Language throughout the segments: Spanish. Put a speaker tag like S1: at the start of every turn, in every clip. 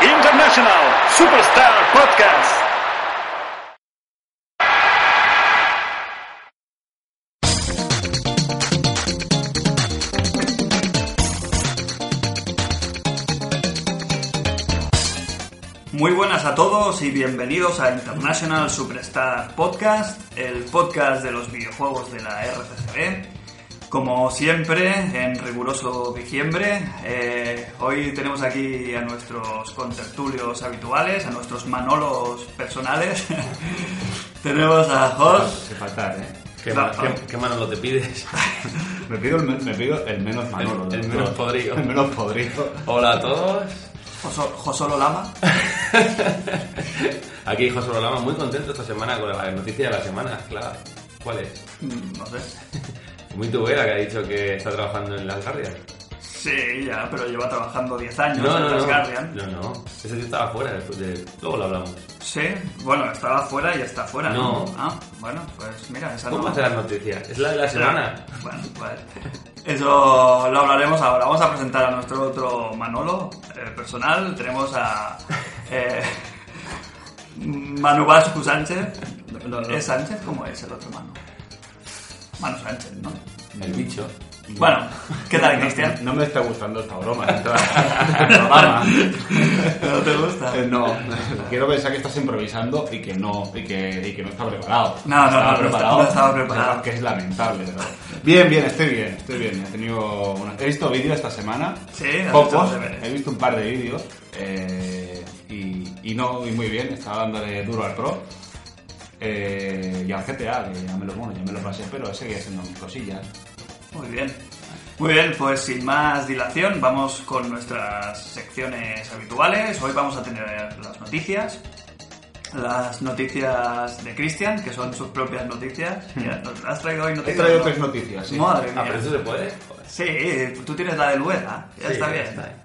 S1: International Superstar Podcast.
S2: Muy buenas a todos y bienvenidos a International Superstar Podcast, el podcast de los videojuegos de la RCCB. Como siempre, en riguroso diciembre, eh, hoy tenemos aquí a nuestros contertulios habituales, a nuestros manolos personales. tenemos a Jos,
S3: Qué fatal, ¿eh?
S4: ¿Qué,
S2: Va,
S4: ma-
S2: va.
S4: qué- qué Manolo te pides?
S3: Me pido el, me- me pido el menos Manolo.
S4: El- el
S3: doctor.
S4: menos podrido.
S3: El menos podrido.
S4: Hola a todos.
S2: Joso- Josolo Lama.
S4: Aquí José Lama, muy contento esta semana con la noticia de la semana, claro. ¿Cuál es?
S2: Mm, No sé.
S4: Muy tubera que ha dicho que está trabajando en las Guardian.
S2: Sí, ya, pero lleva trabajando 10 años
S4: No,
S2: en
S4: no,
S2: las
S4: no.
S2: Guardian.
S4: No, no. Ese tío estaba fuera. después de- Luego lo hablamos.
S2: Sí, bueno, estaba fuera y está fuera.
S4: No.
S2: Ah, bueno, pues mira, esa
S4: ¿Cómo
S2: no.
S4: hace las noticias? Es la de la semana.
S2: Bueno, vale. Eso lo hablaremos ahora. Vamos a presentar a nuestro otro Manolo eh, personal. Tenemos a eh, Manu Vascu Sánchez.
S3: No, no.
S2: ¿Es Sánchez? ¿Cómo es el otro Manu? Manu Sánchez, ¿no?
S4: El bicho.
S2: Bueno, ¿qué tal,
S3: No,
S2: Cristian?
S3: no me está gustando esta broma. esta- esta broma.
S2: ¿No te gusta?
S3: Eh, No, quiero pensar que estás improvisando y que no, y que, y que no está preparado.
S2: No, no,
S3: Estaba
S2: no, no está- no estaba preparado.
S3: Que es lamentable, pero- Bien, bien, estoy bien, estoy bien. He, tenido una- he visto vídeos esta semana.
S2: Sí, has hecho
S3: pocos.
S2: los deberes.
S3: He visto un par de vídeos. eh, y, y no, y muy bien. Estaba dándole duro al pro. eh, y al GTA, que ya me lo bueno, ya me lo pasé, pero seguía haciendo mis cosillas.
S2: Muy bien. Muy bien, pues sin más dilación, vamos con nuestras secciones habituales. Hoy vamos a tener las noticias, las noticias de Cristian, que son sus propias noticias. Mira, ¿nos ¿Has traído hoy
S3: Hmm. He
S2: noticias?
S3: traído
S2: no?
S3: tres noticias, sí.
S2: Madre
S4: Ah, pero
S2: mía.
S4: eso se puede. Joder.
S2: Sí, tú tienes la del Lueda, ya
S4: Sí,
S2: está
S4: ya
S2: bien.
S4: está bien.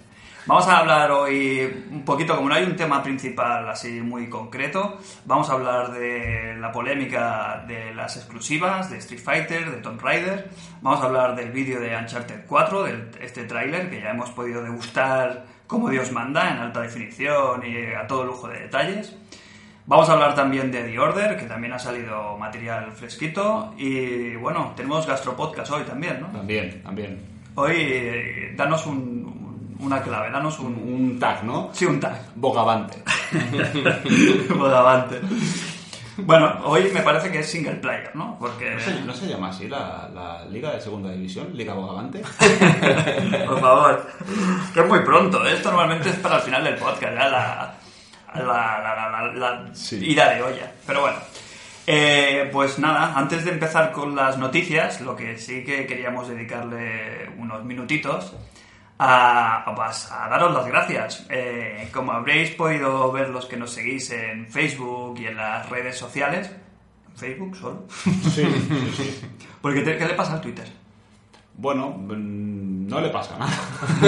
S2: Vamos a hablar hoy un poquito, como no hay un tema principal así muy concreto, vamos a hablar de la polémica de las exclusivas, de Street Fighter, de Tomb Raider, vamos a hablar del vídeo de Uncharted 4, de este tráiler que ya hemos podido degustar como Dios manda, en alta definición y a todo lujo de detalles. Vamos a hablar también de The Order, que también ha salido material fresquito. Y bueno, tenemos Gastropodcast hoy también, ¿no?
S3: También, también.
S2: Hoy eh, danos un- un- una clave, danos un, un-
S3: un tag, ¿no?
S2: sí, un tag.
S3: Bogavante.
S2: Por delante. Bueno, hoy me parece que es single player, ¿no? Porque,
S3: ¿No se, no se llama así la, la liga de segunda división? ¿Liga Bogavante?
S2: por favor, que es muy pronto. ¿eh? Esto normalmente es para el final del podcast, ya la, la, la- la- la- la
S3: Sí.
S2: ida de olla. Pero bueno, Eh, pues nada, antes de empezar con las noticias, lo que sí que queríamos dedicarle unos minutitos a, a- pues, a daros las gracias. Eh, como habréis podido ver los que nos seguís en Facebook y en las redes sociales, Facebook solo,
S3: Sí, sí, sí.
S2: porque te- ¿qué le pasa al Twitter?
S3: Bueno, mm, no le pasa nada.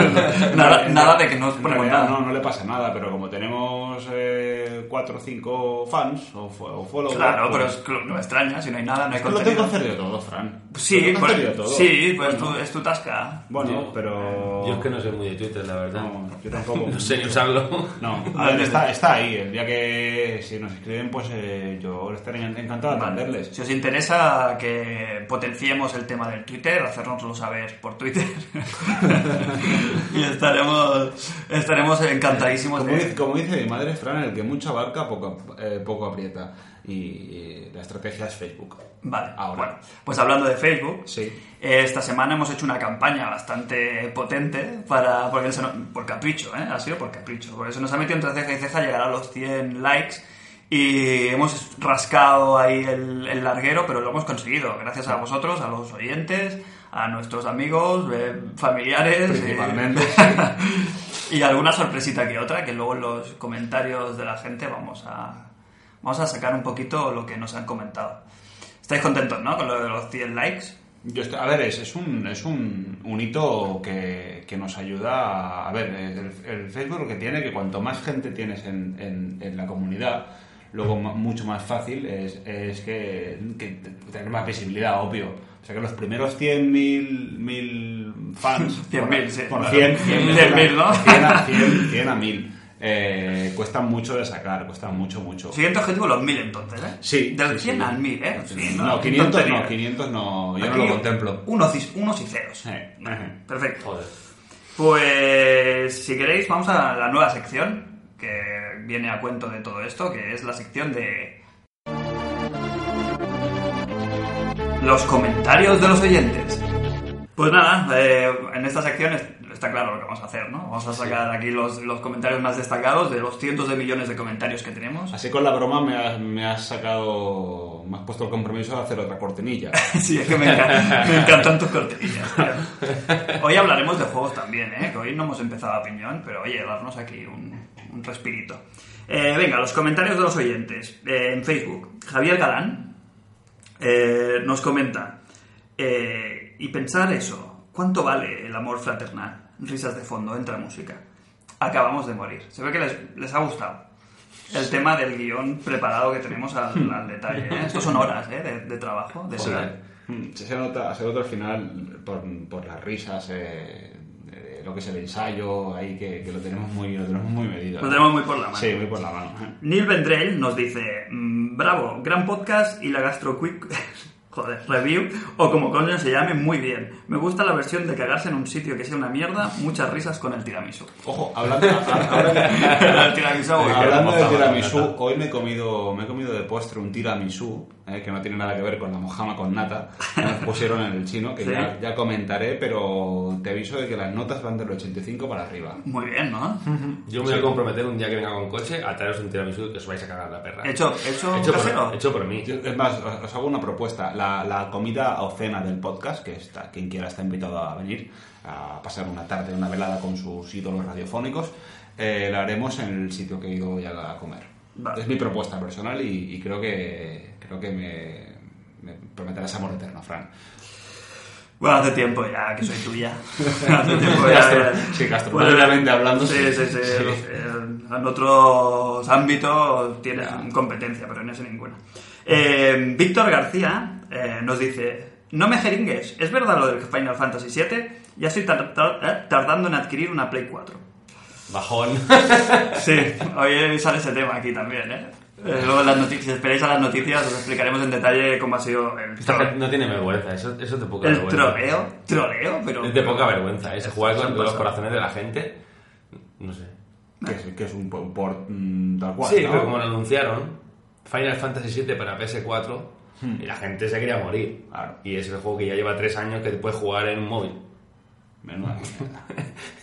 S2: Nada- nada de que no-
S3: En
S2: bueno,
S3: realidad,
S2: nada.
S3: no, no le pasa nada, pero como tenemos 4 o 5 fans o, fo- o followers...
S2: Claro, pero
S3: pues,
S2: es que no me extraña, si no hay nada, no hay
S3: es que lo tengo que
S2: contenido.
S3: hacer de todo, Fran. Lo
S2: Sí,
S3: tengo que
S2: pues,
S3: hacer de todo.
S2: sí, pues tú- es tu tasca.
S3: Bueno,
S4: Yo-
S3: pero...
S4: Yo es que no soy muy de Twitter, la verdad. No,
S3: No, yo tampoco.
S4: sé ni usarlo.
S3: No, a ver, está, está ahí. El día que si nos escriben, pues eh, yo estaré encantado de atenderles.
S2: Si os interesa que potenciemos el tema del Twitter, hacérnoslo saber por Twitter. y estaremos, estaremos encantadísimos
S3: Como, dice-
S2: de...
S3: como dice mi madre, Fran, el que mucho abarca, poco, eh, poco aprieta. Y eh, la estrategia es Facebook.
S2: Vale,
S3: Ahora.
S2: bueno, pues hablando de Facebook,
S3: Sí.
S2: eh, esta semana hemos hecho una campaña bastante potente para porque se nos- por capricho, ¿eh? ha sido por capricho, por eso nos ha metido entre ceja y ceja llegar a los 100 likes y hemos rascado ahí el, el larguero, pero lo hemos conseguido gracias a vosotros, a los oyentes, a nuestros amigos, eh, familiares, eh,
S3: Principalmente.
S2: y alguna sorpresita que otra, que luego en los comentarios de la gente vamos a, vamos a sacar un poquito lo que nos han comentado. ¿Estáis contentos, no? Con lo de los 100 likes.
S3: Yo estoy- a ver, es, es un, es un, un hito que, que nos ayuda a... a ver, el, el Facebook lo que tiene que cuanto más gente tienes en, en- en la comunidad, luego ma- mucho más fácil es, es que, que te- tener más visibilidad, obvio. O sea que los primeros 100.000 mil fans...
S2: 100.000,
S3: por-
S2: sí,
S3: Por
S2: claro.
S3: 100,
S2: 100.000, ¿no?
S3: 100 a 100, 100 a 1000. eh, cuestan mucho de sacar, cuestan mucho, mucho.
S2: Siguiente objetivo, los 1000 entonces, ¿eh?
S3: Sí,
S2: Del
S3: sí,
S2: 100
S3: sí.
S2: al 1000, ¿eh? Sí,
S3: no,
S2: no,
S3: 500
S2: tontería.
S3: no, 500 no, yo
S2: Aquí
S3: no lo contemplo.
S2: Unos y, unos y ceros.
S3: Eh, eh.
S2: Perfecto.
S4: Joder.
S2: Pues si queréis vamos a la nueva sección que viene a cuento de todo esto, que es la sección de los comentarios de los oyentes. Pues nada, eh, en esta sección es- está claro lo que vamos a hacer, ¿no? Vamos a sacar aquí los, los comentarios más destacados de los cientos de millones de comentarios que tenemos.
S3: Así con la broma me has, me has sacado, me has puesto el compromiso de hacer otra cortinilla.
S2: Sí, es que me, enca- me encantan tus cortinillas. tío. Hoy hablaremos de juegos también, ¿eh? que hoy no hemos empezado a piñón, pero oye, darnos aquí un, un respirito. Eh, venga, los comentarios de los oyentes. Eh, en Facebook, Javier Galán eh, nos comenta, eh, y pensar eso, ¿cuánto vale el amor fraternal? Risas de fondo, entra música. Acabamos de morir. Se ve que les, les ha gustado. El tema del guión preparado que tenemos al, al detalle. ¿eh? Estos son horas ¿eh? de, de trabajo, de
S3: Sí.
S2: verdad.
S3: Mm, Se nota, se nota al final por, por las risas, eh, eh, lo que es el ensayo, ahí que, que lo tenemos muy, lo tenemos muy medido.
S2: Lo
S3: ¿no?
S2: tenemos muy por la mano.
S3: Sí, muy por la mano. ¿eh?
S2: Neil Vendrell nos dice, mm, bravo, gran podcast y la Gastro Quick, joder, review, o como coño se llame, muy bien. Me gusta la versión de cagarse en un sitio que sea una mierda, muchas risas con el tiramisú.
S3: Ojo, hablando, hablando-
S2: el tiramisú, uy, que
S3: hablando
S2: lo
S3: de
S2: mojaba.
S3: tiramisú, hoy me he comido, me he comido de postre un tiramisú, eh, que no tiene nada que ver con la mojama con nata, que nos pusieron en el chino, que
S2: Sí.
S3: ya, ya comentaré, pero te aviso de que las notas van del 85 para arriba.
S2: Muy bien, ¿no?
S4: Yo me voy a comprometer un día que venga con coche a traeros un tiramisú que os vais a cagar la perra.
S2: Hecho, hecho, casero.
S4: por, hecho por mí.
S3: Yo- Es más, os os hago una propuesta. La, la comida o cena del podcast, que está, quien quiera está invitado a venir a pasar una tarde, una velada con sus ídolos radiofónicos, eh, la haremos en el sitio que he ido ya a comer.
S2: Vale.
S3: Es mi propuesta personal y, y creo que creo que me, me prometerás amor eterno, Fran.
S2: Bueno, hace tiempo ya que soy tuya. hace tiempo ya.
S3: Gastro-
S2: ya.
S3: sí, gastronómicamente hablando,
S2: Sí,
S3: sí.
S2: sí, sí.
S3: Sí.
S2: Eh, En otros ámbitos tienes competencia, pero en ese ninguna. Eh, Víctor García eh, nos dice: No me jeringues, ¿es verdad lo del Final Fantasy VII? Ya estoy tar- tar- eh, tardando en adquirir una Play 4.
S4: Bajón.
S2: Sí, hoy sale ese tema aquí también, ¿eh? Eh, Luego en las noticias, si esperáis a las noticias, os explicaremos en detalle cómo ha sido el,
S4: Esta
S2: tro-
S4: gente no tiene vergüenza, eso, eso es de poca
S2: el
S4: vergüenza.
S2: troleo. Troleo, pero.
S4: Es de poca vergüenza, es jugar
S2: se han
S4: con los
S2: pasado.
S4: corazones de la gente. No sé.
S3: Que es, que es un po- por mm, tal cual.
S4: Sí,
S3: ¿no?
S4: pero como lo anunciaron, Final Fantasy VII para PS4,
S2: Hmm.
S4: y la gente se quería morir.
S3: Claro.
S4: Y es el juego que ya lleva tres años que puedes jugar en un móvil.
S3: Menuda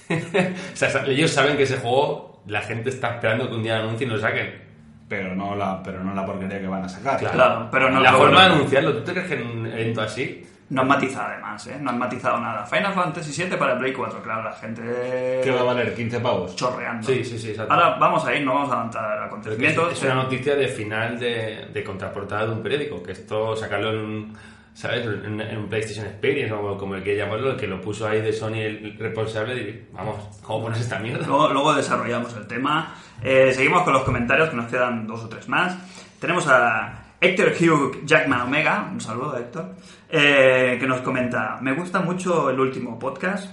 S3: mierda.
S4: O sea, sa- ellos saben que ese juego la gente está esperando que un día lo anuncien y lo saquen.
S3: Pero no la, pero no la porquería que van a sacar.
S2: Claro, pero no
S4: La
S2: lo-
S4: forma de anunciarlo, ¿tú te crees que en un evento así?
S2: No han matizado además, ¿eh? No han matizado nada. Final Fantasy VII para Play 4, claro, la gente...
S3: ¿Qué va a valer? ¿15 pavos?
S2: Chorreando.
S4: Sí, sí, sí, exacto.
S2: Ahora vamos a ir, no vamos a adelantar
S4: Es que es-
S2: acontecimientos.
S4: es una noticia de final de, de contraportada de un periódico, que esto sacarlo en un, ¿sabes? En, en un PlayStation Experience o como el que llamarlo, el que lo puso ahí de Sony el responsable, y, vamos, ¿cómo pones esta mierda?
S2: Luego, luego desarrollamos el tema. Eh, seguimos con los comentarios, que nos quedan dos o tres más. Tenemos a Héctor Hugh Jackman Omega, un saludo Héctor, eh, que nos comenta, me gusta mucho el último podcast,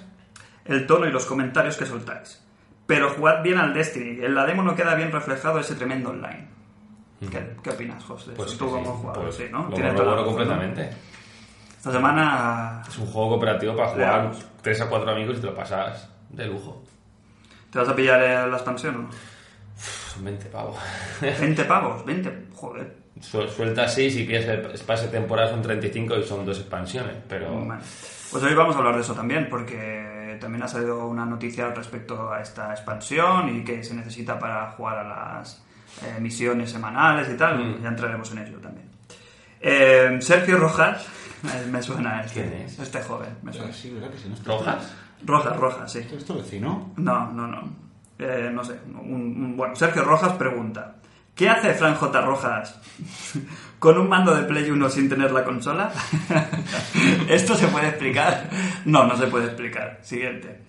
S2: el tono y los comentarios que soltáis, pero jugad bien al Destiny, en la demo no queda bien reflejado ese tremendo online. ¿Qué, qué opinas, José? Tú
S4: que sí,
S2: como jugador,
S4: pues
S2: sí, ¿no?
S4: Lo
S2: Tienes toda la
S4: corroboro
S2: razón, ¿no?
S4: completamente.
S2: Esta semana
S4: Es un juego cooperativo para jugar
S2: Claro.
S4: tres a cuatro amigos y te lo pasas de lujo.
S2: te vas a pillar eh, la expansión, ¿no?
S4: Son 20 pavos.
S2: 20 pavos, 20, joder.
S4: Su- Suelta así, si quieres el pase de temporada son 35 y son dos expansiones, pero...
S2: Vale. Pues hoy vamos a hablar de eso también, porque también ha salido una noticia al respecto a esta expansión y que se necesita para jugar a las eh, misiones semanales y tal.
S4: Mm.
S2: Ya entraremos en ello también. Eh, Sergio Rojas, eh, me suena este,
S4: ¿Quién es?
S2: este joven, me suena.
S3: Sí, ¿verdad que sí? No está-
S4: ¿Rojas?
S2: Rojas, Rojas, sí.
S3: ¿Esto es tu vecino?
S2: No, no, no. Eh, no sé. Un, un- bueno, Sergio Rojas pregunta. ¿Qué hace Fran J. Rojas con un mando de Play 1 sin tener la consola? ¿Esto se puede explicar? No, no se puede explicar. Siguiente.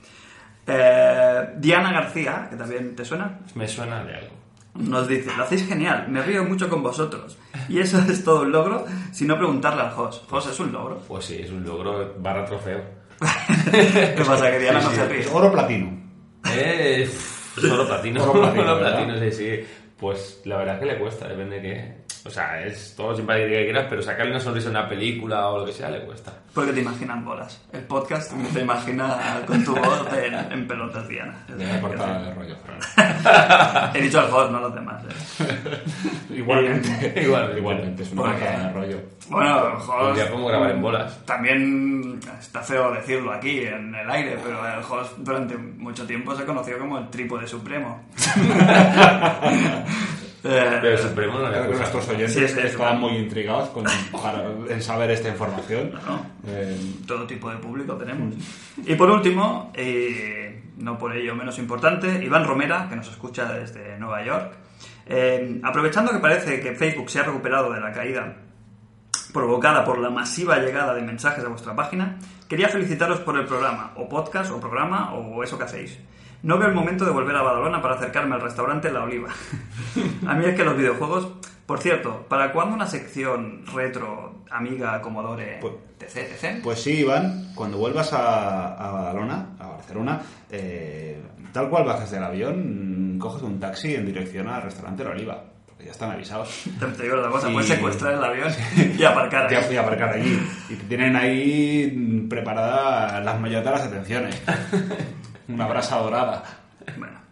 S2: Eh, Diana García, que también te suena,
S4: Me suena de algo.
S2: nos dice, lo hacéis genial, me río mucho con vosotros. Y eso es todo un logro, si no preguntarle al host. Host es un logro.
S4: Pues sí, es un logro barra trofeo.
S2: ¿Qué pasa? Que Diana no se ríe.
S3: Es oro platino.
S4: Eh, pff, Oro platino.
S3: Oro platino,
S4: Oro
S3: ¿verdad?
S4: platino, sí, sí. Pues la verdad es que le cuesta, depende de qué. O sea, es todo simpático que quieras, pero sacarle una sonrisa a una película o lo que sea le cuesta.
S2: Porque te imaginan bolas. El podcast te imagina con tu voz en, en pelotas Diana.
S3: Ya me he cortado el rollo, Fran.
S2: He dicho al voz, no los demás. ¿eh?
S3: Igualmente.
S4: Igualmente.
S3: Igualmente, es una
S2: Porque-
S3: cortada de rollo.
S2: Bueno,
S4: Un
S2: Jos
S4: día podemos grabar en bolas.
S2: también está feo decirlo aquí en el aire, pero el Jos durante mucho tiempo se conoció como el trípode supremo. Eh,
S4: Pero Supremo no le
S3: Creo que
S4: acusa.
S3: nuestros oyentes
S2: Sí, sí, sí.
S3: estaban muy intrigados con, para- en saber esta información. Eh,
S2: todo tipo de público tenemos. Y por último, eh, no por ello menos importante, Iván Romera, que nos escucha desde Nueva York. Eh, aprovechando que parece que Facebook se ha recuperado de la caída provocada por la masiva llegada de mensajes a vuestra página, quería felicitaros por el programa, o podcast, o programa, o eso que hacéis. No veo el momento de volver a Badalona para acercarme al restaurante La Oliva. a mí es que los videojuegos... Por cierto, ¿para cuándo una sección retro, amiga, Commodore,
S3: Pues-
S2: etc, etc?
S3: pues sí, Iván, cuando vuelvas a, a Badalona, a Barcelona, eh, tal cual bajes del avión, mm, coges un taxi en dirección al restaurante La Oliva. Porque ya están avisados.
S2: Te, te digo la cosa,
S3: Y-
S2: puedes secuestrar el avión y aparcar
S3: Ya
S2: ahí.
S3: fui a aparcar allí. Y te tienen ahí mm, preparadas las mayores de las atenciones. Una brasa dorada.
S2: Bueno.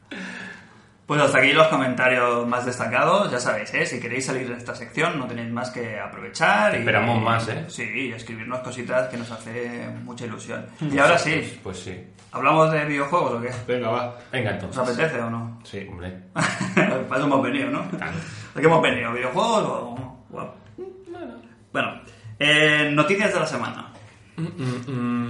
S2: Pues hasta aquí los comentarios más destacados, ya sabéis, ¿eh? si queréis salir de esta sección no tenéis más que aprovechar. y-
S4: Esperamos más, ¿eh?
S2: Sí, y escribirnos cositas que nos hace mucha ilusión. Y ahora sí,
S4: Pues sí.
S2: ¿hablamos de videojuegos o qué?
S3: Venga, va.
S4: Venga,
S2: ¿Os
S4: entonces.
S2: apetece o no?
S3: Sí.
S4: Hombre.
S2: Para eso hemos venido, ¿no? ¿De qué hemos venido? ¿Videojuegos o...? o- Bueno, eh, noticias de la semana.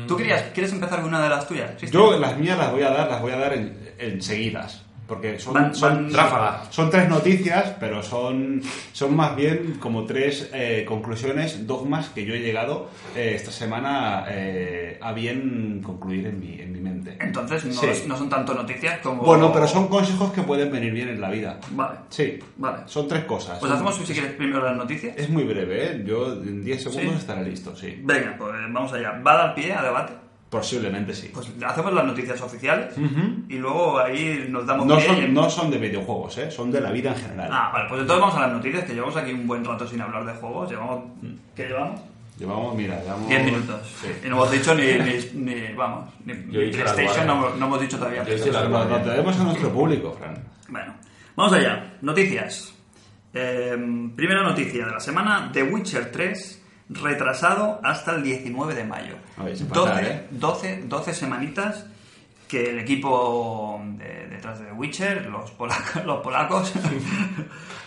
S2: ¿Tú querías, quieres empezar con una de las tuyas? Cristian?
S3: Yo las mías las voy a dar, las voy a dar en, en seguidas. Porque son,
S2: Van-
S3: son-
S2: van-
S4: ráfaga.
S3: son tres noticias, pero son, son más bien como tres eh, conclusiones, dogmas que yo he llegado eh, esta semana eh, a bien concluir en mi, en mi mente.
S2: Entonces no,
S3: Sí.
S2: no son tanto noticias como...
S3: Bueno, pero son consejos que pueden venir bien en la vida.
S2: Vale.
S3: Sí,
S2: Vale.
S3: son tres cosas.
S2: Pues hacemos si quieres primero las noticias.
S3: Es muy breve, ¿eh? Yo en 10 segundos
S2: Sí.
S3: estaré listo, sí.
S2: Venga, pues vamos allá. ¿Va a dar pie a debate?
S3: Posiblemente sí.
S2: Pues hacemos las noticias oficiales y luego ahí nos damos
S3: No
S2: pie y- em-
S3: son, no son de videojuegos, ¿eh? Son de la vida en general.
S2: Ah, vale, pues entonces vamos a las noticias, que llevamos aquí un buen rato sin hablar de juegos. Llevamos... ¿Qué llevamos?
S3: Llevamos, mira, llevamos...
S2: 10 minutos. Y no hemos dicho ni, ni- ni- vamos, ni,
S4: Yo
S2: ni
S4: hice la
S2: PlayStation,
S4: guardia.
S2: no, hemos- no hemos dicho todavía.
S4: Yo hice la-
S3: Lo, lo traemos a nuestro público, Fran.
S2: Bueno, vamos allá. Noticias. Eh, primera noticia de la semana: The Witcher 3 retrasado hasta el 19 de mayo.
S3: Oye, sin faltar, ¿eh?
S2: 12, 12 semanitas que el equipo de- detrás de The Witcher, los, polacos, los polacos,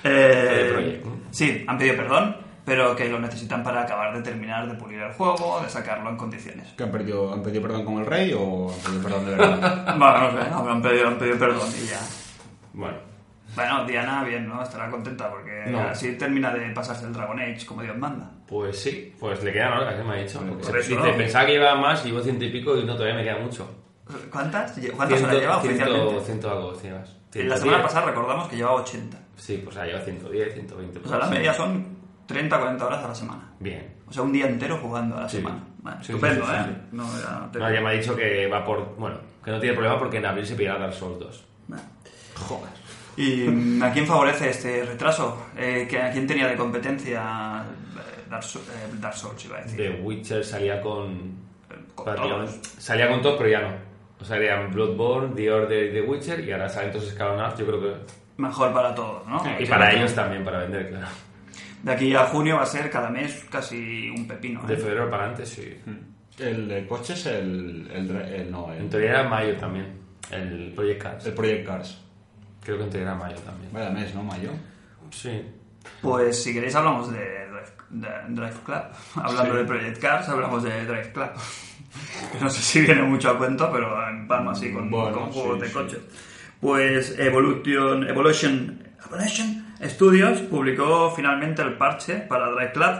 S2: eh,
S4: CD Projekt, ¿no?
S2: sí, han pedido perdón, pero que lo necesitan para acabar de terminar de pulir el juego, de sacarlo en condiciones.
S3: ¿Que han pedido, han pedido perdón con el rey o han pedido perdón de verdad?
S2: Bueno, no sé, habrán pedido, han pedido perdón y ya.
S4: Bueno.
S2: Bueno, Diana, bien, ¿no? Estará contenta porque
S4: No.
S2: así termina de pasarse el Dragon Age como Dios manda.
S4: Pues sí, pues le quedan horas, que me ha dicho.
S2: por eso.
S4: Dice, pensaba que llevaba más, llevo ciento y pico y no, todavía me queda mucho.
S2: ¿Cuántas? ¿Cuántas horas lleva oficialmente?
S4: Ciento, ciento algo, llevas.
S2: En la
S4: 110.
S2: semana pasada recordamos que llevaba 80.
S4: Sí, pues ha llevado 110, 120.
S2: O sea, Pues la media son 30-40 horas a la semana.
S4: Bien.
S2: O sea, un día entero jugando a la
S4: Sí.
S2: semana. Vale,
S4: Sí,
S2: estupendo,
S4: sí, sí,
S2: ¿eh?
S4: sí.
S2: No, ya no te-
S4: No, ya me ha dicho que va por. Bueno, que no tiene problema porque en abril se pedirá Dark Souls 2.
S2: Vale.
S4: Joder.
S2: ¿Y mm, a quién favorece este retraso? Eh, ¿que ¿A quién tenía de competencia eh, Dark, Sou- eh, Dark Souls, iba a decir?
S4: The Witcher salía con.
S2: Con
S4: prácticamente-
S2: todos.
S4: Salía con todos, pero ya no. O sea, eran Bloodborne, The Order y The Witcher y ahora salen todos escalonados. Yo creo que.
S2: Mejor para todos, ¿no?
S4: Y para ellos también, para vender, claro.
S2: De aquí a junio va a ser cada mes casi un pepino. ¿eh?
S4: De febrero para adelante, sí.
S2: Mm.
S3: El, el coche es el, el, re- el- no,
S4: En
S3: el,
S4: teoría era mayo también. El Project Cars.
S3: el Project Cars.
S4: Creo que en teoría era mayo también.
S3: Vaya mes, ¿no, Mayo?
S4: Sí.
S2: Pues si queréis hablamos de Drive, de Drive Club. Hablando
S3: Sí.
S2: de Project Cars, hablamos de Drive Club. no sé si viene mucho a cuento, pero en palma así con,
S3: Bueno,
S2: con juegos
S3: sí,
S2: de
S3: sí.
S2: coches. Pues Evolution, Evolution, Evolution Studios publicó finalmente el parche para Drive Club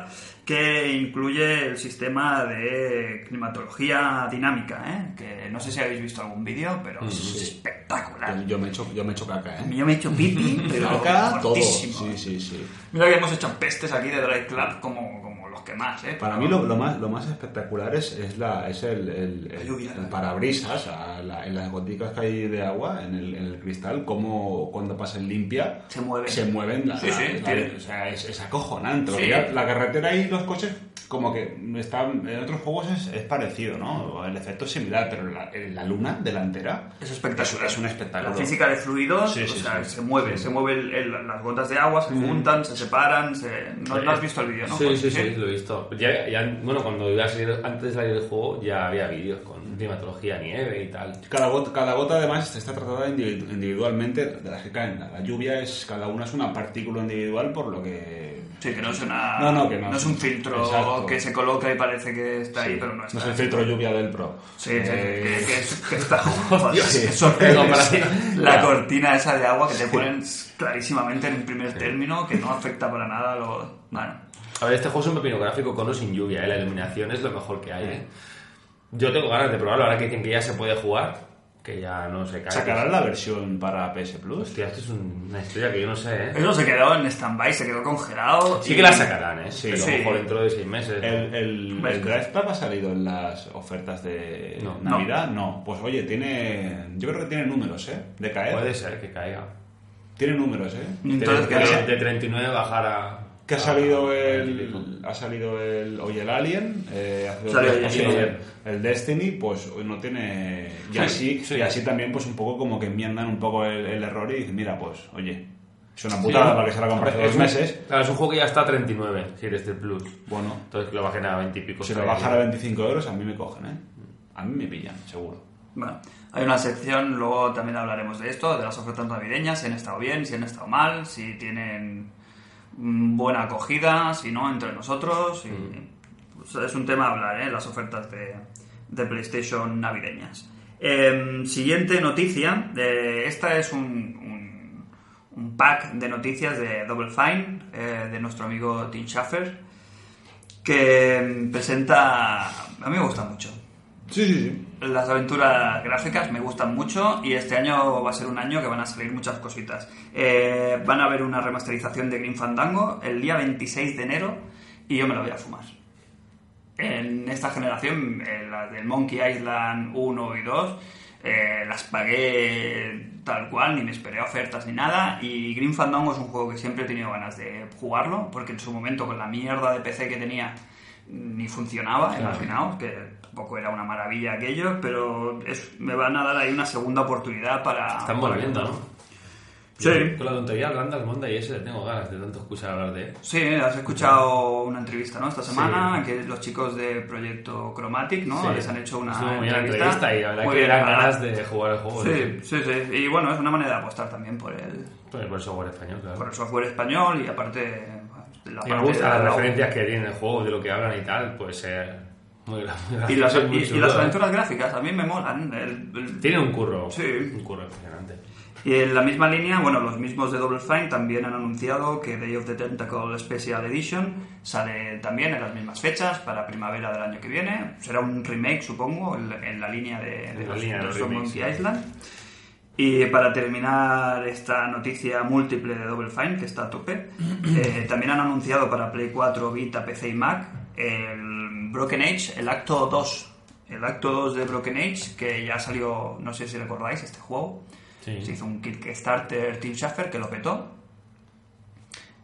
S2: que incluye el sistema de climatología dinámica, ¿eh? que no sé si habéis visto algún vídeo, pero
S3: Mm,
S2: es espectacular.
S3: Yo me echo, yo me echo caca, ¿eh?
S2: Yo me he hecho pipi, pero
S3: Caca, todo.
S2: fortísimo.
S3: Sí, sí, sí.
S2: Mira que hemos hecho pestes aquí de Drive Club como, como los que más, ¿eh?
S3: Para mí lo, lo más, lo más espectacular es, es la, es el, el- el-
S2: La lluvia.
S3: el parabrisas, a la- en las goticas que hay de agua, en el, en el cristal, como cuando pasan limpia,
S2: Se mueven.
S3: se mueven la-
S2: Sí, sí,
S3: la-
S2: tiene-
S3: o sea, es, es acojonante.
S2: Sí.
S3: porque ya La carretera y los coches, como que están, en otros juegos es, es parecido, ¿no? El efecto es similar, pero la, la luna delantera
S2: Es espectacular.
S3: es un espectáculo.
S2: La física de fluidos,
S3: Sí, sí,
S2: o sea,
S3: sí.
S2: se mueve, se mueven las gotas de agua, se juntan, se separan. se- No, no has visto el vídeo, ¿no?
S4: Sí,
S2: Juan?
S4: sí, sí, lo he visto. Ya, ya- bueno, cuando iba a salir, antes de salir el juego ya había vídeos
S2: Mm.
S4: con climatología, nieve y tal.
S3: Cada gota, cada gota además está tratada individu- individualmente de las que caen. La la lluvia es, cada una es una partícula individual por lo que...
S2: Sí, que no es una.
S3: No, no, que no.
S2: es un filtro
S3: Exacto.
S2: que se coloca y parece que está ahí, pero no
S3: No
S2: está.
S3: es el filtro lluvia del Pro.
S2: Sí, sí,
S3: Eh,
S2: que, que es- que está. Joder,
S4: sí.
S2: qué sorpresa.
S4: Sí.
S2: La cortina esa de agua que te ponen clarísimamente en primer término, que no afecta para nada a los. Bueno,
S4: A ver, este juego es un pepino gráfico con o sin lluvia, ¿eh? la iluminación es lo mejor que hay. ¿eh? Yo tengo ganas de probarlo ahora que dicen que ya se puede jugar, que ya no se cae.
S3: ¿Sacarán la versión para PS Plus?
S4: Hostia, esto es un- una historia que yo no sé, ¿eh?
S2: eso se quedó en stand-by, se quedó congelado.
S4: Sí
S2: y-
S4: que la sacarán, ¿eh?
S3: Sí.
S4: Pero a
S2: Sí.
S4: lo mejor dentro de seis meses. ¿no?
S3: ¿El, el,
S2: Ves
S3: el
S2: que-
S3: Drive Club ha salido en las ofertas de
S4: No.
S3: Navidad? No. Pues oye, tiene... Yo creo que tiene números, ¿eh? De caer.
S4: Puede ser que caiga.
S3: Tiene números, ¿eh?
S2: Entonces,
S4: de,
S2: ¿qué
S4: de-
S2: pasa?
S4: de 39 bajar a...
S3: Que ha
S4: a-
S3: salido
S4: Ah,
S3: el. Ha salido el. Oye, el Alien. eh, hace dos
S2: Salió
S3: días,
S2: el
S3: ha sido
S2: Alien.
S3: el- el Destiny, pues no tiene. Y así,
S4: sí.
S3: y así también, pues un poco como que enmiendan un poco el, el error y dicen, mira, pues, oye, es una putada para que se la compre hace dos meses.
S4: Claro, es un juego que ya está a 39, si eres del Plus.
S3: Bueno,
S4: Entonces que lo bajen a 20 y pico.
S3: pues si lo
S4: estaría
S3: bajan a
S4: bien.
S3: 25 euros, a mí me cogen, ¿eh? A mí me pillan, seguro.
S2: Bueno, hay una sección, luego también hablaremos de esto, de las ofertas navideñas, si han estado bien, si han estado mal, si tienen mm, buena acogida, si no, entre nosotros. y- o sea, es un tema a hablar, ¿eh? las ofertas de, de PlayStation navideñas. Em, siguiente noticia, de- esta es un- un, un pack de noticias de Double Fine, eh, de nuestro amigo Tim Schafer, que mm, presenta... A mí me gusta mucho.
S3: Sí, sí, sí.
S2: Las aventuras gráficas me gustan mucho y este año va a ser un año que van a salir muchas cositas. Eh, van a haber una remasterización de Green Fandango el día 26 de enero y yo me la voy a fumar. En esta generación, eh, las del Monkey Island 1 y 2, eh, las pagué tal cual, ni me esperé ofertas ni nada. Y Green Fandango es un juego que siempre he tenido ganas de jugarlo, porque en su momento con la mierda de PC que tenía ni funcionaba, imaginaos, que tampoco era una maravilla aquello, pero es- me van a dar ahí una segunda oportunidad para...
S4: Están volviendo, ¿no?
S2: Sí.
S4: Con la tontería hablando al mundo y ese le tengo ganas de tanto escuchar hablar de él.
S2: Sí, has escuchado una entrevista, ¿no? Esta semana, que los chicos de Proyecto Chromatic, ¿no?
S4: Sí.
S2: Les han hecho una
S4: Estuvo muy bien la
S2: entrevista.
S4: entrevista y la verdad
S2: Muy
S4: que
S2: bien,
S4: eran
S2: la
S4: ganas de jugar al juego. ¿no?
S2: Sí, sí, sí. Y bueno, es una manera de apostar también por el,
S4: Pues Por el software español, claro.
S2: por el software español y aparte... La
S4: Y me
S2: parte
S4: gustan las
S2: de la-
S4: referencias que tiene el juego, de lo que hablan y tal, pues ser muy gracioso.
S2: Y las,
S4: muy
S2: y- y
S4: chulo,
S2: las
S4: ¿eh?
S2: aventuras gráficas a mí me molan. El- el-
S4: Tiene un curro.
S2: Sí.
S4: Un curro impresionante.
S2: Y en la misma línea, bueno, los mismos de Double Fine también han anunciado que Day of the Tentacle Special Edition sale también en las mismas fechas para primavera del año que viene. Será un remake, supongo, en la, en la línea de,
S4: En
S2: de
S4: la
S2: los,
S4: línea de
S2: de
S4: los
S2: los
S4: remakes,
S2: Monkey
S4: sí.
S2: Island. Y para terminar esta noticia múltiple de Double Fine, que está a tope, eh, también han anunciado para Play 4, Vita, PC y Mac el Broken Age, el acto 2. El acto 2 de Broken Age, que ya salió, no sé si recordáis este juego.
S4: Sí.
S2: Se hizo un Kickstarter Tim Schafer que lo petó.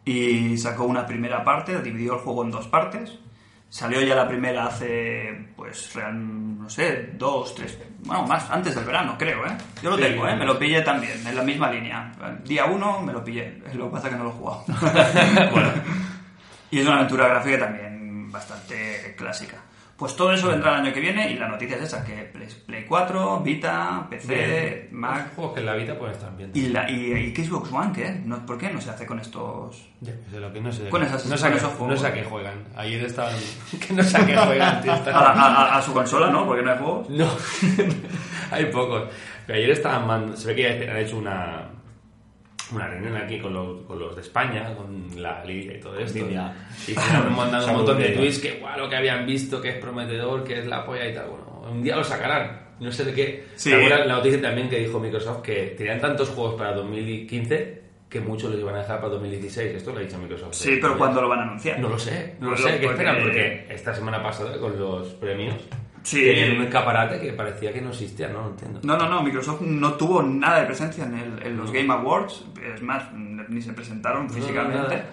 S2: Y sacó una primera parte, dividió el juego en dos partes. Salió ya la primera hace, pues, real- no sé, dos, tres, bueno, más, antes del verano, creo, ¿eh? Yo lo
S4: Sí.
S2: tengo, ¿eh? Me lo pillé también, en la misma línea. Día uno me lo pillé, lo que pasa es que no lo he jugado.
S4: bueno,
S2: Y es una aventura gráfica también bastante clásica. Pues todo eso vendrá el año que viene y la noticia es esa, que Play- Play 4, Vita, PC, Eh, Mac...
S4: Los juegos que en la vida pueden estar viendo.
S2: ¿Y, la, y, y qué Xbox One qué? No, ¿Por qué no se hace con estos...?
S4: Ya, pues, de lo que no sé.
S2: Con esas-
S4: no sé, a
S2: con
S4: qué-
S2: esos juegos.
S4: no sé a qué juegan. Ayer estaban. que no sé a qué juegan, tío.
S2: A,
S4: estaban-
S2: a- a- a su consola, ¿no? Porque no hay juegos.
S4: No, hay pocos. Pero ayer estaban mand- Se ve que han hecho una. Una reunión aquí con los, con los de España, con la Lidia y todo esto.
S3: Lidia.
S4: Y se han mandado un
S3: Salud,
S4: montón de
S3: Lidia.
S4: tweets que guau, lo que habían visto, que es prometedor, que es la polla y tal. Bueno, un día lo sacarán. No sé de qué.
S2: Sí.
S4: ¿Te acuerdas la noticia también que dijo Microsoft que tenían tantos juegos para 2015 que muchos lo iban a dejar para 2016. Esto lo ha dicho Microsoft.
S2: Sí, pero ¿cuándo lo van a anunciar?
S4: No lo sé, no lo
S2: Pues
S4: sé. ¿Qué
S2: porque-
S4: esperan? Porque esta semana pasada con los premios
S2: Sí.
S4: tenían un escaparate que parecía que no existía, no lo entiendo.
S2: No, no, no, Microsoft no tuvo nada de presencia en, el- en los Game Awards, es más, ni se presentaron físicamente.
S4: nada.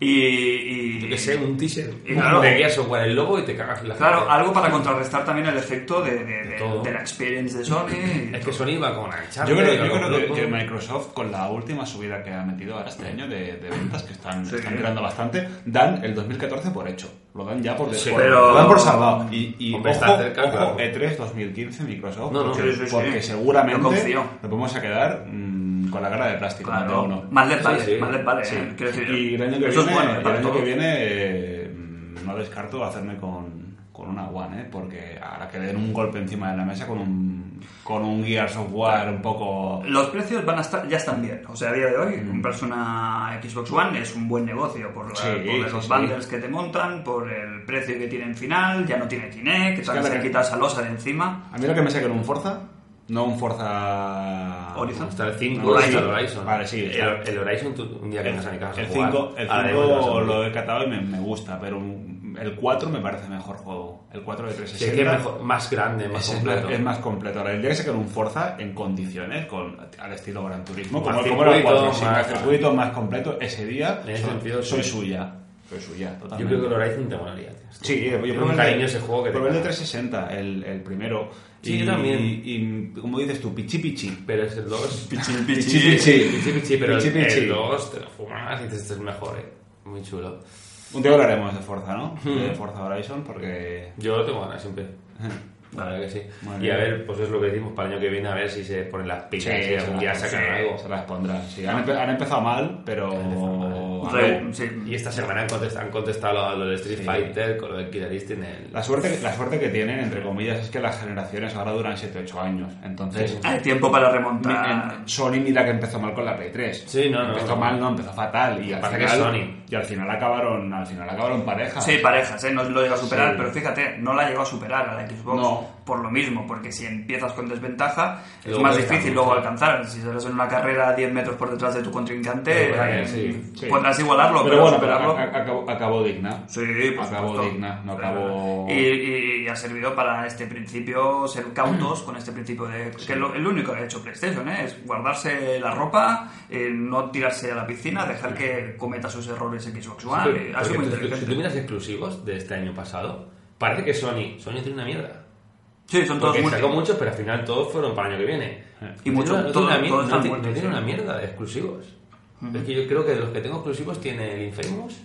S2: y, y-
S4: Yo qué sé, un teaser
S2: Y claro-
S4: de guía software el logo y te cagas en la
S2: claro,
S4: gente.
S2: algo para contrarrestar también el efecto de, de- de-
S4: todo.
S2: de la experience de Sony. y
S4: Es que
S2: todo.
S4: Sony va con la
S2: Ah,
S3: Yo creo, yo creo que, que Microsoft, con la última subida que ha metido ahora este año de, de ventas, que están,
S2: Sí.
S3: están tirando bastante, dan el 2014 por hecho. Lo dan ya por,
S4: Sí,
S3: por-
S2: pero-
S3: lo dan por salvado. Y, y
S4: Hombre,
S3: ojo,
S4: está cerca,
S3: ojo, E
S4: claro.
S3: E3 2015 Microsoft,
S4: No, no,
S3: porque,
S2: sí, sí, sí.
S3: porque seguramente
S2: Yo confío.
S3: nos vamos a quedar mm, con la cara de plástico.
S2: Claro,
S3: no tengo uno.
S2: más les vale,
S4: Sí, sí.
S2: más les vale.
S3: Sí.
S2: eh, quiero decir,
S3: Y el año que
S2: eso
S3: viene,
S2: es bueno,
S3: y el
S2: para
S3: año
S2: todos.
S3: que viene, eh, no descarto hacerme con, con una One, ¿eh? porque ahora que le den un golpe encima de la mesa con un, con un Gear Software un poco...
S2: Los precios van a estar, ya están bien. O sea, a día de hoy, comprarse una Xbox One es un buen negocio por, la-
S3: Mm. Sí,
S2: por
S3: sí,
S2: los
S3: sí.
S2: bundles que te montan, por el precio que tienen final, ya no tiene Kinect, que
S3: que a
S2: se
S3: ver-
S2: quita esa losa de encima.
S3: A mí lo que me saquen un Forza, no un Forza...
S2: Horizon.
S4: Está el 5,
S3: Horizon.
S4: está el Horizon.
S3: Vale, sí,
S4: El,
S3: está.
S4: el Horizon, tú, un día que
S3: El
S4: no sale casa.
S3: 5 lo he catado y me, me gusta, pero un- el 4 me parece mejor juego. El 4 de
S4: Sí, es que es
S3: 360
S4: mejor, más grande, más
S3: es, es
S4: completo.
S3: más, es más completo. Ahora, el día que sacan un Forza en condiciones, con, al estilo Gran Turismo,
S4: Más
S3: como, como era el
S4: circuito,
S3: 4, sí,
S4: más-
S3: más circuito, más completo, ese día
S4: En ese
S3: soy,
S4: sentido,
S3: soy
S4: sí.
S3: suya. Soy suya, totalmente.
S4: Yo creo que el Horizon te molaría. tío.
S3: Sí, eh,
S4: Tiene
S3: yo probé
S4: un
S3: el de-
S4: cariño ese juego que te
S3: probé el de
S4: cagas.
S3: 360, el, el primero.
S4: Sí,
S3: y,
S4: yo también.
S3: Y, y, como dices tú, pichi pichi.
S4: Pero es el 2.
S3: Pichi pichi.
S4: Pichi, pichi, pero
S3: Pichi,
S4: el-
S3: pichi.
S4: el 2 te lo fumas y dices, este es mejor, eh. Muy chulo.
S3: Un día hablaremos de Forza, ¿no?
S4: Hmm.
S3: De Forza Horizon, porque...
S4: Yo lo tengo ganas siempre. La verdad que sí.
S3: Muy
S4: y a
S3: bien.
S4: ver, pues es lo que decimos para el año que viene, a ver si se ponen las pilas y
S3: se
S4: algún día
S3: las-
S4: sacan
S3: sí,
S4: algo.
S3: se las pondrán. Sí, han, empe- han empezado mal, pero... a ver,
S2: Re- sí.
S4: Y esta semana han contestado, han contestado a lo de Street
S3: Sí.
S4: Fighter con lo de Killer Instinct. el-
S3: La suerte, la suerte que tienen, entre comillas, es que las generaciones ahora duran 7-8 años. Entonces,
S2: Hay tiempo para
S3: mi-
S2: remontar.
S3: en- Sony mira que empezó mal con la Play 3.
S4: Sí, no, no,
S3: empezó
S4: no.
S3: mal, no, empezó fatal. Y al,
S4: Pasa
S3: final,
S4: que es Sony.
S3: y al final acabaron, al final acabaron pareja.
S2: Sí, parejas, ¿eh? No lo llegó a superar,
S3: Sí.
S2: pero fíjate, no la llegó a superar a la Xbox
S3: No.
S2: por lo mismo, porque si empiezas con desventaja es
S4: Luego
S2: más
S4: cuesta
S2: difícil
S4: mucho.
S2: luego alcanzar. Si sales en una carrera 10 metros por detrás de tu contrincante,
S4: Pero bueno,
S2: eh,
S4: sí,
S3: sí.
S2: podrás igualarlo, pero,
S3: pero bueno, pero
S2: superarlo.
S3: a- a- acabó, acabó digna.
S2: Sí, por
S3: acabó
S2: supuesto.
S3: digna, no acabó.
S2: Y, y- y ha servido para este principio ser cautos con este principio de. que es lo- el único que ha hecho PlayStation, ¿eh? Es guardarse la ropa, eh, no tirarse a la piscina, dejar que cometa sus errores Xbox One.
S4: Porque-
S2: ha sido muy
S4: porque tú- si tú
S2: inteligente.
S4: miras exclusivos de este año pasado, parece que Sony, Sony tiene una mierda.
S2: Sí, son todos
S4: Porque
S2: muy
S4: sacó muchos, pero al final todos fueron para el año que viene.
S2: Y
S4: No
S2: mucho-
S4: tiene una-
S2: todo-
S4: no tiene una mier-
S2: todos
S4: no
S2: están
S4: tiene- no
S2: muertos,
S4: tiene
S2: sí.
S4: una mierda de exclusivos. Es que yo creo que de los que tengo exclusivos tiene el Infamous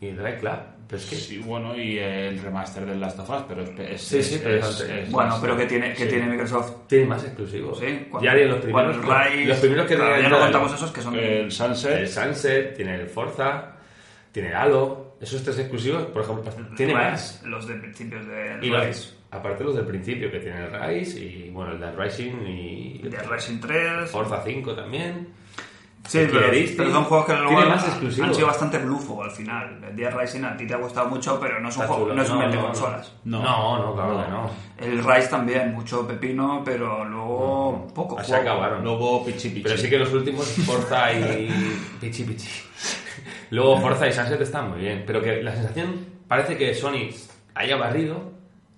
S4: y el Red Club. Pero es que
S3: Sí, bueno, y el remaster del Last of Us, pero es. es-
S4: Sí, sí,
S3: es-
S4: pero
S3: es-
S4: es-
S3: es-
S2: Bueno, pero que tiene, que
S3: sí.
S2: tiene Microsoft. Pues
S4: tiene más exclusivos.
S2: Sí, cuando-
S4: ya de los primeros.
S2: cuando el Rise-
S4: los primeros que eh,
S2: claro, ya no
S4: regalaron-
S2: contamos esos que son.
S3: El Sunset.
S4: El Sunset, tiene el Forza, tiene el Halo. Esos tres exclusivos, por ejemplo, tiene
S2: Mm, Rise,
S4: más.
S2: Los de principios de
S4: Y los-
S2: Rise.
S4: aparte los del principio, que tiene el Rise y bueno, el de Rising y
S2: De Rising 3.
S4: Forza 5 también.
S2: Sí, pero,
S4: Killer Instinct.
S2: pero son juegos que luego
S4: Tiene más
S2: han-
S4: exclusivos.
S2: han sido bastante blufo al final. El Dead Rising a ti te ha gustado mucho, pero no es un
S4: Está
S2: juego,
S4: chulo.
S2: no es un
S4: No,
S2: mete
S4: no,
S2: consolas.
S4: No, no, no, claro que no.
S2: El Rise también, mucho pepino, pero
S4: Mm.
S2: luego poco
S4: Así
S2: juego.
S4: acabaron.
S3: Luego Pichi Pichi.
S4: Pero sí que los últimos, Forza y Pichi Pichi. Luego Forza y Sunset están muy bien. Pero que la sensación parece que Sony haya barrido.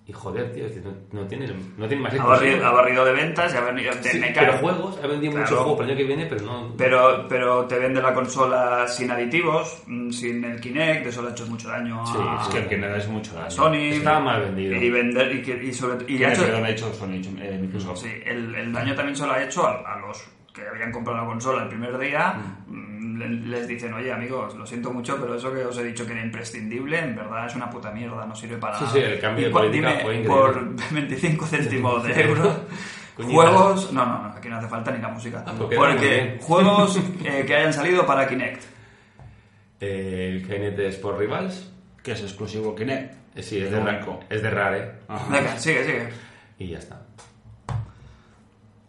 S4: Y joder, tío, es que no, no tiene, no tiene más
S2: Ha
S4: exclusivos.
S2: barrido, ha barrido de ventas y ha venido de
S4: Sí,
S2: meca-
S4: pero juegos, ha vendido muchos
S2: Claro.
S4: juegos para el año que viene, pero no.
S2: Pero, pero te vende la consola sin aditivos, mm, sin el Kinect, eso le ha hecho mucho daño
S4: Sí,
S2: a,
S3: Es que el que le da es mucho
S2: a
S3: daño.
S2: Sony.
S4: Estaba mal vendido.
S2: Y, vender, y, que- y sobre, y
S3: Y
S2: ha hecho,
S3: perdón, ha hecho Sony, eh, Microsoft.
S2: Sí, el, el daño también se lo ha hecho a, a los que habían comprado la consola el primer día. Mm, le- Les dicen, oye amigos, lo siento mucho, pero eso que os he dicho que era imprescindible, en verdad es una puta mierda, no sirve para
S4: Sí,
S2: nada.
S4: sí, el cambio
S2: Y
S4: de
S2: por-
S4: política
S2: dime,
S4: fue increíble.
S2: Por 25 céntimos de euro.
S4: Coño,
S2: juegos. No, no, no, aquí no hace falta ni la música.
S4: Ah, porque era muy
S2: Porque
S4: bien.
S2: juegos eh, que hayan salido para Kinect.
S4: Eh, el Kinect Sport Rivals.
S3: Que es exclusivo Kinect.
S4: eh, sí, es de, Ra-
S3: Único.
S4: es de Rare.
S3: Ajá.
S2: Venga, sigue, sigue.
S4: Y ya está.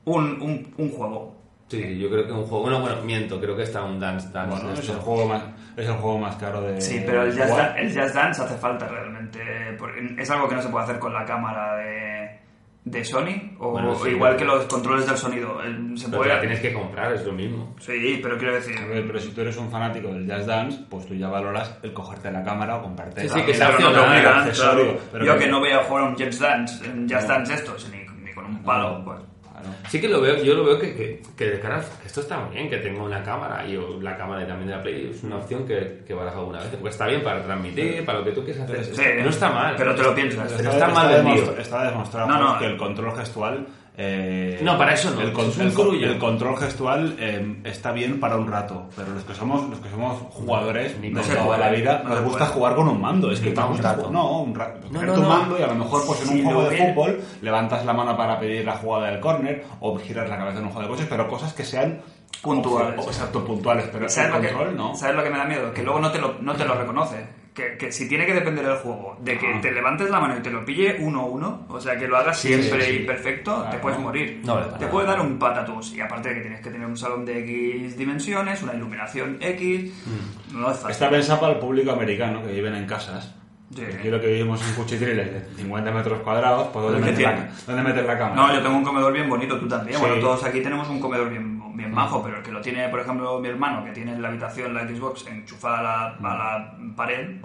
S2: Un, un, un juego.
S4: Sí, yo creo que un juego. Bueno, bueno, miento, creo que está un Dance Dance.
S3: Bueno,
S4: de
S3: es
S4: esto.
S3: el, juego más, es el juego más caro de.
S2: Sí, pero el jazz,
S3: Guau.
S2: Dan- el jazz dance hace falta realmente. porque es algo que no se puede hacer con la cámara de, de Sony, o
S4: Bueno, sí,
S2: igual
S4: pero-
S2: que los controles del sonido. el- Se
S4: Pero te la
S2: puede...
S4: tienes que comprar, es lo mismo.
S2: Sí, pero quiero decir...
S3: A ver, pero si tú eres un fanático del jazz dance, pues tú ya valoras el cogerte la cámara o comprarte
S4: Sí,
S3: la-
S4: sí, que
S3: el
S4: sea
S2: Claro, no te
S4: opcional,
S2: obligan,
S3: el accesorio,
S2: claro.
S3: pero
S2: Yo que no voy a jugar a un Jazz Dance, un Jazz Dance de estos, ni, ni con un palo. pues.
S3: Claro.
S4: Sí que lo veo, yo lo veo que, que, que de cara a- esto está muy bien, que tenga una cámara y o la cámara y también de la Play es una opción que, que he barajado alguna vez, porque está bien para transmitir, para lo que tú quieras hacer.
S2: Sí,
S4: no está mal.
S2: Pero te lo piensas.
S4: Pero está mal vendido.
S3: demostra- está demostrado
S2: No, no.
S3: Jorge, que el control gestual. eh,
S4: No, para eso no,
S3: El, con-
S4: es un
S3: el con-
S4: grullo.
S3: el control gestual eh, está bien para un rato, pero los que somos, los que somos jugadores
S4: Ni
S3: de
S4: no se
S3: toda
S2: puede,
S3: la vida,
S2: no
S3: nos
S2: se
S3: gusta
S2: puede.
S3: jugar con un mando. Es que
S4: Ni
S3: te
S4: para un
S3: gusta
S4: rato.
S3: no, un rato.
S4: No,
S3: Tener
S4: no,
S3: tu
S4: no.
S3: mando y a lo mejor pues en
S2: Sí,
S3: un juego
S2: lo
S3: de
S2: que-
S3: fútbol levantas la mano para pedir la jugada del córner o giras la cabeza en un juego de coches, pero cosas que sean
S2: Puntuales.
S3: o- Exacto, puntuales, pero el
S2: ¿Sabes lo, que,
S3: control no.
S2: ¿Sabes lo que me da miedo? Que luego no te lo, no te lo reconoce. Que, que si tiene que depender del juego, de que
S3: Ah.
S2: te levantes la mano y te lo pille uno a uno, o sea, que lo hagas
S3: Sí,
S2: siempre
S3: sí, sí.
S2: y perfecto, te
S3: Claro.
S2: puedes morir.
S4: No, vale,
S2: te
S4: vale,
S2: puede
S4: vale.
S2: dar un patatús. Y aparte de que tienes que tener un salón de X dimensiones, una iluminación X, no es fácil.
S3: Mm. Está pensado para el público americano que viven en casas.
S2: Sí.
S3: Aquí lo que vivimos en cuchitriles de 50 metros cuadrados, pues ¿dónde
S2: ¿Dónde
S3: meter, la,
S2: tiene?
S3: dónde meter la cámara?
S2: No, yo tengo un comedor bien bonito, tú también.
S3: Sí. Mm.
S2: Bueno, todos aquí tenemos un comedor bien, bien majo, pero el que lo tiene, por ejemplo, mi hermano, que tiene en la habitación, la Xbox, enchufada a la, a la pared.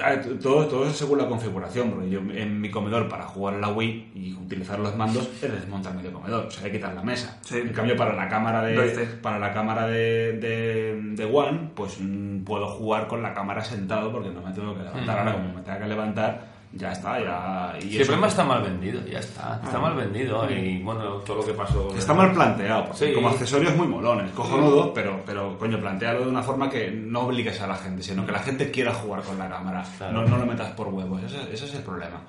S3: Ah, Todo, todo es según la configuración, porque yo en mi comedor para jugar a la Wii y utilizar los mandos es desmontar medio comedor, o sea, hay que quitar la mesa.
S2: Sí.
S3: En cambio, para la cámara
S2: Lo
S3: de
S2: hice.
S3: para la cámara de, de, de One, pues mm, puedo jugar con la cámara sentado porque no me tengo que levantar. Ahora, como me tenga que levantar, ya está, ya... y
S4: Si el
S3: eso-
S4: problema está mal vendido, ya está.
S2: Ah.
S4: Está mal vendido y bueno, todo lo que pasó.
S3: Está mal planteado, porque
S4: Sí.
S3: como accesorios muy molones, cojonudo, pero, pero coño, plantealo de una forma que no obligues a la gente, sino que la gente quiera jugar con la cámara.
S4: Claro.
S3: No, no lo metas por huevos, ese, ese es el problema.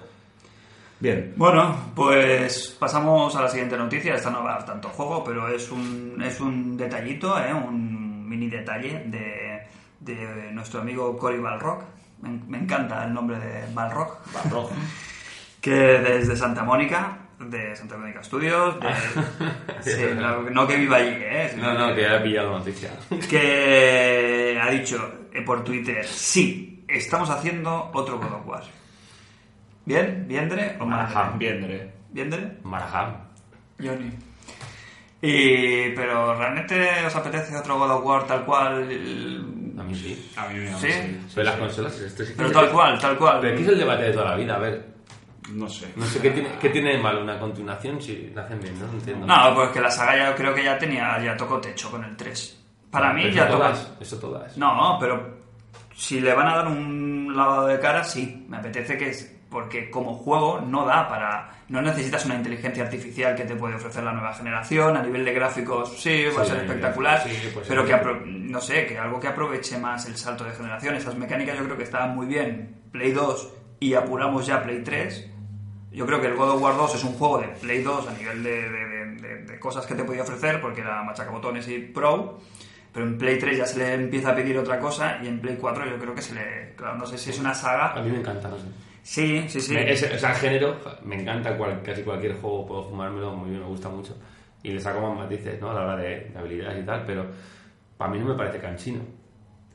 S3: Bien,
S2: Bueno, pues pasamos a la siguiente noticia. Esta no va a dar tanto juego, pero es un, es un detallito, ¿eh? un mini detalle de, de nuestro amigo Cory Balrock. Me, en- me encanta el nombre de Balrock.
S3: va rojo.
S2: que desde Santa Mónica, de Santa Mónica Studios, de- sí, no, no que viva allí, ¿eh?
S4: Ah. No, no, que ya he pillado la noticia.
S2: que ha dicho eh, por Twitter, sí, estamos haciendo otro God of War. ¿Bien? ¿Viendre o
S4: Ajá.
S2: mal?
S3: Bien, Dre.
S2: ¿Viendre?
S4: Marajá.
S2: Johnny. Y, pero ¿realmente os apetece otro God of War tal cual?
S4: A mí sí.
S3: A mí me
S2: ¿Sí?
S4: Pero las consolas, este sí que-
S2: Pero tal cual, tal cual.
S4: Pero aquí es el debate de toda la vida, a ver.
S3: No sé.
S4: No sé qué tiene, qué tiene de malo una continuación si la hacen bien, no, No entiendo.
S2: No, pues que la saga ya creo que ya tenía, ya tocó techo con el 3. Para mí
S4: Eso
S2: ya tocó...
S4: pues todas. Eso todas.
S2: No, pero si le van a dar un lavado de cara, sí. Me apetece que es. Porque como juego no da para. No necesitas una inteligencia artificial que te puede ofrecer la nueva generación. A nivel de gráficos, sí, va a
S4: Sí,
S2: ser
S4: sí,
S2: espectacular.
S4: sí, pues
S2: pero
S4: sí.
S2: que, apro- no sé, que algo que aproveche más el salto de generación. Esas mecánicas yo creo que estaban muy bien. Play 2 y apuramos ya Play 3. Yo creo que el God of War 2 es un juego de Play 2 a nivel de, de- de- de- de cosas que te podía ofrecer, porque era machacabotones y pro. Pero en Play 3 ya se le empieza a pedir otra cosa y en Play 4 yo creo que se le... Claro, no sé si es una
S4: A
S2: saga.
S4: mí me encanta, no sé.
S2: Sí, sí, sí.
S4: Me- ese- o sea, el género, me encanta cual- casi cualquier juego, puedo fumármelo muy bien, me gusta mucho. Y le saco más matices, ¿no? A la hora de, de habilidades y tal, pero para mí no me parece canchino.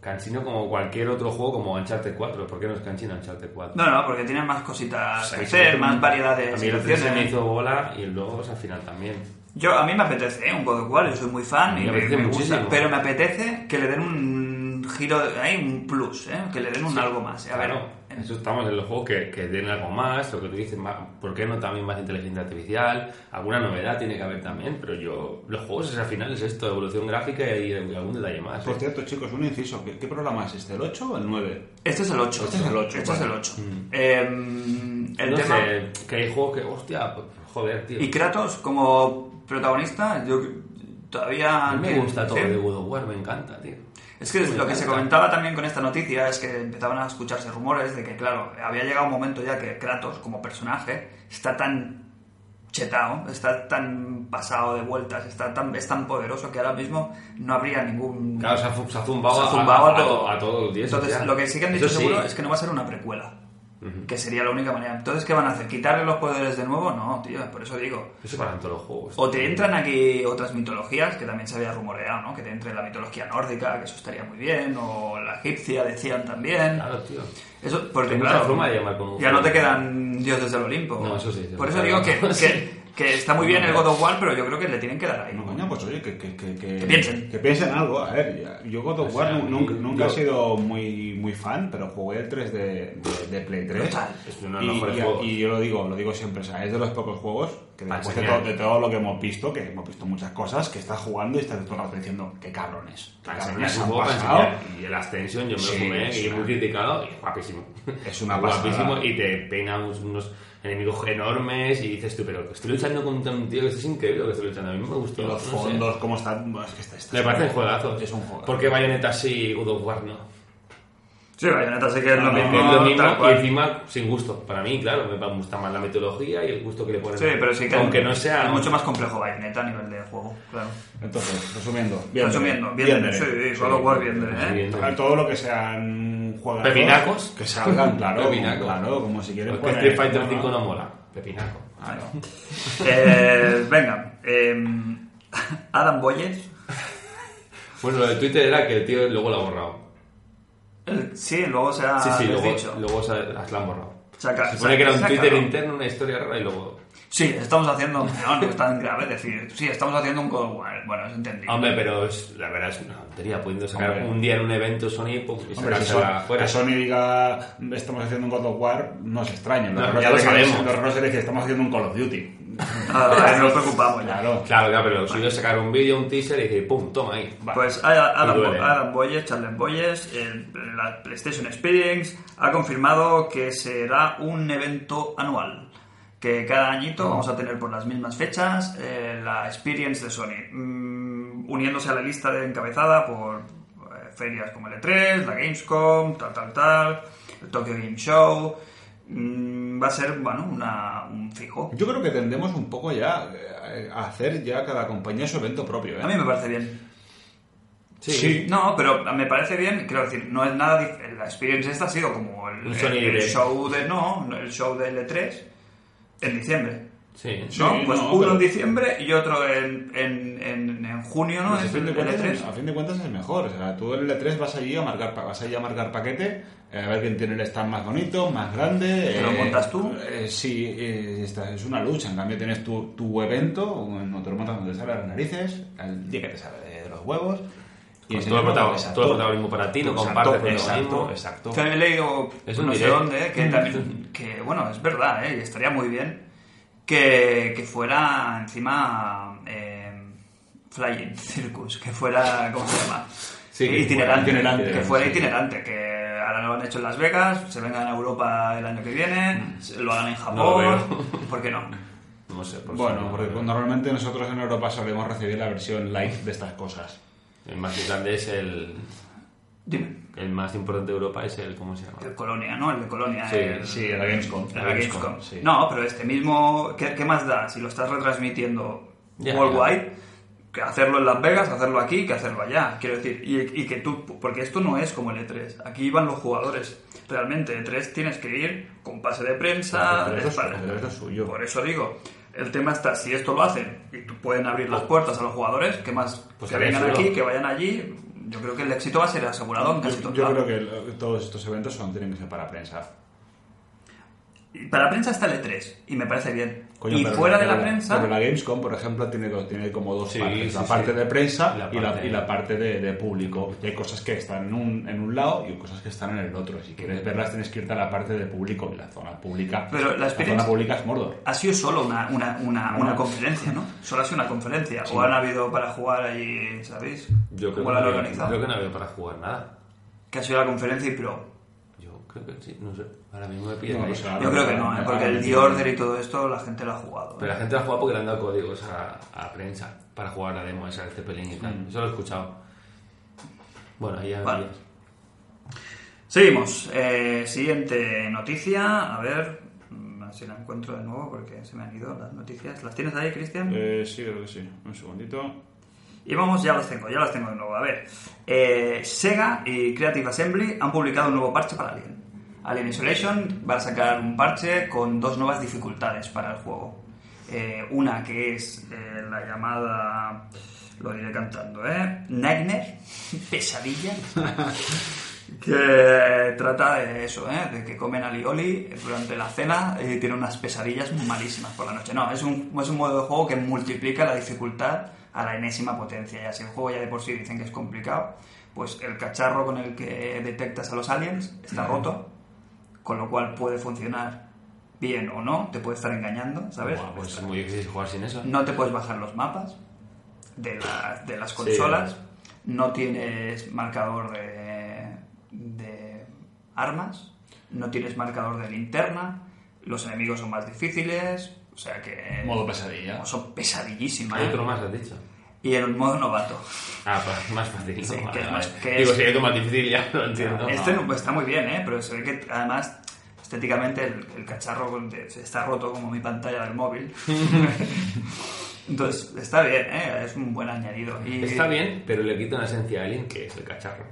S4: Canchino como cualquier otro juego, como Uncharted 4. ¿Por qué no es canchino Uncharted 4?
S2: No, no, porque tiene más cositas
S4: Sí,
S2: que
S4: sí,
S2: hacer,
S4: sí.
S2: más variedad de
S4: A mí el 3 se me
S2: situaciones.
S4: hizo bola y el 2 al final también.
S2: Yo, a mí me apetece ¿eh? un God of War, yo soy muy fan
S4: A mí
S2: y
S4: me
S2: me,
S4: apetece
S2: me gusta,
S4: muchísimo.
S2: pero me apetece que le den un giro, ahí, un plus, ¿eh? que le den un algo más. A ver,
S4: Claro, eso estamos en los juegos que, que den algo más, lo que tú dices, más- ¿por qué no también más inteligencia artificial? Alguna novedad tiene que haber también, pero yo, los juegos es, al final es esto, evolución gráfica y algún detalle más. ¿eh?
S3: Por cierto, chicos, un inciso. ¿Qué, qué programa es este? ¿El 8 o el 9?
S2: este es el 8.
S3: Este es el ocho,
S2: Este es el
S3: vale.
S2: 8. el
S4: Mm. no
S2: tema...
S4: sé, que hay juegos que, hostia, pues, joder, tío.
S2: Y Kratos como protagonista, yo todavía...
S4: a mí me
S2: que-
S4: gusta todo
S2: sí.
S4: de God of War, me encanta, tío.
S2: Es que lo que se comentaba también con esta noticia es que empezaban a escucharse rumores de que, claro, había llegado un momento ya que Kratos, como personaje, está tan chetado, está tan pasado de vueltas, está tan, es tan poderoso que ahora mismo no habría ningún...
S4: Claro, se ha, fu- se ha zumbado,
S2: se ha
S4: a-
S2: zumbado
S4: a,
S2: a todo.
S4: a, a todos los días.
S2: Entonces,
S4: hostia.
S2: lo que sí que han dicho
S4: Eso
S2: seguro es que no va a ser una precuela. Que sería la única manera. Entonces, ¿qué van a hacer? ¿Quitarle los poderes de nuevo? No, tío, por eso digo.
S4: Eso para todos los juegos.
S2: O te entran aquí otras mitologías, que también se había rumoreado, ¿no? Que te entre la mitología nórdica, que eso estaría muy bien, o la egipcia, decían también.
S4: Claro, tío.
S2: Eso, porque
S4: Hay mucha
S2: claro,
S4: forma de llamar como-
S2: ya no te quedan dioses del Olimpo.
S4: No, eso sí, sí.
S2: Por eso digo que, que, que está muy bien el God of War, pero yo creo que le tienen que dar ahí.
S3: No, coño, pues oye, que, que, que, que,
S2: Que piensen.
S3: que piensen algo. A ver, ya- yo God of
S4: O
S3: War
S4: sea,
S3: nu- nunca,
S4: yo-
S3: nunca he sido muy, muy fan, pero jugué el 3 de, de- de Play 3.
S2: Brutal.
S4: Es uno de
S3: y,
S4: los mejores
S3: y-
S4: juegos.
S3: y yo lo digo, lo digo siempre, o sea, es de los pocos juegos que
S4: Para
S3: después de
S4: enseñar.
S3: todo, de todo lo que hemos visto, que hemos visto muchas cosas, que estás jugando y estás todo el rato diciendo, qué cabrones, qué
S4: Para enseñar,
S3: cabrones
S4: es un
S3: han
S4: juego para
S3: pasado.
S4: enseñar. Y el Ascension, yo me
S3: Sí,
S4: lo fumé,
S3: es
S4: que yo
S3: una-
S4: muy criticado, y es guapísimo.
S3: Es una
S4: Guapísimo,
S3: pasada.
S4: y te peina unos, unos enemigos enormes, y dices tú, pero estoy luchando contra un tío que esto es increíble lo que estoy luchando. A mí me gustó.
S3: Los
S4: no sé.
S3: fondos, cómo están. bueno, Es que está, está-
S4: Me parecen juegazos.
S3: Es un juego.
S4: ¿Por qué Bayonetta sí y God of War no?
S2: Sí, Bayonetta sé que es lo
S3: No, no,
S2: mismo.
S4: es lo mismo
S2: tal
S4: y
S2: cual.
S4: encima sin gusto. Para mí, claro, me gusta más la metodología y el gusto que le ponen.
S2: Sí, pero sí que
S4: Aunque no sea...
S2: es mucho más complejo Bayonetta a nivel de juego, claro.
S3: Entonces, resumiendo. bien
S2: Resumiendo,
S3: dere,
S2: bien,
S3: bien dere.
S2: sí, sí, God of War bien,
S4: Sí,
S2: ¿eh?
S4: bien.
S3: Tocar todo lo que sean juegos
S4: Pepinacos.
S3: que salgan, claro,
S4: Pepinaco.
S3: claro, como si quieren
S4: Porque Street Fighter 5 no mola. Pepinaco.
S2: Ah, no. Eh, venga, eh, Adam Boyes.
S4: Bueno, lo de Twitter era que el tío luego lo ha borrado.
S2: el- Sí, luego se ha
S4: sí, sí, luego,
S2: desdicho.
S4: luego se las la han borrado.
S2: Saca-
S4: Se supone que era un
S2: saca-
S4: Twitter
S2: ¿no?
S4: interno, una historia rara y luego...
S2: Sí, estamos haciendo un no, no es tan grave decir, sí, estamos haciendo un God of War. Bueno, es entendible.
S4: Hombre, pero es- la verdad es una tontería. Pudiendo sacar
S3: Hombre.
S4: un día en un evento Sony pum, y
S3: Hombre, si
S4: sacársela
S3: Sony,
S4: afuera.
S3: que Sony diga estamos haciendo un God of War, no es extraño.
S4: No,
S3: raro
S4: ya
S3: sería
S4: lo
S3: que-
S4: sabemos.
S3: Lo raro sería que estamos haciendo un Call of Duty.
S2: Ah, vale, nos preocupamos ya.
S3: Claro.
S4: Claro, claro, pero lo suyo es sacar un vídeo, un teaser y decir, pum, toma ahí. va.
S2: Pues a- Adam,
S4: Y duele.
S2: Adam Boyes, Charles Boyes, el- la PlayStation Experience ha confirmado que será un evento anual. Que cada añito vamos a tener por las mismas fechas eh, la Experience de Sony. mm, uniéndose a la lista de encabezada por eh, ferias como el E3, la Gamescom, tal, tal, tal, el Tokyo Game Show. mm, va a ser, bueno, una- un fijo.
S3: Yo creo que tendemos un poco ya eh, a hacer ya cada compañía su evento propio. ¿eh?
S2: A mí me parece bien.
S4: Sí.
S2: No, pero me parece bien, quiero decir, no es nada dif- La experiencia esta ha sido como el,
S4: Un Sony
S2: el- el
S4: Direct.
S2: show de no, el show de L3 en diciembre.
S4: Sí.
S3: Sí,
S2: ¿No? Pues
S3: no,
S2: uno
S3: pero-
S2: en diciembre y otro en, en, en, en junio, ¿no?
S3: Pues a,
S2: Es
S3: fin
S2: el E
S3: de cuentas, a
S2: L3.
S3: fin de cuentas es mejor. O sea, tú en el E3 vas allí a marcar, pa- vas allí a marcar paquete, eh, a ver quién tiene el stand más bonito, más grande.
S2: ¿Te lo montas tú?
S3: eh, sí, eh, esta- es una lucha. En cambio, tienes tu, tu evento, no te lo montas donde te salen las narices, al día que te sale de los huevos.
S4: Con
S3: enseñas
S4: todo el
S3: lo que
S4: protagonismo-
S3: es a
S4: todo el
S3: todo.
S4: protagonismo para ti, no
S3: Exacto,
S4: compartes
S3: Exacto,
S4: protagonismo.
S3: exacto.
S2: Que he leído
S4: Es un
S2: pues no sé
S4: direct.
S2: dónde, ¿eh? que también, que bueno, es verdad, ¿eh? y estaría muy bien que, que fuera encima eh, Flying Circus, que fuera, ¿cómo se llama?
S4: Sí, que
S2: itinerante,
S4: fuera itinerante,
S2: que fuera
S4: sí.
S2: itinerante, que ahora lo han hecho en Las Vegas, se vengan a Europa el año que viene, se- lo hagan en
S4: No lo
S2: Japón,
S4: veo.
S2: ¿por qué no?
S4: No sé. por
S3: Pues Bueno,
S4: favor.
S3: porque normalmente nosotros en Europa solemos recibir la versión live de estas cosas.
S4: El más grande es el...
S2: Dime,
S4: El más importante de Europa es el... ¿Cómo se llama?
S2: el Colonia, ¿no? El de Colonia.
S4: Sí,
S2: el-
S3: Sí, la Gamescom.
S2: La Gamescom.
S3: sí.
S2: No, pero este mismo, ¿qué, qué más da si lo estás retransmitiendo
S4: Ya,
S2: worldwide? Que hacerlo en Las Vegas, hacerlo aquí, que hacerlo allá. Quiero decir, y, y que tú, porque esto no es como el E3, aquí van los jugadores. Realmente, E3 tienes que ir con pase de prensa.
S3: Pero eso es-
S2: para-
S3: pero eso es suyo.
S2: Por eso digo, el tema está, si esto lo hacen y tú- pueden abrir
S3: Oh.
S2: las puertas a los jugadores, que más
S4: Pues
S2: que
S4: sería
S2: vengan
S4: chulo.
S2: aquí, que vayan allí, yo creo que el éxito va a ser asegurado en casi
S3: Yo,
S2: todos
S3: yo
S2: lados.
S3: creo que lo- todos estos eventos son, tienen que ser para prensa.
S2: Para la prensa está el E3 y me parece bien.
S3: Coño,
S2: y
S3: pero-
S2: fuera de
S3: pero
S2: la prensa,
S3: Pero la Gamescom, por ejemplo, tiene, dos- tiene como dos
S4: Sí,
S3: partes:
S4: sí,
S3: la
S4: sí.
S3: parte de prensa
S4: La
S3: y, la,
S4: parte-
S3: y la parte de, de público. Y hay cosas que están en un, en un lado y cosas que están en el otro. Si quieres verlas, tienes que irte a la parte de público y la zona pública.
S2: Pero la experiencia-
S3: zona pública es Mordor.
S2: ha sido solo una, una, una,
S3: No,
S2: una
S3: no.
S2: conferencia, ¿no? Solo ha sido una conferencia. O han habido para jugar ahí, ¿sabéis?
S4: Yo creo,
S2: ¿Cómo
S4: que
S2: lo han
S4: no había-
S2: organizado?
S4: creo que no había para jugar nada.
S2: Que ha sido la conferencia y pro.
S4: Yo creo que sí, no sé. Ahora mismo me pillan
S3: No,
S4: ahí.
S3: o sea,
S2: Yo creo que no, ¿eh? porque el The Order y todo esto la gente lo ha jugado.
S4: ah, Pero
S2: ¿eh?
S4: la gente la ha jugado porque le han dado códigos a, a prensa para jugar la demo esa del Zeppelin y tal. Eso lo he escuchado. Bueno, ahí ya.
S2: Vale. Seguimos. Eh, siguiente noticia. A ver mm, a ver si la encuentro de nuevo porque se me han ido las noticias. ¿Las tienes ahí, Cristian?
S3: Eh, sí, creo que sí. Un segundito.
S2: Y vamos, ya las tengo, ya las tengo de nuevo. A ver, eh, Sega y Creative Assembly han publicado un nuevo parche para Alien. Alien Isolation va a sacar un parche con dos nuevas dificultades para el juego. Eh, una que es eh, la llamada, lo diré cantando, ¿eh? Nightmare, pesadilla, que trata de eso, ¿eh? De que comen alioli durante la cena y tienen unas pesadillas malísimas por la noche. No, es un, es un modo de juego que multiplica la dificultad a la enésima potencia. Ya si el juego ya de por sí dicen que es complicado, pues el cacharro con el que detectas a los aliens está roto, con lo cual puede funcionar bien o no, te puede estar engañando, ¿sabes?
S4: Buah, pues es muy difícil jugar sin eso.
S2: No te puedes bajar los mapas de, la- de las consolas. No tienes marcador de, de armas. No tienes marcador de linterna. Los enemigos son más difíciles. O sea que.
S3: Modo pesadilla.
S2: Son pesadillísimas.
S4: Hay
S2: ¿eh?
S4: otro más, has dicho.
S2: Y el modo novato.
S4: Ah, pues más fácil.
S2: Sí,
S4: ¿no?
S2: que es más- que
S4: Digo,
S2: es-
S4: si hay otro más difícil, ya lo entiendo.
S2: Este no- está muy bien, ¿eh? Pero se ve que además estéticamente el, el cacharro con- de- se está roto como mi pantalla del móvil. Entonces, está bien, ¿eh? Es un buen añadido. Y-
S4: Está bien, pero le quita una esencia a alguien que es el cacharro.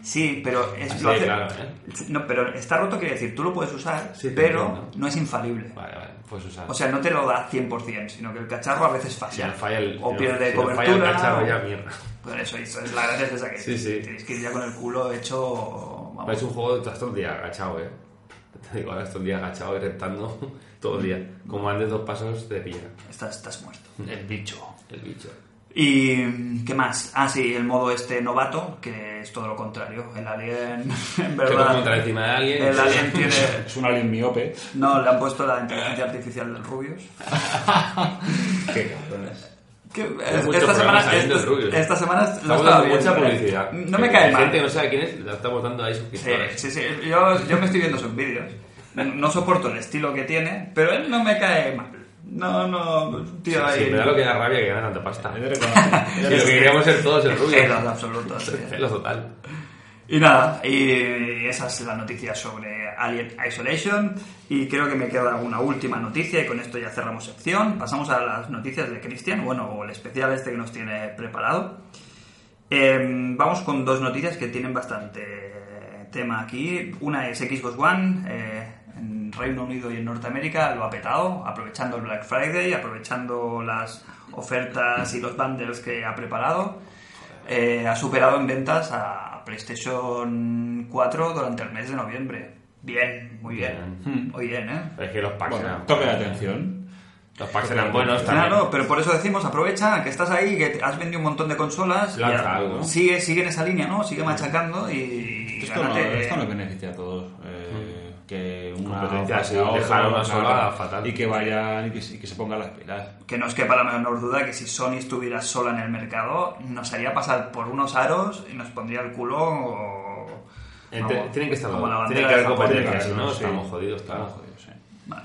S2: Sí, pero es,
S4: Así
S2: lo
S4: de
S2: hace-
S4: claro, ¿eh?
S2: No, pero está roto quiere decir, tú lo puedes usar,
S4: Sí, te
S2: pero
S4: entiendo.
S2: no es infalible.
S4: Vale, vale, pues usar.
S2: O sea, no te lo da 100%, sino que el cacharro a veces falla.
S4: si al falla el,
S2: o
S4: si
S2: pierde
S4: al
S2: cobertura.
S4: falla el cacharro,
S2: o-
S4: ya mierda.
S2: Por eso, eso es la gracia es esa que
S4: Sí, sí. Pues-
S2: tienes que ir ya con el culo hecho... vamos,
S4: Pero Es un juego de estás todo el día agachado, eh. Te digo, ahora estás todo el día agachado y reptando todo el día. Como andes dos pasos, te pilla
S2: estás, estás muerto.
S3: El bicho.
S4: el bicho.
S2: ¿Y qué más? Ah, sí, el modo este novato, que es todo lo contrario. El alien, en
S4: Que como
S2: verdad...
S4: entrar encima de alguien.
S2: El alien tiene...
S3: Es un alien miope.
S2: No, le han puesto la inteligencia artificial del Rubius.
S3: Qué cabrones.
S2: Que-
S4: Hay mucho
S2: esta,
S4: programa
S2: semana,
S4: saliendo
S2: esta-
S4: el Rubius.
S2: esta semana lo
S4: Estamos
S2: estaba
S4: dando mucha
S2: viendo, eh.
S4: publicidad.
S2: No me
S4: Que
S2: cae
S4: la
S2: mal.
S4: gente que no eh. sabe quién es, la estamos dando ahí suscriptores.
S2: Sí, sí, sí. Yo, yo me estoy viendo sus vídeos. No soporto el estilo que tiene, pero él no me cae mal. No, no, un tío ahí.
S4: Sí, me da lo que da rabia que gana tanta pasta.
S3: He de reconocer.
S4: Sí, lo que queríamos ser todos el rubio.
S2: Celos absolutos. sí.
S4: Celos total.
S2: Y nada, y esa es la noticia sobre Alien Isolation. Y creo que me queda una última noticia y con esto ya cerramos sección. Pasamos a las noticias de Cristian, bueno, o el especial este que nos tiene preparado. Em, vamos con dos noticias que tienen bastante tema aquí. Una es Xbox One. eh, en Reino Unido y en Norteamérica lo ha petado, aprovechando el Black Friday, aprovechando las ofertas y los bundles que ha preparado. Eh, ha superado en ventas a PlayStation 4 durante el mes de noviembre. Bien, muy bien. Muy bien, ¿eh?
S4: Es que los packs
S3: Bueno,
S4: eran.
S3: toque de atención.
S4: Los packs eran buenos también.
S2: Claro, pero por eso decimos, aprovecha que estás ahí, que te- has vendido un montón de consolas.
S4: Lanza
S2: ya,
S4: algo.
S2: Sigue, sigue en esa línea, ¿no? Sigue machacando y...
S3: Esto, no,
S2: gánate-
S3: esto nos beneficia a todos. eh,
S2: Mm.
S3: que una
S4: Competencia
S3: pase
S4: así,
S3: a otra,
S4: dejar una
S3: otra,
S4: sola,
S3: otra,
S4: fatal.
S3: Y que vayan y que, se- y que se pongan las pilas.
S2: Que no es que para la menor duda que si Sony estuviera sola en el mercado, nos haría pasar por unos aros y nos pondría el culo... o-
S4: Ente-
S2: vamos,
S4: Eh, tienen que estar
S2: como la
S4: los-
S2: bandera
S4: Tienen que haber
S2: de Japón.
S4: competencia,
S3: Japón,
S4: si no,
S3: sí.
S4: estamos jodidos, claro.
S3: Estamos jodidos, eh.
S2: Vale.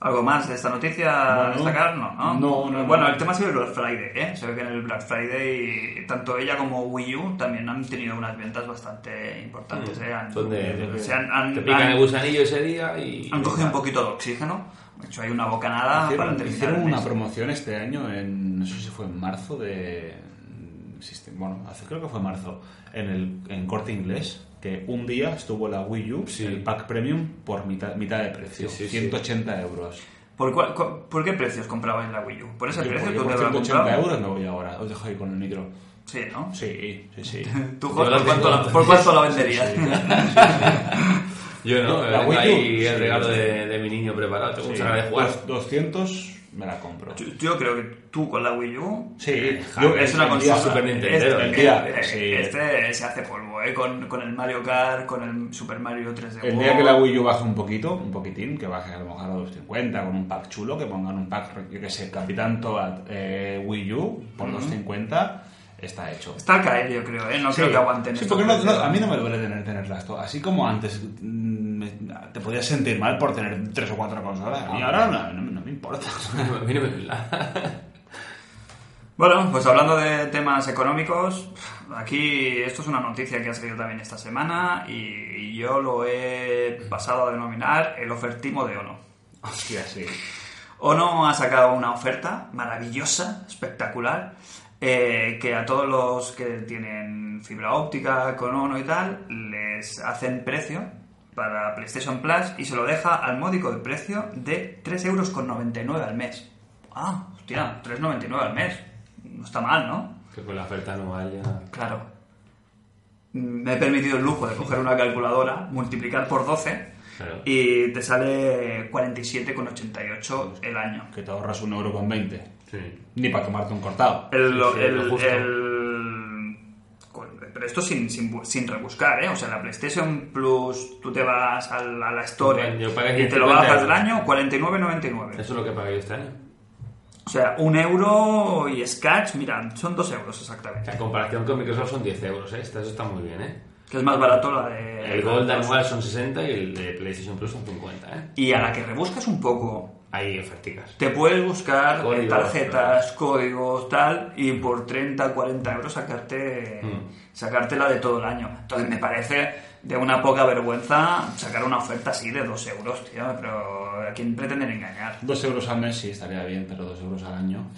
S2: ¿Algo más de esta noticia a
S3: Bueno,
S2: destacar? No, no.
S3: no, no,
S2: Bueno,
S3: no.
S2: el tema ha sido el Black Friday, ¿eh? Se ve que en el Black Friday tanto ella como Wii U también han tenido unas ventas bastante importantes, ¿eh? Han,
S4: Son de-
S2: se han- han-
S4: Te pican
S2: han-
S4: el gusanillo ese día y.
S2: han cogido un poquito de oxígeno. De hecho, hay una bocanada Ah, para
S3: Hicieron,
S2: terminar
S3: hicieron
S2: el
S3: una
S2: mes.
S3: promoción este año en, no sé si fue en marzo de... sistem- Bueno, hace- creo que fue marzo, en el en corte inglés, que un día estuvo la Wii U,
S4: Sí.
S3: el pack premium, por mitad, mitad de precio,
S4: Sí, sí, sí.
S3: 180 euros.
S2: ¿Por, cuál- cu- por qué precios comprabais la Wii U? ¿Por ese
S3: Yo
S2: precio
S3: por-
S2: tú
S3: yo por
S2: te lo has
S3: 180
S2: comprado?
S3: euros me voy ahora, os dejo ahí con el micro.
S2: Sí, ¿no?
S3: Sí, sí, sí.
S2: ¿Tú,
S4: Yo
S2: Jorge,
S4: la
S2: ¿por, cuánto
S4: tengo-
S2: la, ¿por cuánto la venderías?
S4: Yo no,
S3: La
S4: la
S3: Wii U.
S4: ahí el
S3: Sí.
S4: regalo de, de mi niño preparado. Tengo
S3: Sí.
S4: muchas ganas de jugar.
S3: Dos- 200 me la compro.
S2: Yo- Yo creo que tú con la Wii U
S3: Sí,
S4: yo-
S2: es una
S3: el
S2: consola
S3: día-
S4: Super Nintendo,
S2: Este,
S3: el día,
S2: eh,
S3: sí.
S2: este se hace polvo, ¿eh? Con, con el Mario Kart, con el Super Mario 3D.
S3: El
S2: World.
S3: día que la Wii U baje un poquito, un poquitín, que baje a lo mejor a 250 con un pack chulo, que pongan un pack, yo que sé, Capitán Toad eh, Wii U por 250, está hecho.
S2: Está al caer, yo creo, ¿eh? No creo que aguanten
S3: Sí,
S2: estos
S3: porque no-
S2: precios.
S3: no- a mí no me duele tener, tenerlas todas. Así como antes mm, me- te podías sentir mal por tener tres o cuatro consolas, a mí
S2: Ah.
S3: ahora no, no- no me importa.
S4: A mí no me la-
S2: Bueno, pues hablando de temas económicos, aquí esto es una noticia que ha salido también esta semana y yo lo he pasado a denominar el ofertimo de Ono.
S3: Hostia, sí.
S2: Ono ha sacado una oferta maravillosa, espectacular, eh, que a todos los que tienen fibra óptica con Ono y tal, les hacen precio para PlayStation Plus y se lo deja al módico de precio de 3,99 euros al mes. Ah, hostia, 3,99 al mes. No está mal, ¿no?
S4: Que con la oferta anual ya.
S2: Claro. Mm, Me he permitido el lujo de coger una calculadora, multiplicar por 12
S4: Claro.
S2: y te sale 47,88 el año.
S3: Que te ahorras un euro con 20.
S4: Sí.
S3: Ni para tomarte un cortado.
S2: El,
S4: Sí, sí,
S2: el-
S4: lo justo.
S2: el- con- pero esto sin, sin, bu- sin rebuscar, ¿eh? O sea, la PlayStation Plus, tú te vas a la, a la Store
S4: Yo pagué
S2: y te lo
S4: 50
S2: bajas del
S4: euros.
S2: año, 49,99.
S4: Eso es lo que pagué yo este año.
S2: O sea, un euro y Scratch, mira, son dos euros
S4: O
S2: exactamente.
S4: sea, en comparación con Microsoft son 10 euros, ¿eh? Esta- Eso está muy bien, ¿eh?
S2: Que es más barato la de...
S4: El Gold anual son 60 y el de PlayStation Plus son 50, ¿eh?
S2: Y a la que rebuscas un poco,
S4: Hay oferticas.
S2: te puedes buscar eh,
S4: Códigos,
S2: tarjetas, códigos, tal, y por 30, 40 euros sacarte,
S4: Mm.
S2: sacártela de todo el año. Entonces me parece de una poca vergüenza sacar una oferta así de 2 euros, tío, pero ¿a quién pretenden engañar?
S3: Dos euros al mes sí estaría bien, pero dos euros al año.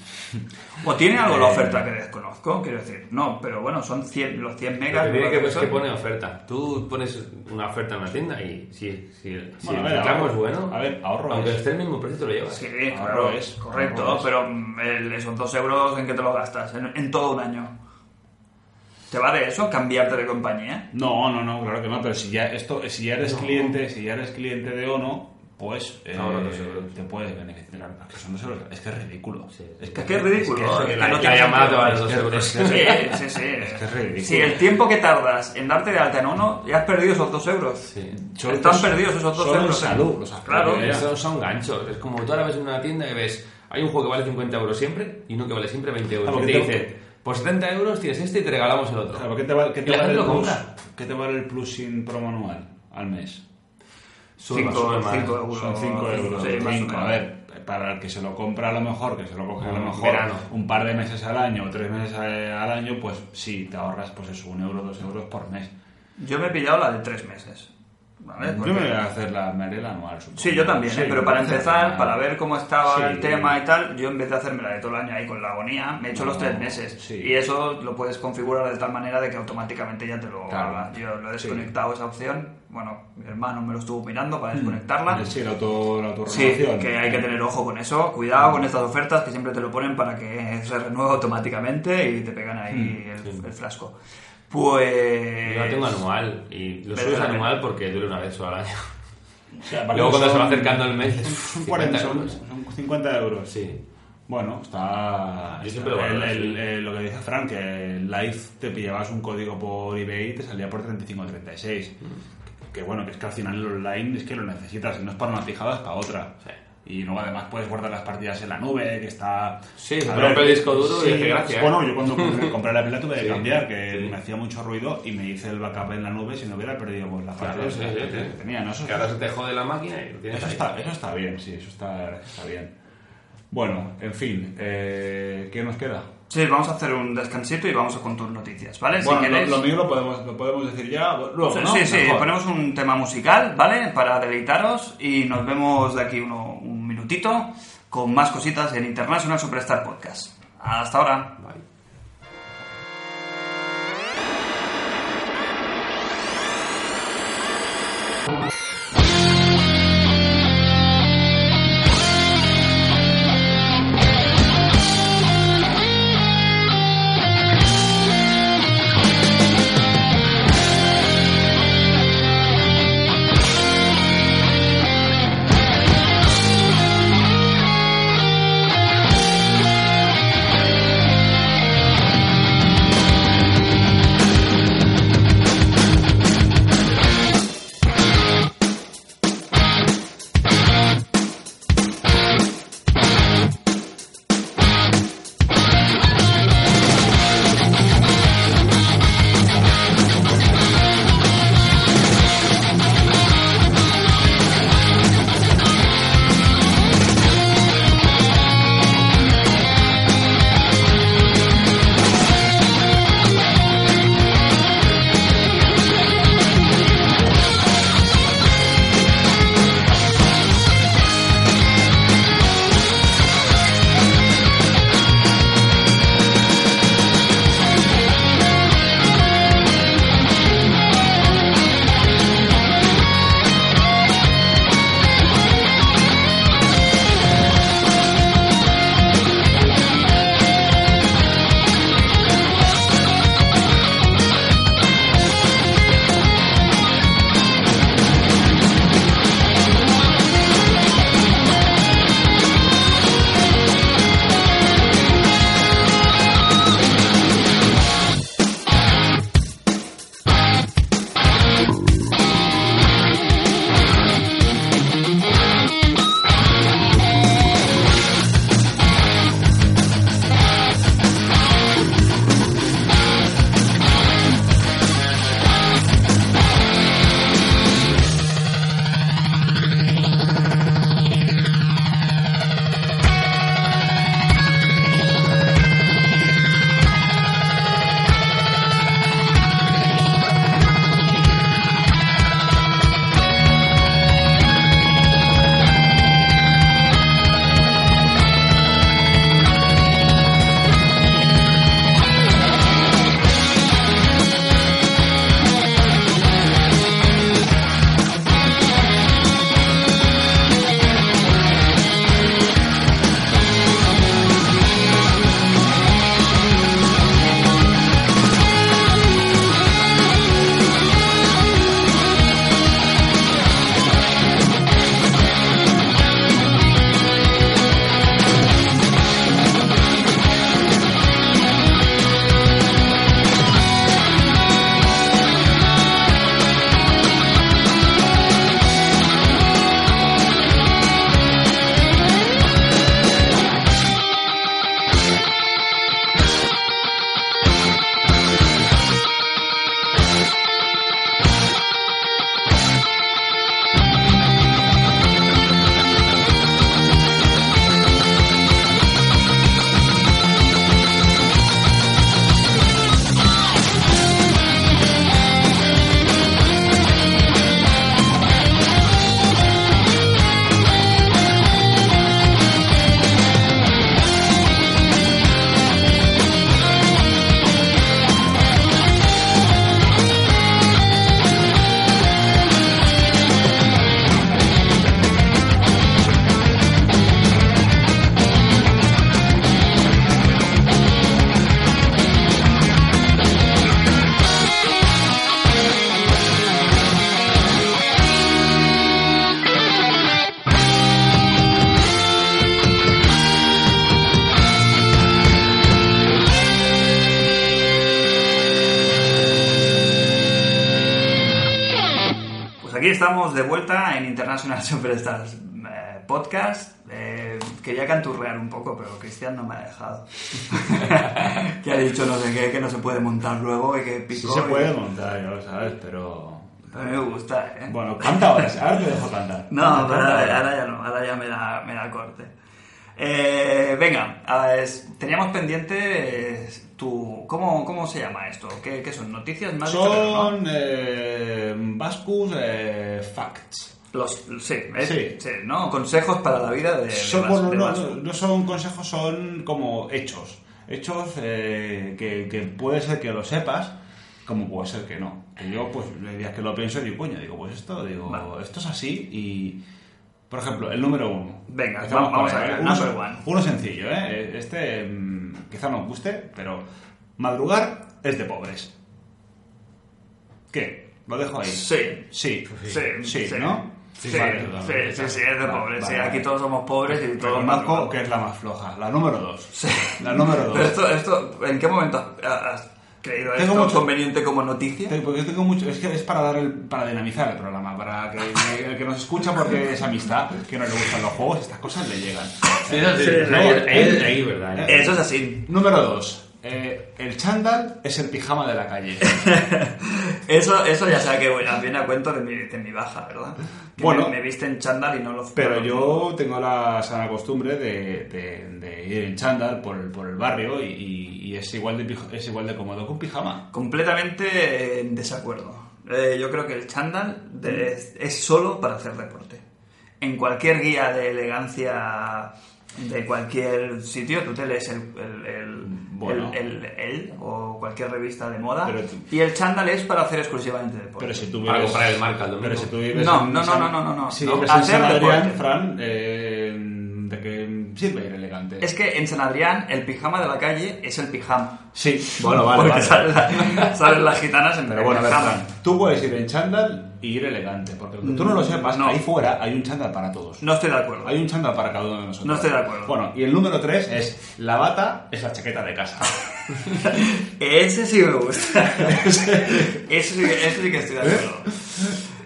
S2: ¿O tiene algo
S4: Eh.
S2: la oferta que desconozco? Quiero decir, no, pero bueno, son 100, los 100
S4: Lo
S2: megas.
S4: que tiene
S2: ¿no?
S4: que ver es que
S2: Son-
S4: pone oferta. Tú pones una oferta en una tienda y si, si, si
S3: Bueno,
S4: el
S3: a ver,
S4: reclamo
S3: ahorro.
S4: es bueno,
S3: A ver, ahorro
S4: aunque
S3: es.
S4: esté el mismo precio, te lo llevas.
S2: Sí,
S3: Ahorro
S2: claro,
S3: es,
S2: correcto,
S3: ahorro es.
S2: pero mm, el- esos dos euros en qué te los gastas, en, en todo un año. ¿Te va de eso cambiarte de compañía?
S3: No, no, no, claro que no, pero si ya esto, si ya eres cliente, si ya eres cliente de Ono, pues eh,
S4: Ahorra dos euros.
S3: te puedes beneficiar. Es que son dos euros, es que es ridículo.
S4: Sí.
S3: Es
S2: Es que es ridículo,
S3: es
S2: es que
S3: la-
S2: no
S3: la
S2: tiene
S3: llamada
S2: sentido.
S3: vale
S4: Es
S3: dos
S4: que-
S3: euros.
S4: es
S2: Sí, sí, sí.
S3: Es que es ridículo.
S2: Sí, el tiempo que tardas en darte de alta en uno, ya has perdido esos dos euros.
S4: Sí.
S3: Son
S2: Están
S3: dos-
S2: perdidos esos dos
S3: son
S2: euros. ¿eh?
S3: salud, los has
S2: Claro,
S3: perdido ya.
S4: Eso son ganchos. Es como tú ahora ves en una tienda y ves, hay un juego que vale 50 euros siempre y uno que vale siempre 20 euros.
S3: Ah,
S4: y te
S3: porque tengo-
S4: dice, por 70 euros tienes este y te regalamos el otro.
S3: Claro, Ah, ¿qué te vale, qué
S4: Y
S3: te
S4: la
S3: vale el
S4: gente lo
S3: plus?
S4: compra.
S3: ¿Qué te vale el plus sin promo anual al mes?
S4: Sube más,
S2: Cinco-
S4: sube más.
S2: cinco euros.
S3: Son 5 euros.
S2: Sí, más o
S3: cinco,
S2: menos.
S3: a ver, para el que se lo compra a lo mejor, que se lo coge a lo
S4: Un
S3: mejor
S4: verano.
S3: un par de meses al año o tres meses eh, al año, pues sí, te ahorras pues eso, un euro, dos euros por mes.
S2: Yo me he pillado la de tres meses. ¿vale?
S3: Yo
S2: Porque-
S3: me voy a hacer la merela anual, supongo.
S2: Sí, yo también,
S3: Sí,
S2: ¿eh? pero para
S3: me voy a hacer
S2: empezar,
S3: la-
S2: para ver cómo estaba
S3: Sí.
S2: el tema y tal, yo en vez de hacérmela de todo el año ahí con la agonía, me he hecho
S3: No,
S2: los tres meses.
S3: Ah, sí.
S2: Y eso lo puedes configurar de tal manera de que automáticamente ya te lo
S3: Claro.
S2: haga. Yo lo he desconectado esa opción. Bueno, mi hermano me lo estuvo mirando para desconectarla.
S3: Mm. Sí, la auto, la
S2: Sí,
S3: autorrenovación.
S2: que hay que tener ojo con eso. Cuidado con estas ofertas que siempre te lo ponen para que se renueva automáticamente y te pegan
S3: Mm,
S2: ahí el, el flasco. Pues...
S4: Yo la tengo anual y lo
S2: Merece
S4: subes
S2: la pena.
S4: anual porque dura una vez solo al año.
S3: O sea, para
S4: Luego
S3: que
S4: cuando se va
S3: son-
S4: acercando el mes,
S3: Son
S4: 50
S3: 40 euros.
S4: euros.
S3: Son 50 euros.
S4: Sí.
S3: Bueno, está.
S4: Yo
S3: está-
S4: siempre lo valoro,
S3: el- el-
S4: sí.
S3: eh, Lo que dice Frank, que el Live te pillabas un código por eBay y te salía por 35 o 36.
S4: Mm.
S3: Que bueno, que es que al final el online es que lo necesitas. No es para una fijada, es para otra.
S4: Sí.
S3: Y luego además puedes guardar las partidas en la nube, que está...
S4: Sí,
S3: A
S4: se
S3: ver,
S4: rompe el disco duro y hace gracia, ¿eh?
S3: Bueno, yo cuando compré- compré la pila tuve que
S4: Sí.
S3: cambiar, que
S4: Sí.
S3: me hacía mucho ruido y me hice el backup en la nube si no hubiera perdido pues, las
S4: Claro,
S3: partidas
S4: sí,
S3: que
S4: sí,
S3: que
S4: sí.
S3: tenía. ¿no? Eso-
S4: Que ahora se te jode la máquina y lo tienes
S3: eso
S4: ahí.
S3: está, eso está bien, sí, eso está, está bien. Bueno, en fin, eh, ¿qué nos queda?
S2: Sí, vamos a hacer un descansito y vamos a contar noticias, ¿vale?
S3: bueno,
S2: si
S3: lo,
S2: queréis...
S3: lo mío lo podemos, lo podemos decir ya luego,
S2: Sí,
S3: ¿no?
S2: sí, sí,
S3: Mejor.
S2: ponemos un tema musical, ¿vale? Para deleitaros y nos vemos de aquí uno- un minutito con más cositas en International Superstar Podcast. Hasta ahora.
S4: Vale.
S2: Pues Aquí estamos de vuelta en International Superstars eh, Podcast. Eh, quería canturrear un poco, pero Cristian no me ha dejado. que ha dicho no sé qué, que no se puede montar luego y que
S3: Sí
S2: pico.
S3: se
S2: y-
S3: puede montar, ya lo sabes, pero...
S2: A mí me gusta, ¿eh?
S3: Bueno, canta ahora, ahora te dejo cantar.
S2: No,
S3: Canta,
S2: pero
S3: canta
S2: ahora, ahora ya no, ahora ya me da, me da corte. Eh, venga, a ver, es- teníamos pendiente eh, tu... ¿Cómo, cómo se llama esto? ¿Qué, qué son? ¿Noticias? ¿Me has dicho que no, ¿no?
S3: Son eh, Vascus eh, Facts.
S2: Los, los- sí, es-
S3: Sí.
S2: sí, ¿no? Consejos para la vida de... de
S3: Son,
S2: Bas-
S3: bueno,
S2: de
S3: no,
S2: Vasco.
S3: no son consejos, son como hechos. Hechos eh, que, que puede ser que lo sepas, como puede ser que no. Que yo, pues, los días que lo pienso, digo, coño, digo, pues esto, digo,
S2: Vale.
S3: esto es así y... Por ejemplo, el número uno.
S2: Venga,
S3: Empezamos
S2: vamos
S3: por ahí,
S2: allá,
S3: ¿vale? Uno-
S2: number one.
S3: Uno sencillo, ¿eh? Este mm, quizá nos guste, pero madrugar es de pobres. ¿Qué? Lo dejo ahí.
S2: Sí.
S3: Sí,
S2: Sí,
S3: sí, ¿no?
S2: Sí, sí,
S3: Vale,
S2: sí,
S3: vale.
S2: sí, sí, es de
S3: Vale,
S2: pobres. sí,
S3: vale,
S2: aquí
S3: vale.
S2: todos somos pobres y todos
S3: Reconozco que es la más floja, la número dos.
S2: Sí.
S3: La número
S2: Pero
S3: dos.
S2: esto, esto, ¿en qué momento has- has creído
S3: Tengo
S2: esto
S3: mucho-
S2: conveniente como noticia?
S3: Te- Porque yo tengo mucho, es que es para dar el- para dinamizar el programa, para que que el que nos escucha porque es amistad, que no le gustan los juegos, estas cosas le llegan.
S4: Sí, eso sí,
S2: Sí,
S4: ahí-
S2: no,
S4: ahí-
S3: eh,
S4: ahí, ¿verdad?
S2: Eso es así.
S3: Número 2. el chándal es el pijama de la calle.
S2: Eso, eso ya sea que bueno, viene a cuento de mi, de mi baja, ¿verdad? Que
S3: Bueno.
S2: me, me viste en chándal y no lo
S3: Pero yo tengo la sana costumbre de, de- de ir en chándal por el, por el barrio y, y- y es, igual de, pij- es igual de cómodo que un pijama.
S2: Completamente en desacuerdo. Eh, yo creo que el chándal
S3: Mm.
S2: de- es, es solo para hacer deporte. En cualquier guía de elegancia de cualquier sitio, tú te lees el, el, el-
S3: Bueno.
S2: el- el- el o cualquier revista de moda
S3: Pero tú-
S2: y el chándal es para hacer exclusivamente deporte.
S3: Pero si tú vives...
S4: Para comprar el marca el domingo.
S3: Pero si tú vives
S2: No,
S3: en
S2: no, no,
S3: San-
S2: no, no, no, no.
S3: Si
S2: No,
S3: vives en
S2: hacer
S3: San Adrián,
S2: deporte.
S3: Fran, eh, ¿de qué sirve ir elegante?
S2: Es que en San Adrián el pijama de la calle es el pijama.
S3: Sí, bueno, vale,
S2: Porque
S3: vale.
S2: Salen, la- salen las gitanas en
S3: Pero bueno, a ver,
S2: pijama.
S3: Fran, tú puedes ir en chándal y ir elegante, porque aunque tú no lo sepas,
S2: Mm, no.
S3: ahí fuera hay un chándal para todos.
S2: No estoy de acuerdo.
S3: Hay un chándal para cada uno de nosotros.
S2: No estoy de acuerdo.
S3: Bueno, y el número 3 es la bata es la chaqueta de casa.
S2: Ese sí me gusta. ese, sí, ese sí que estoy de
S3: ¿Eh?
S2: acuerdo.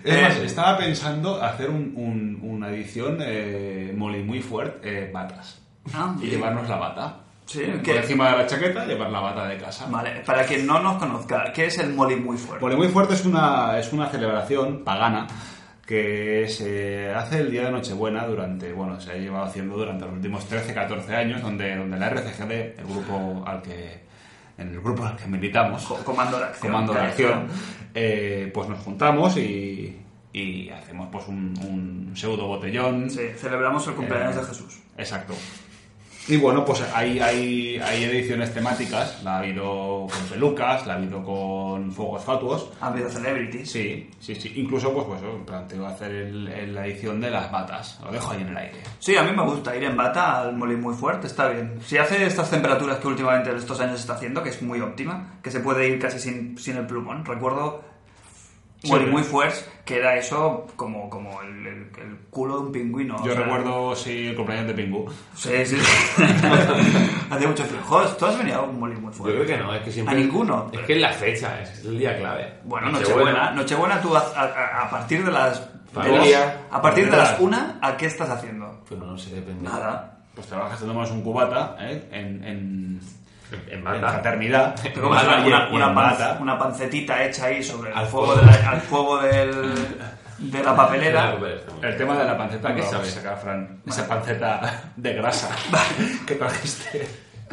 S3: Es más,
S2: Eh,
S3: estaba pensando hacer un- un- una edición eh, moli muy fuerte, eh, batas.
S2: Ah,
S3: Y llevarnos la bata.
S2: Sí,
S3: Por
S2: que-
S3: encima de la chaqueta, llevar la bata de casa.
S2: Vale, para quien no nos conozca, ¿qué es el molly muy fuerte?
S3: Moli muy fuerte es una, es una celebración pagana que se hace el día de Nochebuena durante, bueno, se ha llevado haciendo durante los últimos 13, 14 años, donde, donde la RCGD, el grupo al que, en el grupo al que militamos,
S2: Co- Comando de acción.
S3: comando de
S2: Claro.
S3: acción, eh, pues nos juntamos y, y hacemos pues un, un pseudo botellón.
S2: Sí, celebramos el cumpleaños
S3: Eh,
S2: de Jesús.
S3: Exacto. Y bueno, pues hay, hay, hay ediciones temáticas, la ha habido con pelucas, la ha habido con fuegos fatuos.
S2: Ha habido celebrities.
S3: Sí, sí, sí. Incluso, pues, pues eso, planteo hacer el- el- la edición de las batas. Lo dejo ahí en el aire.
S2: Sí, a mí me gusta ir en bata al molí muy fuerte, está bien. Si hace estas temperaturas que últimamente estos años está haciendo, que es muy óptima, que se puede ir casi sin, sin el plumón. Recuerdo
S3: Sí,
S2: molí
S3: pero-
S2: muy fuerte, que era eso como, como el, el- el culo de un pingüino. o
S3: Yo
S2: sea,
S3: recuerdo, sí, el cumpleaños de Pingu.
S2: Sí, sí. hace mucho frío. Joder, ¿tú has venido a un molí muy
S4: Yo
S2: fuerte?
S4: creo que no, es que siempre.
S2: A ninguno.
S4: Es que es la fecha, es el día clave.
S2: Bueno, Nochebuena, Nochebuena tú a, a- a partir de las... de
S4: Familia.
S2: las- a partir de las
S3: Familia.
S2: una, ¿a qué estás haciendo?
S4: Pues no, no sé, depende.
S2: Nada.
S3: Pues trabajas, te tomas un cubata, ¿eh? En, en,
S4: En
S3: en
S4: bata.
S3: fraternidad.
S2: Te comes
S3: Y en-
S2: una, una-
S3: y
S2: una
S3: en
S2: pan-
S3: bata.
S2: una pancetita hecha ahí sobre el
S4: Al
S2: fuego,
S4: fuego.
S2: de la, al fuego del, de la papelera.
S4: Claro, pero está muy bien.
S3: El tema de la panceta que
S4: ¿Qué
S3: sabes
S4: sabes?
S3: sacar, Fran. Esa panceta de grasa que trajiste.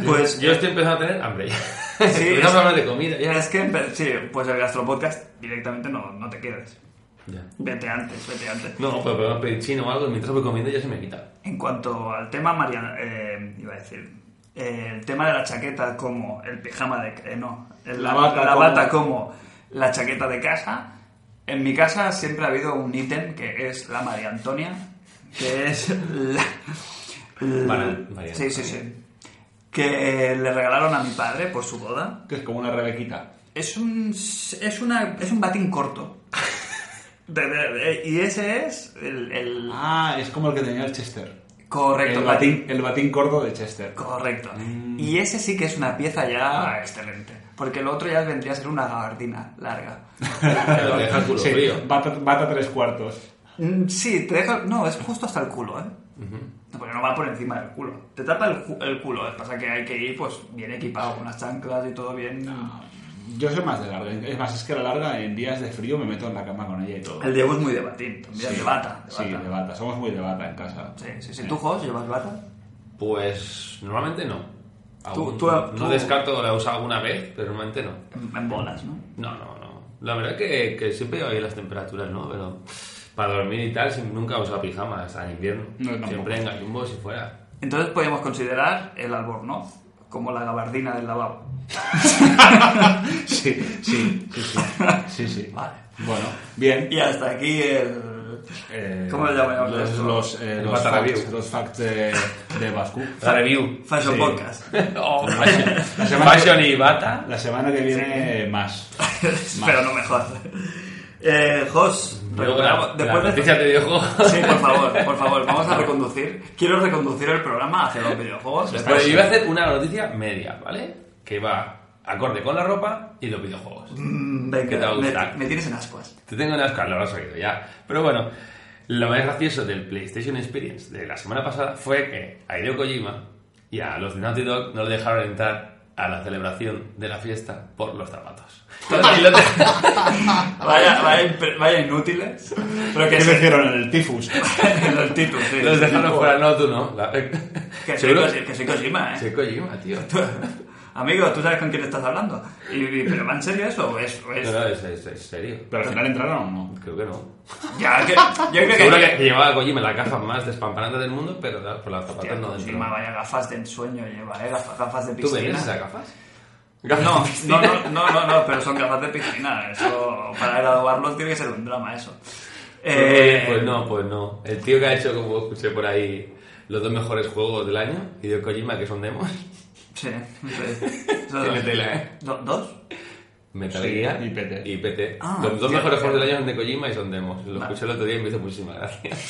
S2: Pues
S4: Yo estoy empezando a tener hambre ya.
S2: Sí,
S4: Empezamos
S2: es-
S4: a hablar de comida ya.
S2: es que empe- sí, pues el gastropodcast directamente no, no te quedes.
S4: Ya.
S2: Vete antes, vete antes.
S4: No, pues podemos pedir chino o algo y mientras voy comiendo ya se me quita.
S2: En cuanto al tema, Mariana, eh, iba a decir, eh, el tema de la chaqueta como el pijama de... eh, no, el-
S3: La bata
S2: la
S3: como-
S2: bata como la chaqueta de casa. En mi casa siempre ha habido un ítem que es la María Antonia, que es la...
S4: María- María
S2: sí, sí, sí. Que eh, le regalaron a mi padre por su boda.
S3: Que es como una rebequita.
S2: Es un, es una, es un batín corto. De- de- de- y ese es el... el-
S3: Ah, es como el que tenía el Chester.
S2: correcto,
S3: el, batín, el batín corto de Chester.
S2: Mm. Correcto. Y ese sí que es una pieza ya excelente. porque lo otro ya vendría a ser una gabardina larga.
S4: Pero te deja el culo
S3: Sí,
S4: frío.
S3: bata, bata tres cuartos.
S2: Mm, Sí, te deja... No, es justo hasta el culo, ¿eh? No, Porque no va por encima del culo. Te tapa el, cu- el culo. Es pasa que hay que ir pues bien equipado, con las chanclas y todo bien.
S3: Yo soy más de larga. Es más, es que a la larga en días de frío me meto en la cama con ella y todo.
S2: El Diego es muy de batín, también, de bata. De
S3: Sí,
S2: bata.
S3: de bata. Somos muy de bata en casa.
S2: Sí, sí, sí. ¿Tú, Jos, llevas bata?
S4: Pues normalmente no.
S2: Tú-
S4: Aún-
S2: tú-
S4: no
S2: tú-
S4: descarto, la he usado alguna vez, pero normalmente no.
S2: En, en bolas, ¿no?
S4: No, no, no. La verdad que, que siempre llevo ahí las temperaturas, ¿no? Pero para dormir y tal, sin- nunca he usado pijama hasta en invierno.
S3: No, tampoco.
S4: siempre en gallumbos y fuera.
S2: Entonces podemos considerar el albornoz como la gabardina del lavabo.
S3: Sí, sí, sí, sí. Sí, sí.
S2: Vale.
S3: Bueno, bien.
S2: Y hasta aquí el...
S3: Eh,
S2: ¿Cómo le llamamos
S3: los,
S2: esto?
S3: Los, eh,
S4: El
S3: los
S4: bata
S3: facts,
S4: review.
S3: los facts de, de Bascu.
S4: La review.
S2: Fashion
S3: Sí.
S2: Podcast.
S4: Oh,
S3: La
S4: fashion.
S3: semana-
S4: Fashion y bata.
S3: La semana que viene, más.
S2: Pero no mejor. Eh, Jos,
S4: Luego
S2: recuperamos-
S4: la,
S2: después de-
S4: la noticia de videojuegos.
S2: Sí, por favor, por favor, vamos a reconducir. Quiero reconducir el programa hacia los videojuegos.
S4: Pero Pues yo iba a hacer una noticia media, ¿vale? Que va acorde con la ropa y los videojuegos.
S2: Mm,
S4: ¿Qué te
S2: Venga,
S4: va a gustar?
S2: me, me tienes en ascuas.
S4: Te tengo unas claro, lo has oído ya. Pero bueno, lo más gracioso del PlayStation Experience de la semana pasada fue que a Hideo Kojima y a los de Naughty Dog no le dejaron entrar a la celebración de la fiesta por los zapatos. Y lo te-
S2: Vaya, vaya, impre- vaya inútiles. Pero que
S3: ¿Qué
S2: sí,
S3: me hicieron? El tifus.
S2: los títulos, sí.
S4: Los dejaron fuera, no, tú no. La-
S2: Que soy,
S4: Seguro-
S2: Koji- que soy Kojima, ¿eh?
S4: Soy Kojima, tío.
S2: Amigo, ¿tú sabes con quién estás hablando? Y, y- ¿Pero va en serio eso? ¿O es, o es-
S4: No, no, es, es- es serio.
S3: Pero al final entraron o no.
S4: Creo que no.
S2: Ya, que, yo creo que...
S4: Seguro que, que llevaba Kojima las gafas más despamparantes del mundo, pero claro, por las
S2: Hostia,
S4: zapatas no dentro.
S2: Kojima, vaya gafas de ensueño lleva, ¿eh? Gafas, gafas de
S4: ¿Tú venías
S2: piscina.
S4: esas gafas?
S2: No, no, no, no, no, no, pero son gafas de piscina. Eso, para graduarlos tiene que ser un drama eso. Eh,
S4: Pues no, pues no. El tío que ha hecho, como escuché por ahí, los dos mejores juegos del año, y de Kojima, que son demos,
S2: Sí, sí. Eso-
S4: Tiene tela, ¿eh?
S2: ¿Do- ¿Dos?
S4: Metal
S3: Sí,
S4: Gear
S3: y PT.
S4: Y PT.
S2: Ah,
S4: los dos
S2: hostia.
S4: mejores juegos del año son de Kojima y son demos. Lo
S2: Vale.
S4: escuché el otro día y me hizo muchísimas gracias.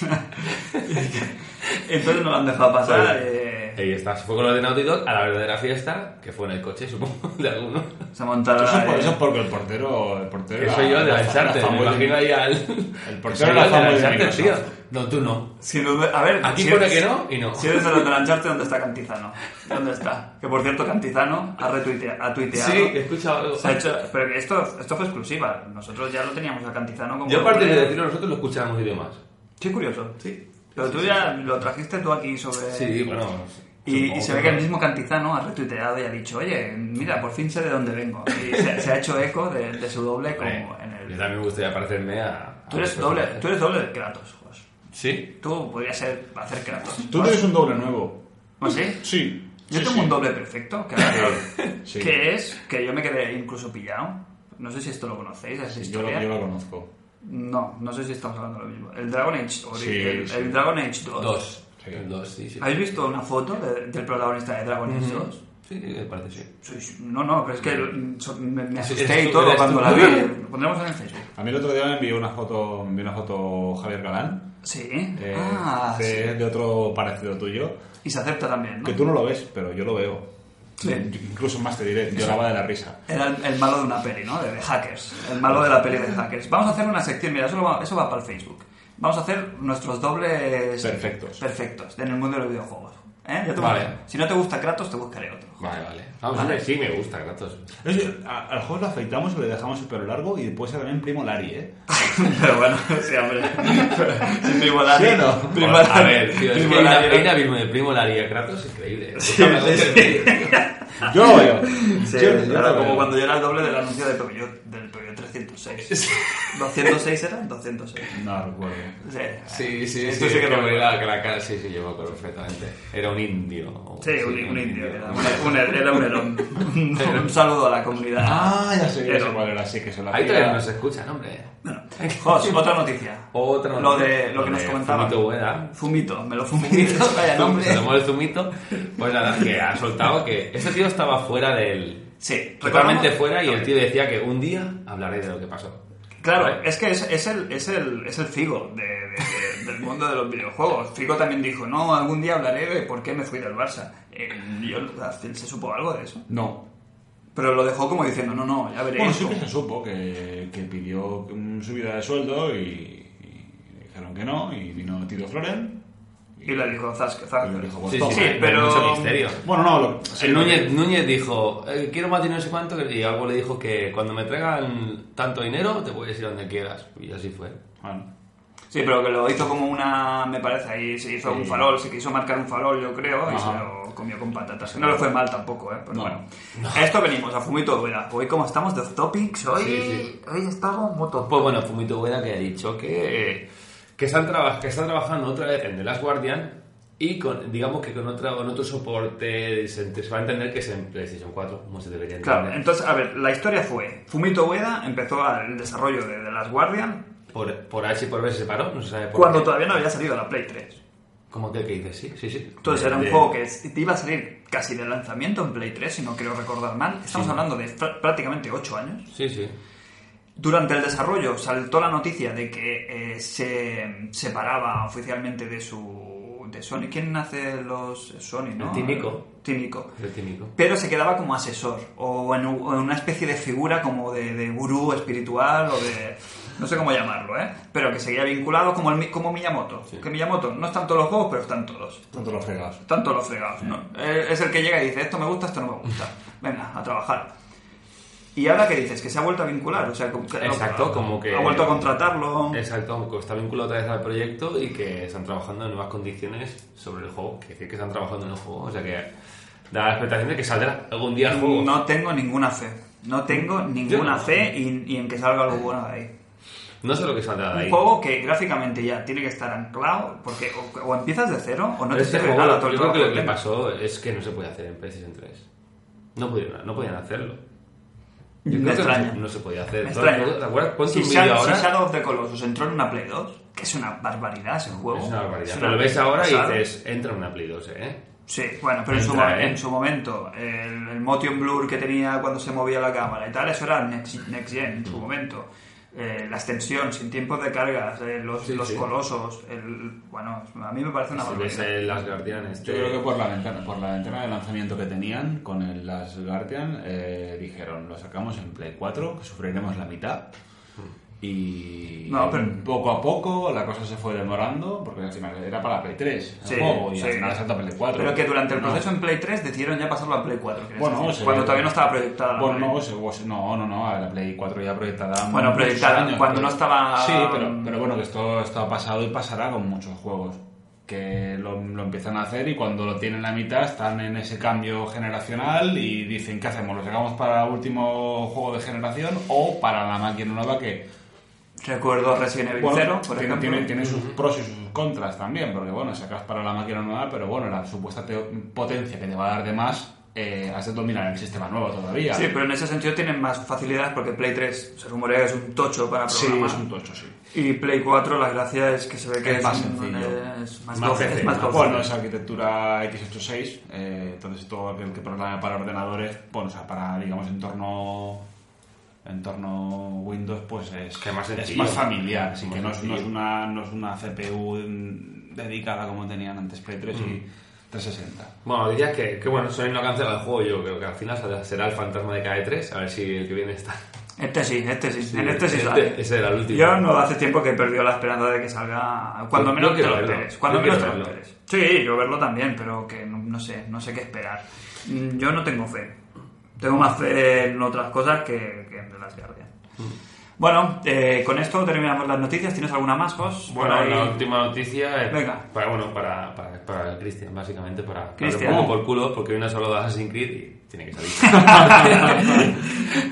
S2: Entonces no lo han dejado pasar.
S4: Sí.
S2: eh,
S4: Ahí está, se fue con los de Naughty Dog a la verdadera fiesta, que fue en el coche, supongo, de alguno.
S2: se montaron.
S3: Eso, es por-
S2: eh,
S3: eso es porque el portero. El portero
S4: Que
S3: era-
S4: soy yo de
S3: era-
S4: lanzarte,
S3: era
S4: me
S3: famoso.
S4: imagino ahí al...
S3: El
S4: Que
S3: portero
S4: soy
S3: era
S4: yo de
S3: famoso de
S4: Uncharted, tío.
S3: Microsoft.
S4: No, tú no.
S2: si no- a ver,
S4: Aquí
S2: si
S4: pone
S2: eres-
S4: que no y no.
S2: Si eres de los de Lancharte, ¿dónde está Cantizano? ¿Dónde está? Que por cierto, Cantizano ha, retuitea- ha tuiteado.
S4: Sí, he escuchado algo.
S2: Se ha hecho- pero que esto, esto fue exclusiva. Nosotros ya lo teníamos a Cantizano como.
S4: Yo, aparte de decirlo, nosotros lo escuchábamos y demás.
S2: Qué curioso. Sí. Pero tú ya lo trajiste tú aquí sobre.
S4: Sí, bueno.
S2: Y,
S4: supongo
S2: y se ve que el
S4: no.
S2: mismo Cantizano ha retuiteado y ha dicho, oye, mira, por fin sé de dónde vengo. Y se, se ha hecho eco de, de su doble como en
S4: Yo
S2: el...
S4: también me gustaría parecerme a.
S2: Tú eres
S4: a-
S2: doble, tú eres doble de Kratos, Jos.
S4: Sí.
S2: Tú podrías ser, hacer Kratos.
S3: Tú tienes un doble nuevo.
S2: ¿Ah, sí?
S3: Sí.
S2: Yo
S3: Sí,
S2: tengo
S3: sí.
S2: un doble perfecto, que, ahora-
S3: Sí.
S2: que es que yo me quedé incluso pillado. No sé si esto lo conocéis, esa
S3: Yo
S2: historia.
S3: lo, yo lo conozco.
S2: No, no sé si estamos hablando de lo mismo. El Dragon Age, ori-
S3: Sí,
S2: el,
S3: sí.
S2: el Dragon Age 2.
S4: Dos.
S3: Sí.
S4: El dos, sí, sí.
S2: ¿Habéis visto una foto de- del protagonista de Dragon Age 2?
S4: Sí, sí, me parece sí.
S2: Sois- No, no, pero es que mm, so- me, me
S4: Sí,
S2: asusté
S4: eres
S2: y
S4: tú,
S2: todo
S4: eres
S2: cuando
S4: tú.
S2: la vi. Lo pondremos en el Facebook.
S3: A mí el otro día me envió una foto, me envió una foto Javier Galán.
S2: Sí.
S3: eh,
S2: ah, sí.
S3: de, de otro parecido tuyo.
S2: Y se acepta también, ¿no?
S3: Que tú no lo ves, pero yo lo veo.
S2: Sí.
S3: Yo- Incluso más te diré, lloraba de la risa.
S2: Era el, el malo de una peli, ¿no? De, de hackers. El malo de la peli de hackers. Vamos a hacer una sección, mira, eso, lo va, eso va para el Facebook. Vamos a hacer nuestros dobles
S3: Perfectos.
S2: perfectos en el mundo de los videojuegos. ¿Eh? Ya te
S4: Vale.
S2: buscaré. Si no te gusta Kratos, te buscaré otro.
S4: Vale, vale. Vamos,
S2: Vale.
S4: hombre, sí, me gusta, Kratos.
S3: Es que a- al juego lo afeitamos y le dejamos el pelo largo y después era también primo Lari, ¿eh?
S2: Pero bueno, sí, hombre. Sí, primo Lari.
S3: ¿Sí o no?
S2: Primo
S4: Bueno, a
S2: Lari.
S4: ver, tío, es
S2: Primo
S4: que hay una
S2: Lari.
S4: peina de primo Lari a Kratos increíble.
S2: Sí, sí, sí.
S3: Yo lo veo.
S2: Sí,
S3: Yo- yo
S2: claro,
S3: lo
S2: como
S3: veo.
S2: cuando yo era el doble del anuncio de Peugeot, del Peugeot 306. 206 era 206.
S3: No recuerdo.
S2: Sí,
S4: Sí, sí,
S2: Esto
S4: sí,
S2: sí que lo
S4: me la, que la cara, sí, sí, yo me acuerdo perfectamente. Era un indio. o-
S2: Sí, un, un indio, era un, un- era un herón. Un, un saludo a la comunidad.
S3: Ah, ya sé, ya
S2: Pero-
S3: sé cuál era, sí, que se la
S4: Ahí
S3: pilla.
S4: todavía no se escuchan, hombre.
S2: Jos, otra noticia.
S4: Otra
S2: Lo
S4: noticia.
S2: de- lo que nos
S4: de
S2: comentaban.
S4: Fumito Ueda.
S2: Fumito, me lo fumito, vaya nombre.
S4: Se tomó el zumito. Pues nada, que ha soltado que este tío estaba fuera del,
S2: Sí,
S4: Totalmente
S2: recordamos-
S4: fuera y el tío decía que un día hablaré de lo que pasó.
S2: Claro,
S4: ¿Vale?
S2: es que es, es el, es, el, es el Figo de- de- de- del mundo de los videojuegos. Figo también dijo, no, algún día hablaré de por qué me fui del Barça. Eh, yo- se supo algo de eso.
S3: No.
S2: Pero lo dejó como diciendo, no, no, ya veré.
S3: Bueno, siempre se supo que, que pidió un subida de sueldo y, y le dijeron que no, y vino Tito Floren.
S2: Y le dijo, Zas, Zas.
S3: y le dijo, pues,
S4: Sí, sí,
S3: toma.
S4: sí,
S2: Sí, pero-
S4: mucho misterio.
S3: Bueno, no, lo- sí,
S4: El Núñez, Núñez dijo, eh, quiero más dinero no sé cuánto, y algo le dijo que cuando me traigan tanto dinero te puedes ir donde quieras. Y así fue.
S3: Bueno,
S2: Sí, pero que lo hizo como una, me parece, ahí se hizo
S3: Sí.
S2: un farol, se quiso marcar un farol, yo creo, y
S3: Ajá.
S2: se lo comió con patatas. Que no le fue mal tampoco, ¿eh? Pero
S3: No.
S2: bueno. A esto venimos, a Fumito Ueda. Hoy como estamos de off topics, hoy,
S4: Sí, sí.
S2: hoy estamos muy top.
S4: Pues bueno, Fumito Ueda que ha dicho que, eh, que, están traba- que está trabajando otra vez en The Last Guardian y con, digamos que con, otra, con otro soporte se, se va a entender que es en PlayStation 4, como se debería entender.
S2: Claro, entonces, a ver, la historia fue, Fumito Ueda empezó a- el desarrollo de The Last Guardian
S4: por, por H y por B se separó, no se sabe por
S2: cuando
S4: qué.
S2: todavía no había salido la Play 3.
S4: Como que, que dices, sí, sí, sí.
S2: Entonces
S4: De-
S2: era un
S4: de-
S2: juego que te iba a salir casi de lanzamiento en Play 3, si no creo recordar mal. Estamos
S4: Sí.
S2: hablando de fra- prácticamente 8 años.
S4: Sí, sí.
S2: Durante el desarrollo saltó la noticia de que eh, se separaba oficialmente de su de Sony. ¿Quién hace los Sony, no?
S4: El Tímico.
S2: Tímico.
S4: Es tímico.
S2: Pero se quedaba como asesor o en, u- o en una especie de figura como de, de gurú espiritual o de... No sé cómo llamarlo, ¿eh? Pero que seguía vinculado como, el, Mi- como Miyamoto.
S4: Sí.
S2: Que Miyamoto no están todos los juegos, pero están todos.
S3: tanto lo fregas.
S2: Están todos los fregados. ¿no? Eh, Es el que llega y dice, esto me gusta, esto no me gusta. Venga, a trabajar. Y ahora que dices, que se ha vuelto a vincular, o sea, como que-
S4: Exacto, como que-
S2: Ha vuelto a contratarlo.
S4: Exacto, que está vinculado otra vez al proyecto y que están trabajando en nuevas condiciones sobre el juego. Que decir que están trabajando en el juego, o sea que da la expectación de que saldrá algún día el juego.
S2: Mm, No tengo ninguna fe. No tengo ninguna
S4: no.
S2: fe y, y en que salga algo bueno de ahí.
S4: No sé lo que saldrá de
S2: Un
S4: ahí.
S2: juego que gráficamente ya tiene que estar anclado, porque o, o empiezas de cero o no
S4: Pero
S2: te
S4: este
S2: sirve
S4: juego,
S2: nada todo el
S4: yo creo que
S2: trabajo
S4: lo que
S2: que tengas.
S4: pasó es que no se puede hacer en PlayStation 3. No pudieron, no podían hacerlo. Yo
S2: Me
S4: creo que no se-
S2: extraña.
S4: no se podía
S2: Me
S4: hacer.
S2: extraña.
S4: ¿Te acuerdas cuánto
S2: si,
S4: un
S2: Shadow-
S4: vídeo
S2: si
S4: ahora?
S2: Shadow of the Colossus entró en una Play 2, que es una barbaridad ese juego.
S4: es una barbaridad.
S2: Es
S4: Pero
S2: una
S4: lo ves ahora
S2: pasada.
S4: y dices, entra en una Play 2, ¿eh?
S2: Sí, bueno, pero en, su,
S4: Entra,
S2: mo-
S4: ¿eh?
S2: en su momento, el, el motion blur que tenía cuando se movía la cámara y tal, eso era Next, next Gen en
S4: Mm.
S2: su momento. Eh, la extensión, sin tiempos de cargas, eh, los,
S4: Sí,
S2: los
S4: sí.
S2: colosos, el, bueno, a mí me parece una
S4: Si ves
S2: barbaridad.
S4: el este. Las Guardianes.
S3: Yo creo que por la ventana, por la ventana de lanzamiento que tenían con el Last Guardian, eh, dijeron, lo sacamos en Play 4, que sufriremos la mitad. Y
S2: No, pero-
S3: poco a poco la cosa se fue demorando, porque al final era para Play 3 el
S2: Sí,
S3: juego, y
S2: sí.
S3: al final salta a Play 4.
S2: Pero que durante el
S3: No.
S2: proceso en Play 3 decidieron ya pasarlo a Play 4, ¿quieres
S3: Bueno,
S2: decir?
S3: sí.
S2: cuando todavía no estaba proyectada la
S3: Bueno,
S2: Play.
S3: no, se- o se- no, no, no, la Play 4 ya proyectada.
S2: Bueno,
S3: muchos
S2: proyectada, cuando no estaba-
S3: Sí, pero, pero bueno, que esto, esto ha pasado y pasará con muchos juegos. Que lo, lo empiezan a hacer y cuando lo tienen la mitad están en ese cambio generacional y dicen: ¿Qué hacemos? ¿Lo sacamos para último juego de generación o para la máquina nueva que.
S2: Recuerdo Resident Evil
S3: Bueno,
S2: 0, por
S3: tiene,
S2: ejemplo.
S3: tiene- tiene sus pros y sus contras también, porque bueno, sacas para la máquina nueva, pero bueno, la supuesta teo- potencia que te va a dar de más, eh, has de dominar el sistema nuevo todavía.
S2: Sí, pero en ese sentido tienen más facilidad porque Play 3 se rumorea que es un tocho para
S3: Sí,
S2: programar.
S3: es un tocho, sí.
S2: Y Play 4, la gracia es que se ve que
S3: Es más
S2: un-
S3: sencillo.
S2: Es más,
S4: Más
S2: doce-
S4: PC,
S2: es más
S4: más
S2: doce.
S3: Ah, Bueno, es arquitectura x86, eh, entonces todo aquel que programa para ordenadores, bueno, o sea, para, digamos, entorno entorno Windows, pues es,
S4: Que más
S3: es
S4: sencillo.
S3: más familiar, así que no es, no, es
S4: sencillo.
S3: una, no es una CPU en- dedicada como tenían antes Play 3 y 360.
S4: Bueno, dirías que, que bueno, Sony no cancela el juego, yo creo que al final será- será el fantasma de KE3, a ver si el que viene está.
S2: Este sí, este sí. en este sí
S4: este-
S2: sale.
S4: ese era el último.
S2: Yo no hace tiempo que he perdido la esperanza de que salga. Cuando
S4: Yo
S2: menos te
S4: quiero
S2: lo
S4: Pues verlo.
S2: esperes. Cuando
S4: Yo
S2: menos te
S4: quiero
S2: lo
S4: verlo.
S2: esperes. Sí, yo verlo también, pero que no, no sé, no sé qué esperar. Mm, Yo no tengo fe. Tengo más fe en otras cosas que, que en The Last Guardian.
S4: Mm.
S2: Bueno, eh, con esto terminamos las noticias. ¿Tienes alguna más, Jos?
S4: Bueno,
S2: Por ahí.
S4: la última noticia es
S2: Venga.
S4: para bueno para, para, para Cristian, básicamente, para que
S2: Cristian.
S4: un poco por culo, porque hoy no solo de Assassin's Creed y tiene que salir.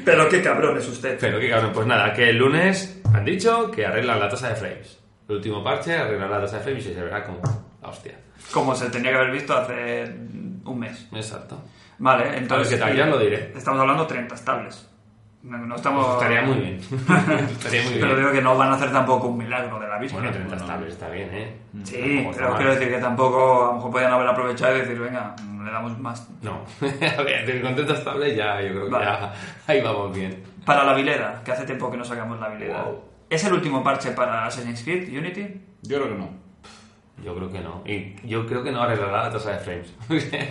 S2: Pero qué cabrón es usted.
S4: Pero qué cabrón, pues nada, que el lunes han dicho que arreglan la tasa de frames. El último parche arreglará la tasa de frames y se verá como la hostia.
S2: Como se tenía que haber visto hace un mes.
S4: Exacto.
S2: Vale, entonces.
S4: qué tal, ya lo diré.
S2: Estamos hablando 30 estables. No, no estamos.
S4: Eso estaría muy bien. estaría muy
S2: Oh. Pero
S4: bien.
S2: digo que no van a hacer tampoco un milagro de la Virgen.
S4: Bueno, 30 estables está bien, ¿eh?
S2: Sí,
S4: Tampoco está
S2: pero
S4: mal.
S2: quiero decir que tampoco, a lo mejor podían haber aprovechado y decir, venga, le damos más.
S4: No, a ver, del contento estable ya, yo creo que
S2: Vale.
S4: ya ahí vamos bien.
S2: Para la vileda, que hace tiempo que no sacamos la vileda.
S4: Wow.
S2: ¿Es el último parche para Assassin's Creed Unity?
S3: Yo creo que no.
S4: Yo creo que no. Y yo creo que no arreglará la tasa de frames.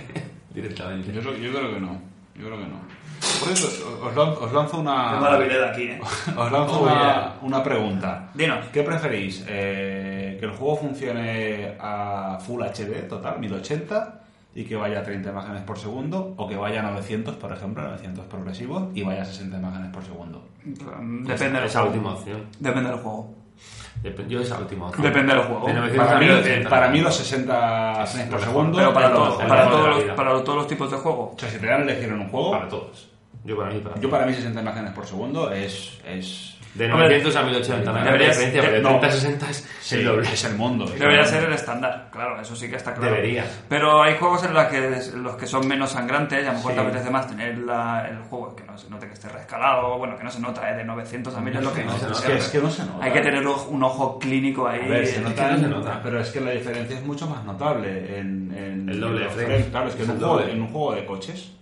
S4: Directamente.
S3: Yo, creo- yo creo que no. Yo creo que no. Por eso os- os, lan- os lanzo una.
S4: Ah.
S2: Qué maravilloso aquí, ¿eh?
S3: Os lanzo
S4: Oh,
S3: una,
S4: yeah.
S3: una pregunta.
S2: Dinos.
S3: ¿Qué preferís? Eh, ¿Que el juego funcione a Full HD total, 1080, y que vaya a 30 imágenes por segundo? ¿O que vaya a 900, por ejemplo, 900 progresivos, y vaya a 60 imágenes por segundo?
S2: Depende del
S4: Esa
S2: juego.
S4: última opción.
S2: Depende del juego.
S4: Dep- yo esa última opción.
S2: Depende del juego.
S4: De 900
S3: Para
S4: a
S3: mí,
S4: 1080.
S3: para mí los 60 imágenes
S4: mejor,
S3: por segundo.
S2: Pero para,
S3: es lo
S2: todo-
S3: mejor.
S2: para,
S4: juego de
S2: todos
S4: la
S2: los, ¿eh?
S4: vida.
S2: para todos los tipos de juego.
S3: O sea, si te dan a elegir en un juego,
S4: Para todos. Yo para mí, para
S3: yo para mí 60 imágenes por segundo es. es
S4: De
S2: Hombre,
S4: 900 a 1080. No hay
S2: debería
S4: gran diferencia,
S2: ser-
S4: pero de
S3: eh, no.
S4: 30 a 60 es
S3: sí,
S4: el doble.
S3: es el mundo. es
S2: Debería
S3: el
S2: ser
S3: mundo.
S2: el estándar, claro, eso sí que está claro.
S4: Debería.
S2: Pero hay juegos en los que, los que son menos sangrantes y a lo mejor
S3: Sí.
S2: te apetece más tener la- el juego que no se note que esté rescalado, bueno, que no se nota, ¿eh? de 900 a 1000 es lo que
S3: No,
S2: dices,
S3: no,
S2: o
S3: es
S2: sea,
S3: que- es que no se nota.
S2: Hay que tener un, un ojo clínico ahí.
S3: A ver, se
S2: eh,
S3: nota,
S4: no se nota.
S3: pero es que la diferencia es mucho más notable en, en-
S4: El doble
S3: en
S4: de
S3: los
S4: frames.
S3: frames. Claro, es que en
S4: Es
S3: un,
S4: el
S3: juego,
S4: doble.
S3: en un juego de coches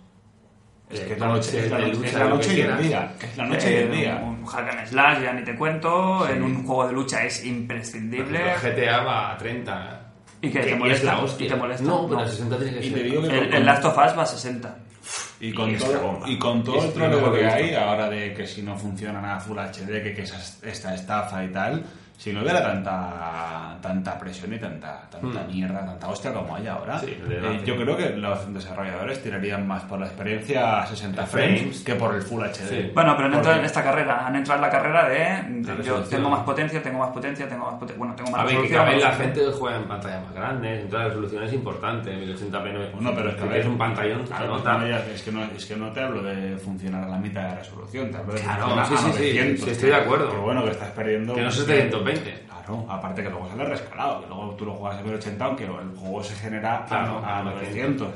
S3: es
S4: Eh,
S3: que es
S4: la
S3: la noche,
S4: noche
S3: es la
S4: de
S3: noche-
S4: lucha,
S3: es la
S4: lo que
S3: noche y el
S4: quieras.
S3: día. Es la noche y
S2: eh,
S3: el día.
S2: Un, un hack and slash, ya ni te cuento. En un juego de lucha es
S4: Por
S2: imprescindible.
S4: ejemplo, GTA va a 30.
S2: ¿Y que te
S4: es
S2: molesta?
S4: la hostia.
S2: ¿Y te molesta?
S4: No, pero
S2: No.
S4: a 60 tiene que
S3: Y
S4: ser.
S3: te digo que-
S2: El, el Last of Us va a 60.
S3: Y con,
S4: Y es la
S3: todo,
S4: bomba.
S3: y con todo
S4: Es
S3: el
S4: lo mejor
S3: troleo
S4: que
S3: que
S4: he
S3: hay,
S4: visto.
S3: ahora de que si no funciona nada Full HD, que, que esa es esta estafa y tal, si no hubiera tanta tanta presión y tanta, tanta mierda, tanta hostia como hay ahora,
S4: Hmm. Sí,
S3: eh,
S4: le da, sí.
S3: yo creo que los desarrolladores tirarían más por la experiencia a 60
S4: frames.
S3: frames, que por el Full HD.
S4: Sí.
S2: Bueno, pero han entrado en
S4: este
S3: Porque-
S2: esta carrera. Han entrado en la carrera de. de- yo
S4: resolución.
S2: tengo más potencia, tengo más potencia, tengo más potencia. Bueno, tengo más
S4: A ver, que
S2: resolución,
S4: cada
S2: más
S4: vez la
S2: potencia.
S4: gente juega en pantallas más grandes, entonces la resolución es importante, 1080p.
S3: Bueno, pero es que a ver,
S4: es un pantallón,
S3: claro,
S4: se
S3: pues
S4: nota.
S3: no, ya, es, que no, es que no te hablo de funcionar a la mitad de la resolución, te hablo de
S4: Claro,
S3: funcionar
S4: sí,
S3: a
S4: sí, sí,
S3: 900,
S4: sí, estoy de acuerdo.
S3: Que bueno, que estás perdiendo...
S4: Que no es
S3: un-
S4: 720.
S3: Claro, aparte que luego sale rescalado, que luego tú lo juegas en 1080, aunque el juego se genera a-
S4: Claro,
S3: a,
S4: a
S3: 900.
S4: 900.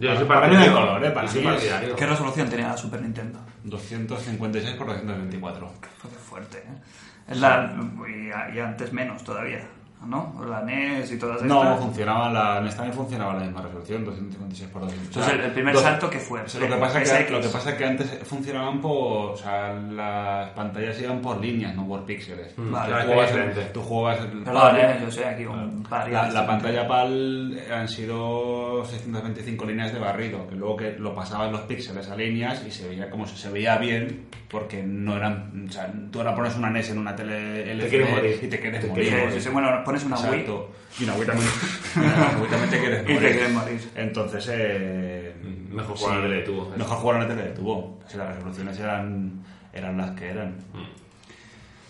S4: Yo soy
S3: para mí no hay
S4: partidario.
S3: color, ¿eh? Para
S4: Yo soy
S3: mí es
S4: partidario.
S2: ¿Qué resolución tenía la Super Nintendo?
S3: 256 por 224.
S2: Fue que fuerte, ¿eh? Es la. Y, y antes menos todavía, ¿no? La NES y todas estas.
S3: No, funcionaba la, en esta también funcionaba la misma resolución, 256 por 224.
S2: Entonces, el- el primer salto que fue, eh,
S3: Lo que, pasa
S2: PSX.
S3: que, lo que pasa que antes funcionaban por. O sea, las pantallas iban por líneas, no por píxeles.
S2: Vale,
S3: tú, jugabas,
S4: diferente.
S3: el- tú jugabas el
S2: Perdón, ¿eh? yo soy aquí un
S3: La,
S2: pari.
S3: la pantalla PAL han sido 625 líneas de barrido, que luego que lo pasaban los píxeles a líneas y se veía como si se veía bien, porque no eran, o sea, tú ahora pones una NES en una tele LCD
S4: quieres morir.
S3: y te quieres
S4: Te
S3: morir.
S2: Sí, sí, sí, bueno, pones una Wii.
S3: Exacto. Y una Wii también, una Wii también Ah, te quieres
S2: Y te
S3: morir.
S2: quieres morir.
S3: Entonces, eh,
S4: Mm, Mejor jugar a la tele de tubo.
S3: Mejor jugar a la tele de tubo. Si las resoluciones eran, eran las que eran.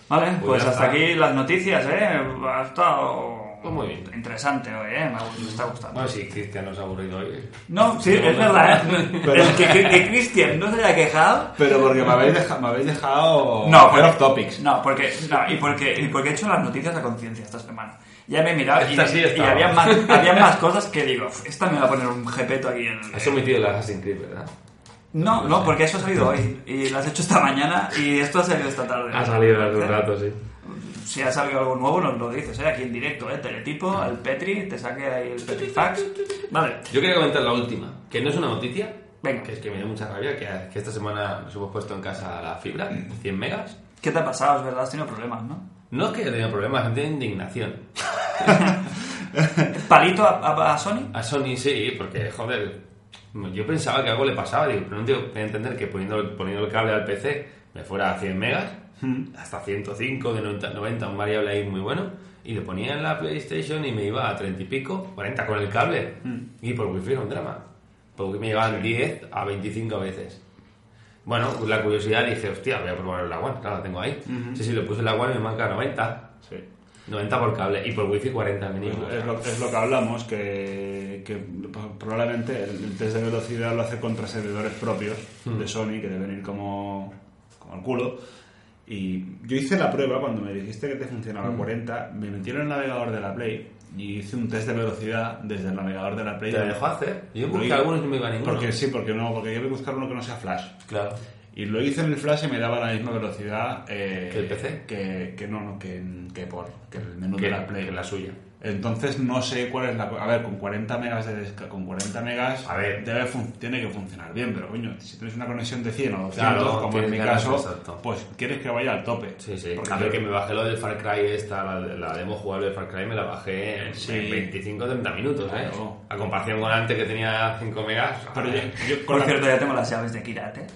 S2: Vale, pues,
S4: Pues ya
S2: hasta
S4: está.
S2: aquí las noticias, ¿eh? Ha estado
S4: Pues muy bien.
S2: interesante hoy, ¿eh? Me, ha gu- me está gustando.
S4: Bueno, sí, Cristian nos ha aburrido hoy.
S2: No, sí, es verdad. ¿eh?
S3: Pero-
S2: El que, que, que Cristian no se haya quejado.
S3: Pero porque me habéis dejado, me habéis dejado
S2: No,
S3: fuera
S2: porque-
S3: of topics.
S2: No, porque, no, y, porque, y porque he hecho las noticias a conciencia esta semana. Ya me he mirado y,
S4: Esta sí
S2: y
S4: estaba.
S2: había, más, había más cosas que digo, esta me va a poner un jepeto aquí en
S4: Has omitido el Assassin's Creed, ¿verdad?
S2: No, no, porque eso ha salido hoy. Y lo has hecho esta mañana y esto ha salido esta tarde.
S4: Ha salido hace un rato, sí.
S2: Si ha salido algo nuevo, nos lo dices, ¿eh? Aquí en directo, ¿eh? Teletipo, al Petri, te saque ahí el Petri Fax. Vale.
S4: Yo quería comentar la última, que no es una noticia,
S2: Venga.
S4: que es que me dio mucha rabia, que, que esta semana nos hemos puesto en casa la fibra, 100 megas.
S2: ¿Qué te ha pasado? Es verdad, has tenido problemas, ¿no?
S4: No es que haya tenido problemas, han tenido indignación.
S2: ¿Palito a, a- a Sony?
S4: A Sony sí, porque, joder, yo pensaba que algo le pasaba, digo, pero no tengo que entender que poniendo, poniendo el cable al PC me fuera a 100 megas,
S3: Hmm.
S4: hasta 105, de 90, 90, un variable ahí muy bueno, y lo ponía en la PlayStation y me iba a 30 y pico, 40 con el cable,
S3: Hmm.
S4: y por wifi era un drama, porque me llevaban 10 a 25 veces. Bueno, pues la curiosidad dije, hostia, voy a probar la One, claro, la tengo ahí. Sí, sí, lo puse en la One y me marca 90,
S3: Sí.
S4: 90 por cable, y por wifi 40 mínimo.
S3: Es lo, es lo que hablamos, que, que po- probablemente el el test de velocidad lo hace contra servidores propios
S4: Hmm.
S3: de Sony, que deben ir como, como el culo. Y yo hice la prueba cuando me dijiste que te funcionaba
S4: Hmm.
S3: 40, me metí en el navegador de la Play y hice un test de velocidad desde el navegador de la Play.
S4: Te la dejó hacer. Yo
S3: Lo
S4: busqué
S3: hice.
S4: algunos y no me iba a ninguno.
S3: Porque sí, porque, no, porque yo voy a buscar uno que no sea Flash.
S4: Claro.
S3: Y lo hice en el flash y me daba la misma velocidad eh,
S4: ¿Que el PC?
S3: Que, que no, no, que, que por que el menú
S4: Que
S3: de la Play.
S4: que la suya.
S3: Entonces no sé cuál es la... co- A ver, con 40 megas de desca- con 40 megas
S4: A ver.
S3: debe fun- tiene que funcionar bien, pero coño, si tienes una conexión de 100 o 200,
S4: Claro,
S3: como
S4: tienes
S3: en mi
S4: que ganar,
S3: caso,
S4: exacto.
S3: pues quieres que vaya al tope.
S4: Sí, sí.
S3: Porque
S4: A ver,
S3: yo-
S4: que me bajé lo del Far Cry esta, la, la demo jugable de Far Cry, me la bajé en
S3: Sí.
S4: 25 o 30 minutos, ¿eh?
S3: Claro.
S4: A comparación con antes que tenía 5 megas.
S3: Pero
S4: a
S3: yo,
S4: ver.
S3: yo con
S2: Por
S3: la-
S2: cierto, ya tengo las llaves de Kirate.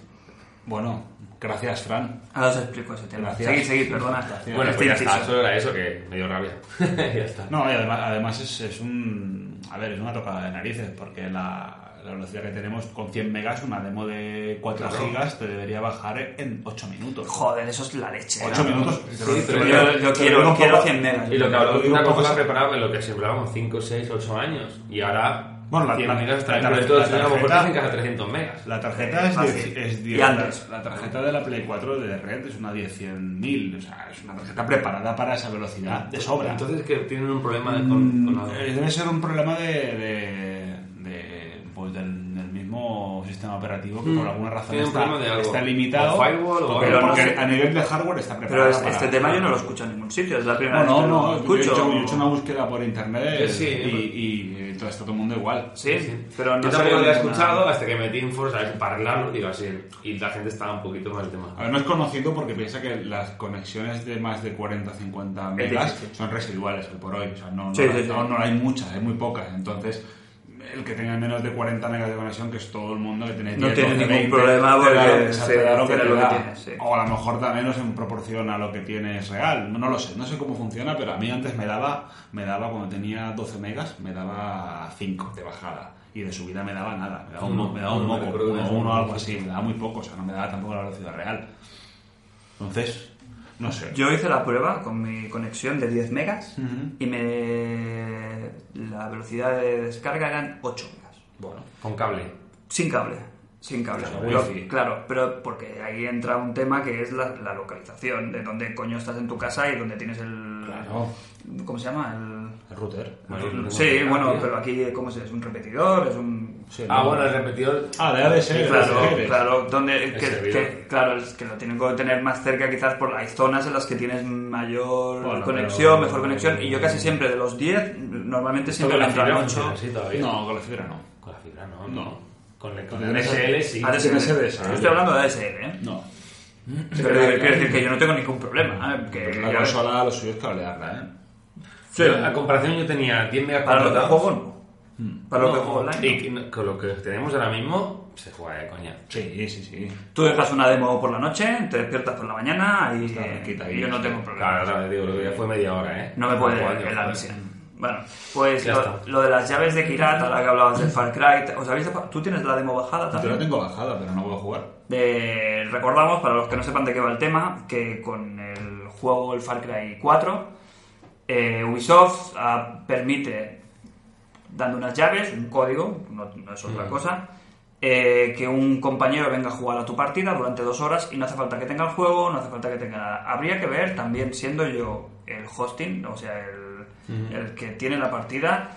S3: Bueno, gracias, Fran.
S2: Ahora os explico ese tema.
S3: Gracias.
S2: Seguid, seguid, perdona.
S3: Gracias.
S4: Bueno,
S2: Este
S4: pues ya está,
S2: inciso.
S4: solo era eso que me dio rabia. ya está.
S3: No, y además, además es, es un. A ver, es una tocada de narices, porque la, la velocidad que tenemos con 100 megas, una demo de 4
S4: Claro.
S3: gigas, te debería bajar en 8 minutos.
S2: Joder, eso es la leche.
S3: 8 minutos.
S4: Sí, pero
S2: yo- yo quiero- quiero 100 megas.
S4: Y lo que hablamos de
S3: Digo,
S4: una
S3: ¿cómo
S4: consola
S3: se-
S4: preparada en lo que se hablábamos 5, 6, 8 años. Y ahora.
S3: Bueno, la-
S4: 100
S3: la-
S4: megas
S3: la
S4: traen
S3: tarjeta-
S4: por todo
S3: la
S4: el a lo mejor te
S3: tarjeta-
S4: hacen casi 300 megas.
S3: La tarjeta es
S2: Fácil.
S3: 10. Es
S2: Y
S3: 10
S2: antes.
S3: La tarjeta de la Play 4 de red es una 10.000. O sea, es una tarjeta preparada para esa velocidad de sobra.
S4: Entonces que tienen un problema con, con
S3: Mm,
S4: la-
S3: eh, Debe ser un problema de, de- de, pues del, del mismo sistema operativo que por alguna razón
S4: Tiene un
S3: está,
S4: problema de algo.
S3: está limitado.
S4: O firewall o
S3: porque,
S2: algo.
S3: porque
S2: Pero no sé.
S3: a nivel de hardware está
S2: Pero
S3: preparado.
S2: es- este tema yo no lo escucho en ningún sitio, es la primera
S3: No,
S2: vez que
S3: no,
S2: lo
S3: no, yo he
S2: escucho.
S3: hecho, yo he hecho una búsqueda por internet
S4: Eh, sí,
S3: y,
S4: eh,
S3: y, eh, todo está todo el mundo igual.
S2: Sí,
S4: Sí.
S2: pero no
S4: Yo tampoco lo había
S2: ninguna-
S4: escuchado hasta que metí infos a parlarlo, digo así. Y la gente estaba un poquito más de tema.
S2: Ah,
S3: A ver, no es conocido porque piensa que las conexiones de más de 40 o 50 megas
S2: difícil.
S3: son residuales hoy por hoy. O sea, no, no,
S2: Sí, sí, sí.
S3: no- no hay muchas, hay muy pocas. Entonces, el que tenga menos de 40 megas de conexión, que es todo el mundo que tiene
S2: No
S3: 10,
S2: tiene
S3: 12,
S2: ningún
S3: 20,
S2: problema
S3: te da-
S2: porque
S3: o sea,
S2: se-
S3: te da lo que
S2: tiene
S3: te
S2: lo que
S3: da.
S2: tiene, sí.
S3: O a lo mejor da menos en proporción a lo que tienes real. No lo sé, no sé cómo funciona, pero a mí antes me daba, me daba cuando tenía 12 megas, me daba 5 de bajada. Y de subida me daba nada, me daba un, mo- me daba un
S4: No, no me
S3: moco,
S4: recuerdo
S3: uno,
S4: eso.
S3: uno o algo así, me daba muy poco, o sea, no me daba tampoco la velocidad real. Entonces, no sé.
S2: Yo hice la prueba con mi conexión de 10 megas
S3: Ujú.
S2: y me la velocidad de descarga eran 8 megas.
S3: Bueno,
S4: Con cable.
S2: Sin cable, sin cable.
S3: Claro,
S2: Pero-
S3: wifi.
S2: claro, pero porque ahí entra un tema que es la, la localización, de dónde coño estás en tu casa y dónde tienes el...
S3: Claro.
S2: ¿Cómo se llama?
S3: el router.
S2: El...
S4: Bueno, no
S2: sí,
S4: tengo
S2: bueno,
S4: idea.
S2: pero aquí, ¿cómo se es? ¿Un repetidor? ¿Es un...?
S3: Sí,
S4: Ah,
S3: no.
S4: bueno, el repetidor.
S3: Ah, de ADSL.
S2: Claro,
S3: ADSL.
S2: claro, donde, que,
S4: servidor.
S2: que- claro, es que lo tienen que tener más cerca quizás por hay zonas en las que tienes mayor
S3: Bueno,
S2: conexión,
S3: pero-
S2: mejor conexión, y yo casi siempre de los 10, normalmente
S4: Con
S2: siempre me
S4: la
S2: entran
S4: fibra
S2: 8.
S4: funciona así todavía.
S3: No, con la fibra no.
S4: Con la fibra no.
S3: No.
S4: Con el, con
S3: Tú
S4: el
S3: tienes-
S4: SL sí.
S3: Ah,
S2: ADSL.
S3: ADSL,
S2: Yo estoy hablando de ADSL, ¿eh?
S3: No.
S2: Pero quiero decir que yo no tengo ningún problema, ¿eh? Que
S3: La consola lo suyo es cablearla, ¿eh?
S4: Sí, a comparación yo tenía 10 megas
S2: Para lo que
S4: contratados.
S2: juego, no. Para lo que juego online.
S4: Mm. Y que no- con lo que tenemos ahora mismo, se juega de coña.
S3: Sí, sí, sí.
S2: Tú dejas una demo por la noche, te despiertas por la mañana y,
S3: Está cerquita ahí.
S2: y yo no tengo problema.
S4: Claro, claro, digo, lo que ya fue media hora, ¿eh?
S2: No me puede
S4: Cuatro años,
S2: en la
S4: joder.
S2: misión. Bueno, pues
S4: Ya
S2: lo,
S4: está.
S2: lo de las llaves de Kirat, ahora que hablabas del Far Cry, ¿os habéis dejado- ¿tú tienes la demo bajada
S3: Yo la
S2: también?
S3: tengo bajada, pero no puedo jugar.
S2: De- recordamos, para los que no sepan de qué va el tema, que con el juego el Far Cry 4, eh, Ubisoft ah, permite, dando unas llaves, un código, no, no es otra cosa, eh, que un compañero venga a jugar a tu partida durante dos horas y no hace falta que tenga el juego, no hace falta que tenga nada. Habría que ver también, siendo yo el hosting, o sea, el, el que tiene la partida,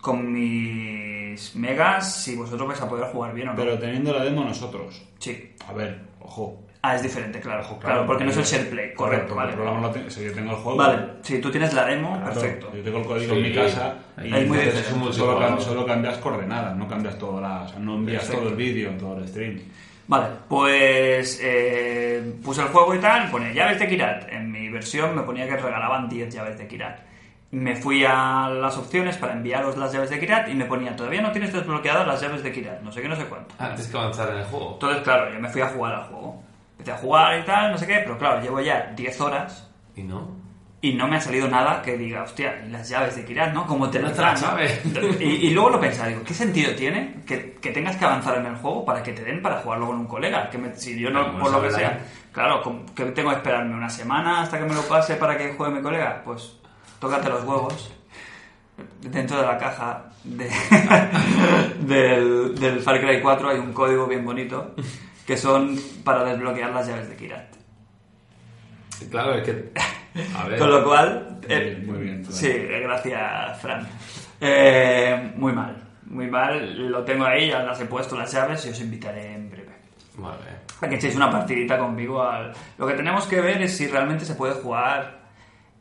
S2: con mis megas, si vosotros vais a poder jugar bien o no.
S3: Pero teniendo la demo nosotros.
S2: sí.
S3: A ver, ojo.
S2: Ah, es diferente, claro. Claro,
S3: claro,
S2: porque no es el
S3: porque-
S2: share play, correcto.
S3: porque el
S2: vale.
S3: programa lo tengo. O sea, yo tengo el juego.
S2: Vale, si tú tienes la demo,
S3: Claro,
S2: perfecto.
S3: Yo tengo el código en
S4: Sí.
S3: mi casa y
S2: Es muy
S3: entonces
S2: diferente.
S3: solo,
S4: Multijugador.
S3: cam- solo cambias coordenadas, no cambias toda la, o sea, no envías
S2: Perfecto.
S3: todo el vídeo, todo el stream.
S2: Vale, pues eh, puse el juego y tal, pone llaves de Kirat. En mi versión me ponía que regalaban 10 llaves de Kirat. Me fui a las opciones para enviaros las llaves de Kirat y me ponía, todavía no tienes desbloqueadas las llaves de Kirat, no sé qué, no sé cuánto.
S4: Antes que avanzar en el juego.
S2: Entonces, claro, yo me fui a jugar al juego. Empecé a jugar y tal, no sé qué, pero claro, llevo ya 10 horas
S4: ¿Y no?
S2: y no me ha salido nada que diga, hostia, y las llaves de Kirat, ¿no? Como te
S4: No
S2: las
S4: te las
S2: dan, ¿no?
S4: sabes.
S2: Y, y luego lo pensaba, digo, ¿qué sentido tiene que, que tengas que avanzar en el juego para que te den para jugarlo con un colega? Que me- si yo no,
S4: Bueno,
S2: por lo que
S4: saberá.
S2: sea, claro, com- que tengo que esperarme una semana hasta que me lo pase para que juegue mi colega, pues tócate los huevos dentro de la caja de- del, del Far Cry 4 hay un código bien bonito que son para desbloquear las llaves de Kirat.
S4: Claro, es que. A ver.
S2: Con lo cual.
S3: Muy bien, muy bien, Fran.
S2: Eh, Sí, eh, gracias, Fran. Eh, muy mal, muy mal. Lo tengo ahí, ya las he puesto las llaves y os invitaré en breve.
S4: Vale.
S2: A que echéis una partidita conmigo. al- Lo que tenemos que ver es si realmente se puede jugar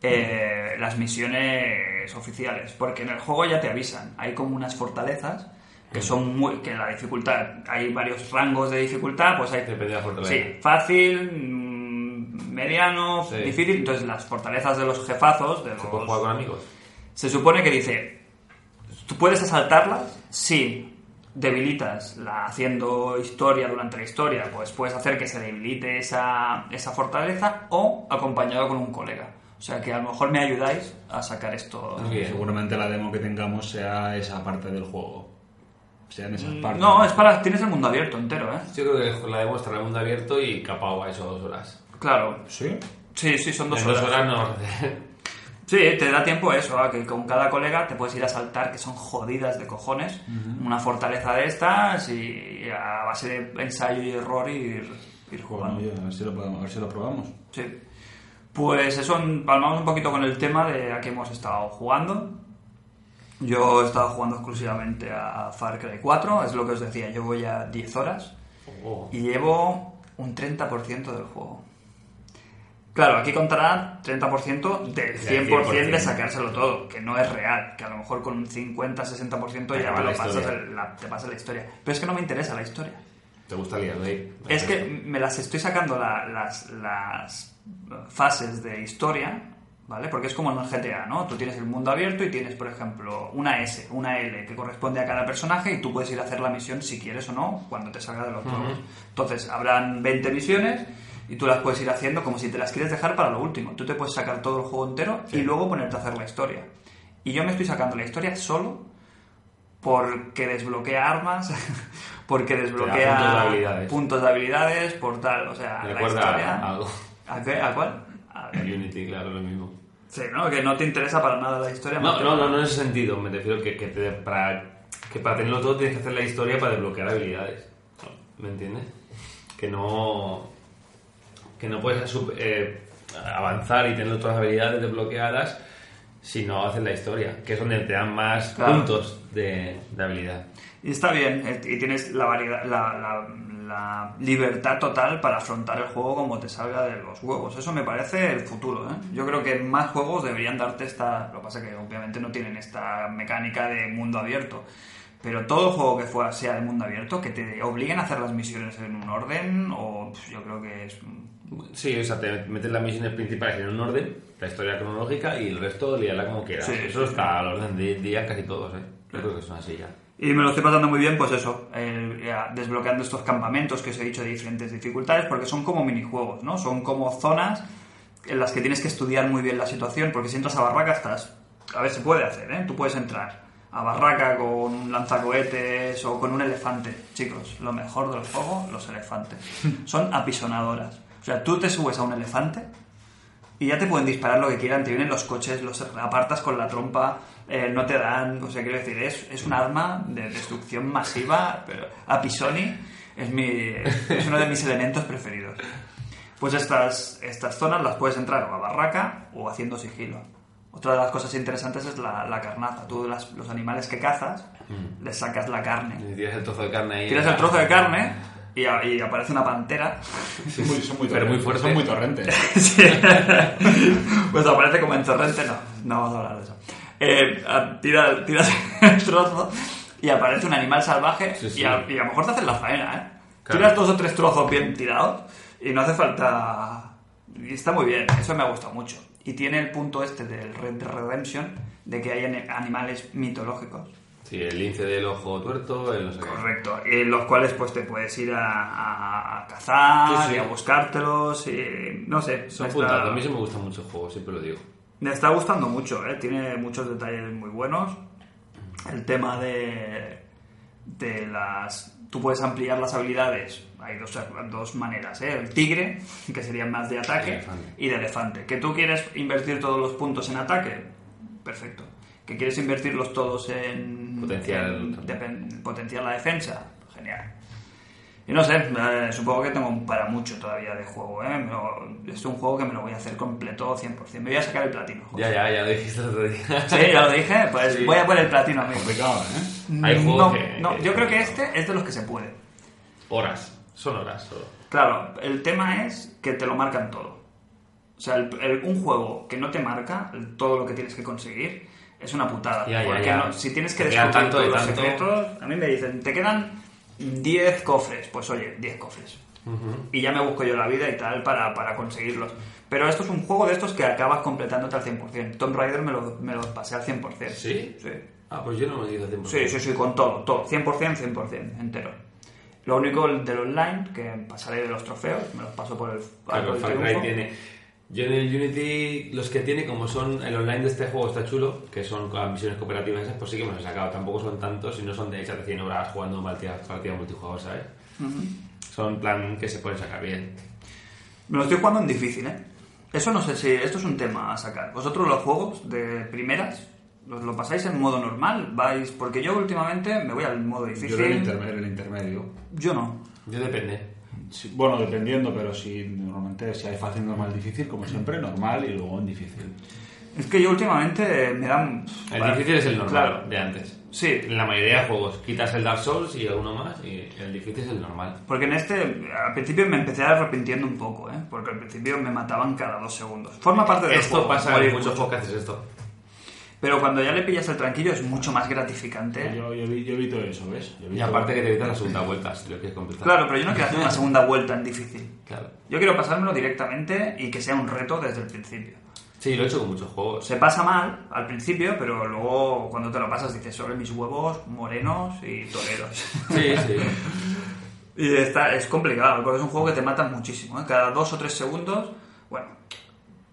S2: eh, las misiones oficiales. Porque en el juego ya te avisan. Hay como unas fortalezas que son muy. que la dificultad. Hay varios rangos de dificultad. Pues hay.
S4: Depende de la fortaleza.
S2: Sí, fácil, mm, mediano,
S4: Sí.
S2: difícil. Entonces las fortalezas de los jefazos. De
S4: ¿Se
S2: los-
S4: puede jugar con amigos?
S2: se supone que dice, ¿tú puedes asaltarlas? Sí. debilitas la, haciendo historia durante la historia, pues puedes hacer que se debilite esa, esa fortaleza o acompañado con un colega. O sea que a lo mejor me ayudáis a sacar esto.
S4: Bien.
S3: Seguramente la demo que tengamos sea esa parte del juego. Sean esas partes.
S2: Mm, No, es para. Tienes el mundo abierto entero, ¿eh?
S4: Yo creo que la demo estará en mundo abierto y capao a eso dos horas.
S2: Claro.
S3: ¿Sí?
S2: Sí, sí, son dos
S4: En
S2: horas.
S4: dos horas no.
S2: Sí, te da tiempo eso, a que con cada colega te puedes ir a saltar, que son jodidas de cojones, una fortaleza de estas y a base de ensayo y error ir, ir
S3: Bueno,
S2: jugando.
S3: oye, Pues a ver si lo, podemos- a ver si lo probamos.
S2: Sí. Pues eso, empalmamos un poquito con el tema de a qué hemos estado jugando. Yo he estado jugando exclusivamente a Far Cry 4, es lo que os decía, llevo ya 10 horas
S4: Oh.
S2: y llevo un 30% del juego. Claro, aquí contará 30% del 100% de sacárselo todo, que no es real, que a lo mejor con un 50-60% ya
S4: Acaba
S2: te, lo
S4: la
S2: pasas
S4: historia.
S2: el- la- te pasa la historia. Pero es que no me interesa la historia.
S4: ¿Te gusta liarlo ahí?
S2: Es que me las estoy sacando la- las, las fases de historia, ¿vale? Porque es como en el GTA, ¿no? Tú tienes el mundo abierto y tienes, por ejemplo, una S, una L que corresponde a cada personaje y tú puedes ir a hacer la misión si quieres o no cuando te salga de los juegos. Entonces, habrán 20 misiones y tú las puedes ir haciendo como si te las quieres dejar para lo último. Tú te puedes sacar todo el juego entero y luego ponerte a hacer la historia. Y yo me estoy sacando la historia solo porque desbloquea armas, porque desbloquea
S4: puntos de habilidades.
S2: puntos de habilidades, por tal, o sea,
S4: Me
S2: la
S4: recuerda
S2: historia...
S4: a algo.
S2: ¿A qué? ¿A cuál? A-
S4: El Unity, claro, lo mismo.
S2: sí, ¿no? Que no te interesa para nada la historia.
S4: No,
S2: más que-
S4: no, no, no en ese sentido. Me refiero que, que, te- para, que para tenerlo todo tienes que hacer la historia para desbloquear habilidades. ¿Me entiendes? Que no. Que no puedes asu- eh, avanzar y tener todas las habilidades desbloqueadas si no haces la historia, que es donde te dan más
S2: Claro.
S4: puntos de, de habilidad.
S2: Y está bien, eh, y tienes la, variedad, la, la- la libertad total para afrontar el juego como te salga de los huevos. Eso me parece el futuro. ¿eh? Yo creo que más juegos deberían darte esta... Lo que pasa es que obviamente no tienen esta mecánica de mundo abierto. Pero todo juego que fuera, sea de mundo abierto, que te obliguen a hacer las misiones en un orden, o pf, yo creo que es...
S4: Sí, o sea, te metes las misiones principales en un orden, la historia cronológica y el resto liarla como quieras.
S2: Sí,
S4: Eso
S2: sí,
S4: está al orden de día casi todos, ¿eh? Yo creo que son así ya.
S2: Y me lo estoy pasando muy bien, pues eso, el- ya, desbloqueando estos campamentos que os he dicho de diferentes dificultades, porque son como minijuegos, ¿no? Son como zonas en las que tienes que estudiar muy bien la situación, porque si entras a barraca estás... A ver, se puede hacer, ¿eh? Tú puedes entrar a barraca con un lanzacohetes o con un elefante. Chicos, lo mejor del juego, los elefantes. Son apisonadoras. O sea, tú te subes a un elefante y ya te pueden disparar lo que quieran, te vienen los coches, los apartas con la trompa, eh, no te dan, o sea, quiero decir, es, es un arma de destrucción masiva, pero a Pisoni es, mi, es uno de mis elementos preferidos. Pues estas, estas zonas las puedes entrar o a barraca o haciendo sigilo. Otra de las cosas interesantes es la, la carnaza. Tú las- los animales que cazas, les sacas la carne.
S4: Y Tiras el trozo de carne ahí.
S2: Tiras el trozo de carne y, a- y aparece una pantera.
S3: Son muy, son muy
S4: Pero muy
S3: torrentes,
S4: fuerte.
S3: Son muy torrentes.
S2: Sí. Pues aparece como en torrente, no, no vamos a hablar de eso. Eh, a- tira, tiras el trozo y aparece un animal salvaje
S4: Sí, sí.
S2: Y, a, y a lo mejor te haces la faena, ¿eh?
S4: Claro.
S2: Tiras dos o tres trozos bien tirados y no hace falta... Y está muy bien, eso me ha gustado mucho. Y tiene el punto este del Red Dead Redemption, de que hay ani- animales mitológicos.
S4: Sí, el lince del ojo tuerto, el no sé qué.
S2: Correcto, en los cuales pues te puedes ir a, a- a cazar
S4: Sí, sí.
S2: y a buscártelos y no sé.
S4: Son
S2: me está-
S4: puntados. A mí sí me gusta mucho el juego, siempre lo digo.
S2: Me está gustando mucho, ¿eh? tiene muchos detalles muy buenos. El tema de, de las... Tú puedes ampliar las habilidades. Hay dos, dos maneras, ¿eh? El tigre, que sería más de ataque,
S4: Elefante.
S2: y de elefante. ¿Que tú quieres invertir todos los puntos en ataque? Perfecto. ¿Que quieres invertirlos todos en...
S4: Potenciar el-
S2: en depen- potenciar la defensa? Genial. Y no sé, eh, supongo que tengo para mucho todavía de juego, ¿eh? Me lo- es un juego que me lo voy a hacer completo 100%. Me voy a sacar el platino. José.
S4: Ya, ya, ya lo dijiste el otro día.
S2: Sí, ya lo dije, pues
S4: Sí.
S2: voy a por el platino, amigo.
S3: Complicado, ¿eh?
S4: Hay
S2: no,
S4: juegos que-
S2: no,
S4: que-
S2: yo creo que este es de los que se puede.
S4: Horas. Son horas solo.
S2: Claro, el tema es que te lo marcan todo. O sea, el- el- un juego que no te marca el- todo lo que tienes que conseguir es una putada.
S4: Ya, ya,
S2: porque
S4: ya.
S2: no- si tienes que
S4: Te queda
S2: descubrir
S4: tanto
S2: todos
S4: de
S2: los
S4: tanto.
S2: secretos, a mí me dicen, te quedan 10 cofres. Pues oye, 10 cofres. Y ya me busco yo la vida y tal para, para conseguirlos. Pero esto es un juego de estos que acabas completándote al 100%. Tomb Raider me lo, me lo pasé al 100%.
S4: ¿Sí?
S2: Sí.
S4: Ah, pues yo no me he ido a tiempo.
S2: Sí, sí, sí, con todo, todo, 100%, 100%, entero. Lo único el del online, que pasaré de los trofeos, me los paso por el arco
S4: Claro,
S2: del
S4: Far Cry
S2: triunfo.
S4: tiene. Yo en el Unity, los que tiene, como son el online de este juego está chulo, que son con las misiones cooperativas esas, pues sí que me los he sacado. Tampoco son tantos y no son de echar 100 horas jugando partidas, partidas multijugador, ¿sabes? Son plan que se pueden sacar bien.
S2: Me lo estoy jugando en difícil, ¿eh? Eso no sé si... Esto es un tema a sacar. Vosotros los juegos de primeras, ¿los lo pasáis en modo normal? ¿Vais? Porque yo últimamente me voy al modo
S3: Yo era el
S2: difícil.
S3: intermedio. El intermedio.
S2: Yo no.
S4: Yo depende.
S3: Sí, bueno, dependiendo, pero si normalmente si hay fácil, normal, difícil, como siempre, normal y luego en difícil.
S2: Es que yo últimamente me dan...
S4: El
S2: Vale.
S4: difícil es el normal
S2: Claro.
S4: de antes.
S2: Sí,
S4: En la mayoría de juegos, quitas el Dark Souls y alguno más, y el difícil es el normal.
S2: Porque en este, al principio me empecé arrepintiendo un poco, ¿eh? Porque al principio me mataban cada dos segundos. Forma parte de
S4: Esto pasa en
S2: morir
S4: muchos
S2: mucho.
S4: juegos que haces esto.
S2: Pero cuando ya le pillas el tranquillo es mucho más gratificante. ¿eh?
S3: Yo, yo vi- yo evito eso, ¿ves? Yo
S4: Y
S3: evito-
S4: aparte que te evitas la segunda vuelta, si lo quieres completar.
S2: Claro, pero yo no quiero hacer una segunda vuelta en difícil.
S4: Claro.
S2: Yo quiero pasármelo directamente y que sea un reto desde el principio.
S4: Sí, lo he hecho con muchos juegos.
S2: Se pasa mal al principio, pero luego cuando te lo pasas dices sobre mis huevos morenos y toreros.
S4: Sí, sí.
S2: Y está, es complicado, porque es un juego que te mata muchísimo. ¿eh? Cada dos o tres segundos, bueno,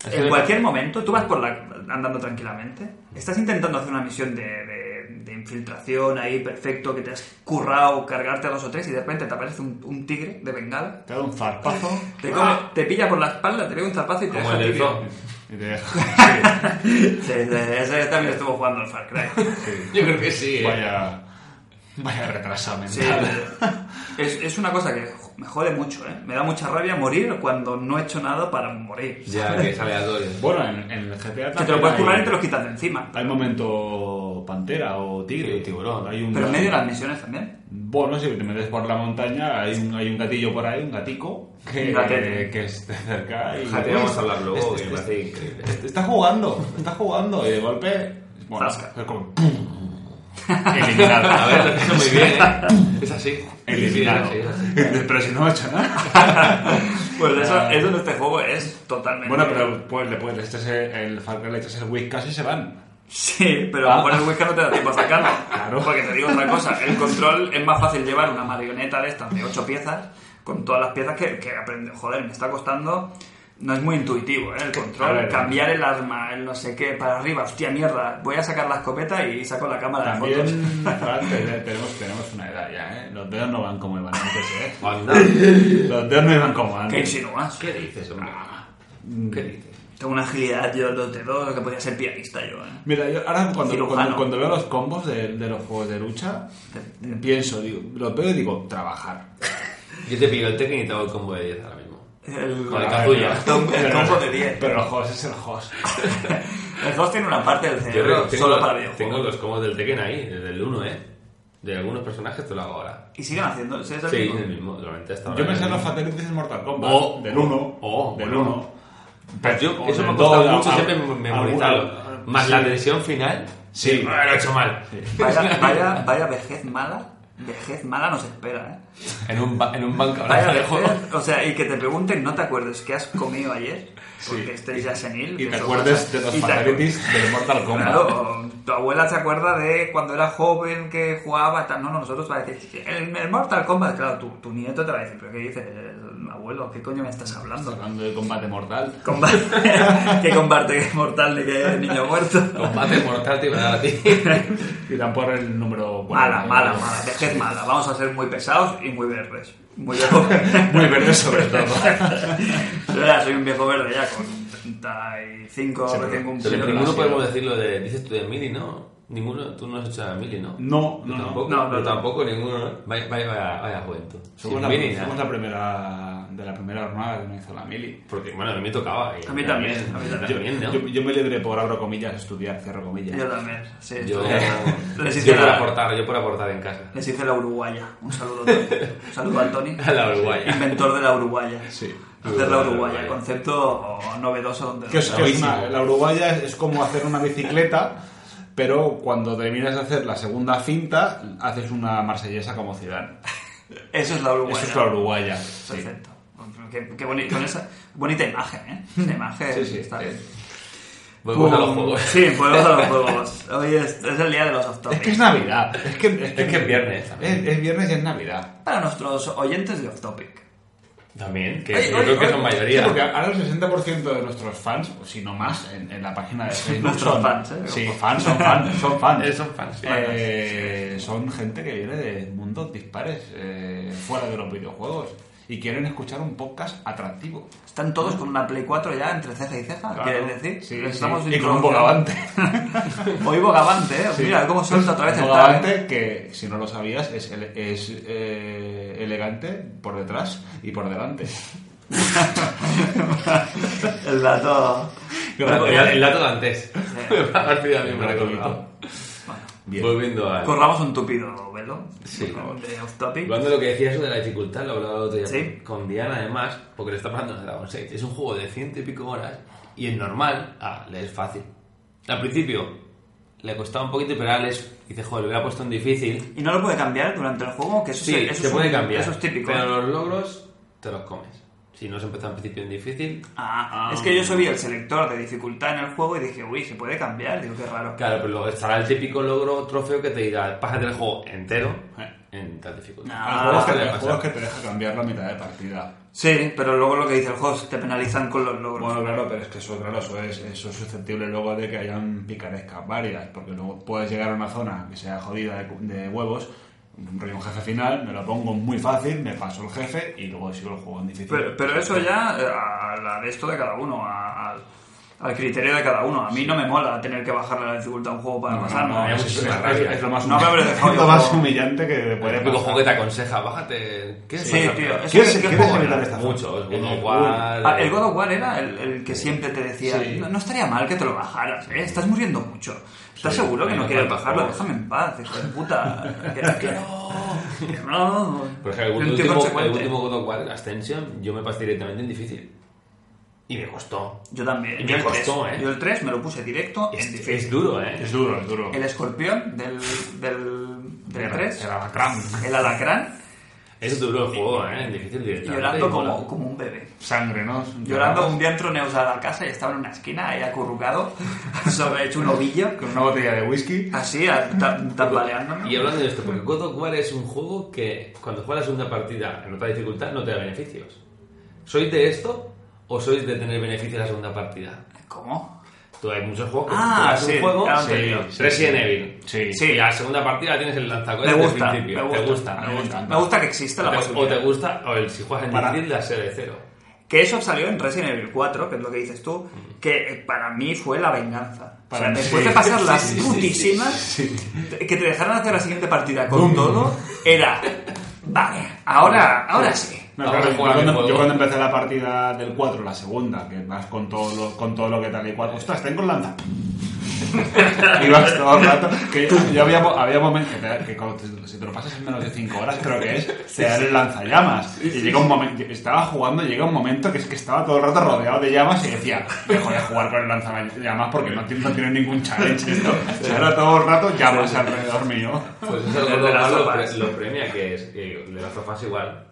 S4: Es
S2: en
S4: que-
S2: cualquier momento, tú vas por la, andando tranquilamente, estás intentando hacer una misión de, de- de infiltración ahí perfecto, que te has currado, cargarte a dos o tres, y de repente te aparece un, un tigre de bengala,
S3: Te da un zarpazo
S2: te, come- te pilla por la espalda, te pega un zarpazo y te
S4: Ah. Como
S2: deja
S4: el del
S2: tibio.
S4: Pro.
S3: y te deja.
S2: Sí, sí, ese también estuvo jugando al Far Cry.
S3: Sí, sí.
S4: Yo creo que sí. ¿eh?
S3: Vaya, vaya retrasado
S2: Sí,
S3: mental.
S2: es, es una cosa que jo- me jode mucho, ¿eh? Me da mucha rabia morir cuando no he hecho nada para morir.
S4: Ya que es aleatorio.
S3: Bueno, en, en el GTA
S2: Que te lo
S3: también
S2: puedes currar
S3: hay-
S2: y te lo quitas de encima.
S3: Hay momento pantera o tigre.
S4: Sí, tiburón.
S3: Hay un
S2: Pero en medio de las misiones también.
S3: Bueno, si te metes por la montaña, hay un, hay un gatillo por ahí, un gatico, que,
S2: Un gatete.
S3: que esté cerca. Y,
S4: Fíjate, vamos a hablar luego,
S3: Este-
S4: que me
S3: este-
S4: parece increíble.
S3: este está jugando, está jugando, y de golpe. Bueno,
S2: Zasca.
S3: es como. ¡pum! Eliminado.
S4: A ver, lo he hecho muy bien, ¿eh? Es así.
S3: Eliminado.
S4: Sí, es así, es así.
S3: Pero si no ha hecho nada.
S2: Pues eso, eso en este juego es totalmente.
S3: Bueno, pero pues, le puedes, le echas el, el Far Cry, le echas el Wick casi se van.
S2: Sí, pero a lo mejor el Wicca no te da tiempo a sacarlo.
S3: Ah. Claro.
S2: Porque te digo otra cosa: el control es más fácil llevar una marioneta de estas de 8 piezas con todas las piezas que, que aprende. Joder, me está costando. No es muy intuitivo, ¿eh? El
S3: A
S2: control,
S3: ver.
S2: cambiar el arma, el no sé qué, para arriba, hostia mierda, voy a sacar la escopeta y saco la cámara de fotos.
S3: También, Fran, te- tenemos, tenemos una edad ya, ¿eh? Los dedos no van como iban antes, ¿eh?
S4: Anda.
S3: Los dedos no iban como
S2: ¿Qué
S3: antes.
S2: insinúas?
S4: ¿Qué dices, hombre? ¿Qué dices?
S2: Tengo una agilidad yo, los dedos, que podría ser pianista yo, ¿eh?
S3: Mira, yo ahora cuando,
S2: Cirujano.
S3: cuando, cuando veo los combos de, de los juegos de lucha, pienso, digo, los veo y digo, trabajar.
S4: Yo te pido el Tekken y te hago el combo de 10 ahora mismo.
S2: El,
S4: Con el capullo.
S2: el combo- el combo de 10.
S3: Pero los juegos es el juegos.
S2: El 2 tiene una parte del
S4: Yo creo
S2: cerebro
S4: que
S2: solo para
S4: tengo, tengo
S2: videojuegos.
S4: los combos del Tekken ahí, desde el 1, ¿eh? De algunos personajes te lo hago ahora.
S2: Y siguen haciendo. ¿sí? ¿Es el
S4: Sí,
S2: mismo?
S4: el mismo, durante hasta ahora.
S3: Yo pensé en los fatalities en Mortal Kombat.
S4: Oh,
S3: del 1.
S4: oh,
S3: del
S4: bueno.
S3: 1.
S4: Yo-
S3: o
S4: eso me
S3: del
S4: ha costado
S3: dos,
S4: mucho
S3: al-
S4: siempre memorizarlo.
S3: alguna-
S4: Más
S3: sí.
S4: la decisión final.
S3: Sí.
S4: ah, lo he hecho mal.
S2: Vaya, vaya, vaya vejez mala. Vejez mala nos espera, ¿eh?
S4: En un, ba- en un banco ahora
S2: Vaya
S4: de juego.
S2: vejez. O sea, y que te pregunten, no te acuerdes qué has comido ayer, porque estés ya senil.
S3: Y
S2: que
S3: te
S2: eso
S3: acuerdes
S2: pasa.
S3: de los
S2: Y te acu-
S3: fatalities del Mortal Kombat.
S2: Claro, tu abuela se acuerda de cuando era joven que jugaba. Tal. No, no, nosotros va a decir, el, el Mortal Kombat, claro, tu, tu nieto te va a decir, pero ¿qué dices? Abuelo, ¿qué coño me estás hablando?
S3: Hablando de combate mortal.
S2: Combate, ¿Qué combate mortal de que niño muerto?
S4: Combate mortal te iba a dar a ti.
S3: Y dan por el número
S2: Mala,
S3: 40.
S2: mala, mala, vejez mala. Vamos a ser muy pesados y muy verdes. Muy viejo.
S3: Muy verde sobre todo.
S2: Yo ya soy un viejo verde ya con 35
S3: Sí,
S2: recién
S4: Pero
S2: cumplido.
S4: ninguno
S3: demasiado.
S4: podemos decir lo de. Dices tú de Mili, ¿no? Ninguno, tú no has hecho a Mili, ¿no?
S3: No,
S4: Yo
S3: no,
S4: tampoco.
S2: no. No, no,
S4: Yo
S2: no.
S4: tampoco, ninguno. ¿no? Vaya, vaya, vaya, vaya juventud.
S3: Somos,
S4: Sin ¿eh?
S3: la,
S4: Mili,
S3: somos
S4: nada.
S3: la primera de la primera jornada que me hizo la mili.
S4: Porque, bueno, a mí me tocaba. y
S2: A mí también, a mí
S4: Yo, también, ¿no?
S3: Yo, yo me libré por abro comillas, estudiar, cierro comillas.
S2: Yo también. Sí,
S4: Yo,
S2: les, hice
S4: yo por
S2: la,
S4: aportar, yo por aportar en casa.
S2: les hice la uruguaya. Un saludo, Tony. Un saludo al Tony.
S4: A la uruguaya.
S2: Inventor de la uruguaya.
S3: Sí.
S2: Hacer la uruguaya. Concepto novedoso donde
S3: Que es- que es una- la uruguaya es, es como hacer una bicicleta, pero cuando terminas de hacer la segunda cinta, haces una marsellesa como ciudad.
S2: Eso es la uruguaya.
S3: Eso es la uruguaya. sí.
S2: Perfecto. Qué, qué boni- con esa bonita imagen, ¿eh? Una imagen
S3: Sí, sí,
S2: está
S3: eh.
S2: bien.
S4: Volvemos a los
S2: Pum.
S4: juegos.
S2: Sí, volvemos a los juegos. Hoy es, es el día de los off
S3: Es
S2: topic.
S3: que es Navidad. Es que es,
S4: que es viernes.
S3: Es, es viernes y es Navidad.
S2: Para nuestros oyentes de off topic.
S4: También, que
S2: Oye,
S4: yo
S2: oye,
S4: creo que
S2: oye,
S4: son
S3: Sí,
S4: mayoría.
S3: porque ahora el 60% de nuestros fans, o si no más, en, en la página de Facebook.
S2: Nuestros
S3: son-
S2: fans, ¿eh?
S3: Sí, fans, son fans, son fans.
S4: Eh, son fans, sí.
S3: Eh, son gente que viene de mundos dispares, eh, fuera de los videojuegos, y quieren escuchar un podcast atractivo.
S2: Están todos con una Play 4 ya entre ceja y ceja,
S3: Claro.
S2: ¿quieres decir?
S3: Sí,
S2: Les
S3: sí.
S2: estamos
S3: Y con un
S2: introduciendo-
S3: bogavante.
S2: Hoy bogavante, ¿eh?
S3: Sí.
S2: Mira cómo suelta otra vez el
S3: Bogavante,
S2: tag.
S3: que si no lo sabías, es, ele- es eh, elegante por detrás y por delante.
S2: El dato.
S4: El, el dato de antes. Me ha parecido a mí, me ha
S3: Dato
S4: recordado.
S3: Bien.
S4: Volviendo a...
S2: Corramos un tupido velo
S4: Sí.
S2: de off topic.
S4: Hablando de lo que decías de la dificultad, lo hablaba el otro día
S2: Sí.
S4: con Diana además, porque le está pasando en Dragon 6. Es un juego de ciento y pico horas y en normal ah, le es fácil. Al principio le costaba un poquito, pero ahora le es, dice, joder, lo hubiera puesto en difícil.
S2: Y no lo puede cambiar durante el juego, que eso,
S4: Sí,
S2: es, eso
S4: se
S2: es
S4: puede
S2: un-
S4: cambiar.
S2: Eso es típico. ¿eh?
S4: Pero los logros te los comes. Si no has empezado al principio en difícil...
S2: Ah, es que yo subí el selector de dificultad en el juego y dije, uy, se puede cambiar. Digo, qué raro.
S4: Claro, pero luego estará el típico logro trofeo que te dirá, pásate el juego entero en tal dificultad.
S2: No.
S3: Hay
S2: Ah,
S3: juegos que
S4: vale,
S3: te-
S4: pasa.
S3: juegos que te deja cambiar la mitad de partida.
S2: Sí, pero luego lo que dice el host, te penalizan con los logros.
S3: Bueno, claro, pero es que eso, claro, eso es, eso es susceptible luego de que hayan picarescas varias, porque luego puedes llegar a una zona que sea jodida de, cu- de huevos, un rollo un jefe final, me lo pongo muy fácil, me paso el jefe y luego sigo el juego en difícil.
S2: Pero, pero eso ya eh, a la de esto de cada uno, a- al, al criterio de cada uno. A mí no me mola tener que bajarle la dificultad a un juego para
S3: No,
S2: pasarlo.
S3: no,
S4: me da
S3: es,
S4: muchísima
S3: es-
S4: rabia.
S3: es lo más,
S2: No me habré dejado
S3: es
S2: yo.
S3: lo más humillante que
S4: El
S3: puede
S4: típico
S3: pasar.
S4: juego que te aconseja, bájate. ¿Qué
S2: Sí,
S4: pasa?
S2: tío, eso
S3: ¿Quieres-
S2: sí que
S3: quieres
S2: juego,
S3: evitar
S2: ¿no?
S3: esta
S4: Muchos,
S3: fase?
S4: uno
S3: El-
S4: igual.
S2: Ah, el God of War era el, el que siempre te decía,
S3: Sí.
S2: no, no estaría mal que te lo bajaras, ¿eh? estás muriendo mucho. ¿Estás
S4: Sí,
S2: seguro que
S4: ahí
S2: no
S4: no
S2: quieres
S4: falta
S2: bajarlo?
S4: juego.
S2: Déjame en paz, hijo de puta. que, que no, que no.
S4: Por ejemplo, el
S2: Un tío
S4: último, el
S2: consecuente.
S4: último God of War, el Ascension, yo me pasé directamente en difícil. Y me costó.
S2: Yo también.
S4: Me
S2: Yo el,
S4: costó,
S2: 3,
S4: ¿eh?
S2: yo el 3 me lo puse directo en
S4: Es,
S2: difícil.
S4: es duro, ¿eh?
S3: Es duro, es duro.
S2: El escorpión del, del, del
S3: Era-
S2: 3.
S3: era alacrán.
S2: El alacrán.
S4: Es duro el juego, ¿eh? En difícil directamente.
S2: Llorando
S4: y mola.
S2: como, como un bebé.
S3: Sangre, ¿no?
S2: Llorando, un día entró Neus a la casa y estaba en una esquina ahí acurrucado, sobre hecho un ovillo,
S3: Con una botella de whisky.
S2: así, a- ta- tambaleándome.
S4: Y hablando de esto, porque God of War es un juego que cuando juegas la segunda partida en otra dificultad no te da beneficios. ¿Sois de esto o sois de tener beneficios en la segunda partida?
S2: ¿Cómo?
S4: Tú hay muchos juegos que
S2: Ah,
S4: juegas
S2: sí,
S4: un juego,
S2: ya lo
S4: sí,
S2: entendí.
S4: sí, Resident Evil.
S3: Sí.
S4: Y la segunda partida la tienes en el
S2: Me
S4: lanzacohetes desde
S2: gusta,
S4: el
S2: me
S4: principio.
S2: gusta,
S4: te gusta.
S2: me gusta.
S3: encanta.
S2: Me gusta que exista la
S4: O te- o te
S2: posibilidad.
S4: gusta, o el, si juegas en
S3: Para.
S4: difícil, la serie de cero.
S2: Que eso salió en Resident Evil 4, que es lo que dices tú, que eh, para mí fue la venganza. O sea,
S3: Mm. Para mí,
S2: después
S3: sí.
S2: de pasar las
S3: Sí, sí, sí,
S2: putísimas te- que te dejaron hacer la siguiente partida con todo, era, vale, ahora, ahora sí.
S3: Me
S4: Ahora
S3: acuerdo,
S4: juega
S3: yo,
S4: mi
S3: cuando,
S4: juego.
S3: yo cuando empecé la partida del 4, la segunda, que vas con todo lo, con todo lo que tal y cual, ostras, tengo el lanza. y vas todo el rato. Que yo, yo había, mo- había momentos que, te- que cuando te- si te lo pasas en menos de 5 horas, creo que es, te dan el lanzallamas. y llega un momento, estaba jugando, llega un momento que es que estaba todo el rato rodeado de llamas y decía, dejo de jugar con el lanzallamas porque no tiene, no tiene ningún challenge esto. Y ahora todo el rato llamas alrededor mío.
S4: Pues eso
S2: El
S4: es
S2: de
S4: lo,
S2: las
S4: lo,
S2: sofás.
S4: pre- lo premia, que es que el de las sofás igual.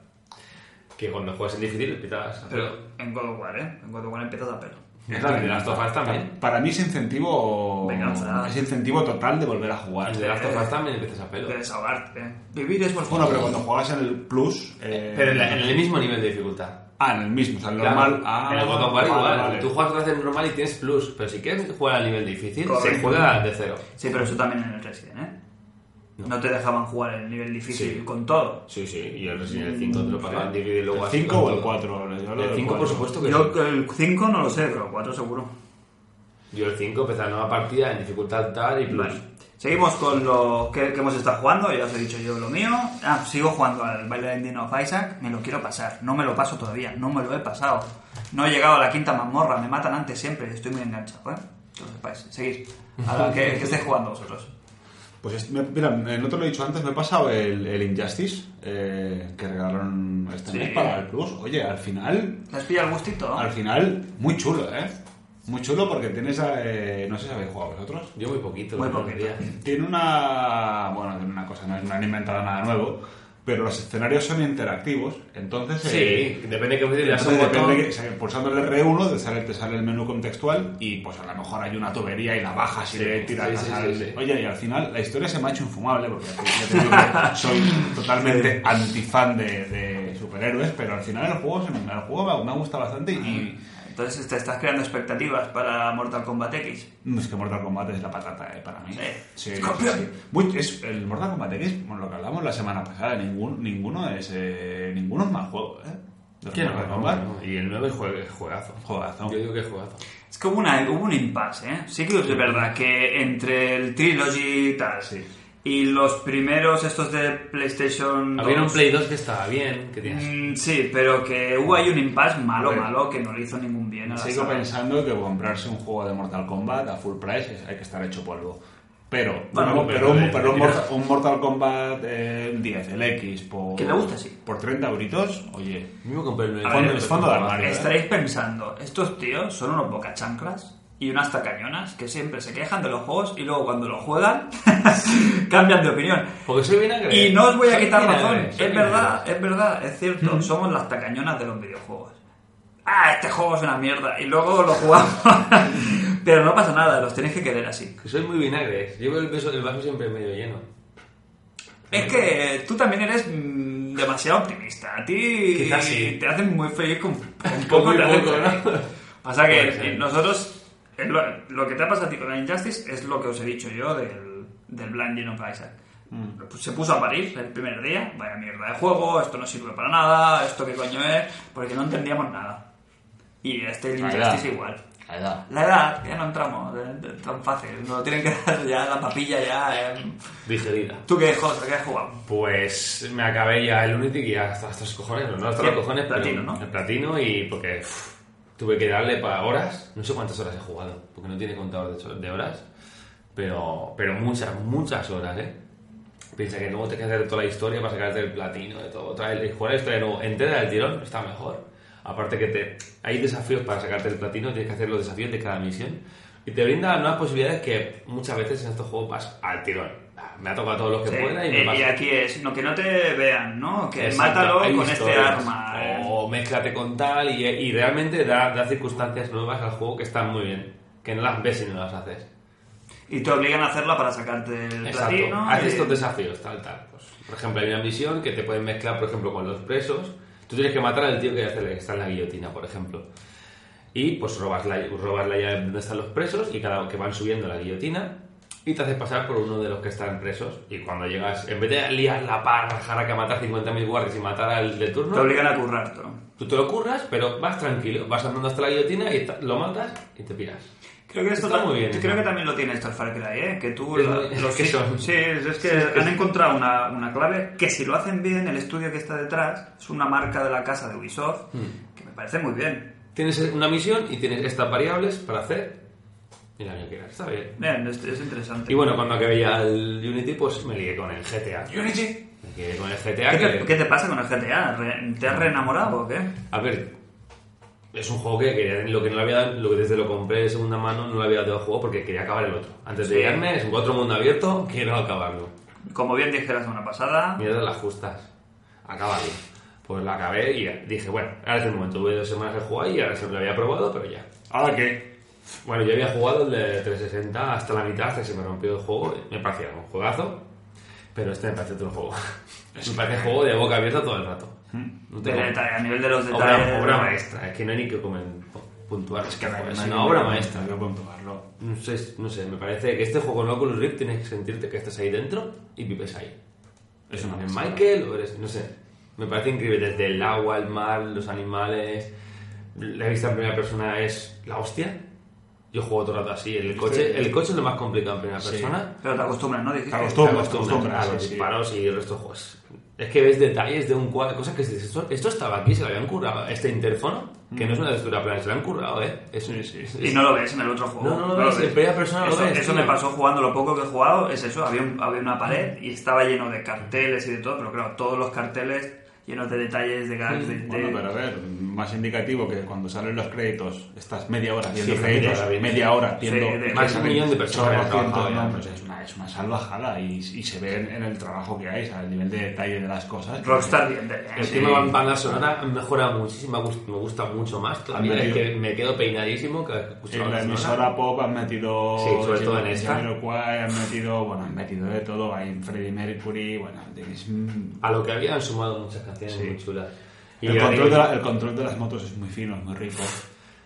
S4: Que cuando juegas en difícil, pitas.
S2: Pero en God of War, ¿eh? En God of War empiezas a pelo.
S4: el de las sofás también.
S3: Para mí es incentivo.
S2: Venganza.
S3: Es incentivo total de volver a jugar.
S4: El de las sofás también empiezas a pelo.
S2: De desahogarte. Vivir es por
S3: Bueno, pero cuando juegas en el Plus. eh,
S4: Pero en, la- en el mismo nivel de dificultad.
S3: Ah, en el mismo, o sea, el
S4: Claro,
S3: normal. Ah,
S4: en el God of War
S3: vale,
S4: igual.
S3: vale.
S4: Tú juegas otra vez en normal y tienes plus. Pero si quieres jugar al nivel difícil,
S2: Correcto.
S4: se juega de cero.
S2: Sí, pero eso también en el Resident, ¿eh? No, te dejaban jugar el nivel difícil
S4: Sí.
S2: con todo.
S4: Sí, sí. Y el Resident 5 te lo pasaban difícil luego
S3: ¿El
S4: así
S3: 5
S4: con
S3: o el
S4: todo.
S3: 4? Yo hablo
S4: El 5,
S3: del
S4: por
S3: cuatro.
S4: supuesto que
S2: Yo
S4: sí.
S2: el 5 no lo sé, pero el 4 seguro.
S4: Yo el 5 empezaba nueva partida en dificultad tal y plus.
S2: Seguimos con lo que, que hemos estado jugando, ya os he dicho yo lo mío. Ah, sigo jugando al Binding of Isaac, me lo quiero pasar, no me lo paso todavía, no me lo he pasado. No he llegado a la quinta mazmorra, me matan antes siempre, estoy muy enganchado, ¿eh? Que lo sepáis, seguid. A la que, que estéis jugando vosotros.
S3: Pues es- me- mira, eh, no te lo he dicho antes, me he pasado el, el Injustice eh, que regalaron este
S2: Sí.
S3: mes para el Plus. Oye, al final
S2: ¿Te has pillado el gustito? no?
S3: Al final, muy chulo, ¿eh? Muy chulo porque tienes a, eh, no sé si habéis jugado vosotros.
S4: Yo muy poquito.
S2: Muy
S4: los
S2: poquito.
S4: primeros días.
S3: Tiene una... Bueno, tiene una cosa, no, no han inventado nada nuevo. pero los escenarios son interactivos, entonces...
S4: Sí,
S3: eh,
S4: depende que le das un
S3: entonces depende
S4: botón.
S3: que, o sea, pulsando el R1 te sale, te sale el menú contextual y pues a lo mejor hay una tubería y la bajas y
S4: Sí,
S3: le tiras
S4: sí,
S3: las
S4: sí,
S3: al-
S4: sí, sí.
S3: Oye, y al final la historia se me ha hecho infumable porque ya te digo que soy totalmente antifan de, de superhéroes, pero al final el juego, se me, el juego me, me ha gustado bastante y...
S2: Entonces te estás creando expectativas para Mortal Kombat X.
S3: No, Es que Mortal Kombat es la patata, eh, para mí.
S2: Sí.
S3: Sí,
S2: Escorpión.
S3: sí, sí. Muy- es, el Mortal Kombat X, bueno, lo que hablamos la semana pasada, ningún, ninguno es eh, ninguno es mal juego, ¿eh? De
S4: ¿Quién
S3: Mortal
S4: no?
S3: Kombat.
S4: Y el 9 es jue- juegazo.
S3: Juegazo.
S4: Yo digo que es juegazo.
S2: Es que hubo, una- hubo un impasse, ¿eh? Sí que es verdad que entre el Trilogy y tal,
S3: Sí.
S2: y los primeros estos de PlayStation
S4: Había un
S2: 2,
S4: Play 2 que estaba bien, que tienes.
S2: mm, sí, pero que hubo ahí un impasse malo,
S3: A ver.
S2: malo, que no le hizo ningún bien a la
S3: Sigo
S2: saga.
S3: pensando que comprarse un juego de Mortal Kombat a full price es- hay que estar hecho polvo. Pero,
S2: Bueno,
S3: no,
S4: pero
S3: pero, un-
S4: de-
S3: pero un,
S4: de
S3: Mortal, un Mortal Kombat eh, 10, el X, por,
S2: Que le gusta, sí.
S3: por 30 euritos, oye,
S4: Mismo compré el 9.
S2: A ver,
S4: pero
S2: es
S3: fondo de
S4: jugaba.
S3: armario.
S2: Estaréis pensando, estos tíos son unos bocachanclas y unas tacañonas que siempre se quejan de los juegos y luego cuando lo juegan cambian de opinión.
S4: Porque soy vinagre.
S2: Y no os voy a
S4: Soy
S2: quitar
S4: vinagre,
S2: razón,
S4: soy
S2: es verdad,
S4: vinagre.
S2: es verdad, es cierto, somos las tacañonas de los videojuegos. Ah, este juego es una mierda y luego lo jugamos. Pero no pasa nada, los tenéis que querer así.
S4: Que soy muy vinagre. ¿eh? Llevo el peso del vaso siempre medio lleno.
S2: Es que tú también eres mm, demasiado optimista. A ti
S4: Quizás sí.
S2: te hacen muy feliz con un
S4: Con
S2: poco
S4: muy
S2: te hacen
S4: poco, ¿no?
S2: feliz. Pasa que
S4: Puede ser.
S2: eh, nosotros, es lo, lo que te ha pasado a ti con la Injustice es lo que os he dicho yo del, del Blinding of Isaac. Pues Se puso a parir el primer día, vaya mierda de juego, esto no sirve para nada, esto qué coño es, porque no entendíamos nada. Y este el
S3: La
S2: Injustice
S3: edad.
S2: igual.
S3: la edad.
S2: La edad, ya no entramos, eh, tan fácil, nos tienen que dar ya la papilla ya. eh.
S4: Digerida.
S2: ¿Tú qué, joder, qué has jugado?
S4: Pues me acabé ya el Unity y ya hasta estos cojones, no hasta los
S2: Sí,
S4: cojones, pero
S2: platino, ¿no?
S4: El platino y porque uff, tuve que darle para horas, no sé cuántas horas he jugado, porque no tiene contador de, cho- de horas, pero, pero muchas, muchas horas, ¿eh? Piensa que luego te que hacer toda la historia para sacarte el platino, de todo, otra vez, y jugar la historia de nuevo entera del tirón, está mejor. Aparte que te, hay desafíos para sacarte el platino, tienes que hacer los desafíos de cada misión y te brinda nuevas posibilidades que muchas veces en estos juegos vas al tirón. Ah, Me ha tocado todos los que
S2: Sí,
S4: pueda y me
S2: eh,
S4: pasa.
S2: y aquí es, no, que no te vean, ¿no? Que
S4: Exacto,
S2: mátalo
S4: hay
S2: con este
S4: historias. Oh.
S2: arma. eh.
S4: O mezclate con tal y, y realmente da, da circunstancias nuevas al juego que están muy bien. Que no las ves y no las haces.
S2: Y te obligan a hacerla para sacarte el platino.
S4: Haces
S2: y-
S4: estos desafíos, tal, tal. Pues, por ejemplo, hay una misión que te pueden mezclar, por ejemplo, con los presos. Tú tienes que matar al tío que hace la- que está en la guillotina, por ejemplo. Y pues robas la, robas la llave donde están los presos y cada que van subiendo la guillotina y te haces pasar por uno de los que están presos. Y cuando llegas, en vez de liar la parra, jaraca, matar 50.000 guardias y matar al de turno,
S2: Te obligan a currártelo.
S4: Tú te lo curras, pero vas tranquilo, vas andando hasta la guillotina y ta- lo matas y te piras.
S2: Creo que esto
S4: Está
S2: tam-
S4: muy bien,
S2: yo
S4: ¿no?
S2: Creo que también lo tiene esto el Far Cry, ¿eh? Que tú.
S4: Es
S2: la-
S4: muy-
S2: los
S4: que son-
S2: Sí, es es que han encontrado una, una clave que si lo hacen bien, el estudio que está detrás es una marca de la casa de Ubisoft
S4: Hmm.
S2: que me parece muy bien.
S4: Tienes una misión y tienes estas variables para hacer y la que quieras, está bien.
S2: Bien, es, es interesante.
S4: Y bueno, cuando acabé ya el Unity, pues me lié con el GTA.
S2: Unity.
S4: Me lié con el
S2: ¿Qué
S4: GTA
S2: te,
S4: que...
S2: qué te pasa con el GTA? ¿Re- ¿Te has reenamorado o qué?
S4: A ver, es un juego que, que lo que no le había dado- lo que desde lo compré de segunda mano no le había dado juego porque quería acabar el otro. Antes de
S2: Sí.
S4: irme, es un otro mundo abierto, quiero acabarlo.
S2: Como bien dije la semana pasada,
S4: Mierda, las justas. Acabarlo. Pues la acabé y ya. dije, bueno, ahora es el momento. Tuve dos semanas de jugar y ahora se lo había probado, pero ya.
S3: Ahora que
S4: Bueno, yo había jugado el de 360 hasta la mitad, hasta que se me rompió el juego. Me parecía un juegazo, pero este me parece otro juego. me parece juego de boca abierta todo el rato. No
S2: de
S4: tengo-
S2: detalle- a nivel de los detalles.
S4: obra, obra maestra. Es que no hay ni que comen- puntuar. Es que
S3: no
S4: Pues es
S3: hay
S4: una
S3: que-
S4: obra
S3: no
S4: maestra.
S3: hay que puntuarlo.
S4: No sé, no sé, me parece que este juego con Oculus Rift tienes que sentirte que estás ahí dentro y vives ahí.
S3: Es una
S4: ¿Eres
S3: pasada.
S4: Michael o eres.? No sé. Me parece increíble. Desde el agua, el mar, los animales. La vista en primera persona es la hostia. Yo juego todo el rato así. El coche, el coche es lo más complicado en primera
S3: Sí.
S4: persona.
S2: Pero te acostumbras, ¿no? Dijiste.
S3: Te acostumbras.
S4: Te acostumbras
S3: acostumbras,
S4: a los
S3: sí, sí.
S4: disparos y el resto de juegos. Es que ves detalles de un cuadro, cosas que dices, esto, esto estaba aquí, se lo habían currado. Este interfono, que
S3: Mm.
S4: no es una textura plana, se lo han currado, ¿eh? Es, es-
S2: Y no lo ves en el otro juego.
S4: No, no lo ves, en primera persona lo
S2: eso,
S4: ves,
S2: Eso
S4: tío.
S2: me pasó jugando lo poco que he jugado, es eso, había, un- había una pared y estaba lleno de carteles y de todo, pero claro, todos los carteles llenos de detalles, de gags, de... de-
S3: Bueno, pero a ver, más indicativo que cuando salen los créditos, estás media hora haciendo
S4: Sí,
S3: créditos,
S4: media hora,
S3: media hora
S2: Sí,
S3: haciendo.
S2: de-
S4: más de un millón de personas
S3: chorro
S4: han trabajado
S3: ciento,
S4: ya.
S3: no, pues es, una, es una salvajada y, y se ve en, en el trabajo que hay, ¿sabes? el nivel de detalle de las cosas.
S2: Rockstar bien, de-
S4: El
S2: sí.
S4: tema de banda sonora ha mejorado muchísimo, me gust- me gusta mucho más. Todavía
S3: Han
S4: es
S3: metido-
S4: que me quedo peinadísimo que escucho
S3: En
S4: banda
S3: la
S4: sonora.
S3: emisora pop han metido.
S4: Sí, sobre todo en esta.
S3: Jamiroquai, han metido. Bueno, han metido de todo. Hay Freddie Mercury. Bueno, tenéis. mm,
S4: A lo que habían sumado muchas canciones
S3: Sí.
S4: muy chulas. Y
S3: El
S4: ahora-
S3: control, de la- el control de las motos es muy fino, es muy rico.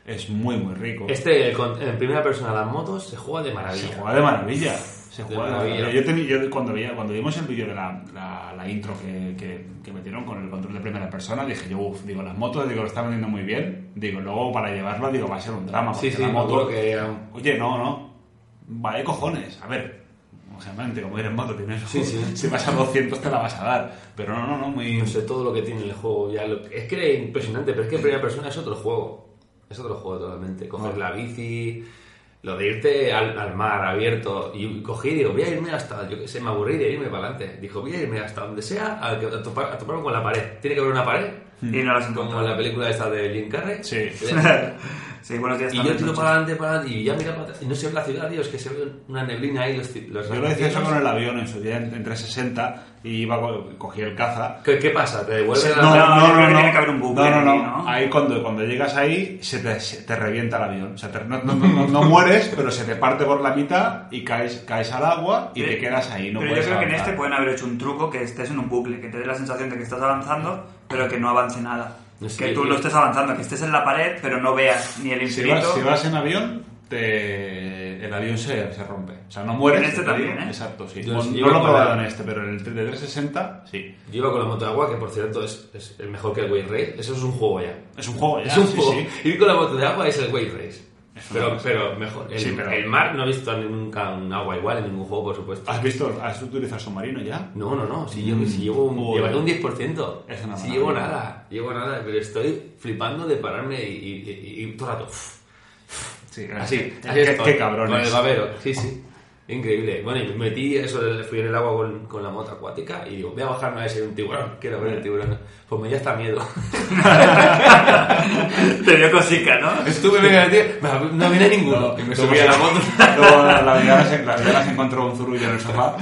S3: Es muy, muy rico.
S4: Este, el con- en primera persona, las motos se juega de
S3: Se
S4: maravilla.
S3: juega de maravilla. Se
S4: De
S3: juega de
S4: maravilla.
S3: maravilla. Yo, tenía- yo cuando, veía, cuando vimos el vídeo de la, la- la intro que, que- que metieron con el control de primera persona, dije yo, uff, digo, las motos, digo, lo están vendiendo muy bien. Digo, luego para llevarla, digo, va a ser un drama.
S4: Sí,
S3: porque
S4: sí,
S3: la
S4: me
S3: moto.
S4: acuerdo que era-
S3: Oye, no, no. Vale, cojones. A ver, obviamente, como ir en moto, tienes.
S4: Sí, sí.
S3: Si vas a 200 te la vas a dar. Pero no, no, no, muy.
S4: No sé todo lo que tiene el juego. Ya lo- Es que era impresionante, pero es que en primera persona es otro juego. Es otro juego totalmente.
S3: Ah.
S4: Coger la bici, lo de irte al, al mar abierto. Y cogí y digo, voy a irme hasta, yo qué sé, me aburrí de irme para adelante. Dijo, voy a irme hasta donde sea a, que- a topar- a toparme con la pared. Tiene que haber una pared.
S3: Hmm.
S2: Y no las
S4: Como
S2: encontrado.
S4: en la película esta de Jim Carrey.
S3: Sí.
S2: sí, buenos días.
S4: Y yo
S2: también,
S4: tiro
S2: noches.
S4: para adelante, para adelante, y ya mira para atrás, y no se ve la ciudad, tío, es que se ve una neblina ahí, los, los
S3: Yo lo decía eso
S4: rascacielos.
S3: con el avión en su día, en, en 360, y iba, co- cogí el caza
S4: ¿Qué, qué pasa? ¿Te devuelve
S2: Sí,
S4: la
S2: no,
S4: la-
S2: yo creo que tiene que haber un bucle
S3: No, no, no.
S2: ahí, ¿no?
S3: Ahí cuando, cuando llegas ahí se te, se te revienta el avión. O sea, te- no, no- no- no mueres, pero se te parte por la mitad y caes, caes al agua y
S2: Pero-
S3: te quedas ahí. No
S2: pero yo
S3: puedes
S2: creo que en
S3: avanzar.
S2: este pueden haber hecho un truco que estés en un bucle, que te dé la sensación de que estás avanzando, pero que no avance nada.
S4: No sé,
S2: que
S4: yo-
S2: tú lo estés avanzando, que estés en la pared, pero no veas ni el
S3: Si
S2: infinito.
S3: vas, si vas en avión, te- el avión se, se rompe. O sea, no mueres.
S2: En este
S3: te digo.
S2: también, ¿eh?
S3: Exacto, sí.
S4: Yo-
S3: No,
S4: yo
S3: no
S4: iba
S3: lo he
S4: con
S3: probado
S4: la-
S3: en este, pero en el de 360, sí.
S4: Yo iba con la moto de agua, que por cierto es, es el mejor que el Wave Race. Eso es un juego ya.
S3: Es un juego, ya,
S4: es un
S3: sí,
S4: juego.
S3: sí.
S4: Ir con la moto de agua es el Wave Race.
S3: Es una
S4: Pero,
S3: cosa.
S4: pero mejor. El,
S3: Sí, pero-
S4: el mar no he visto nunca un agua igual en ningún juego, por supuesto.
S3: ¿Has visto? ¿Has utilizado submarino ya?
S4: No, no, no. Si, yo, si llevo un,
S3: Uy.
S4: llevaré un 10%.
S3: Es una
S4: si llevo
S3: maravilla.
S4: nada. Llevo nada. Pero estoy flipando de pararme y, y, y- y todo el rato. uf,
S3: Ah, Sí,
S4: Así, así
S3: Qué,
S4: estoy,
S2: ¿eh?
S3: qué cabrones.
S4: Con el babero, sí, sí. Increíble. Bueno, y metí eso, del- fui en el agua con, con la moto acuática y digo, voy a bajarme a ver si hay un tiburón. Quiero ver el tiburón. Pues me dio hasta miedo.
S2: te dio cosica, ¿no?
S4: Estuve medio al día, me- no viene ninguno. Y me subí a la moto.
S3: Luego la verdad se, la verdad se encontró un zurullo en el sofá.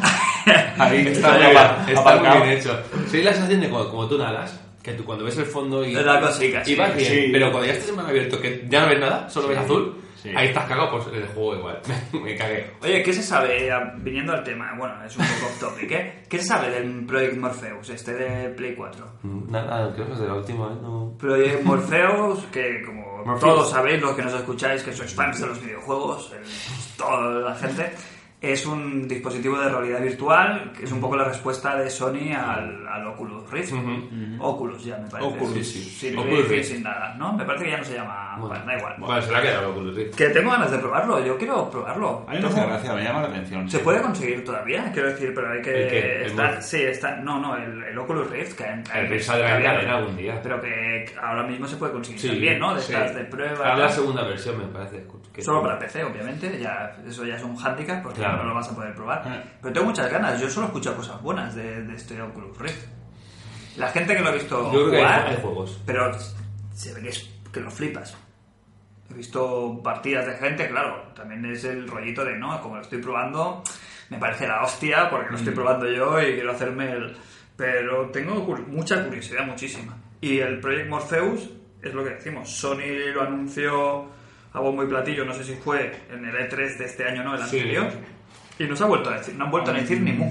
S3: Ahí está,
S4: muy
S3: apa-
S4: bien, está muy
S3: aparcado.
S4: bien hecho. Sí, la sensación de cuando, como tú nadas, que tú cuando ves el fondo y,
S2: Te da cosica,
S4: y
S2: sí.
S4: vas bien,
S3: Sí.
S4: pero cuando ya estás en mar abierto, que ya no ves nada, solo ves azul,
S3: sí.
S4: ahí estás cagado, pues en el juego igual. me cagué.
S2: Oye, ¿qué se sabe, ya viniendo al tema, bueno, es un poco off topic, ¿eh? ¿Qué se sabe del Project Morpheus, este de Play 4?
S4: Nada, creo que es de la última vez, no.
S2: Project Morpheus, que como
S4: Morpheus.
S2: todos sabéis, los que nos escucháis, que sois fans de los videojuegos, el- pues, toda la gente, es un dispositivo de realidad virtual, que es un poco la respuesta de Sony al, al Oculus Rift. Oculus ya, me parece.
S4: Oculus,
S2: Sí,
S4: sí.
S2: sí,
S4: Oculus
S2: Rift,
S4: Rift.
S2: sin nada, ¿no? Me parece que ya no se llama... Bueno, da igual.
S4: Bueno, se la ha quedado con el ritmo.
S2: Que tengo ganas de probarlo, yo quiero probarlo.
S3: A mí me hace gracia, me llama la atención.
S2: Se
S3: sí.
S2: puede conseguir todavía, quiero decir, pero hay que...
S4: ¿El qué? ¿El
S2: está-
S4: Morpheus?
S2: sí, está... No, no, el, el Oculus Rift. Que,
S4: El Rift saldrá en cadena algún día.
S2: Pero que ahora mismo se puede conseguir también, ¿no? De
S4: sí.
S2: estas de prueba.
S4: Ahora la
S2: tal.
S4: segunda versión, me parece. que-
S2: Solo para PC, obviamente, ya, eso ya es un handicap porque
S4: Claro.
S2: no lo vas a poder probar.
S3: Ah.
S2: Pero tengo muchas ganas, yo solo escucho cosas buenas de, de este Oculus Rift. La gente que lo ha visto
S4: Yo creo que hay-
S2: jugar,
S4: hay juegos.
S2: pero se ve que, es- que lo flipas. He visto partidas de gente, claro, también es el rollito de, no, como lo estoy probando, me parece la hostia porque lo estoy probando yo y quiero hacerme el... Pero tengo cur- mucha curiosidad, muchísima. Y el Project Morpheus es lo que decimos, Sony lo anunció a bombo y platillo, no sé si fue en el E3 de este año, ¿no? El
S4: Sí.
S2: anterior. Y no se ha vuelto a decir, no han vuelto a decir ni mu.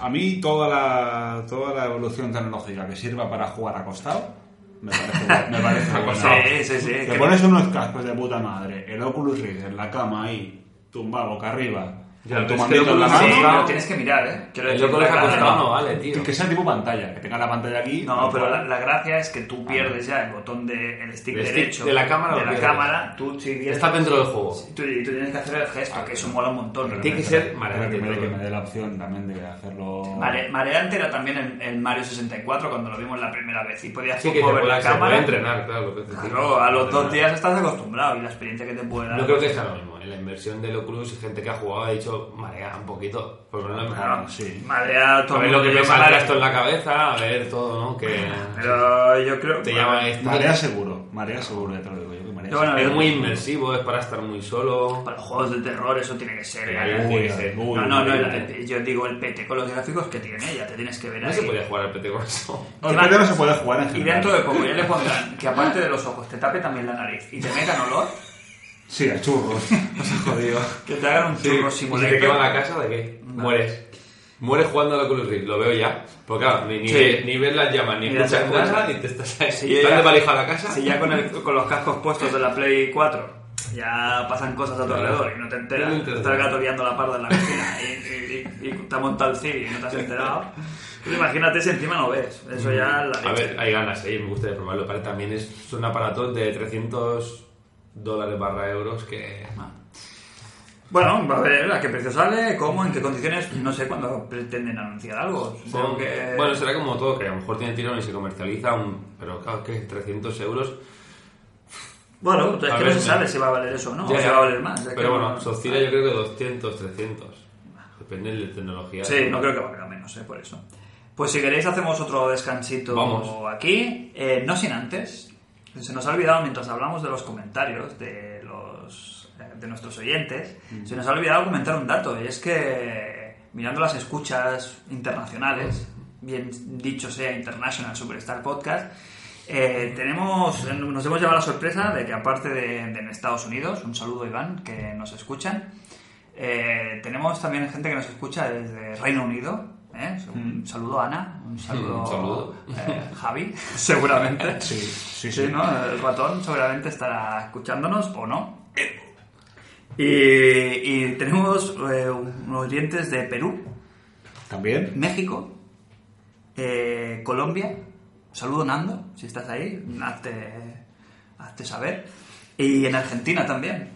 S3: A mí toda la, toda la evolución tecnológica que sirva para jugar acostado me parece, me parece buena.
S2: Sí, sí, sí.
S3: Te
S2: que-
S3: pones unos cascos de puta madre, el Oculus Rift en la cama ahí, tumbado boca arriba,
S4: Ya,
S3: con tu
S4: es que
S3: mandito en la
S4: Oculus
S2: Sí,
S4: Rift-
S3: mano,
S2: pero tienes que mirar, ¿eh? Quiero
S4: El
S2: decir,
S4: loco les
S2: la
S4: ha
S2: gracia-
S4: costado, no vale, tío.
S3: que, que sea tipo pantalla, que tenga la pantalla aquí.
S2: No, pero la, la gracia es que tú pierdes ya el botón del stick
S4: El stick
S2: derecho
S4: Ah, de la cámara
S2: de
S4: lo
S2: la
S4: pierdes.
S2: cámara, tú sí tienes-
S4: Está dentro del juego. Ah,
S2: tú, tú tienes que hacer el gesto, que eso mola un montón.
S4: Tiene que
S2: realmente.
S4: ser
S3: Espera que me,
S4: maravilla.
S3: dé- que me dé la opción también de hacerlo.
S2: Mare- mareante era también en, en Mario 64 cuando lo vimos la primera vez y podías
S4: Sí, que
S2: mover
S4: se
S2: la
S4: puede- se puede
S2: cámara.
S4: entrenar, claro. lo que te digo.
S2: Claro, a los dos días estás acostumbrado y la experiencia que te puede dar.
S4: No creo que sea lo mismo. En la inversión del Oculus, gente que ha jugado ha dicho, marea un poquito. Porque no es lo mismo.
S2: Claro,
S3: Sí.
S2: Marea todo
S4: Ah, A ver
S2: el
S4: lo que
S2: mundo,
S4: me
S2: yo marea-
S4: sale esto en la cabeza, a ver todo, ¿no? Que
S2: Pero yo creo
S4: te llama esta.
S3: Marea seguro. Marea seguro, ya te lo digo yo. Que marea
S2: Pero bueno,
S4: Es
S3: seguro.
S4: muy inmersivo, es para estar muy solo.
S2: Para los juegos de terror eso tiene que ser...
S4: Ahí
S2: eh,
S4: tiene que ser muy
S2: no, no, no, el
S4: brutal.
S2: PT, yo digo el PT con los gráficos que tiene, ya te tienes que ver
S4: No
S2: ahí.
S4: se podía jugar al PT con eso.
S3: No, el PT no se puede jugar en
S2: Y
S3: general.
S2: dentro de poco ya le pondrán que aparte de los ojos te tape también la nariz y te metan olor,
S3: Sí, a churros. Nos ha jodido.
S2: que te hagan un churro
S4: si
S2: simulator.
S4: te quema la casa, ¿de qué? Mueres. Mueres jugando a la Oculus Rift, lo veo ya. Porque claro, ni, ni,
S2: Sí.
S4: ves, ni ves las llamas, ni
S2: Ni las
S4: escuchas
S2: escuchas.
S4: nada, ni te estás...
S2: Sí,
S4: ¿Estás
S2: ya-
S4: de pareja a la casa?
S2: Si ya con, el- con los cascos puestos de la Play 4 ya pasan cosas a tu alrededor y no te enteras,
S4: No te enteras.
S2: estás gatoreando la parda en la cocina y, y, y- y te ha montado el Siri y no te has enterado. Pues imagínate si encima no ves, eso ya la
S4: A ver, hay ganas, ¿eh? me gustaría probarlo. Pero también es, son aparatos de 300 dólares barra euros que...
S2: Bueno, va a ver a qué precio sale, cómo, en qué condiciones, no sé cuándo pretenden anunciar algo. Supongo que...
S4: Bueno, será como todo, que a lo mejor tiene tirón y se comercializa, un... pero claro, que 300 euros...
S2: Bueno, es
S4: A
S2: que
S4: ver,
S2: no se sabe
S4: mira.
S2: si va a valer eso o no,
S4: Ya,
S2: o si
S4: ya.
S2: va a valer más. es que
S4: Pero bueno,
S2: no-
S4: se oscila yo creo que 200, 300. Depende de la tecnología.
S2: Sí, no creo que valga menos, eh, por eso. Pues si queréis hacemos otro descansito
S4: Vamos.
S2: aquí, Eh, no sin antes. Se nos ha olvidado mientras hablamos de los comentarios de los eh, de nuestros oyentes, se nos ha olvidado comentar un dato y es que mirando las escuchas internacionales, bien dicho sea International Superstar Podcast, eh, tenemos nos hemos llevado la sorpresa de que aparte de, de en Estados Unidos, un saludo Iván que nos escuchan. Eh, tenemos también gente que nos escucha desde Reino Unido. ¿eh? Un saludo Ana, un saludo,
S4: Un saludo.
S2: eh, Javi, seguramente.
S3: Sí, sí,
S2: Sí,
S3: sí.
S2: ¿no? El ratón seguramente estará escuchándonos o no. Y, y tenemos eh, unos oyentes de Perú,
S3: ¿También?
S2: México, eh, Colombia. Un saludo Nando, si estás ahí, hazte, hazte saber. Y en Argentina también.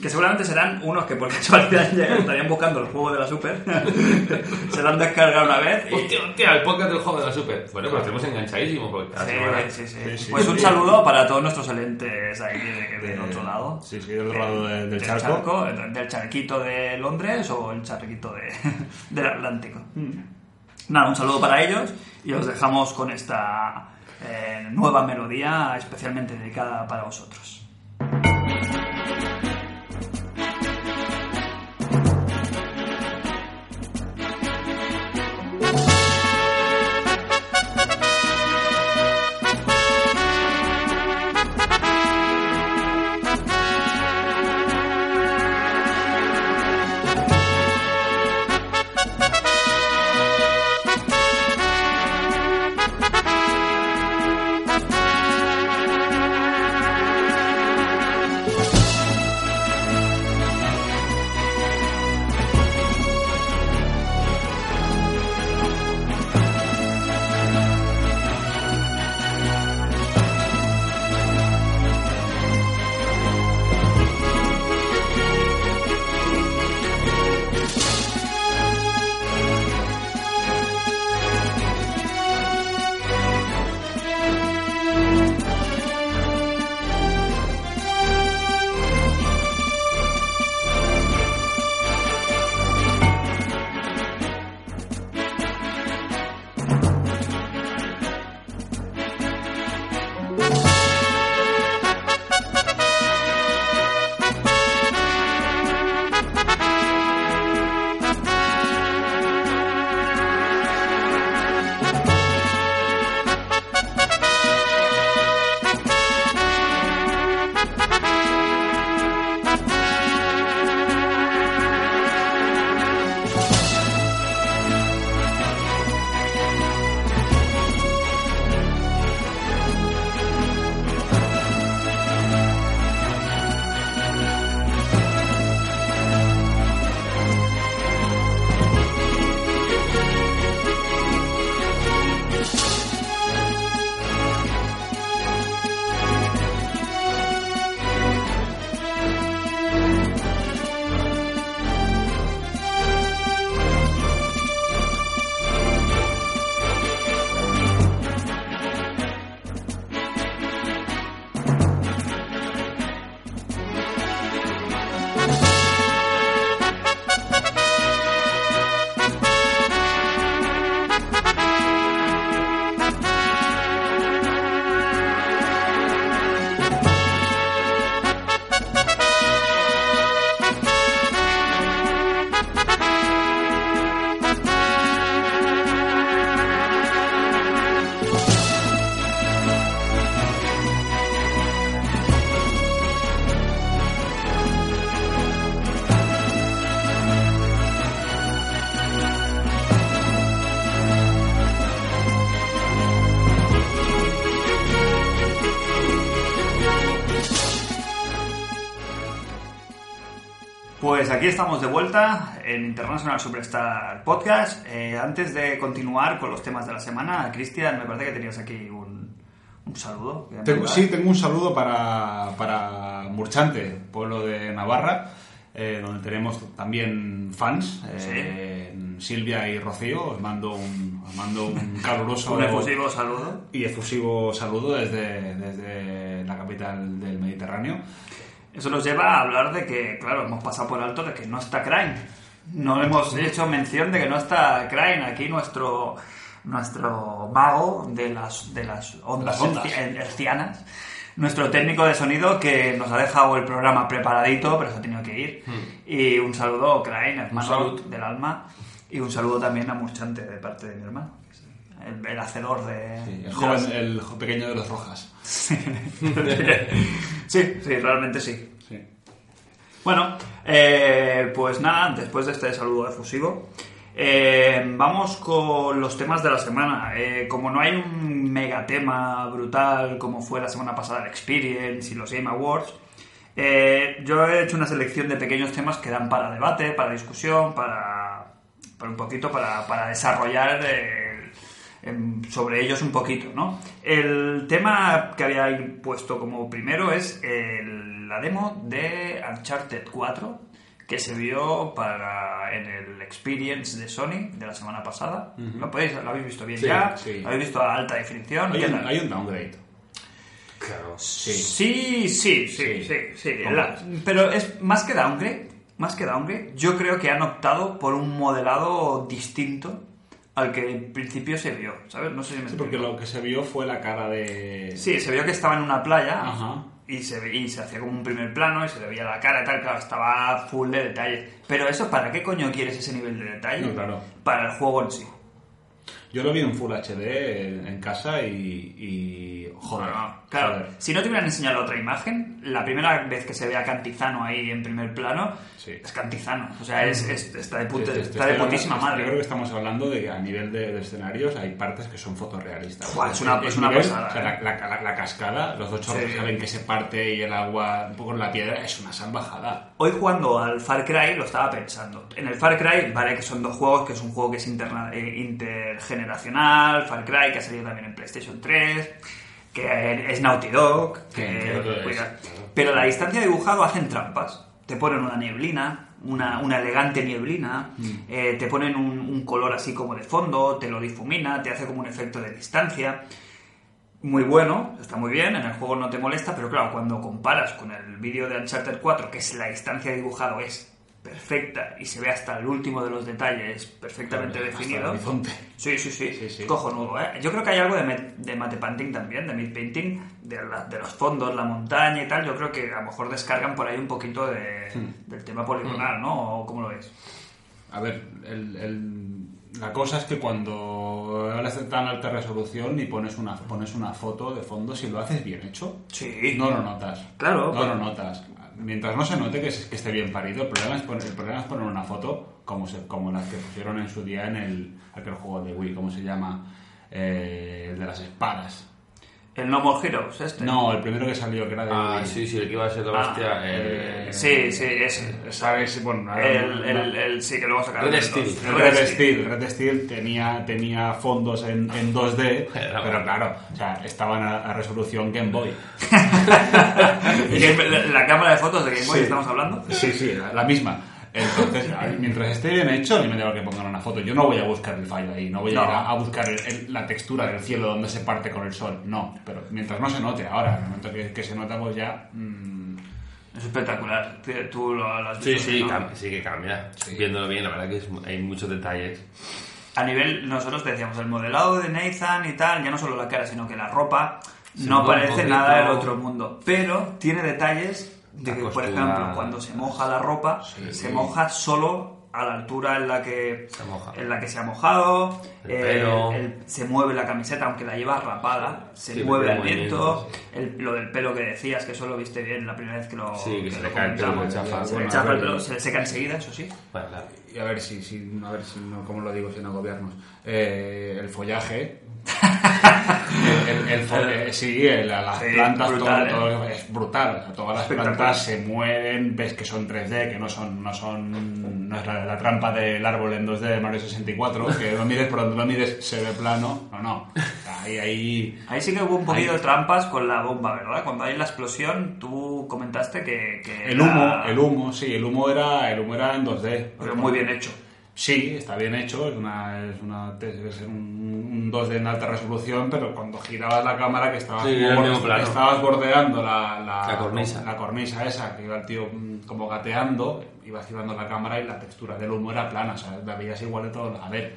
S2: Que seguramente serán unos que por casualidad ya estarían buscando el juego de la Super. se lo han descargado una vez. y-
S4: Hostia, hostia, el podcast del juego de la Super. Bueno, pues tenemos enganchadísimo porque cada semana-
S2: Sí, sí, sí.
S3: Sí, sí.
S2: Pues un saludo para todos nuestros oyentes ahí de- del
S3: De-
S2: otro lado.
S3: Eh, sí, sí, del otro lado de- del charco.
S2: de- Del charquito de Londres o el charquito de, del Atlántico.
S3: Mm.
S2: Nada, un saludo para ellos y os dejamos con esta eh, nueva melodía especialmente dedicada para vosotros.
S5: Thank
S2: Pues aquí estamos de vuelta en International Superstar Podcast. Eh, antes de continuar con los temas de la semana, Cristian, me parece que tenías aquí un, un saludo. que
S3: Tengo-
S2: mandar.
S3: sí, tengo un saludo para, para Murchante, pueblo de Navarra, eh, donde tenemos también fans. eh, Silvia y Rocío, os mando un, os mando un caluroso
S2: Un efusivo saludo.
S3: y efusivo saludo desde, desde la capital del Mediterráneo.
S2: Eso nos lleva a hablar de que, claro, hemos pasado por alto de que no está Crane. No hemos hecho mención de que no está Crane. Aquí nuestro nuestro mago de las, de las ondas,
S3: Las ondas.
S2: herci- hercianas, nuestro técnico de sonido que nos ha dejado el programa preparadito, pero se ha tenido que ir.
S3: Hmm.
S2: Y un saludo, Crane, hermano
S4: salud.
S2: del alma. Y un saludo también a Murchante de parte de mi hermano, que es el, el hacedor de...
S3: El,
S2: de
S3: joven,
S2: las-
S3: el jo- pequeño de los Rojas.
S2: sí, sí, realmente sí.
S3: Sí.
S2: Bueno, eh, pues nada, después de este saludo efusivo, eh, vamos con los temas de la semana. Eh, como no hay un mega tema brutal como fue la semana pasada el Experience y los Game Awards, eh, yo he hecho una selección de pequeños temas que dan para debate, para discusión, para, para un poquito, para, para desarrollar eh, em, sobre ellos un poquito, ¿no? El tema que había puesto como primero es el- la demo de Uncharted 4 que se vio para en el Experience de Sony de la semana pasada. ¿Lo, podéis, ¿Lo habéis visto bien
S3: Sí,
S2: ya?
S3: sí.
S2: ¿Lo habéis visto a alta definición?
S3: Hay
S2: ¿Qué
S3: un,
S2: tal?
S3: hay un downgrade.
S4: Claro.
S2: Sí, sí, sí, sí,
S3: Sí.
S2: sí.
S3: Hombre.
S2: La- pero es más que downgrade, más que downgrade, yo creo que han optado por un modelado distinto al que en principio se vio, ¿sabes? No sé si me
S3: Sí, porque
S2: explico.
S3: lo que se vio fue la cara de...
S2: Sí, se vio que estaba en una playa
S3: Ajá.
S2: y se, ve- y se hacía como un primer plano y se le veía la cara y tal, claro, estaba full de detalles. Pero eso, ¿para qué coño quieres ese nivel de detalle?
S3: No, claro.
S2: Para el juego en sí.
S3: Yo lo vi en Full HD en en casa y... y- joder,
S2: No, claro,
S3: joder.
S2: si no te hubieran enseñado otra imagen, la primera vez que se ve a Cantizano ahí en primer plano,
S3: Sí. Este-
S2: es Cantizano. O sea, es, es- está de, puta-
S3: Te- te- te
S2: está de
S3: estoy
S2: putísima
S3: hablando- Yo creo que
S2: madre.
S3: estamos hablando de que a nivel de, de escenarios hay partes que son fotorrealistas.
S2: Buah, es una-
S3: El
S2: es una
S3: nivel,
S2: pasada,
S3: O sea, la, la- la- la cascada, los dos chorros
S2: Sí.
S3: saben que se parte y el agua un poco en la piedra, es una salvajada.
S2: Hoy jugando al Far Cry lo estaba pensando. En el Far Cry, vale que son dos juegos, que es un juego que es interna- eh, intergeneracional, Far Cry que ha salido también en PlayStation 3, que es Naughty Dog, que-
S3: Sí, claro que es.
S2: cuida- pero la distancia de dibujado hacen trampas. Te ponen una nieblina, una, una elegante nieblina, eh, te ponen un, un color así como de fondo, te lo difumina, te hace como un efecto de distancia. muy bueno, está muy bien, en el juego no te molesta, pero claro, cuando comparas con el vídeo de Uncharted 4, que es la distancia de dibujado es perfecta y se ve hasta el último de los detalles perfectamente
S3: Hasta el
S2: definido.
S3: horizonte.
S2: Sí, sí, sí,
S3: Sí, sí.
S2: cojonudo, ¿eh? Yo creo que hay algo de, met- de mate painting también, de mid painting, de, la- de los fondos, la montaña y tal, yo creo que a lo mejor descargan por ahí un poquito de-
S3: Hmm.
S2: del tema poligonal, ¿no? ¿O ¿Cómo lo ves?
S3: A ver, el- el- la cosa es que cuando hablas de tan alta resolución y pones una, pones una foto de fondo, si lo haces bien hecho,
S2: Sí.
S3: no lo notas.
S2: Claro,
S3: No
S2: pero-
S3: lo notas. Mientras no se note que, es- que esté bien parido, el problema es poner, el problema es poner una foto como, se, como las que pusieron en su día en el, aquel juego de Wii, ¿cómo se llama? Eh, el de las espadas.
S2: El No More Heroes, este.
S3: No, el primero que salió que era de
S4: Ah,
S3: Wii.
S4: sí, sí, el que iba a ser la
S2: Ah,
S4: hostia.
S3: eh,
S4: el-
S2: Sí, sí, ese.
S3: ¿Sabes? Bueno, ahora
S2: El,
S3: no-
S2: el- el- sí, que luego sacaron.
S4: Red
S2: el
S4: Steel.
S2: dos.
S3: El Red Steel, Red Steel tenía, tenía fondos en, en 2D,
S4: Era
S3: pero claro, o sea, estaban a, a resolución Game Boy.
S2: Y que la- La cámara de fotos de Game Boy
S3: Sí.
S2: estamos hablando.
S3: Sí, sí, la la misma. Entonces, a ver, mientras esté bien hecho, a mí me da igual que pongan una foto. Yo no voy a buscar el fallo ahí, no voy
S2: No.
S3: a ir a, a buscar el- el- la textura del cielo donde se parte con el sol. No, pero mientras no se note ahora, en el momento que, que se nota, pues ya. mm,
S2: Es espectacular. Tú- Tú lo, lo has
S4: Sí,
S2: visto.
S4: sí,
S2: ¿no?
S4: cam- sí que cambia. Viéndolo bien, la verdad que es mu- hay muchos detalles.
S2: A nivel, nosotros decíamos, el modelado de Nathan y tal, ya no solo la cara, sino que la ropa,
S4: Se
S2: no
S4: mueve un
S2: parece
S4: poquito.
S2: nada del otro mundo. Pero tiene detalles de
S4: La
S2: que, por
S4: costura.
S2: ejemplo, cuando se moja la ropa,
S4: Sí.
S2: se moja solo a la altura en la que
S4: Se moja.
S2: en la que se ha mojado, eh,
S4: El pelo.
S2: se mueve la camiseta aunque la lleva rapada, se
S4: Sí,
S2: mueve
S4: el
S2: al
S4: movimiento,
S2: viento, el- lo del pelo que decías que eso lo viste bien la primera vez que lo
S4: Sí, que se
S2: lo
S4: le cae el pelo,
S2: comentamos.
S4: le chafa,
S2: se le
S4: bueno,
S2: chafa el
S4: bueno.
S2: pelo, se le seca enseguida, eso sí.
S4: Bueno, claro.
S3: Y a ver si, si- a ver si no, ¿cómo lo digo sin agobiarnos? Eh, el follaje. el, el- el fo- eh, sí, el- la- las
S2: Sí,
S3: plantas,
S2: brutal, ¿eh?
S3: todo, todo- es brutal. O sea, todas las
S2: Espectacular.
S3: plantas se mueven, ves que son 3D, que no son, no son, no es la, la trampa del árbol en 2D de Mario 64, que lo mires por donde lo mires, se ve plano. No, no. O sea, Ahí, ahí.
S2: Ahí sí que hubo un poquito
S3: Ahí.
S2: de trampas con la bomba, ¿verdad? Cuando hay la explosión, tú comentaste que, que
S3: El humo,
S2: era-
S3: el humo, sí, el humo era, el humo era en 2D.
S2: pero muy bien hecho.
S3: Sí, está bien hecho, es una, es una debe ser un, un 2D en alta resolución, pero cuando girabas la cámara que estabas,
S4: Sí, era el
S3: borde-
S4: mismo plano.
S3: estabas bordeando la, la,
S4: La cornisa.
S3: la cornisa esa, que iba el tío mm, como gateando, iba girando la cámara y la textura del humo era plana, o sea, la veías igual de todo. A ver,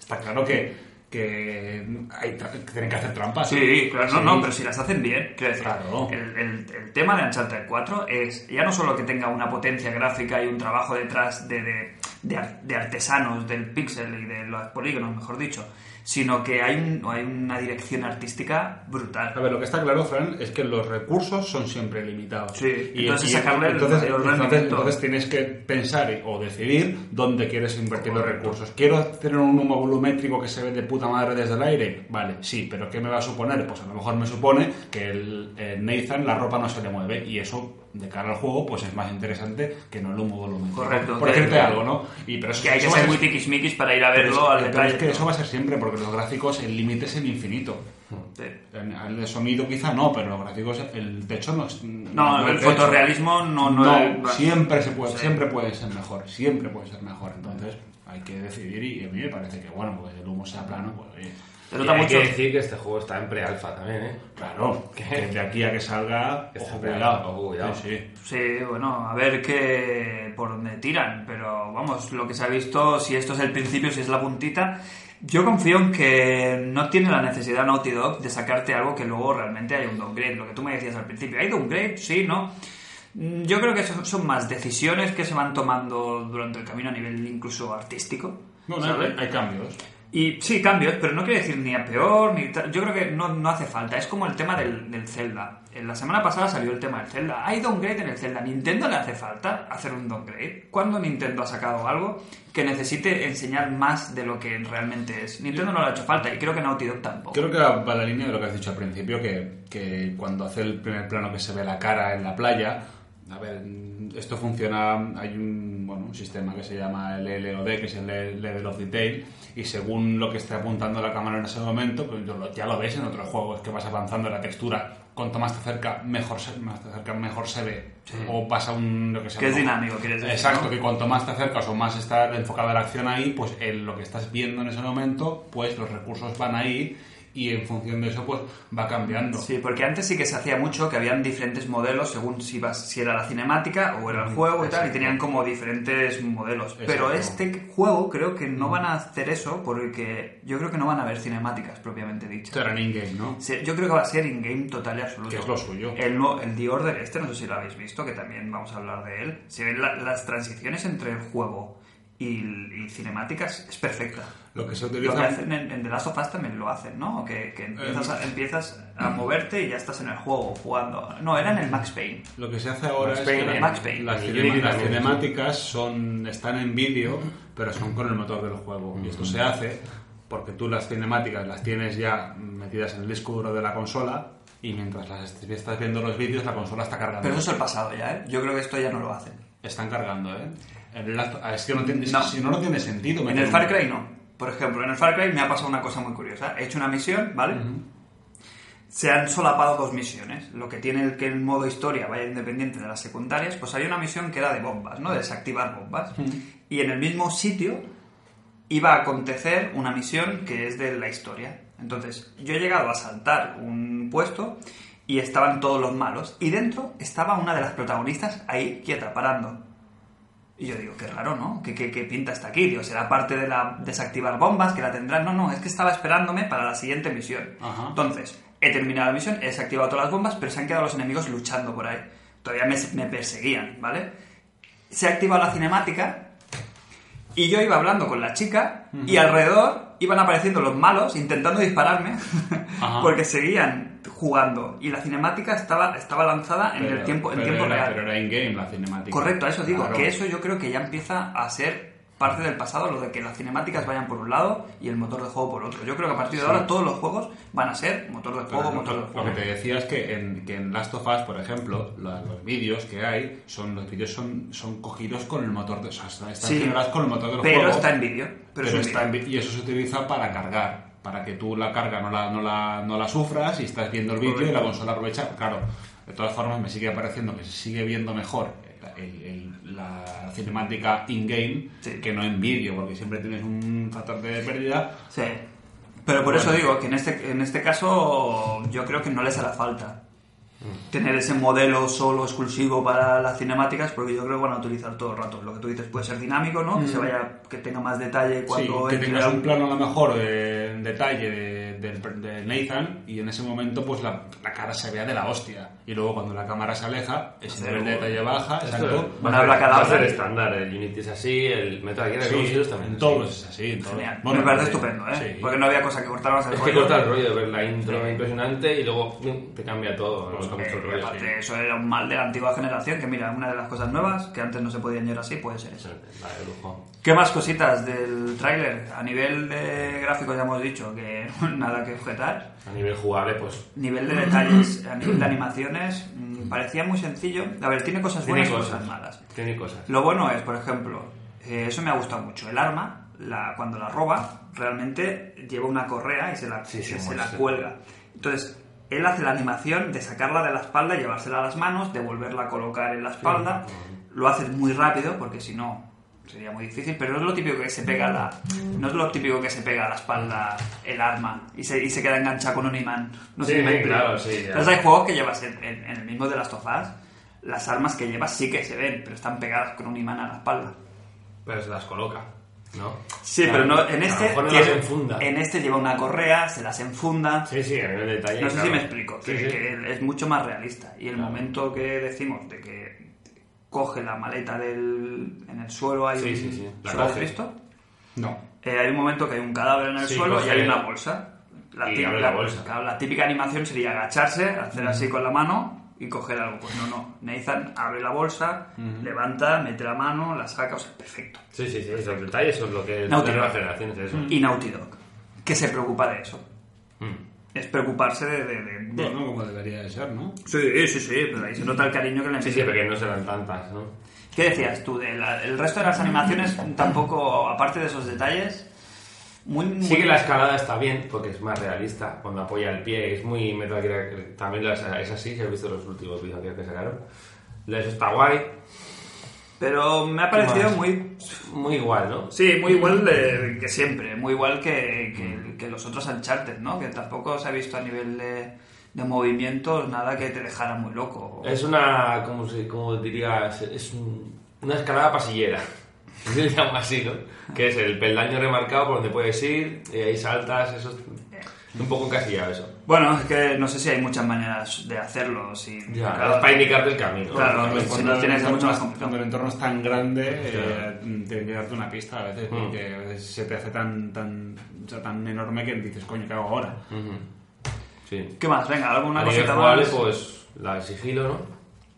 S3: está claro que, que hay tra- que tienen que hacer trampas.
S2: Sí, claro, no,
S3: Sí.
S2: no, pero si las hacen bien, quiero decir,
S3: Claro.
S2: el, el- el tema de Uncharted 4 es ya no solo que tenga una potencia gráfica y un trabajo detrás de, de- de ar- de artesanos del pixel y de los polígonos, mejor dicho, sino que hay, un- hay una dirección artística
S3: A
S2: brutal.
S3: ver, lo que está claro, Fran, es que los recursos son siempre limitados.
S2: Sí, entonces sacarle el
S3: entonces,
S2: mayor
S3: entonces-
S2: rendimiento.
S3: entonces tienes que pensar y- o decidir dónde quieres invertir los recursos. ¿Quiero tener un humo volumétrico que se ve de puta madre desde el aire? Vale, sí, pero ¿qué me va a suponer? Pues a lo mejor me supone que el, eh, Nathan la ropa no se le mueve y eso de cara al juego pues es más interesante que no el humo volumétrico.
S2: Correcto.
S3: Por decirte
S2: Que-
S3: algo, ¿no? Y, pero eso,
S2: Que hay que
S3: eso va a
S2: ser muy tiquismiquis para ir a verlo al
S3: pero
S2: detalle.
S3: es que eso va a ser siempre porque los gráficos, el límite es el infinito.
S2: Sí.
S3: En- El sonido quizá no, pero los gráficos, el techo no es...
S2: No, el
S3: techo.
S2: fotorrealismo no- no
S3: No,
S2: es-
S3: siempre, se puede,
S2: Sí.
S3: siempre puede ser mejor, siempre puede ser mejor. Entonces hay que decidir y a mí me parece que, bueno, pues el humo sea plano, pues oye,
S2: Se
S4: Y
S2: nota
S4: hay
S2: mucho.
S4: que decir que este juego está en pre-alfa también, ¿eh?
S3: Claro, que de aquí a que salga,
S4: Que
S3: ojo,
S4: salga,
S3: cuidado.
S4: ojo, cuidado.
S3: Sí, sí.
S2: Sí, bueno, a ver qué por dónde tiran, pero vamos, lo que se ha visto, si esto es el principio, si es la puntita, yo confío en que no tiene la necesidad Naughty Dog de sacarte algo que luego realmente hay un downgrade, lo que tú me decías al principio, ¿hay downgrade? Sí, ¿no? Mm, Yo creo que son, son más decisiones que se van tomando durante el camino a nivel incluso artístico.
S3: No, no,
S2: ¿sabes?
S3: hay, hay cambios.
S2: Y sí, cambios, pero no quiere decir ni a peor, ni tal. Yo creo que no, no hace falta. Es como el tema del, del Zelda. En la semana pasada salió el tema del Zelda. Hay downgrade en el Zelda. ¿Nintendo le hace falta hacer un downgrade? ¿Cuándo Nintendo ha sacado algo que necesite enseñar más de lo que realmente es? Nintendo no le ha hecho falta y creo que Naughty Dog tampoco.
S3: Creo que va la línea de lo que has dicho al principio, que, que cuando hace el primer plano que se ve la cara en la playa, a ver, esto funciona, hay un, bueno, un sistema que se llama el LOD, que es el Level of Detail, y según lo que esté apuntando la cámara en ese momento, pues yo lo- ya lo ves en otros juegos, que vas avanzando la textura, cuanto más te acerca, mejor se, más te acerca, mejor se ve, o pasa un... Lo que, sea,
S2: Que es
S3: ¿no?
S2: dinámico, quieres decir,
S3: Exacto,
S2: ¿no?
S3: que cuanto más te acercas o más está enfocada la acción ahí, pues en lo que estás viendo en ese momento, pues los recursos van ahí y en función de eso, pues va cambiando.
S2: Sí, porque antes sí que se hacía mucho que habían diferentes modelos según si, ibas- si era la cinemática o era el juego y tal, y
S3: Exacto.
S2: tenían como diferentes modelos. Pero
S3: Exacto.
S2: este juego creo que no van a hacer eso porque yo creo que no van a haber cinemáticas propiamente dichas.
S3: Esto era en in-game, ¿no?
S2: Sí, Yo creo que va a ser in-game total y absoluto.
S3: Que es lo suyo.
S2: El, nuevo- el The Order este, no sé si lo habéis visto, que también vamos a hablar de él. Se ven la- las transiciones entre el juego y, y cinemáticas, es perfecta.
S3: Lo que se
S2: Lo que
S3: utiliza...
S2: hacen en, en The Last of Us también lo hacen, ¿no? O Que, que empiezas, a, empiezas a moverte y ya estás en el juego jugando. No, era en el Max Payne.
S3: Lo que se hace ahora
S4: Max
S3: es
S4: Payne,
S3: que
S2: en Max Payne.
S3: las,
S4: Y
S3: cinema-
S4: Unity
S3: las
S4: también.
S3: cinemáticas son, están en vídeo, pero son con el motor del juego. Y esto se hace porque tú las cinemáticas las tienes ya metidas en el disco duro de la consola y mientras las est- estás viendo los vídeos la consola está cargando.
S2: Pero eso es el pasado ya, ¿eh? Yo creo que esto ya no lo hacen.
S3: Están cargando, ¿eh? En el acto- ah, es que no tiene, es
S2: No.
S3: que si no, no tiene sentido.
S2: En
S3: meter
S2: el
S3: un-
S2: Far Cry no. Por ejemplo, en el Far Cry me ha pasado una cosa muy curiosa. He hecho una misión, ¿vale? Se han solapado dos misiones. Lo que tiene el que el modo historia vaya independiente de las secundarias, pues había una misión que era de bombas, ¿no? De desactivar bombas. Y en el mismo sitio iba a acontecer una misión que es de la historia. Entonces, yo he llegado a saltar un puesto y estaban todos los malos. Y dentro estaba una de las protagonistas ahí, quieta, parando. Y yo digo, qué raro, ¿no? ¿Qué, qué, qué pinta está aquí? Digo, será parte de la desactivar bombas que la tendrán. No, no, es que estaba esperándome para la siguiente misión.
S3: Ajá.
S2: Entonces, he terminado la misión, he desactivado todas las bombas, pero se han quedado los enemigos luchando por ahí. Todavía me, me perseguían, ¿vale? Se ha activado la cinemática Y yo iba hablando con la chica y alrededor iban apareciendo los malos intentando dispararme
S3: Ajá.
S2: porque seguían jugando y la cinemática estaba, estaba lanzada en el
S3: Pero-
S2: tiempo, en
S3: pero
S2: tiempo
S3: era,
S2: real.
S3: Pero era in-game la cinemática.
S2: Correcto, a eso digo,
S3: Claro.
S2: que eso yo creo que ya empieza a ser parte del pasado, lo de que las cinemáticas vayan por un lado y el motor de juego por otro. Yo creo que a partir de ahora todos los juegos van a ser motor de
S3: Pero
S2: juego,
S3: lo-
S2: motor de
S3: Lo
S2: juego.
S3: que te decía es que en, que en Last of Us, por ejemplo, la- los vídeos que hay, son los vídeos son, son cogidos con el motor de... O sea, están
S2: Sí,
S3: generados con el motor del
S2: Pero
S3: juego.
S2: está en vídeo. Pero,
S3: pero
S2: es un
S3: está en
S2: vídeo.
S3: vi- y eso se utiliza para cargar, para que tú la carga no la, no la, no la sufras y estás viendo el vídeo y la consola aprovecha. Claro, de todas formas me sigue apareciendo que se sigue viendo mejor el- el- la cinemática in-game
S2: Sí.
S3: que no en vídeo, porque siempre tienes un factor de pérdida.
S2: Sí. Pero por eso digo que en este, en este caso yo creo que no les hará falta tener ese modelo solo exclusivo para las cinemáticas porque yo creo que van a utilizar todo el rato. Lo que tú dices puede ser dinámico, ¿no? Que se vaya, que tenga más detalle
S3: Mm. Sí,
S2: cuando
S3: que
S2: entre
S3: tengas
S2: algún-
S3: un plano a lo mejor de, en detalle de, del per- de Nathan y en ese momento pues la, la cara se vea de la hostia. Y luego cuando la cámara se aleja, ese
S2: Hacer
S3: nivel de
S2: un-
S3: detalle baja, exacto.
S4: Va
S2: Una
S4: a ser-
S2: Black
S4: va a ser
S2: Adapter.
S4: estándar, el Unity es así, el Metal Gear,
S3: Sí,
S4: Solid también.
S3: en
S4: es así.
S3: todos es así. en todos.
S2: Genial.
S3: Bueno,
S2: Me parece
S3: sí.
S2: estupendo, ¿eh?
S3: Sí.
S2: Porque no había cosa que cortar más el
S4: Es que
S2: rollo.
S4: corta el rollo de ver la intro impresionante y luego mm, te cambia todo. ¿no? Está mucho el
S2: Eh,
S4: rollo,
S2: aparte,
S4: sí.
S2: eso era un mal de la antigua generación, que mira, una de las cosas nuevas que antes no se podían llegar así, puede ser eso.
S4: Vale, lujo.
S2: ¿Qué más cositas del tráiler? A nivel de gráfico ya hemos dicho que nada que objetar.
S4: A nivel jugable, pues
S2: Nivel de detalles, a nivel de animaciones, mm, parecía muy sencillo. A ver, tiene cosas
S4: tiene
S2: buenas y
S4: cosas,
S2: cosas malas.
S4: Tiene cosas.
S2: Lo bueno es, por ejemplo, eh, eso me ha gustado mucho. El arma, la, cuando la roba, realmente lleva una correa y se la,
S4: Sí,
S2: y
S4: sí,
S2: se
S4: sí.
S2: la cuelga. Entonces, él hace la animación de sacarla de la espalda, llevársela a las manos, de volverla a colocar en la espalda. Lo hace muy rápido, porque si no, sería muy difícil. Pero no es lo típico que se pega a la, no es lo típico que se pega a la espalda el arma y se, y se queda enganchado con un imán. No sé
S4: Sí,
S2: si me explico.
S4: claro, sí, ya.
S2: Entonces, hay juegos que llevas en, en- en el mismo de las tofás, las armas que llevas sí que se ven, pero están pegadas con un imán a la espalda.
S4: Pero se las coloca, ¿no?
S2: Sí,
S4: Claro,
S2: pero no, en
S4: a lo
S2: este
S4: mejor no
S2: tiene-
S4: las enfunda.
S2: en este lleva una correa, se las enfunda.
S4: Sí, sí, a nivel de detalle.
S2: no sé si
S4: claro.
S2: me explico,
S4: Sí,
S2: que,
S4: sí.
S2: que es mucho más realista. Y el momento que decimos de que coge la maleta del en el suelo hay
S4: Sí,
S2: un-
S4: sí, sí, la
S2: ¿se lo has
S4: coge.
S2: visto?
S3: No.
S2: Eh, hay un momento que hay un cadáver en el
S4: Sí,
S2: suelo y
S4: coge-
S2: hay una bolsa. La
S4: y
S2: típica,
S4: abre la bolsa.
S2: claro, la típica animación sería agacharse, hacer así con la mano y coger algo. Pues no, no. Nathan abre la bolsa, levanta, mete la mano, la saca, o sea, perfecto.
S4: Sí, sí, sí, eso, el detalle, eso es lo que
S2: No,
S4: de
S2: tío.
S4: nuevas generaciones, eso.
S2: Y Naughty Dog, que se preocupa de eso.
S4: Mm.
S2: Es preocuparse de... de- de- de-
S3: Bueno, como debería de ser, ¿no?
S2: Sí, sí, sí, pero ahí se nota el cariño que le
S4: Sí, sí,
S2: meten.
S4: porque no serán tantas, ¿no?
S2: ¿Qué decías tú? De la- el resto de las animaciones tampoco, aparte de esos detalles, muy... muy-
S4: Sí que la escalada está bien porque es más realista cuando apoya el pie, es muy Metal Gear, también las- es así, si has visto los últimos videos que sacaron. Eso está guay,
S2: Pero me ha parecido
S4: Más.
S2: muy
S4: muy igual, ¿no?
S2: Sí, muy igual de- que siempre, muy igual que, que- que los otros Uncharted, ¿no? Que tampoco se ha visto a nivel de, de movimientos nada que te dejara muy loco.
S4: Es una, como, se- como dirías, es un- una escalada pasillera. Se le llama así, ¿no? Que es el peldaño remarcado por donde puedes ir, y ahí saltas, eso es un poco encasillado eso.
S2: Bueno, es que no sé si hay muchas maneras de hacerlo. Si,
S4: Ya,
S2: cada-
S4: es para indicarte el camino.
S2: Claro,
S4: Porque-
S2: pues, si no
S3: el
S2: tienes, es
S3: entorno
S2: mucho más
S3: es-
S2: complicado.
S3: Cuando el entorno es tan grande,
S4: Claro.
S3: eh, tiene que darte una pista a veces,
S4: Mm.
S3: porque a veces se te hace tan, tan, o sea, tan enorme que dices, coño, ¿qué hago ahora?
S4: Ujú. Sí.
S2: ¿Qué más? Venga, alguna
S4: a nivel
S2: cosita
S4: jugable,
S2: más.
S4: pues, la de sigilo, ¿no?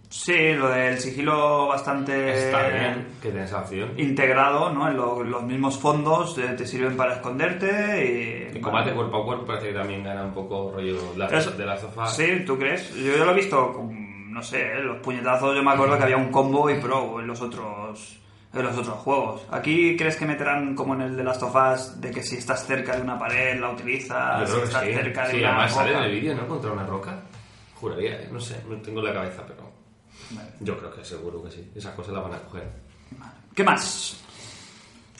S2: Sí, lo del sigilo bastante
S4: Está bien, que tenés acción.
S2: integrado, ¿no? En lo- los mismos fondos eh, te sirven para esconderte y...
S4: El combate cuerpo a cuerpo parece que también gana un poco rollo la-
S2: Eso-
S4: de la sofá.
S2: ah, Sí, ¿tú crees? Yo, yo lo he visto, con, no sé, ¿eh? los puñetazos, yo me acuerdo que había un combo y pro en los otros en los otros juegos. ¿Aquí crees que meterán como en el de Last of Us de que si estás cerca de una pared la
S4: Yo
S2: utilizas, si
S4: creo que
S2: estás
S4: sí.
S2: cerca de
S4: Sí,
S2: una
S4: además sale en
S2: roca?
S4: el vídeo, ¿no? Contra una roca. Juraría, ¿eh? no sé, no tengo la cabeza, pero
S2: Vale.
S4: yo creo que seguro que sí. Esas cosas las van a coger.
S2: ¿Qué más?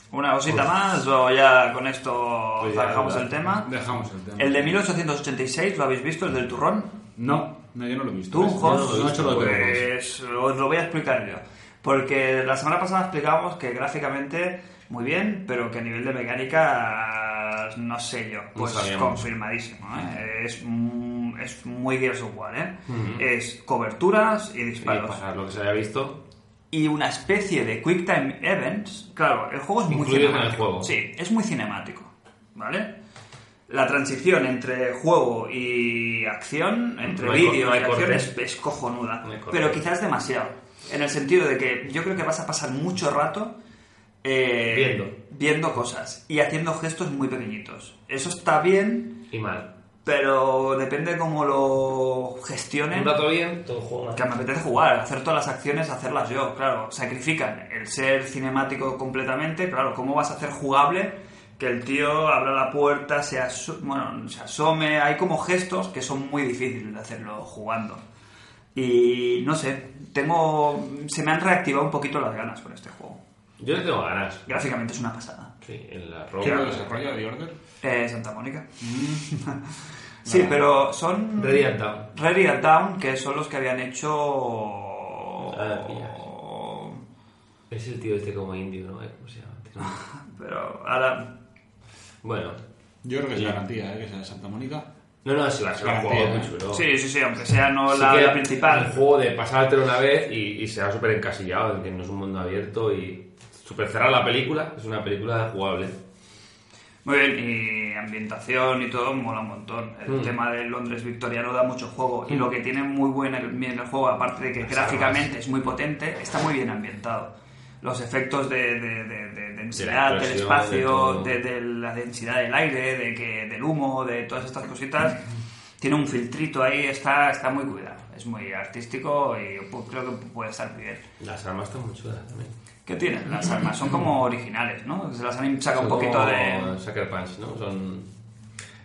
S2: ¿Una cosita más o ya con esto
S4: Pues ya,
S2: zanjamos
S4: ya.
S2: el tema?
S3: Dejamos el tema.
S2: El de 1886, ¿lo habéis visto? ¿El del turrón?
S3: No, no, yo no lo he visto.
S2: ¿Tú,
S3: Yo
S2: Jos?
S3: No, no he hecho lo que
S2: Pues os lo voy a explicar yo. Porque la semana pasada explicábamos que gráficamente muy bien, pero que a nivel de mecánica no sé yo. Pues
S4: sabíamos.
S2: confirmadísimo. ¿eh? Es, mm, es muy Gears of War, ¿eh? Es coberturas y
S4: Y
S2: disparos.
S4: para lo que se haya visto,
S2: y una especie de Quick Time Events. Claro, el juego es muy
S4: Incluido en el
S2: cinemático.
S4: juego.
S2: Sí, es muy cinemático, ¿vale? La transición entre juego y acción, entre
S4: No hay cor-
S2: vídeo
S4: no
S2: y
S4: hay
S2: acción,
S4: corte.
S2: es, es cojonuda.
S4: No hay corte.
S2: pero quizás demasiado. En el sentido de que yo creo que vas a pasar mucho rato eh,
S4: Viendo.
S2: viendo cosas y haciendo gestos muy pequeñitos. Eso está bien,
S4: Y mal.
S2: pero depende cómo lo gestionen.
S4: Un rato bien, todo juego mal.
S2: Que me apetece jugar, hacer todas las acciones, hacerlas yo, claro. Sacrifican el ser cinemático completamente, claro. ¿Cómo vas a hacer jugable que el tío abra la puerta, se, aso- bueno, se asome? Hay como gestos que son muy difíciles de hacerlo jugando. Y no sé, tengo. Se me han reactivado un poquito las ganas con este juego.
S4: Yo le tengo ganas.
S2: Gráficamente es una pasada.
S4: Sí, en la
S3: ¿Quién lo
S4: roca.
S3: desarrolla The Order?
S2: Eh, Santa Mónica. sí, pero son.
S4: Ready and Down.
S2: Ready at Down, que son los que habían hecho.
S4: Ah, pillas. Es el tío este como indio, ¿no? Eh, ¿Cómo se llama? Tiene un-
S2: Pero ahora.
S4: Bueno.
S3: Yo creo que es garantía, ¿eh? Que sea de Santa Mónica.
S4: No, no, sí, va a ser un
S3: Garantía,
S4: juego muy
S3: ¿eh?
S4: chulo.
S2: Sí, sí, sí, aunque sea no
S4: Sí
S2: la,
S4: que
S2: la
S4: Un
S2: principal.
S4: juego de pasártelo una vez y, y será súper encasillado, en que no es un mundo abierto y súper cerrada la película. Es una película jugable.
S2: Muy bien, y ambientación y todo mola un montón. El
S4: Mm.
S2: tema de Londres victoriano da mucho juego. Y lo que tiene muy buen el- bien el juego, aparte de que
S4: Las
S2: gráficamente es muy potente, está muy bien ambientado. Los efectos de, de- de- de- de densidad del
S4: explosión,
S2: espacio,
S4: de
S2: de, de la densidad del aire, de que, del humo, de todas estas cositas, tiene un filtrito ahí, está, está muy cuidado. Es muy artístico y pues, creo que puede estar muy bien.
S4: Las armas están muy chulas también.
S2: ¿Qué tienen las armas? Son como originales, ¿no? Se las han sacado un
S4: Son
S2: poquito
S4: como
S2: de...
S4: Sucker Punch, ¿no? Son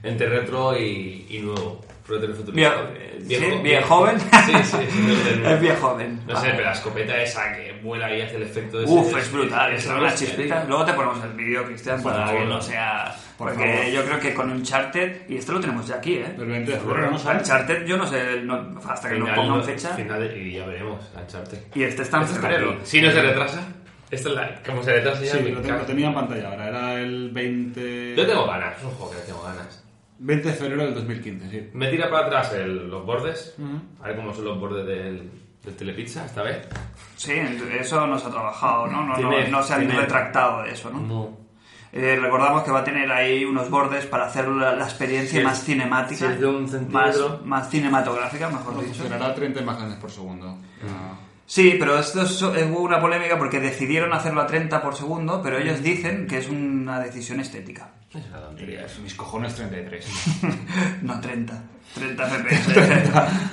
S4: entre retro y, y nuevo. Retro y
S2: Bien,
S4: futurista. Eh,
S2: sí, bien joven.
S4: Sí, sí, sí.
S2: Es bien joven.
S4: No sé, pero la escopeta esa que vuela y hace el efecto de
S2: Uf,
S4: ese-
S2: es brutal,
S4: esa
S2: son unas
S4: hostia,
S2: chispitas.
S4: tío.
S2: Luego te ponemos el vídeo, Cristian, para
S4: favor.
S2: que no sea...
S3: Por
S2: porque
S3: favor.
S2: yo creo que con Uncharted, y esto lo tenemos ya aquí, ¿eh?
S3: El 20 de febrero, ¿no? ¿Sabes?
S2: Uncharted, yo no sé, no- hasta que nos
S4: Final,
S2: pongan
S4: no-
S2: fecha.
S4: Final de- y ya veremos, lancharte.
S2: Y este está en febrero.
S4: Si no se retrasa, esta es la. Como se retrasa ya.
S3: Sí,
S4: me
S3: lo, tengo,
S4: cago.
S3: lo tenía en pantalla ahora. Era el 20...
S4: Yo tengo ganas, es un juego que le tengo ganas.
S3: 20 de febrero del 2015, sí.
S4: Me tira para atrás el- los bordes. A ver cómo son los bordes del, del Telepizza esta vez.
S2: Sí, eso nos ha trabajado, ¿no? No, no-
S4: Tiene-
S2: no se han
S4: tiene-
S2: retractado de eso, ¿no? Eh, recordamos que va a tener ahí unos bordes para hacer la, la experiencia
S4: Si es-
S2: más cinemática,
S4: si es de un
S2: más,
S4: centímetro.
S2: más cinematográfica, mejor dicho.
S3: Funcionará 30 imágenes por segundo.
S2: Sí, pero esto es, eh, hubo una polémica porque decidieron hacerlo a 30 por segundo, pero
S4: Mm.
S2: ellos dicen que es una decisión estética,
S4: Es una
S2: Eh,
S4: tontería eso.
S3: Mis cojones 33.
S2: no 30. 30 FPS,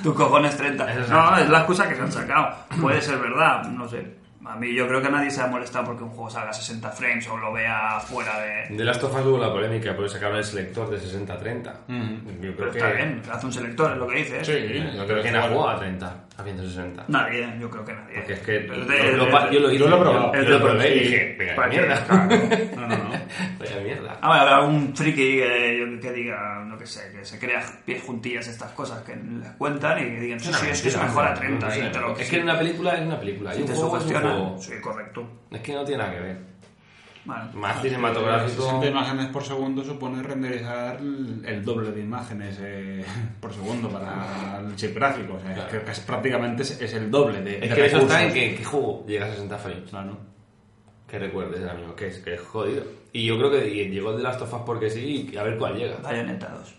S2: tus cojones 30.
S4: Eso es
S2: No,
S4: verdad.
S2: es la excusa que se han sacado. Puede ser verdad, no sé. A mí yo creo que nadie se ha molestado porque un juego salga a 60 frames o lo vea fuera de...
S4: De Last of Us hubo la polémica porque sacaron el selector de 60-30. Yo
S2: Pero
S4: creo
S2: está
S4: que.
S2: bien, hace un selector, es lo que dices.
S3: Sí,
S4: Yo creo que nadie jugó a 30, a 160.
S2: Nadie, yo creo que nadie.
S4: Porque es que
S2: Pero
S4: lo-
S2: de-
S4: lo-
S2: de-
S4: pa- yo lo hice,
S3: yo lo he probado.
S4: Yo lo
S2: Sí.
S4: probé y dije, venga,
S2: Para
S4: mierda.
S2: que-
S3: No, no, no.
S4: Vaya mierda.
S2: Ah, bueno, habrá un friki que, yo- que diga, no que sé, que se crea pies juntillas estas cosas que les cuentan y que digan, sí, sí, es que es mejor a 30
S4: No sé,
S2: y te lo
S4: Es que en una película es una película. Y
S2: si
S4: un
S2: te
S4: juego es un
S2: sugestiona,
S4: juego.
S2: sí, correcto.
S4: Es que no tiene nada que ver.
S2: Vale.
S4: Más cinematográfico.
S3: 60 imágenes por segundo supone renderizar el doble de imágenes eh, por segundo para el chip gráfico. O sea,
S4: Claro.
S3: que, que es prácticamente es, es el doble de,
S4: Es
S3: de
S4: que eso
S3: recursos.
S4: está en que, que juego llega a 60 frames.
S3: Claro.
S4: Que recuerdes ahora mismo, que es, que es jodido. Y yo creo que y llegó el de Last of Us porque sí, y a ver cuál llega.
S2: Bayonetta 2.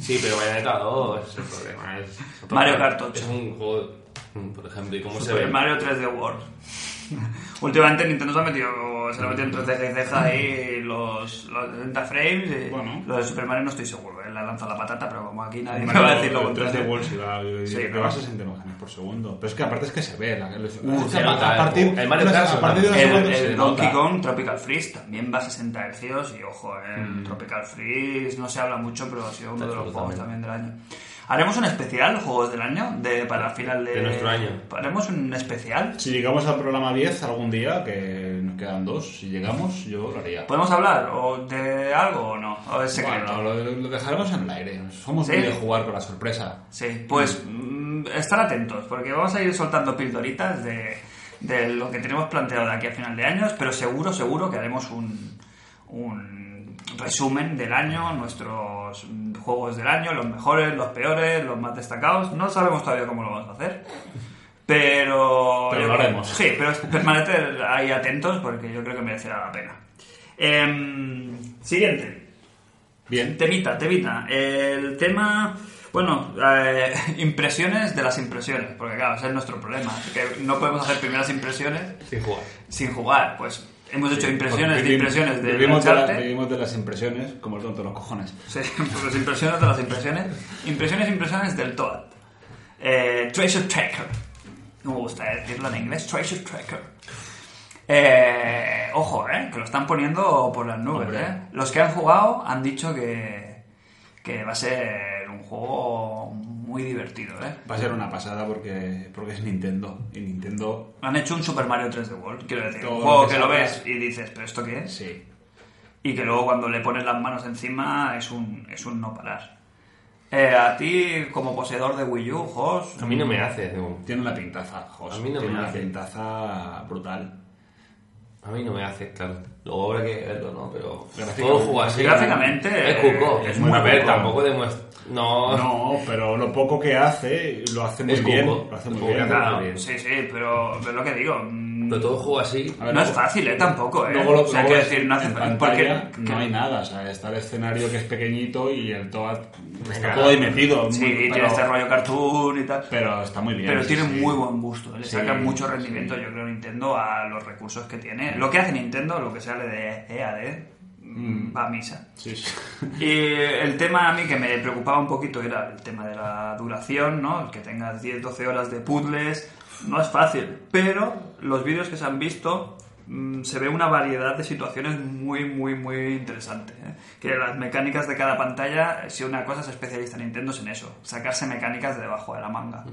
S4: Sí, pero Bayonetta 2 es el problema. Es otro-
S2: Mario Kart 8.
S4: Es un juego, mm, por ejemplo, y cómo se
S2: Super
S4: ve.
S2: Mario 3D World. Últimamente Nintendo se ha metido, se le ha metido entre ceja y ceja ahí los, los 60 frames. y
S3: Bueno.
S2: Lo de Super Mario no estoy seguro, eh, él la lanza la patata, pero como aquí nadie me
S3: Mario,
S2: va a decir lo
S3: el 3D
S2: contrario.
S3: World sí va, yo
S2: Sí,
S3: diría que
S2: claro.
S3: va a 60 imágenes por segundo. Pero es que aparte es que se ve. La, el-
S4: Uh, se
S3: a-
S4: nota,
S3: a partir,
S4: el Mario Kart se
S3: a partir de
S4: nota.
S3: los
S2: El,
S3: segundos-
S2: el
S4: se
S2: Donkey
S4: nota.
S2: Kong Tropical Freeze también va a 60 hercios y ojo, eh, el Tropical Freeze no se habla mucho, pero ha sido uno
S4: Mm. Está
S2: de los
S4: chulo
S2: juegos
S4: también.
S2: también del año. Haremos un especial, juegos del año, de, para el final de,
S4: De nuestro año.
S2: Haremos un especial.
S3: Si llegamos al programa 10 algún día, que nos quedan dos, si llegamos, yo lo haría.
S2: ¿Podemos hablar o de algo o no? ¿O es secreto?
S3: Bueno, lo, lo dejaremos en el aire. Somos
S2: ¿Sí?
S3: muy de jugar con la sorpresa.
S2: Sí, pues mm, estar atentos, porque vamos a ir soltando pildoritas de, de lo que tenemos planteado de aquí a final de años, pero seguro, seguro que haremos un, un resumen del año, nuestros mm, juegos del año, los mejores, los peores, los más destacados. No sabemos todavía cómo lo vamos a hacer, Pero.
S3: Pero lo haremos.
S2: Sí, pero permaneced ahí atentos porque yo creo que merecerá la pena. Em, siguiente.
S3: Bien.
S2: Temita, temita. El tema. Bueno, eh, impresiones de las impresiones, porque claro, ese es nuestro problema, que no podemos hacer primeras impresiones
S4: Sin jugar.
S2: sin jugar. Pues hemos hecho impresiones de
S3: Vivi-
S2: impresiones de
S3: vivimos de, la-
S2: Uncharted.
S3: vivimos de las impresiones, como el tonto de los cojones.
S2: Sí, pues las impresiones de las impresiones. Impresiones, impresiones del Toad. Eh, treasure Tracker. No me gusta eh, decirlo en inglés. Treasure Tracker. Eh, ojo, eh, que lo están poniendo por las nubes.
S3: Hombre.
S2: Eh. Los que han jugado han dicho que, que va a ser un juego muy divertido. Eh.
S3: Va a ser una pasada porque, porque es Nintendo. Y Nintendo,
S2: Han hecho un Super Mario 3D World, quiero decir.
S3: Todo
S2: un
S3: lo
S2: juego
S3: que
S2: que lo
S3: salga.
S2: ves y dices, ¿pero esto qué es?
S3: sí.
S2: Y que luego cuando le pones las manos encima es un, es un no parar. Eh, a ti, como poseedor de Wii U, Jos,
S4: A mí no me hace, digo,
S3: Tiene una pintaza, Jos.
S4: A mí no
S3: Tiene
S4: me
S3: una
S4: hace.
S3: pintaza brutal.
S4: a mí no me hace, claro. Luego habrá que verlo, ¿no? Pero
S3: Gráficamente.
S4: todo juego así.
S2: Gráficamente,
S4: Es cuco.
S2: eh,
S3: es
S4: Es
S3: muy
S4: muy a ver,
S3: cuco.
S4: tampoco demuestra. No.
S3: No, pero lo poco que hace, lo hace muy
S4: Es
S3: bien.
S4: cuco.
S3: Lo hace muy
S4: Cuco.
S3: bien.
S4: Claro.
S2: claro,
S4: bien.
S2: ah, sí, sí, pero es lo que digo. mm,
S4: Pero todo juego así.
S3: A ver,
S2: no es
S3: luego-
S2: fácil, ¿eh? Tampoco, ¿eh?
S3: Luego lo
S2: o sea, hay que
S3: luego es-
S2: decir, no hace
S3: en
S2: falta.
S3: pantalla
S2: porque-
S3: no hay nada, o sea, está el escenario que es pequeñito y el Toad está
S4: Venga.
S3: todo ahí metido.
S2: Sí,
S3: muy-
S2: tiene
S3: pero,
S2: este rollo cartoon y tal.
S3: pero está muy bien.
S2: Pero
S3: sí,
S2: tiene
S3: sí.
S2: muy buen gusto, eh, le
S3: Sí,
S2: saca mucho
S3: sí.
S2: rendimiento, yo creo, Nintendo a los recursos que tiene. Lo que hace Nintendo, lo que sale de EAD, mm, eh, va a misa.
S3: Sí, sí.
S2: Y el tema a mí que me preocupaba un poquito era el tema de la duración, ¿no? El que tengas 10-12 horas de puzzles, no es fácil. Pero los vídeos que se han visto mm, se ve una variedad de situaciones muy, muy, muy interesante. ¿eh? Que las mecánicas de cada pantalla, eh, si una cosa es especialista Nintendo es en eso, sacarse mecánicas de debajo de la manga.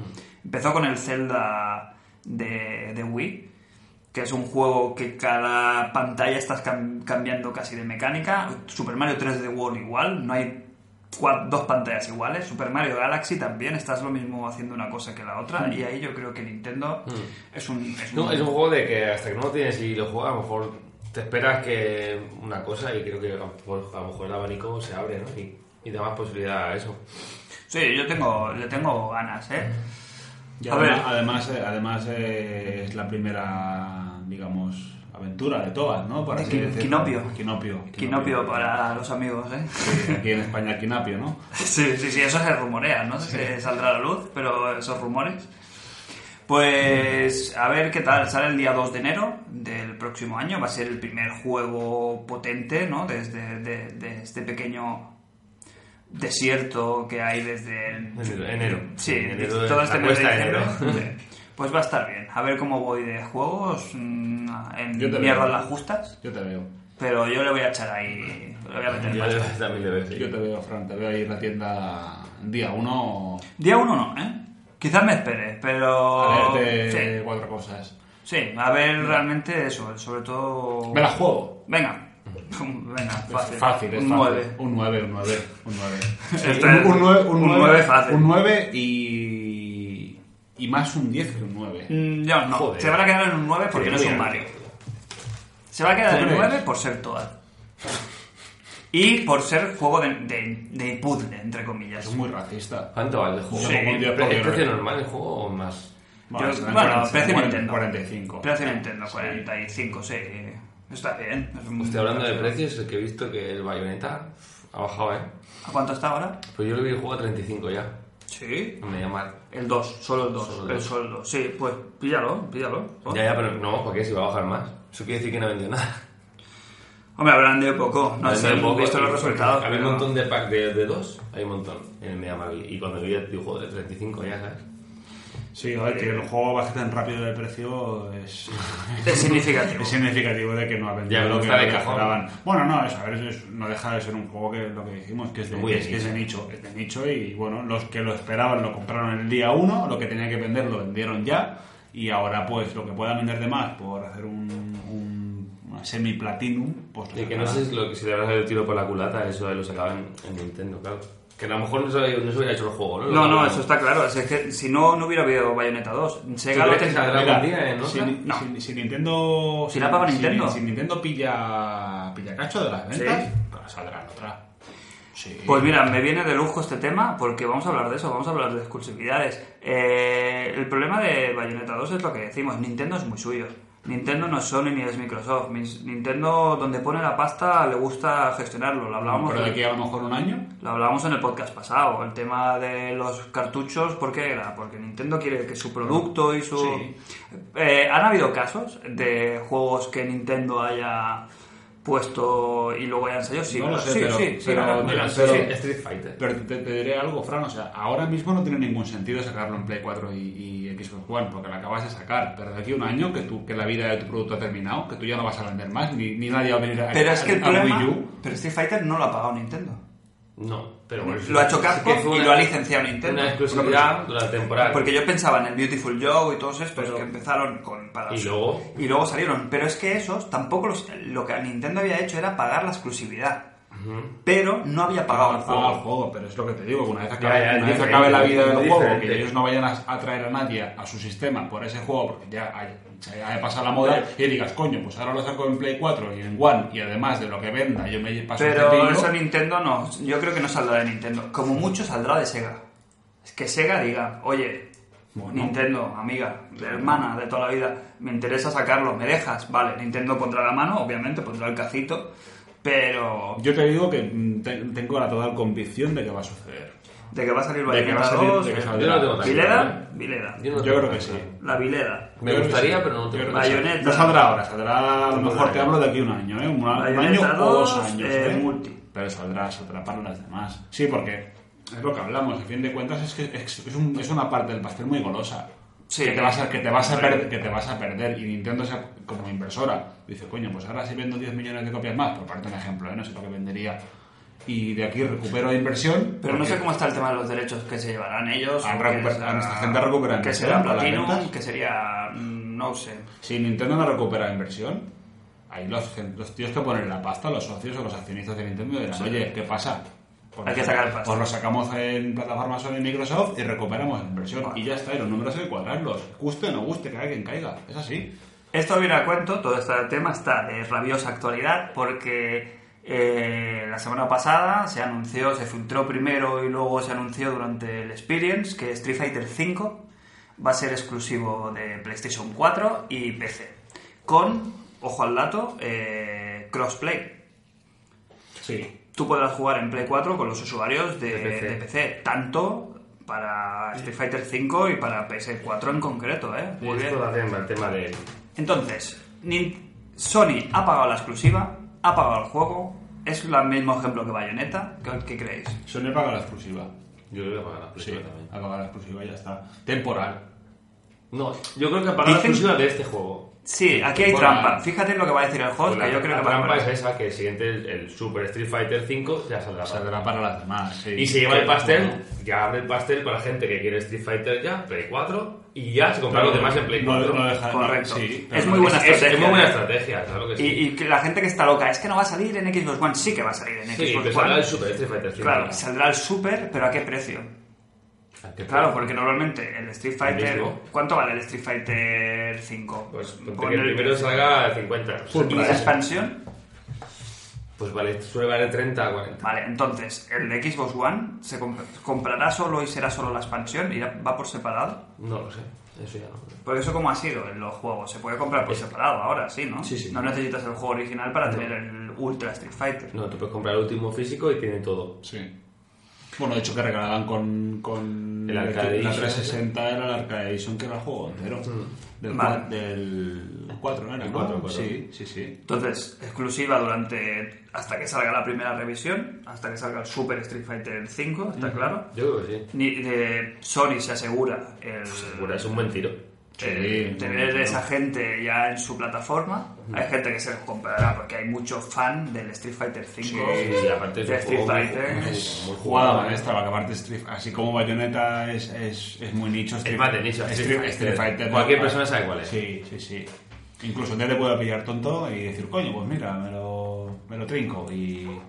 S2: Empezó con el Zelda de, de Wii, que es un juego que cada pantalla estás cam- cambiando casi de mecánica. Super Mario 3D World igual, no hay cua- dos pantallas iguales. Super Mario Galaxy también, estás lo mismo haciendo una cosa que la otra. Y ahí yo creo que Nintendo es un... es
S4: Mm. No,
S2: un-
S4: es un juego de que hasta que no lo tienes y lo juegas, a lo mejor te esperas que una cosa y creo que a lo mejor, a lo mejor el abanico se abre, ¿no? Y, y da más posibilidad a eso.
S2: Sí, yo tengo, le tengo ganas, ¿eh?
S3: Y
S2: A
S3: además,
S2: ver.
S3: además, eh, además, eh, es la primera, digamos, aventura de Toad, ¿no? Por
S2: De
S3: así
S2: Eh, Quin-
S3: decirlo.
S2: Quinopio.
S3: Quinopio.
S2: Quinopio para los amigos, ¿eh?
S3: Sí, Aquí en España, Quinapio, ¿no?
S2: Sí, sí, sí, eso se rumorea, no sé si saldrá a la luz, pero esos rumores. Pues a ver qué tal, sale el día 2 de enero del próximo año, va a ser el primer juego potente, ¿no? Desde de, de este pequeño desierto que hay desde el-
S4: Enero, enero.
S2: Sí,
S4: Enero de-
S2: todo este
S4: la
S2: mes de
S4: cuesta de
S2: enero.
S4: enero.
S2: Pues va a estar bien. A ver cómo voy de juegos mm, en
S3: Yo te veo.
S2: mierdas las justas,
S3: Yo te veo.
S2: pero yo le voy a echar ahí, le voy a meter
S4: Yo
S2: pasta.
S4: también le veo, sí.
S3: Yo te veo, Fran. Te veo ahí en la tienda día uno.
S2: Día uno no, ¿eh? Quizás me espere, pero...
S3: A leerte
S2: Oh, Sí,
S3: cuatro cosas.
S2: sí, a ver realmente eso, sobre todo...
S3: Me la juego.
S2: Venga. Venga, fácil.
S3: Es fácil, es
S2: Un
S3: fácil.
S2: nueve.
S3: Un 9, un 9, un 9.
S2: Este es un nueve fácil.
S3: Un 9 y, y más un 10 que un 9.
S2: Mm, Yo no,
S4: Joder.
S2: se va a quedar en un 9 porque
S4: Sí,
S2: no es
S4: mira.
S2: un Mario. Se va a quedar
S3: ¿Tú
S2: en un
S3: crees?
S2: 9 por ser Toad. Y por ser juego de, de, de puzzle, entre comillas.
S3: Es muy racista.
S4: ¿Cuánto vale el juego?
S3: Sí,
S4: ¿Es
S3: porque-
S4: precio normal el juego o más?
S2: Yo-
S3: serán
S2: bueno,
S3: 40,
S2: precio
S3: serán
S2: Nintendo.
S3: 45.
S2: Precio Nintendo, 45, sí. Está bien. es un-
S4: Estoy hablando de precios, el que he visto que el Bayonetta uf, ha bajado, ¿eh?
S2: ¿A cuánto está ahora?
S4: Pues yo lo vi el juego a 35 ya.
S2: Sí.
S4: No me llama.
S2: El 2, solo el 2.
S4: Solo el
S2: el
S4: dos.
S2: solo el 2. Sí, pues píllalo, píllalo. ¿no?
S4: Ya, ya, pero no, porque si va a bajar más. Eso quiere decir que no ha vendido nada.
S2: Hombre, habrán de poco. No sé,
S4: Depende un
S2: hemos
S4: poco,
S2: visto
S4: y-
S2: los resultados.
S4: Había
S2: pero-
S4: un montón de pack de, de dos, hay un montón en el Media Marvel. Y cuando vi el dibujo de 35 ya, ¿sabes?
S3: Sí, a ver, que el juego baje tan rápido de precio es,
S2: Es significativo.
S3: es significativo de que no ha vendido
S4: Ya,
S3: lo que
S4: está de
S3: lo que
S4: cajón.
S3: esperaban. Bueno, no, es, a ver, es- no deja de ser un juego que lo que dijimos, que es de,
S4: Muy de
S3: es, que es de nicho. Es de nicho y bueno, los que lo esperaban lo compraron el día 1, lo que tenía que vender lo vendieron ya y ahora pues lo que puedan vender de más por hacer un, un- una semi-platinum, pues lo
S4: Y que no
S3: sacarán.
S4: sé si, lo, que- si le habrá salido el tiro por la culata, eso lo sacaban en Nintendo, claro. Que a lo mejor no se, no se hubiera hecho el juego, ¿no?
S2: No, no, eso está claro. Es que si no, no hubiera habido Bayonetta 2. Sega lo
S4: crees que
S2: tendrá.
S4: saldrá?
S3: Mira,
S4: algún día, ¿eh? ¿No?
S3: Si,
S2: No.
S3: si- si Nintendo.
S2: Si la paga Nintendo.
S3: Si, si Nintendo pilla, pilla cacho de las ventas, pues saldrán otra. Sí.
S2: Pues mira, me viene de lujo este tema porque vamos a hablar de eso, vamos a hablar de exclusividades. Eh, el problema de Bayonetta 2 es lo que decimos, Nintendo es muy suyo. Nintendo no es Sony ni es Microsoft. Mis- Nintendo donde pone la pasta le gusta gestionarlo. Lo hablábamos,
S3: Pero de aquí a lo mejor un año.
S2: lo hablábamos en el podcast pasado. El tema de los cartuchos, ¿por qué era? Porque Nintendo quiere que su producto y su...
S3: Sí.
S2: Eh, ¿Han habido casos de juegos que Nintendo haya puesto y luego haya ensayado? Sí,
S3: No lo
S2: ¿verdad?
S3: sé,
S2: sí,
S3: pero-
S2: sí, sí,
S3: pero-
S2: ¿verdad?
S4: Mira,
S3: pero-
S4: sí, Street Fighter.
S3: Pero te, te diré algo, Fran, o sea, ahora mismo no tiene ningún sentido sacarlo en Play 4 y, y Xbox One, porque lo acabas de sacar, pero de aquí a un año que, tú, que la vida de tu producto ha terminado, que tú ya no vas a vender más, ni, ni nadie va a venir a,
S2: Pero es que el
S3: a- a
S2: problema...
S3: Wii U.
S2: Pero Street Fighter no lo ha pagado Nintendo.
S4: No, pero bueno,
S2: Lo ha hecho
S4: sí Pues que
S2: Capcom
S4: fue
S2: y
S4: una-
S2: lo ha licenciado Nintendo.
S4: Una exclusividad durante temporada.
S2: Porque yo pensaba en el Beautiful Joe y todos estos
S4: Pero-
S2: que empezaron con... Para
S4: Y luego-
S2: y luego salieron. Pero es que esos tampoco los... Lo que Nintendo había hecho era pagar la exclusividad. Pero no había pagado el
S3: Paga el
S2: juego.
S3: juego, pero es lo que te digo, que una vez
S4: Ya, ya,
S3: acabe,
S4: es
S3: una vez
S4: diferente,
S3: acabe la vida
S4: es
S3: del juego,
S4: diferente.
S3: que ellos no vayan a, a traer a nadie a su sistema por ese juego, porque ya hay- se haya pasado la moda, y digas, coño, pues ahora lo saco en Play 4 y en One, y además de lo que venda, yo me paso un
S2: Pero
S3: cepillo.
S2: eso Nintendo no... Yo creo que no saldrá de Nintendo. Como mucho saldrá de Sega. Es que Sega diga, oye...
S3: Bueno.
S2: Nintendo, amiga, de hermana de toda la vida, me interesa sacarlo, me dejas, vale, Nintendo pondrá la mano, obviamente pondrá el cacito, pero
S3: Yo te digo que mm, te- tengo la total convicción de que va a suceder.
S2: De que va a salir
S3: De que va
S2: Bayonetta
S3: a salir-
S2: 2.
S3: de que
S4: Yo no tengo
S3: saldrá.
S4: tan
S2: Vileda,
S4: claro,
S2: Vileda.
S4: ¿eh? Yo, no
S3: Yo
S4: tengo
S3: creo que
S4: tan
S3: sí.
S4: claro.
S2: La Vileda.
S4: Me
S3: Yo creo
S4: gustaría,
S3: que sí.
S4: pero no
S3: Yo
S4: tengo
S3: creo
S4: tan
S3: que sí.
S4: claro.
S2: Bayonetta.
S3: No saldrá ahora, saldrá a lo
S4: Un
S3: mejor
S4: año.
S3: te hablo de aquí un año, ¿eh? Un, un año
S2: Bayonetta
S3: o dos
S2: 2,
S3: años,
S2: eh,
S3: ¿eh?
S2: multi.
S3: Pero saldrá, saldrá para las demás. Sí, porque es lo que hablamos, a fin de cuentas es que es, es un- es una parte del pastel muy golosa.
S2: Sí.
S3: Que, te vas a, que, te vas a perder, que te vas a perder y Nintendo se- como inversora dice, coño, pues ahora si vendo 10 millones de copias más, por parte un ejemplo, ¿eh? no sé lo que vendería, y de aquí recupero la inversión.
S2: Pero no
S3: porque-
S2: sé cómo está el tema de los derechos que se llevarán ellos.
S3: Han
S2: o
S3: recuper-
S2: que será-
S3: nuestra gente recupera
S2: Que
S3: el
S2: será
S3: dinero para las
S2: Platinum,
S3: ventas.
S2: que sería. mm, No sé.
S3: Si Nintendo no recupera inversión, ahí los, gen- los tíos que ponen la pasta, los socios o los accionistas de Nintendo dirán, oye, ¿qué pasa? Pues
S2: Hay que
S3: lo-
S2: sacar pasta".
S3: Pues lo sacamos en plataformas Sony y Microsoft y recuperamos la inversión.
S2: Vale.
S3: Y ya está, y los números hay que cuadrarlos. Guste o no guste, caiga quien caiga. Es así.
S2: Esto viene a cuento, todo este tema está de rabiosa actualidad porque eh, la semana pasada se anunció, se filtró primero y luego se anunció durante el Experience que Street Fighter V va a ser exclusivo de PlayStation 4 y PC con, ojo al dato, eh, crossplay
S3: Sí.
S2: tú podrás jugar en Play 4 con los usuarios de, de
S4: De
S2: PC.
S4: PC.
S2: tanto para Street Fighter 5 y para PS4 en concreto, ¿eh? Muy bien.
S4: Esto da tema, el tema de...
S2: Entonces, Nin- Sony ha pagado la exclusiva, ha pagado el juego, es el mismo ejemplo que Bayonetta, ¿qué, qué creéis?
S3: Sony paga la exclusiva.
S4: Yo creo que pagar la
S3: Sí,
S4: exclusiva también.
S3: ha pagado la exclusiva y ya está. Temporal.
S4: No, yo creo que ha pagado la
S2: Dicen-
S4: exclusiva de este juego.
S2: Sí, aquí hay
S3: Bueno,
S2: trampa. Fíjate en lo que va a decir el host,
S4: Pues la,
S2: que yo creo
S4: la
S2: que va a
S4: trampa es esa, que el siguiente, el, el Super Street Fighter 5 ya saldrá.
S3: Saldrá para las demás. sí.
S4: Y se lleva el pastel, ya abre el pastel para la gente que quiere Street Fighter ya, Play 4, y ya se compra los demás en Play
S3: No,
S4: 4.
S3: no deja-
S2: Correcto.
S3: sí,
S2: Es
S3: pero
S2: muy
S3: no-
S2: buena
S4: es,
S2: estrategia. ¿eh?
S4: es muy buena estrategia, claro que sí.
S2: Y, y que la gente que está loca, es que no va a salir en Xbox One, sí que va a salir en
S4: sí,
S2: Xbox
S4: pero
S2: One.
S4: saldrá el Super Street Fighter 5.
S2: Claro, saldrá el Super, pero ¿a qué precio?
S4: Que- pues,
S2: Claro, porque normalmente el Street Fighter.
S4: mismo.
S2: ¿Cuánto vale el Street Fighter 5?
S4: Pues ponte
S2: Con
S4: que el
S2: el- Pues,
S4: primero salga a 50.
S2: ¿Y la expansión?
S4: Pues vale, suele valer 30 a 40.
S2: Vale, entonces, el de Xbox One se comp- comprará solo y será solo la expansión y ya va por separado.
S4: No lo sé, eso ya no.
S2: Porque eso como ha sido en los juegos, se puede comprar por separado ahora, sí, ¿no?
S4: Sí, sí.
S2: No necesitas el juego original para tener el Ultra Street Fighter.
S4: No, tú puedes comprar el último físico y tiene todo.
S3: Sí. Bueno, de hecho que regalaban con, con
S4: El Arcade
S3: la
S4: Edition.
S3: 360 era el Arcade Edition, que era el juego entero. Del,
S2: Vale.
S3: cua- del 4, ¿no era?
S4: El
S3: ¿no?
S4: 4, 4.
S3: Sí, sí, sí.
S2: Entonces, exclusiva durante hasta que salga la primera revisión, hasta que salga el Super Street Fighter 5, está claro.
S4: Yo creo que sí.
S2: Ni- de- Sony se asegura el,
S4: Bueno, es un buen tiro.
S2: Eh,
S3: Sí,
S2: tener
S3: bueno.
S2: esa gente ya en su plataforma. Hay gente que se los comprará porque hay mucho fan del Street Fighter 5.
S4: Y aparte es
S2: de
S4: un
S2: Street
S4: juego muy,
S2: Fighter.
S4: muy- muy
S3: Jugada
S4: jugado. ¿eh?
S3: maestra, porque aparte Street, así como Bayonetta es, es, es muy nicho. Street,
S4: más de nicho, Street
S3: Street,
S4: Fighter.
S3: Street Fighter.
S4: Cualquier
S3: ¿no?
S4: persona sabe cuál es.
S3: Sí, sí, sí. Incluso te te puede pillar tonto y decir, coño, pues mira, me lo, me lo trinco y,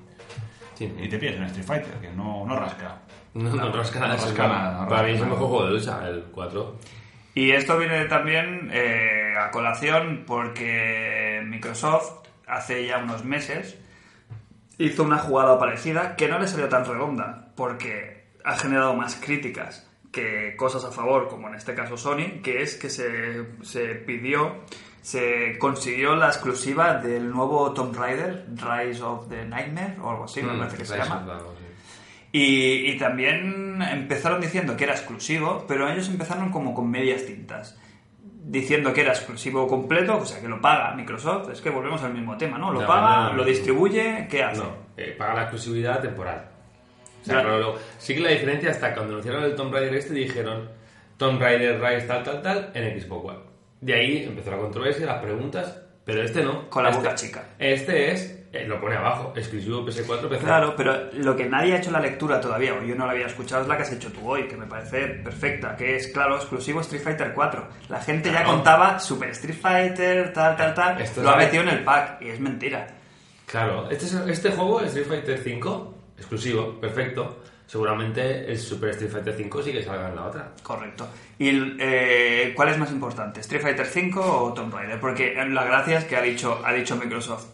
S4: Sí.
S3: y te pillas en Street Fighter, que no, no rasca.
S4: No, no rasca nada.
S3: No
S4: sí,
S3: rasca
S4: no.
S3: nada, no
S4: Para
S3: rasca
S4: mí es el
S3: nada.
S4: mejor juego de lucha, el 4.
S2: Y esto viene también eh, a colación porque Microsoft hace ya unos meses hizo una jugada parecida que no le salió tan redonda, porque ha generado más críticas que cosas a favor, como en este caso Sony, que es que se, se pidió, se consiguió la exclusiva del nuevo Tomb Raider, Rise of the Nightmare, o algo así, me parece que se
S4: Mm, Rise of
S2: llama.
S4: Dawn, sí.
S2: Y, y también empezaron diciendo que era exclusivo, pero ellos empezaron como con medias tintas. Diciendo que era exclusivo completo, o sea, que lo paga Microsoft. Es que volvemos al mismo tema, ¿no? Lo
S4: Ya,
S2: paga,
S4: ya.
S2: lo distribuye, ¿qué hace?
S4: No, eh, paga la exclusividad temporal. O sea,
S2: Claro.
S4: no lo- sí que la diferencia hasta cuando anunciaron el Tomb Raider este dijeron Tomb Raider Rise tal tal tal en Xbox One. De ahí empezó la controversia, las preguntas, pero este no.
S2: Con la
S4: Este-
S2: boca chica.
S4: Este es, eh, lo pone abajo, exclusivo PS4, PC.
S2: Claro, pero lo que nadie ha hecho la lectura todavía, o yo no la había escuchado, es la que has hecho tú hoy, que me parece perfecta, que es, claro, exclusivo Street Fighter 4. La gente ya
S4: Claro.
S2: contaba Super Street Fighter, tal, tal, tal,
S4: Esto
S2: lo ha
S4: es-
S2: metido en el pack, y es mentira.
S4: Claro, este, es- este juego, el Street Fighter 5, exclusivo, perfecto. Seguramente el Super Street Fighter 5 sí que salga en la otra.
S2: Correcto. ¿Y eh, cuál es más importante, Street Fighter 5 o Tomb Raider? Porque eh, la gracia es que ha dicho, ha dicho Microsoft,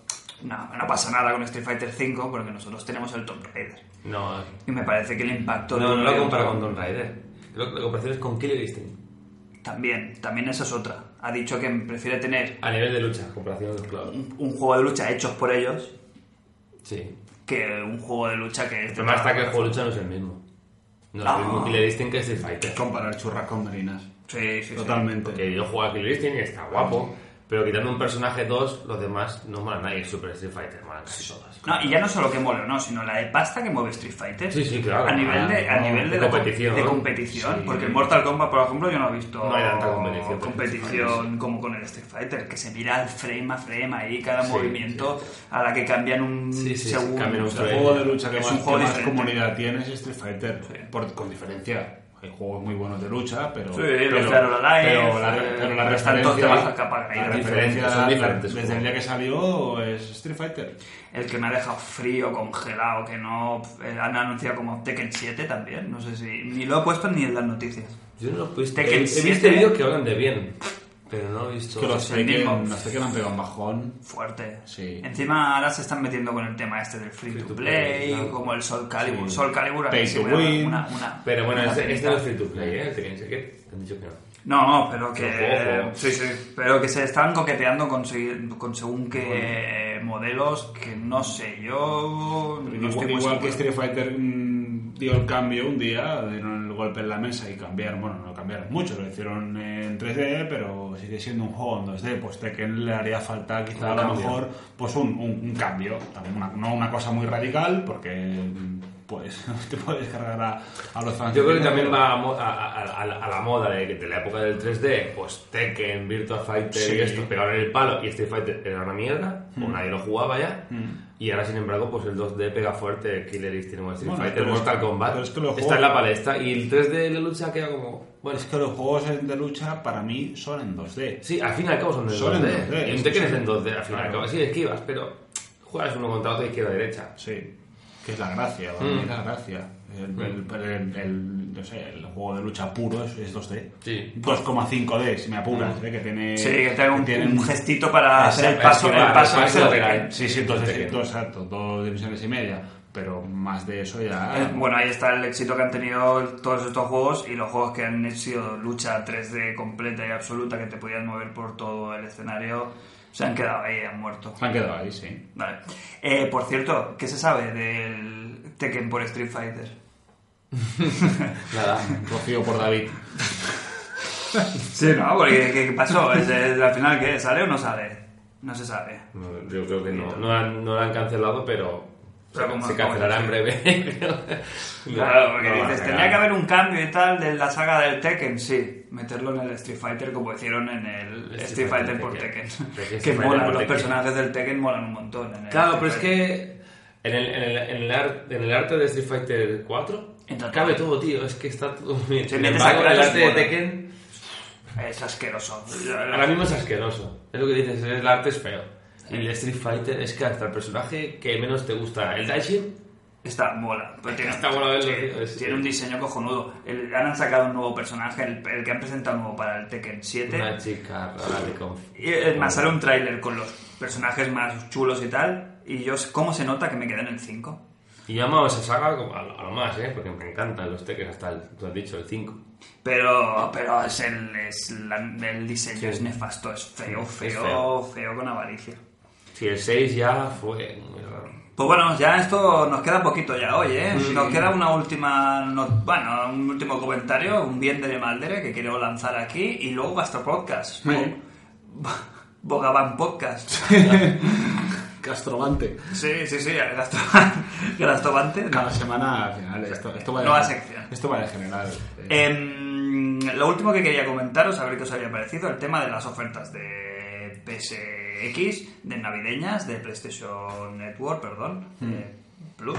S2: no, no pasa nada con Street Fighter 5 porque nosotros tenemos el Tomb Raider.
S4: No,
S2: Y me parece que el impacto...
S4: no,
S2: de-
S4: no lo comparo con Tomb Raider. Creo que la comparación es con Killer Instinct.
S2: También, también esa es otra. Ha dicho que prefiere tener
S4: A nivel de lucha, comparación de claro.
S2: un, un juego de lucha hechos por ellos
S4: Sí.
S2: que un juego de lucha que...
S4: El problema está que el juego de lucha no es el mismo. No es
S2: Ah.
S4: el mismo Killer Instinct que Street Fighter.
S3: Comparar churras con merinas.
S2: Sí, sí, sí.
S3: Totalmente.
S4: Porque yo juego a Killer Instinct y está guapo, pero quitando un personaje dos, los demás no molan nadie. Super Street Fighter molan casi todas.
S2: No, y ya no solo que mole o no, sino la de pasta que mueve Street Fighter.
S4: Sí, sí, claro.
S2: A nivel de, a
S4: No,
S2: nivel de,
S4: de
S2: la-
S4: competición,
S2: de
S4: ¿no?
S2: competición,
S4: Sí.
S2: porque en Mortal Kombat, por ejemplo, yo no he visto
S4: No hay tanta competición, pero Street
S2: competición como con el Street Fighter, que se mira el frame a frame ahí, cada
S4: Sí,
S2: movimiento a la que cambian un
S4: Sí, sí, sí,
S2: segundo.
S4: cambian un
S2: O sea,
S3: El
S4: frame.
S3: juego de lucha que,
S2: Es
S3: más,
S2: un juego
S3: que más
S2: diferente.
S3: comunidad tiene es Street Fighter, por- con diferencia. Hay juegos muy buenos de lucha, pero.
S2: Sí,
S3: pero,
S2: los Dead or Alive,
S3: pero la,
S2: eh,
S3: pero la
S2: pero están todos de
S3: referencia.
S2: baja capa caída.
S3: la
S4: Son
S3: referencia
S4: diferentes, son diferentes
S3: desde el
S4: juegos.
S3: día que salió es Street Fighter.
S2: El que me ha dejado frío, congelado, que no. eh, han anunciado como Tekken 7 también, no sé si. Ni lo he puesto ni en las noticias.
S4: Yo no lo he visto.
S2: Tekken
S4: He, he visto
S2: 7.
S4: vídeos que hablan de bien, pero no he visto.
S3: Que los
S2: es el mismo.
S3: Tekken, los Tekken han pegado un bajón.
S2: Fuerte.
S3: Sí.
S2: Encima ahora se están metiendo con el tema este del free, to play,
S4: claro.
S2: como el Sol Calibur.
S3: Sí.
S2: Sol Calibur a mí
S3: Pay
S2: sí
S3: to
S2: me da
S3: win.
S2: una- una-
S4: Pero bueno,
S2: una
S4: este, este
S2: penita.
S4: no es free to play, ¿eh? El Tekken, sé que te han dicho que no.
S2: No, no, pero que.
S4: Pero ojo.
S2: sí, sí, Pero que se están coqueteando con, segui- con según qué modelos que no sé, yo.
S3: Pero
S2: no
S3: igual,
S2: estoy muy
S3: igual que este
S2: seguro.
S3: Street Fighter mm, dio el cambio un día, dieron el golpe en la mesa y cambiaron, bueno, no cambiaron mucho, lo hicieron en 3D, pero sigue siendo un juego en 2D, pues Tekken le haría falta
S4: Un
S3: quizá a lo
S4: cambio.
S3: mejor pues un, un- un cambio, también una- no una cosa muy radical, porque mm, pues te puedes cargar a, a los fans.
S4: Yo creo que
S3: de
S4: también
S3: Tekken,
S4: va a, mo- a- a- a- a la- a la moda de, de la época del 3D, pues Tekken, Virtua Fighter
S3: Sí. Hmm.
S4: y estos pegaron el palo y Street Fighter era una mierda, o nadie lo jugaba ya. Y ahora, sin embargo, pues el 2D pega fuerte, Killer Instinct, Street
S3: Bueno,
S4: Fighter,
S3: pero es-
S4: Mortal
S3: pero
S4: Kombat.
S3: es que los
S4: está
S3: juegos-
S4: en la palestra y el 3D de la lucha queda como. Bueno,
S3: Es que los juegos de lucha para mí son en 2D.
S4: sí, al fin y al cabo son de
S3: Son en
S4: 2D.
S3: 2D,
S4: Y un
S3: sí,
S4: Tekken
S3: sí.
S4: es en 2D, al fin y al
S3: Claro.
S4: cabo. Sí, esquivas, pero juegas uno contra otro izquierda-derecha.
S3: Sí, que es la gracia, para mí es la gracia. El, el- el- el- no sé, el juego de lucha puro es, es 2D.
S4: Sí.
S3: 2,5D, si me apuras, ¿eh? que tiene...
S2: Sí, que tenga un,
S3: tiene
S2: un gestito para
S3: Exacto,
S2: hacer el paso,
S4: es
S2: el
S4: que va,
S2: paso,
S4: el
S2: ese
S4: paso
S2: de-
S4: de-
S3: Sí, sí, dos,
S4: Tekken.
S3: dos, exacto, dos dimensiones y media. Pero más de eso ya...
S2: Eh, Bueno, ahí está el éxito que han tenido todos estos juegos y los juegos que han sido lucha 3D completa y absoluta que te podían mover por todo el escenario se han quedado ahí, han muerto.
S3: Se han quedado ahí, sí.
S2: Vale. Eh, por cierto, ¿qué se sabe del Tekken por Street Fighter?
S4: Nada.
S3: Rocío por David.
S2: Sí, ¿no? Porque ¿qué, qué pasó? ¿Es, es, al final qué? ¿Sale o no sale? No se sabe.
S4: No, yo creo que no. No, han, no la han cancelado, pero
S2: Pero como-
S4: se cancelará en
S2: como-
S4: breve.
S2: Claro, porque
S4: No, no va a
S2: dices,
S4: sacar.
S2: tendría que haber un cambio y tal de la saga del Tekken, sí. Meterlo en el Street Fighter como hicieron en el Street, Fighter, por Tekken.
S4: Tekken
S2: que
S4: Street Fighter
S2: molan,
S4: por
S2: los
S4: Tekken.
S2: personajes del Tekken molan un montón. en el
S4: Claro,
S2: Street
S4: pero es
S2: Fighter.
S4: que en el, en, el, en, el ar- en el arte de Street Fighter 4
S2: Entra
S4: cabe
S2: todo.
S4: todo, tío. Es que está todo muy bien.
S2: Se
S4: Sin
S2: mete
S4: embargo,
S2: esa
S4: el arte de
S2: moda.
S4: Tekken
S2: Es asqueroso.
S4: ahora mismo es asqueroso. Es lo que dices, el arte es feo. Y el Street Fighter es que hasta el personaje que menos te gusta, el Daishin,
S2: Está mola. Pero tiene,
S4: Está mola verlo,
S2: sí,
S4: tío, es-
S2: tiene un diseño cojonudo. El- han sacado un nuevo personaje, el, el que han presentado nuevo para el Tekken 7.
S4: Una chica rara de conf-
S2: Este Y eh, me sale un tráiler con los personajes más chulos y tal. Y yo, cómo se nota que me quedé en el 5.
S4: Y yo amaba esa saga como a lo, a lo más, ¿eh? Porque me encantan los teques hasta el, tú has dicho, el 5.
S2: Pero, pero es el, es la- el diseño
S4: Sí.
S2: es nefasto, es feo,
S4: Sí, es
S2: feo,
S4: feo.
S2: feo, con avaricia.
S4: Si el 6 ya fue muy raro.
S2: Pues bueno, ya esto nos queda poquito ya hoy, ¿eh? Nos queda una última, no- bueno, un último comentario, un bien de Maldere que quiero lanzar aquí y luego vuestro podcast.
S3: Sí.
S2: Bo- Bogavan Podcast.
S3: Castrobante.
S2: Sí, sí, sí, Gastobante. Gastobante. no.
S3: Cada semana, al final, esto, esto va de
S2: Nueva sección.
S3: Esto va de general. eh,
S2: Em, lo último que quería comentaros, a ver qué os había parecido, el tema de las ofertas de PSX, de navideñas, de PlayStation Network, perdón,
S3: Hmm.
S2: eh, Plus.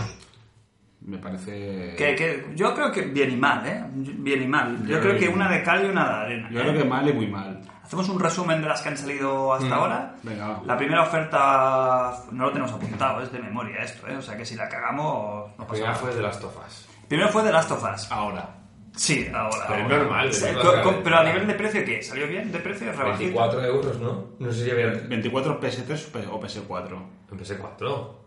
S3: me parece...
S2: Que, que yo creo que bien y mal, ¿eh? Bien y mal. Yo,
S3: Yo
S2: creo
S3: creo
S2: que
S3: que-
S2: una de cal y una de arena.
S3: Yo
S2: ¿eh?
S3: creo que mal y muy mal.
S2: Hacemos un resumen de las que han salido hasta ahora.
S3: Venga, va.
S2: La primera oferta no lo tenemos apuntado, es de memoria esto, ¿eh? O sea que si la cagamos, no pasa
S4: La
S3: Pues
S4: primera
S2: nada.
S4: Pues fue de las tofas.
S2: Primero fue The Last of Us.
S3: Ahora.
S2: Sí, ahora.
S4: Pero es
S2: ahora.
S4: normal,
S2: Sí,
S4: es
S2: co-
S4: normal.
S2: co- pero a nivel de precio, ¿qué? ¿Salió bien de precio? ¿Rebajito?
S4: 24 euros, ¿no? No sé si había...
S3: 24 PS3 o PS4.
S4: Empecé 4.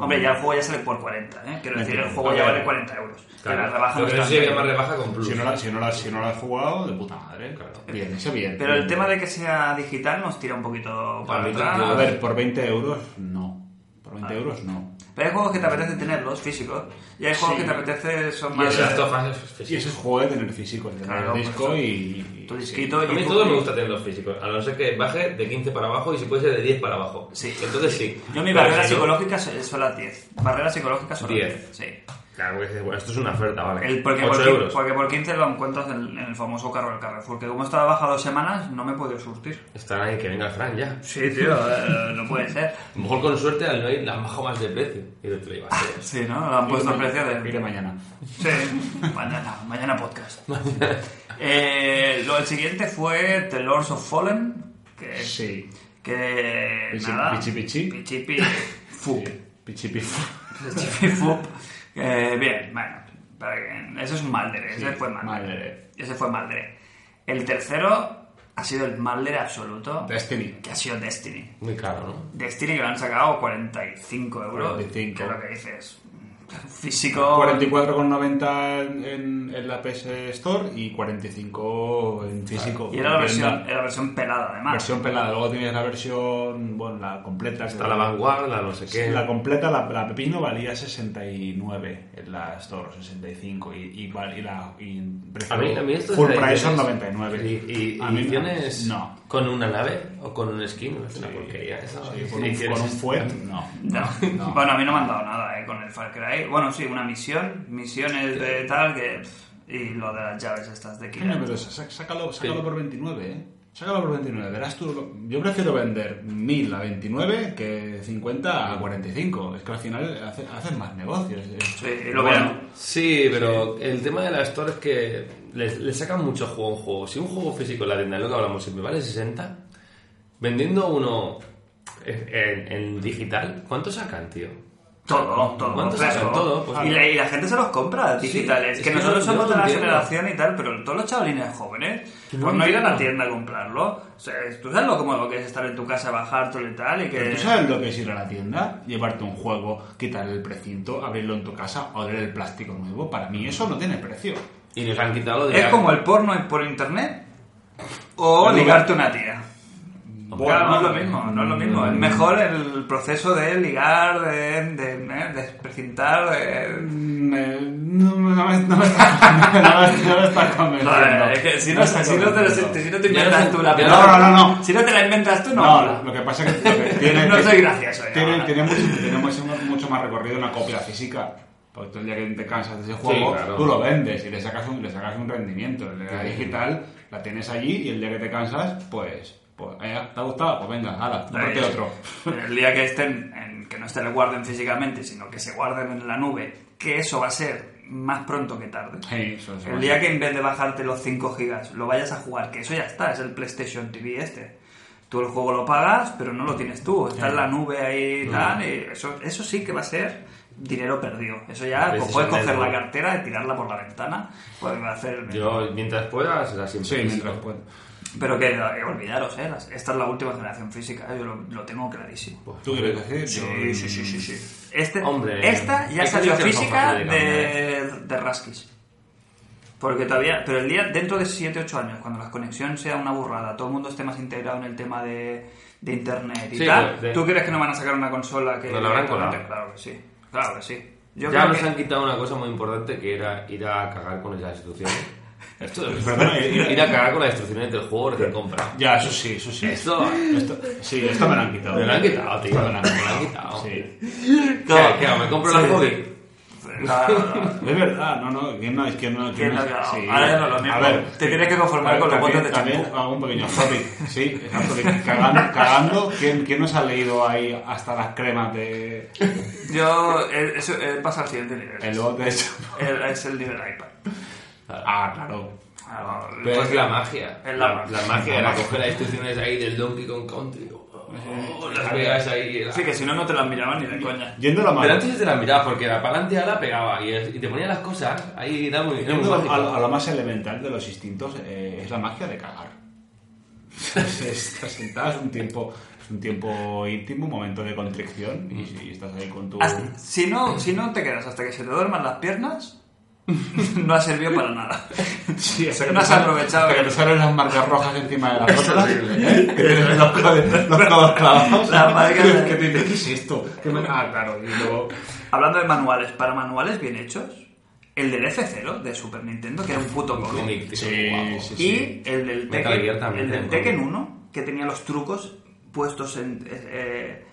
S2: Hombre, ya el juego ya sale por 40, ¿eh? Quiero decir, el juego ya vale 40 euros. Que la rebaja no
S4: Lo
S2: es
S4: que no
S2: tan
S4: sé si había
S2: bien.
S4: más rebaja con Plus.
S3: Si no, la, si, no la, si no la has jugado, de puta madre.
S4: Claro.
S3: Bien, eso bien.
S2: Pero el
S3: bien.
S2: tema de que sea digital nos tira un poquito para
S4: mí
S2: atrás.
S4: tampoco.
S3: A ver, por 20 euros, no. Por
S2: Ah.
S3: 20 euros, no.
S2: Pero hay juegos que te apetece tenerlos físicos y hay juegos que te apetece son
S4: Y el
S2: más
S4: de las tofas es
S3: Y
S4: físico.
S3: ese es juego de tener físico, de tener
S2: Claro,
S3: el
S2: pues
S3: disco
S2: eso.
S3: y...
S2: tu
S3: y-
S2: disquito
S4: A
S2: y
S4: mí
S2: tu-
S4: todo me gusta tener los físicos, a no ser que baje de 15 para abajo y si puede ser de 10 para abajo.
S2: Sí.
S4: Entonces sí.
S2: Yo mi
S4: Pero
S2: barrera
S4: si no-
S2: psicológica son son las 10. Barrera psicológica son las
S4: 10.
S2: 10. Sí.
S4: Claro, porque dices, bueno, esto es una oferta, vale.
S2: El- porque,
S4: 8
S2: por, quin-
S4: euros.
S2: porque por 15 lo encuentras en, en el famoso carro del Carrefour, que como estaba baja dos semanas no me he podido surtir.
S4: Están ahí, que venga Fran ya.
S2: Sí, tío, eh, no puede ser.
S4: A lo mejor con suerte al no ir la han bajado más de precio. Y yo te lo iba a hacer.
S2: Sí, ¿no? Le han puesto el precio de...
S3: Iré mañana.
S2: Sí, mañana, mañana podcast. Eh, lo el siguiente fue The Lords of Fallen, que...
S3: Sí.
S2: Que...
S3: Pichi-
S2: nada.
S3: pichi pichi.
S2: Pichi pi- fup.
S3: Sí. Pichi, pichi.
S2: Pichi pi fup. Eh, bien, bueno. para que- Ese es un Maldere, ese fue Maldere.
S3: Maldere.
S2: Ese fue Maldere. El tercero ha sido el Maldere absoluto,
S3: Destiny.
S2: que ha sido Destiny.
S4: Muy caro, ¿no?
S2: Destiny que lo han sacado 45 euros.
S3: 45.
S2: Que es lo que dices. Físico.
S3: 44,90 en, en, en la PS Store y 45 en físico.
S2: Y era la
S3: Bien,
S2: versión, era la versión pelada, además.
S3: versión pelada. Luego tenías la versión, bueno, la completa.
S4: Está la vanguardia, la no sé qué.
S3: La completa, la, la Pepino, valía 69 en la Store, 65. Y, y, val- y la. Y precio-
S4: A mí, a mí esto
S3: Full
S4: de
S3: price
S4: ediciones-
S3: son 99.
S4: Y, y-
S3: A mí no.
S4: ediciones
S3: No.
S4: con una nave o con un skin, es una porquería esa.
S3: Sí, con, un,
S4: Ediciones-
S3: con un fuet, no.
S2: No.
S3: No.
S2: Bueno, a mí no me han dado nada eh, con el Far Cry. Bueno, sí, una misión. Misiones de tal que. pff, Y lo de las llaves estas de
S3: Coño,
S2: Kira.
S3: pero sa- sácalo, sácalo por 29, ¿eh? Sácalo por 29, verás tú. lo- Yo prefiero vender 1000 a 29 que 50 a 45. Es que al final hace- haces más negocios. ¿eh?
S2: Sí, y lo vean.
S4: Sí, pero el tema de las torres es que le, le sacan mucho juego a un juego. Si un juego físico en la tienda, lo que hablamos siempre, vale 60, vendiendo uno en, en digital, ¿cuánto sacan, tío?
S2: Todo, todo.
S4: ¿Cuánto
S2: claro.
S4: sacan? Todo, pues,
S2: y,
S4: claro.
S2: la, y la gente se los compra digitales.
S4: es
S2: que
S4: que
S2: nosotros
S4: yo- yo
S2: somos
S4: no
S2: de la
S4: entiendo.
S2: generación y tal, pero todos los chavalines jóvenes,
S4: Yo no
S2: pues no ir a la
S4: entiendo.
S2: tienda a comprarlo. O sea, tú sabes lo cómodo que es estar en tu casa, bajártelo y tal, y que.
S3: ¿Tú sabes lo que es ir a la tienda? Llevarte un juego, quitar el precinto, abrirlo en tu casa, oler el plástico nuevo. Para mí eso no tiene precio.
S4: Y nos han quitado de...
S2: Es como el porno por internet o
S3: Pero
S2: ligarte una tía.
S4: Hombre,
S2: Claro, no es
S4: no.
S2: lo mismo, no es lo mismo. Es mejor el proceso de ligar, de, de, ¿eh? de precintar, de...
S3: Mm, eh, No, no me, no me está, no me- no me está convenciendo.
S2: Joder, es que si no,
S3: me está
S2: si no te,
S3: convenciendo.
S2: si- si no te
S4: Ya
S2: inventas
S4: no-
S2: tú la
S4: ya
S2: palabra-
S3: no, no, no.
S2: Si no te la inventas tú, no.
S3: No,
S2: mola.
S3: lo que pasa es que, lo que tiene,
S2: No soy
S3: tiene-
S2: gracioso, ya.
S3: Tiene, tiene mucho, tiene mucho, mucho más recorrido una copia física. Porque tú el día que te cansas de ese juego,
S4: claro.
S3: tú lo vendes y le sacas un, le sacas un rendimiento. La digital la tienes allí y el día que te cansas, pues, pues eh, ¿te ha gustado? Pues venga, hala, comparte
S2: Ahí.
S3: otro.
S2: El día que estén, en- que no se le guarden físicamente, sino que se guarden en la nube, que eso va a ser más pronto que tarde.
S3: Sí, eso es
S2: El día que en vez de bajarte los 5 gigas lo vayas a jugar, que eso ya está, es el PlayStation TV este. Tú el juego lo pagas, pero no lo tienes tú, está en la nube ahí y tal, y eso, eso sí que va a ser dinero perdido. Eso ya
S4: La
S2: pues, puedes
S4: PlayStation
S2: coger la
S4: Network.
S2: cartera y tirarla por la ventana. Pues va a hacer.
S4: Yo, mientras pueda, será siempre.
S3: Sí, mientras pueda.
S2: Pero que eh, olvidaros, ¿eh? Las- esta es la última generación física, ¿eh? yo lo, lo tengo clarísimo.
S3: ¿Tú qué quieres decir?
S2: Sí, sí, sí, sí, sí. Este,
S4: Hombre,
S2: esta ya
S4: hay
S2: salió
S4: cosas que no son
S2: física
S4: fáciles de
S2: de, de Raskis. Porque todavía, pero el día, dentro de 7-8 años, cuando la conexión sea una burrada, todo el mundo esté más integrado en el tema de, de internet y
S4: Sí,
S2: tal,
S4: de- de-
S2: ¿tú crees que no van a sacar una consola que.
S4: Nos la habrán colado.
S2: Claro que sí, claro que sí. Yo
S4: ya
S2: creo
S4: nos
S2: que-
S4: han quitado una cosa muy importante que era ir a cagar con esas instituciones.
S3: Esto, perdona,
S4: ir,
S3: y-
S4: ir a cagar con las instrucciones del juego recién comprado.
S3: y- ya, eso sí, eso sí.
S4: Esto.
S3: Esto- sí, esto me lo han quitado.
S4: Me lo han quitado, tío.
S3: Esto me lo han
S4: Me lo han quitado.
S3: quitado. Sí.
S4: ¿Qué, qué hago? ¿Me compro la
S2: Sí.
S4: móvil?
S2: La-
S3: Es verdad, no, no, que no, es que no. que
S2: que
S3: no-
S2: la-
S3: sí.
S2: Ahora ya no es lo mismo.
S3: A ver,
S2: te tienes que conformar con los botes
S3: también,
S2: de
S3: también
S2: champú.
S3: hago un pequeño topic, sí, exacto, de que cagando, cagando ¿quién, ¿quién nos ha leído ahí hasta las cremas de
S2: Yo, eh, eso eh, pasa al siguiente nivel.
S3: el bote de champú?
S2: El- es el nivel iPad.
S3: Ah, claro.
S2: Ah, no,
S4: Pero
S2: pues
S4: es la magia.
S2: Es la
S4: la,
S2: magia.
S4: magia era coger las instrucciones ahí del Donkey Kong Country. Oh, las pegas ahí. era-
S2: Sí, que si no, no te las miraban ni de coña.
S3: Yendo a la
S4: Pero
S3: mano.
S4: antes te la miraba porque la palante ya la pegaba y, y te ponía las cosas. Ahí era muy, era muy
S3: Yendo
S4: mágico.
S3: a, lo- a lo más elemental de los instintos eh, es la magia de cagar. Es- Estás sentado, es un tiempo, es un tiempo íntimo, un momento de constricción y, si estás ahí con tu...
S2: Hasta- si, no, si no te quedas hasta que se te duerman las piernas, no ha servido para nada.
S3: Sí, hasta
S2: No
S3: te
S2: has
S3: salen-
S2: aprovechado. ¿eh?
S3: hasta que te salen las marcas rojas encima de las rótulas.
S4: horrible,
S3: Que tienes los codos los codos clavados.
S2: Las marcas
S3: Que-
S2: de-
S3: que te dices, ¿qué es esto? Que me- Ah, claro. Y luego...
S2: Hablando de manuales, para manuales bien hechos, el del F0 de Super Nintendo, que era un puto cómic.
S4: Cómic, tío, guapo.
S3: sí,
S2: Y el del
S4: Metal Gear
S2: Tekken,
S4: también
S2: el del
S4: tiene
S2: Tekken
S4: cómic.
S2: 1, que tenía los trucos puestos en... eh, eh,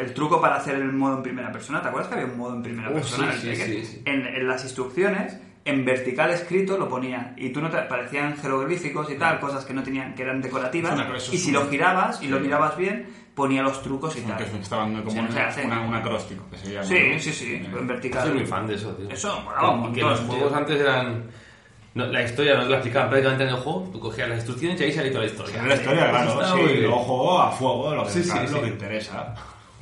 S2: el truco para hacer el modo en primera persona, ¿te acuerdas que había un modo en primera
S4: Uh,
S2: persona?
S4: sí,
S2: en, el
S4: sí,
S2: Tekken?
S4: sí, sí.
S2: En, en las instrucciones, en vertical escrito lo ponía y tú no te parecían jeroglíficos y tal, cosas que no tenían, que eran decorativas.
S3: Es una cosa, eso
S2: y
S3: es
S2: si
S3: una-
S2: lo girabas y lo mirabas bien, ponía los trucos y tal.
S3: Que está dando como
S2: Sí, no
S3: un-
S2: se hace.
S3: una- un acróstico. que se llama,
S2: Sí,
S3: ¿no?
S2: sí, sí,
S3: Eh,
S2: en vertical.
S4: Soy muy fan de eso, tío.
S2: Eso molaba un
S4: Que
S2: montón,
S4: los
S2: tío.
S4: juegos antes eran. no, la historia no te la explicaban prácticamente en el juego. Tú cogías las instrucciones y ahí salía toda la historia.
S3: Era la historia,
S4: Eso
S3: claro.
S4: estaba
S3: Sí,
S4: muy bien.
S3: luego juego a fuego, lo que,
S4: Sí, sí,
S3: lo
S4: sí.
S3: que interesa.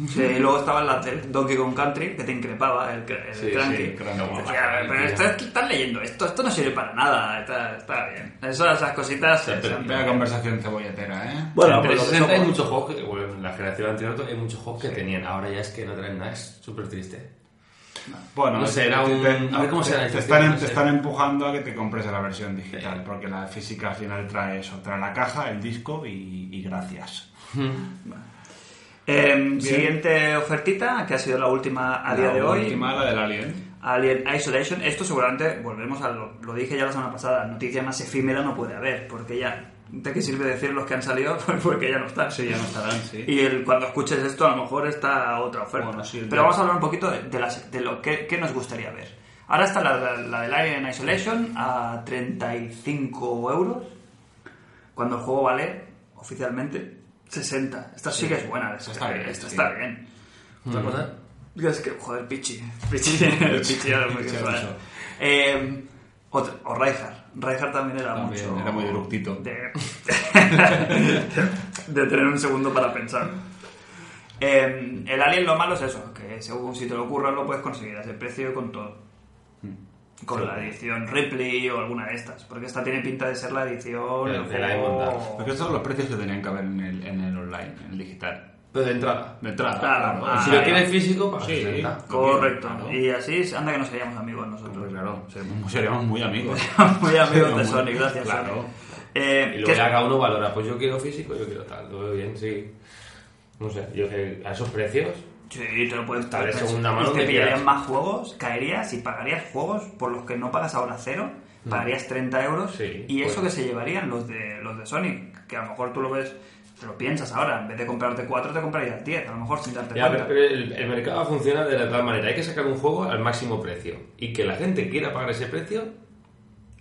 S2: Sí, y luego estaba la del Donkey Kong Country, que te increpaba el, cr- el
S4: Sí,
S2: cranky.
S4: sí,
S3: cranky.
S2: Decía, pero esto, esto estás leyendo esto, esto no sirve para nada, está, está bien. Eso, esas cositas... eh,
S4: pero-
S2: son-
S3: Vaya conversación cebolletera, ¿eh?
S2: Bueno,
S4: en
S2: pues lo que
S4: 360 hay
S2: somos.
S4: muchos juegos que, bueno, en la generación anterior hay muchos juegos que tenían, ahora ya es que no traen nada, es súper triste.
S3: Bueno,
S4: No sé, era
S3: te-
S4: un-
S3: te-
S4: a ver cómo
S3: te-
S4: será
S3: te,
S4: el
S3: están, em-
S4: sistema, no
S3: te
S4: sé.
S3: están empujando a que te compres la versión digital, porque la física al final trae eso, trae la caja, el disco y, y gracias.
S2: Eh, siguiente ofertita, que ha sido la última a día de hoy.
S3: última, la del Alien.
S2: Alien Isolation, esto seguramente, volvemos a lo, lo dije ya la semana pasada, noticia más efímera no puede haber, porque ya, ¿de qué sirve decir los que han salido? Porque ya no están.
S3: Sí, ya no estarán, sí.
S2: Y el, cuando escuches esto, a lo mejor está otra oferta.
S3: Bueno, sí,
S2: Pero
S3: ya.
S2: vamos a hablar un poquito de, de las- de lo que, que nos gustaría ver. Ahora está la, la, la del Alien Isolation a 35 euros, cuando el juego vale oficialmente 60. Esta sí, que es buena. Esta
S3: está bien,
S2: Esta
S3: sí. Mm.
S2: está bien.
S4: ¿Te acuerdas?
S2: Es que, joder, Pichi. Pichi, el Pichi era muy
S3: Pichi era
S2: casual.
S3: mucho.
S2: Eh, otra- o Reinhardt. Reinhardt también era
S3: También,
S2: mucho.
S3: era muy eructito.
S2: De, de tener un segundo para pensar. Eh, el Alien lo malo es eso: que según si te lo ocurra, lo puedes conseguir a ese precio y con todo. Con la edición Ripley o alguna de estas. Porque esta tiene pinta de ser la edición.
S4: De-
S2: el
S4: de la
S2: juego-
S4: Diamond
S3: Porque estos son los precios que tenían que haber en el, en el online, en el digital.
S4: Pero de entrada.
S3: De entrada.
S2: Claro,
S3: claro.
S2: ah,
S4: si lo quieres físico, pues pagas
S3: Sí.
S4: 60.
S2: Correcto.
S3: Claro.
S2: Y así, anda que no seríamos amigos nosotros.
S3: Hombre, claro, seríamos, seríamos muy amigos.
S2: Muy amigos de
S3: Seríamos muy-
S2: Sony, gracias.
S3: Claro.
S2: Sony. Eh,
S4: Y
S2: que-
S4: luego ya cada uno valora, pues yo quiero físico, yo quiero tal, lo veo bien, sí. No sé, yo que a esos precios,
S2: Sí, te lo puedes
S4: Tal vez
S2: pues,
S4: segunda mano
S2: Te
S4: que
S2: pillarías
S4: quieras.
S2: más juegos, caerías y pagarías juegos por los que no pagas ahora cero, pagarías 30 euros
S4: Mm. Sí,
S2: y eso que
S4: pues.
S2: se llevarían los de los de Sonic, que a lo mejor tú lo ves, te lo piensas ahora, en vez de comprarte 4 te comprarías 10, a lo mejor sin darte
S4: Ya,
S2: cuenta.
S4: pero el, el mercado funciona de la tal manera. Hay que sacar un juego al máximo precio. Y que la gente quiera pagar ese precio,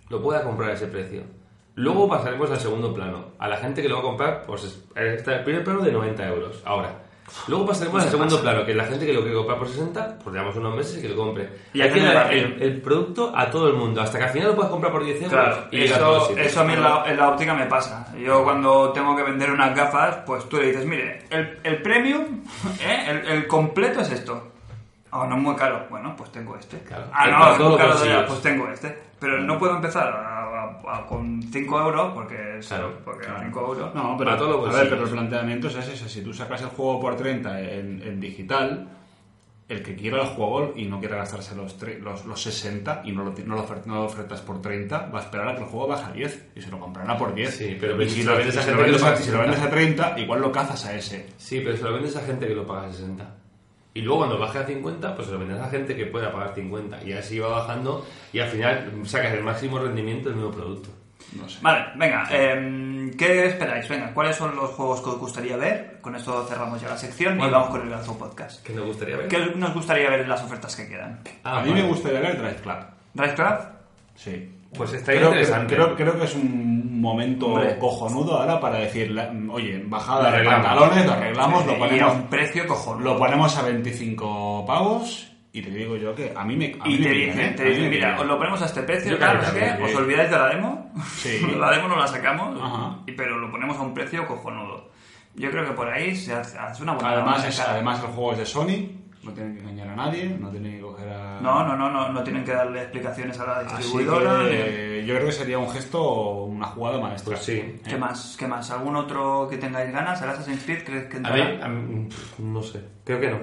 S4: lo pueda comprar a ese precio. Luego pasaremos al segundo plano. A la gente que lo va a comprar, pues está el primer plano de 90 euros. Ahora. Luego pasaremos
S2: Pues
S4: al segundo plano, que la gente que lo quiere comprar por 60, pues le damos unos meses y que lo compre.
S2: Y
S4: Y
S2: hay
S4: aquí
S2: que
S4: dar
S2: repartir.
S4: el, el producto a todo el mundo, hasta que al final lo puedas comprar por 10 euros.
S2: Claro,
S4: y llega a todos los
S2: eso,
S4: sitios.
S2: eso a mí en la, en la óptica me pasa. Yo cuando tengo que vender unas gafas, pues tú le dices, mire, el, el premium, ¿eh? el, el completo es esto. Ah, no es muy caro. Bueno, pues tengo este.
S4: Claro.
S2: Ah,
S4: Pero
S2: no, es
S4: todo
S2: muy caro
S4: consigues.
S2: todavía, pues tengo este. Pero no puedo empezar a- a- a- con 5 euros porque es-
S4: Claro,
S2: porque 5 euros.
S3: No, pero,
S4: Para todos los
S3: a ver,
S4: bolsillos.
S3: pero el planteamiento es ese, si tú sacas el juego por 30 en, en digital, el que quiera el juego y no quiera gastarse los, tre- los, los 60 y no lo, ti- no, lo ofer- no lo ofertas por 30, va a esperar a que el juego baje a 10 y se lo comprará por 10.
S4: Sí, pero
S3: Y
S4: si
S3: si lo
S4: lo vendes
S3: si
S4: a
S3: lo
S4: gente que
S3: vendes
S4: lo
S3: a-
S4: paga
S3: si lo
S4: 60.
S3: vendes a 30, igual lo cazas a ese.
S4: Sí, pero se lo vendes a gente que lo paga 60. Y luego cuando baje a 50, pues se lo vendes a gente que pueda pagar 50. Y así va bajando y al final sacas el máximo rendimiento del mismo producto.
S3: No sé.
S2: Vale, venga, em, ¿qué esperáis? Venga, ¿cuáles son los juegos que os gustaría ver? Con esto cerramos ya la sección y
S4: Bueno.
S2: vamos con el Gazo Podcast.
S4: Que nos gustaría ver.
S2: ¿Qué nos gustaría ver en las ofertas que quedan?
S4: Ah,
S3: a mí
S4: vale.
S3: me gustaría ver Drive Club.
S2: ¿Ricecraft?
S3: Sí.
S4: Pues está
S3: creo,
S4: interesante.
S3: Creo, creo que es un momento
S2: Hombre.
S3: cojonudo ahora para decir, la- oye,
S4: Lo
S3: bajada de
S4: arreglamos.
S3: pantalones, lo arreglamos, lo
S2: Y a
S3: ponemos
S2: un precio cojonudo.
S3: Lo ponemos a 25 pavos y te digo yo que a mí me. a mí
S2: Y
S3: me
S2: te
S3: pican, ¿eh?
S2: dicen, te
S3: A mí
S2: dicen,
S3: me
S2: mira,
S3: pican.
S2: os lo ponemos a este precio,
S4: Yo
S2: claro,
S4: creo
S2: no sé
S4: que
S2: qué,
S4: también.
S2: os olvidáis de la demo,
S3: Sí.
S2: la demo no la sacamos,
S3: Ajá.
S2: y- pero lo ponemos a un precio cojonudo. Yo creo que por ahí se hace, hace una buena
S3: Además,
S2: labor de
S3: es-
S2: cara.
S3: además, el juego es de Sony, no tienen que engañar a nadie, no tienen que coger a.
S2: No, no, no, no, no tienen que darle explicaciones a la
S3: Así
S2: distribuidora. ni-
S3: que, eh, yo creo que sería un gesto, una jugada maestra.
S4: Pues sí.
S2: ¿Qué más? ¿Qué más? ¿Algún otro que tengáis ganas? ¿El Assassin's Creed crees que
S4: A
S2: entrará?
S4: mí, a mí, pff, no sé. Creo que no.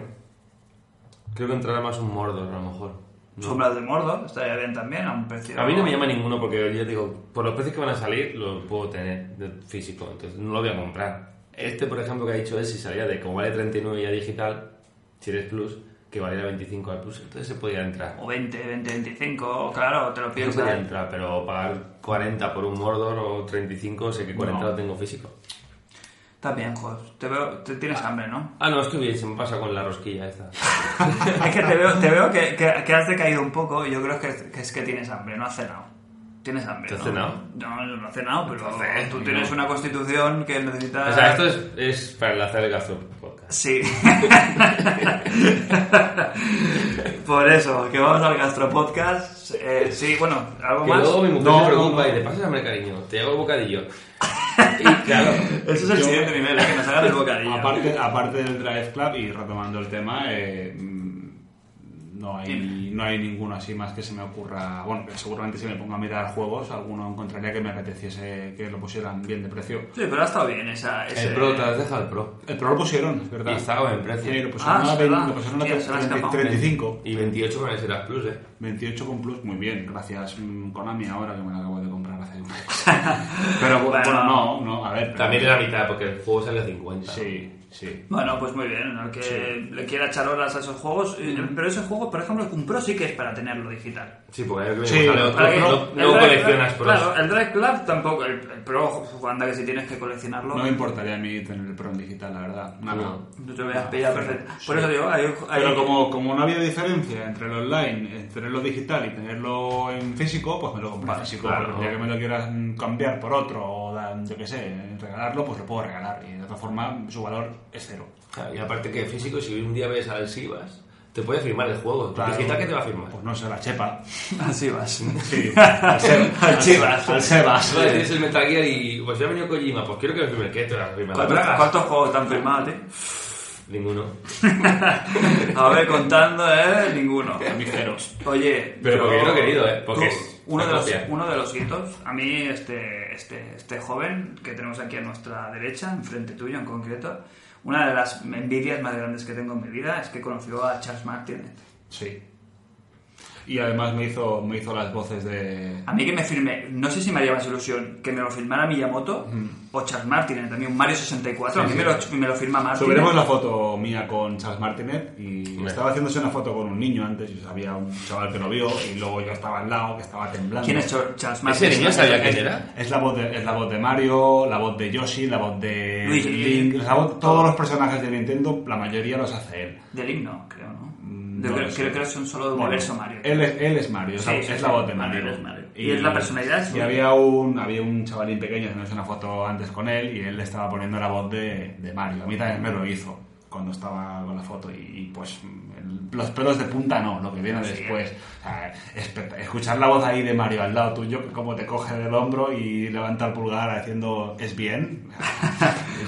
S4: Creo que entrará más un Mordor, a lo mejor. No.
S2: Sombras de Mordor, estaría bien también, a un precio.
S4: A mí no me llama ninguno porque yo digo, por los precios que van a salir, lo puedo tener de físico, entonces no lo voy a comprar. Este, por ejemplo, que ha dicho es si salía de como vale 39 ya digital, si eres plus, que valía 25 al plus, entonces se podía entrar.
S2: O 20, 20, 25, claro, te lo
S4: Yo
S2: piensas.
S4: podía entrar, pero pagar 40 por un Mordor o 35, sé que 40 lo tengo físico.
S2: También, Jos, te veo, te tienes hambre, ¿no?
S4: Ah, no, estoy bien, se me pasa con la rosquilla esta.
S2: Ah. es que te veo, te veo que, que- que has decaído un poco y yo creo que, que es que tienes hambre, no has cenado. Tienes hambre.
S4: ¿Te has
S2: ¿no?
S4: cenado?
S2: No, yo no he cenado, pero
S4: Entonces,
S2: tú
S4: no.
S2: tienes una constitución que necesitas.
S4: O sea, esto es, es para enlazar el gasto podcast.
S2: Sí. Por eso, que vamos al gastropodcast. Eh, sí, bueno, algo
S4: Que
S2: más.
S4: luego mi mujer
S3: No,
S4: se
S3: no,
S4: preocupa
S3: no.
S4: y te pasas hambre, cariño, te hago el bocadillo. y claro,
S2: Eso es el
S3: Yo-
S2: siguiente nivel, es que nos hagan el bocadillo.
S3: Aparte, aparte del Drive Club y retomando el tema, eh, mm, no, hay, no hay ninguno así más que se me ocurra. Bueno, que seguramente si me pongo a mirar juegos, alguno encontraría que me apeteciese que lo pusieran bien de precio.
S2: Sí, pero ha estado bien esa. ese-
S4: el pro, te has dejado el pro.
S3: El Pro lo pusieron, es verdad.
S4: Y estaba buen precio.
S3: Sí, lo pusieron
S2: Ah,
S3: a
S2: es
S3: 20,
S2: verdad.
S3: lo pusieron a
S2: Hostia, se me ha
S3: 30,
S2: escapado.
S3: 35.
S4: Y 28 con el Seras Plus, ¿eh?
S3: 28 con Plus, muy bien, gracias mm, Konami ahora que me la acabo de comprar hace un mes. Pero bu-
S2: Bueno.
S3: bueno, no, no, a ver. pero-
S4: También era la mitad, porque el juego sale a 50.
S3: Sí, sí.
S2: Bueno, pues muy bien, el que le quiera echar horas a esos juegos. eh, Pero ese juego, por ejemplo, un pro sí que es para tenerlo digital.
S4: Sí, porque ahí
S3: Sí,
S4: sale otro,
S2: Para que-
S4: no,
S2: el
S4: no
S2: Drive
S4: coleccionas
S2: Club-
S4: pros.
S2: Claro, el Drive Club tampoco. El, el pro, anda que si tienes que coleccionarlo.
S3: No me importaría a mí tener el Pro en digital, la verdad. Nada.
S4: No.
S2: Tú te veas pillado perfecto. Por eso digo, hay, hay-
S3: Ah, Pero como, como no había diferencia entre el online, entre tenerlo digital y tenerlo en físico, pues me lo compré en físico.
S4: claro.
S3: Pero Ya que me lo quieras mm, cambiar por otro o da- yo qué sé, regalarlo, pues lo puedo regalar. Y de otra forma, su valor es cero.
S4: Claro, Y aparte que físico, si un día ves al Sivas, te puede firmar el juego.
S3: Claro.
S4: Digital, ¿qué te va a firmar?
S3: Pues no sé, la chepa.
S2: Así vas.
S3: Sí, al Sebas.
S2: Al Chivas.
S3: Al Sebas.
S4: Vale, tienes el Metal Gear y pues ya ha venido Kojima, pues quiero que me firme. ¿Qué te va a firmar? ¿La
S2: ¿Cuántos,
S4: Bragas?
S2: cuántos juegos tan firmados, eh?
S4: Ninguno.
S2: A ver, contando, ¿eh? Ninguno.
S3: Mijeros.
S2: Oye,
S4: Pero
S2: yo-
S4: porque yo no he querido, ¿eh?
S2: tú,
S4: Porque es
S2: uno, de
S4: la
S2: los,
S4: copia.
S2: uno de los hitos, a mí este, este, este joven que tenemos aquí a nuestra derecha, enfrente tuyo en concreto, una de las envidias más grandes que tengo en mi vida es que conoció a Charles Martin.
S3: Sí. Y además me hizo, me hizo las voces de.
S2: A mí que me firme, no sé si me haría más ilusión que me lo firmara Miyamoto o Charles Martin, también un Mario 64, a mí
S3: Sí,
S2: me,
S3: sí.
S2: lo, me lo firma Martin.
S3: Subiremos la foto mía con Charles Martinet y
S4: Hombre.
S3: estaba haciéndose una foto con un niño antes, y había un chaval que lo vio y luego yo estaba al lado, que estaba temblando.
S2: ¿Quién es Char- Charles Martin?
S4: ¿Ese niño sabía quién era?
S3: Es la voz de, es la voz de Mario, la voz de Yoshi, la voz de
S2: Luigi.
S3: Link, la voz- todos los personajes de Nintendo, la mayoría los hace él.
S2: Del himno, creo, ¿no?
S3: Mm,
S2: Yo
S3: no
S2: creo,
S3: lo sé.
S2: creo que son solo de
S3: Bueno,
S2: universo Mario.
S3: Él es, él es Mario, es la-
S2: Sí,
S3: es,
S2: sí,
S3: la
S2: sí.
S3: voz de Mario.
S2: Mario es Mario. Y es la personalidad, es
S3: Y
S2: Mario.
S3: había un, había un chavalín pequeño que me hizo una foto antes con él y él le estaba poniendo la voz de, de Mario. A mí también me lo hizo cuando estaba con la foto y, y, pues el- los pelos de punta no, lo que viene
S2: Sí.
S3: después. O sea, espect- escuchar la voz ahí de Mario al lado tuyo, como te coge del hombro y levanta el pulgar haciendo es bien.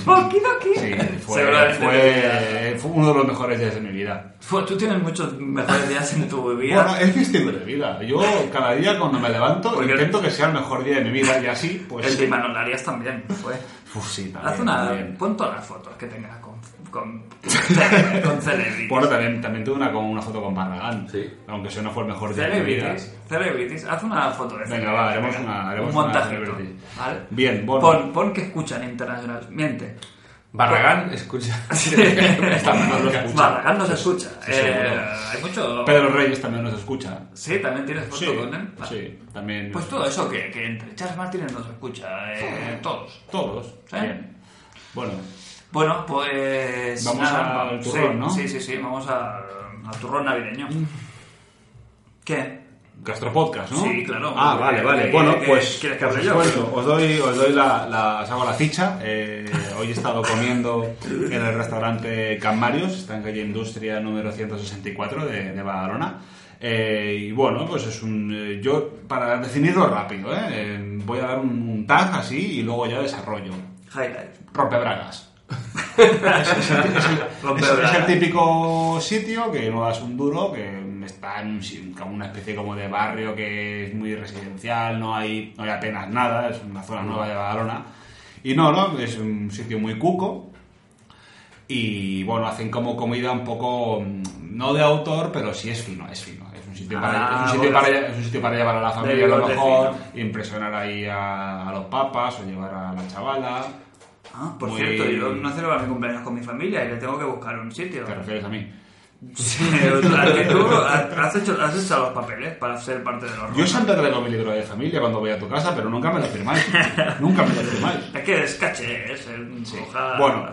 S2: Okidoki.
S3: Sí, fue,
S2: Seguramente
S3: fue, fue uno de los mejores días de mi vida.
S2: Fue- Tú tienes muchos mejores días en tu vida.
S3: Bueno, eh, es mi estilo de vida. Yo cada día cuando me levanto
S2: Porque-
S3: intento que sea el mejor día de mi vida y así, pues...
S2: El de Imanol Arias también fue.
S3: Uf, sí, también,
S2: Haz una.
S3: también.
S2: Pon todas las fotos que tengas con. con. con celebrities.
S3: Bueno, también, también tuve una, con- una foto con Barragán.
S4: Sí.
S3: Aunque eso no fue el mejor día de mi vida.
S2: Celebrities. Celebrities. Haz una foto de
S3: Venga, va, haremos
S2: Venga,
S3: una- Ah, haremos
S2: Un
S3: una
S2: montaje.
S3: celebrity.
S2: ¿Vale?
S3: Bien, bueno.
S2: Pon, pon que escuchan internacionalmente.
S4: Barragán, escucha.
S3: También nos lo escucha.
S2: Barragán nos escucha.
S3: Sí,
S2: Eh,
S3: seguro.
S2: hay mucho.
S3: Pedro Reyes también nos escucha.
S2: Sí, también tienes foto con él. Vale.
S3: sí, también.
S2: Pues todo eso que, que entre Charles Martínez nos escucha, eh, todos.
S3: Todos.
S2: Sí.
S3: Bien. Bueno,
S2: Bueno, pues.
S3: Vamos
S2: nada,
S3: al
S2: sí,
S3: turrón, ¿no? Mm.
S2: Sí, sí, sí, vamos al, al turrón navideño. ¿Qué?
S3: Gastropodcast, ¿no?
S2: Sí, claro.
S3: Ah, vale, vale.
S2: Eh,
S3: Bueno,
S2: ¿qué-
S3: pues.
S2: quieres que
S3: os
S2: hable yo?
S3: cuento, os doy, os doy la, la- os hago la ficha. Eh, hoy he estado comiendo en el restaurante Can Marios, está en calle Industria número 164 de, de Badalona. Eh, y bueno, pues es un. eh, yo, para definirlo rápido, ¿eh? Eh, voy a dar un, un tag así y luego ya desarrollo.
S2: Highlight.
S3: Rompebragas. es, es el, es el-
S2: Rompebragas.
S3: es el típico sitio que no das un duro, que está en un si- como una especie como de barrio que es muy residencial, no hay, no hay apenas nada, es una zona nueva de Badalona. Y no, no, es un sitio muy cuco. Y bueno, hacen como comida un poco, mm, no de autor, pero sí es fino, es fino. Es un sitio, para,
S2: Ah,
S3: es un sitio
S2: bueno.
S3: para, es un sitio para llevar a la familia a lo
S2: bigote
S3: mejor, impresionar ahí a, a los papas o llevar a la chavala.
S2: Ah, por
S3: Muy-
S2: cierto, yo no celebro mi cumpleaños con mi familia y le tengo que buscar un sitio.
S3: ¿Te refieres a mí?
S2: Sí, a que tú has hecho, has hecho los papeles para ser parte de los
S3: Yo siempre traigo mi libro de familia cuando voy a tu casa, pero nunca me lo firmáis. nunca me lo firmáis.
S2: Es que es caché, es el hoja-
S3: Bueno,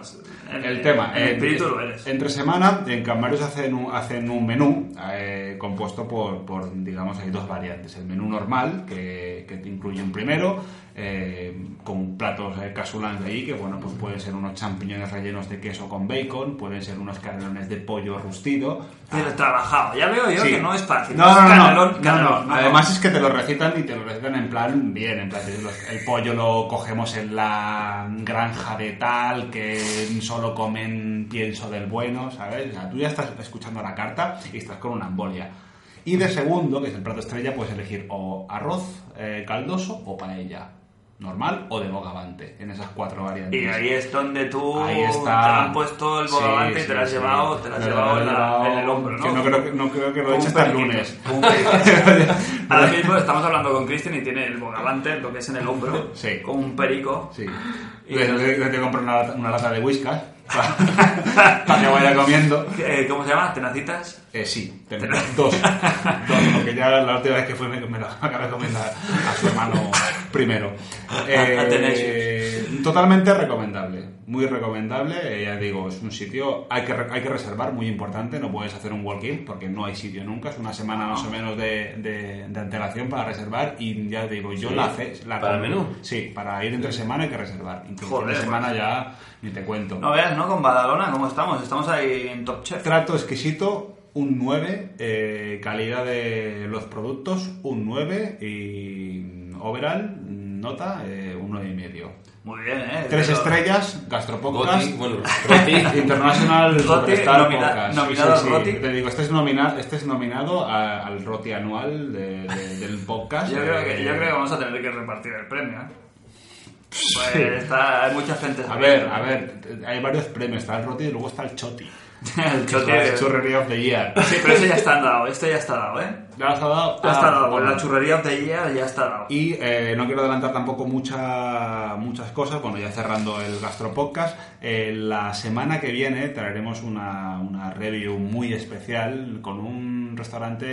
S2: en-
S3: el tema.
S2: En
S3: eh,
S2: espíritu lo eres.
S3: Entre semana, en Camarios hacen un, hacen un menú eh, compuesto por, por, digamos, hay dos variantes. El menú normal, que, que te incluye un primero, eh, con platos eh, casulans de ahí, que bueno, pues pueden ser unos champiñones rellenos de queso con bacon, pueden ser unos canelones de pollo rustido.
S2: Pero trabajado, ya veo yo
S3: Sí.
S2: que no es fácil.
S3: No,
S2: Es
S3: no, no, no,
S2: canelón,
S3: no,
S2: canelón,
S3: no. Además es que te lo recitan y te lo recitan en plan bien, en plan te dicen, "Los- el pollo lo cogemos en la granja de tal que solo comen pienso del bueno, ¿sabes? O sea, tú ya estás escuchando la carta y estás con una embolia. Y de segundo, que es el plato estrella, puedes elegir o arroz eh, caldoso o paella normal o de bogavante, en esas cuatro variantes.
S2: Y ahí es donde tú
S3: Ahí está.
S2: te han puesto el
S3: Sí,
S2: bogavante y
S3: sí,
S2: te lo has
S3: sí.
S2: llevado, te lo has
S3: Me
S2: llevado
S3: he
S2: en, la-
S3: llevado,
S2: en el hombro, ¿no?
S3: Que no, creo que, no creo que lo he hecho
S2: Un
S3: hasta el
S2: periquito,
S3: lunes.
S2: un periquito. Ahora mismo estamos hablando con Cristian y tiene el bogavante, lo que es en el hombro,
S3: Sí.
S2: con un perico.
S3: Sí.
S2: Y
S3: Le,
S2: nos-
S3: le- le tengo que comprar una, lata- una lata de whiskas para, para que vaya comiendo.
S2: Eh, ¿Cómo se llama? ¿Tenacitas?
S3: Eh, sí, tengo dos. Dos, porque ya la última vez que fui me, me lo acabé comiendo a, a su hermano primero. Eh,
S2: A- a Tenacious.
S3: totalmente recomendable, muy recomendable. eh, ya digo, es un sitio, hay que, re- hay que reservar, muy importante. No puedes hacer un walk-in porque no hay sitio nunca. Es una semana más o menos de, de- de antelación para reservar. Y ya digo, yo
S4: Sí.
S3: la hace. La,
S4: ¿Para el menú? pues.
S3: Sí, para ir entre semana hay que reservar. Incluso
S2: Joder,
S3: entre semana ya ni te cuento.
S2: No veas, ¿no? Con Badalona, ¿cómo estamos? Estamos ahí en Top Chef.
S3: Trato exquisito, un 9. eh, calidad de los productos, un 9. Y mm, overall, nota, eh, un 9,5.
S2: Muy bien, ¿eh?
S3: Tres
S2: Pero-
S3: estrellas, Gastropodcast.
S4: Goti, bueno, Goti.
S3: International
S2: Roti,
S3: Superstar
S2: nomina-
S3: Podcast.
S2: nominado al Roti.
S3: Te digo, este es, nomina- este es nominado a- al Roti anual de- de- del podcast.
S2: Yo creo, que,
S3: Eh,
S2: yo creo que vamos a tener que repartir el premio, ¿eh? Pues está, hay mucha gente.
S3: A ver, a ver, hay varios premios. Está el Roti y luego está el Choti.
S2: el chote.
S3: La churrería of the year.
S2: Sí, pero ese ya está dado, este ya está dado, ¿eh?
S3: ¿La has dado?
S2: Ya está
S3: Ah,
S2: dado,
S3: bueno.
S2: la churrería of the year ya está dado.
S3: Y eh, no quiero adelantar tampoco mucha- muchas cosas, bueno, ya cerrando el gastropodcast, eh, la semana que viene traeremos una, una review muy especial con un restaurante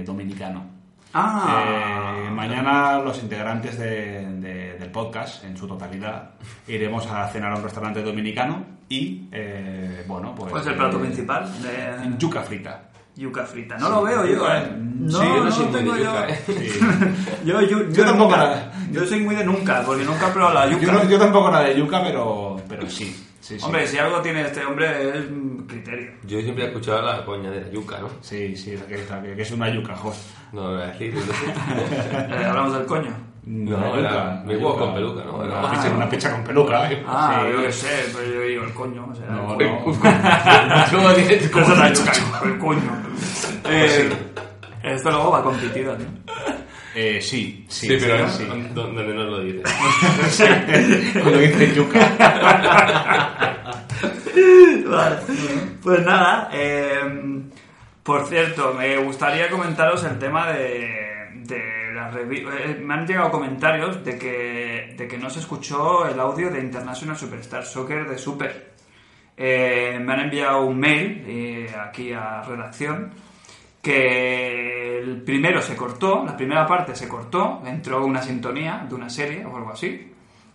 S3: eh, dominicano.
S2: Ah,
S3: Eh, mañana los integrantes de- de- del podcast, en su totalidad, iremos a cenar a un restaurante dominicano y, eh, bueno, pues...
S2: pues el plato
S3: eh,
S2: principal de
S3: Yuca frita.
S2: yuca frita. No lo veo yo, ¿eh? No,
S3: Sí, yo
S2: no
S3: soy
S2: lo
S3: muy
S2: tengo
S3: de
S2: yo.
S3: yuca, ¿eh? Sí.
S2: Yo, yo,
S3: Yo tampoco
S2: nunca.
S3: la-
S2: Yo soy muy de nunca, porque nunca he probado la yuca.
S3: Yo, no- yo tampoco la de yuca, pero, pero sí. sí, sí.
S2: Hombre, si algo tiene este hombre es mm, criterio.
S4: Yo siempre he escuchado la coña de la yuca, ¿no?
S3: Sí, sí, que, que- que es una yuca, jo.
S4: No lo voy a decir.
S2: Eh, hablamos del coño.
S4: No, era mi huevo con peluca, ¿no? Era-
S3: Una picha- Una picha con peluca. ¿eh?
S2: Ah,
S3: Sí.
S2: yo qué sé, pero yo digo el coño. O sea,
S3: No,
S2: el
S3: no.
S2: coño.
S4: ¿Cómo dices?
S2: Cosa tan chuca, el coño.
S3: Pues
S2: Eh, esto luego va competido, ¿no?
S3: Eh, sí, sí,
S4: Sí, pero
S3: sí.
S4: es donde no lo dices.
S3: Cuando dice yuca.
S2: Vale. Pues nada, eh, por cierto, me gustaría comentaros el tema de, de las reviews. me han llegado comentarios de que, de que no se escuchó el audio de International Superstar Soccer de Super. Eh, me han enviado un mail eh, aquí a redacción que el primero se cortó, la primera parte se cortó, entró una sintonía de una serie o algo así,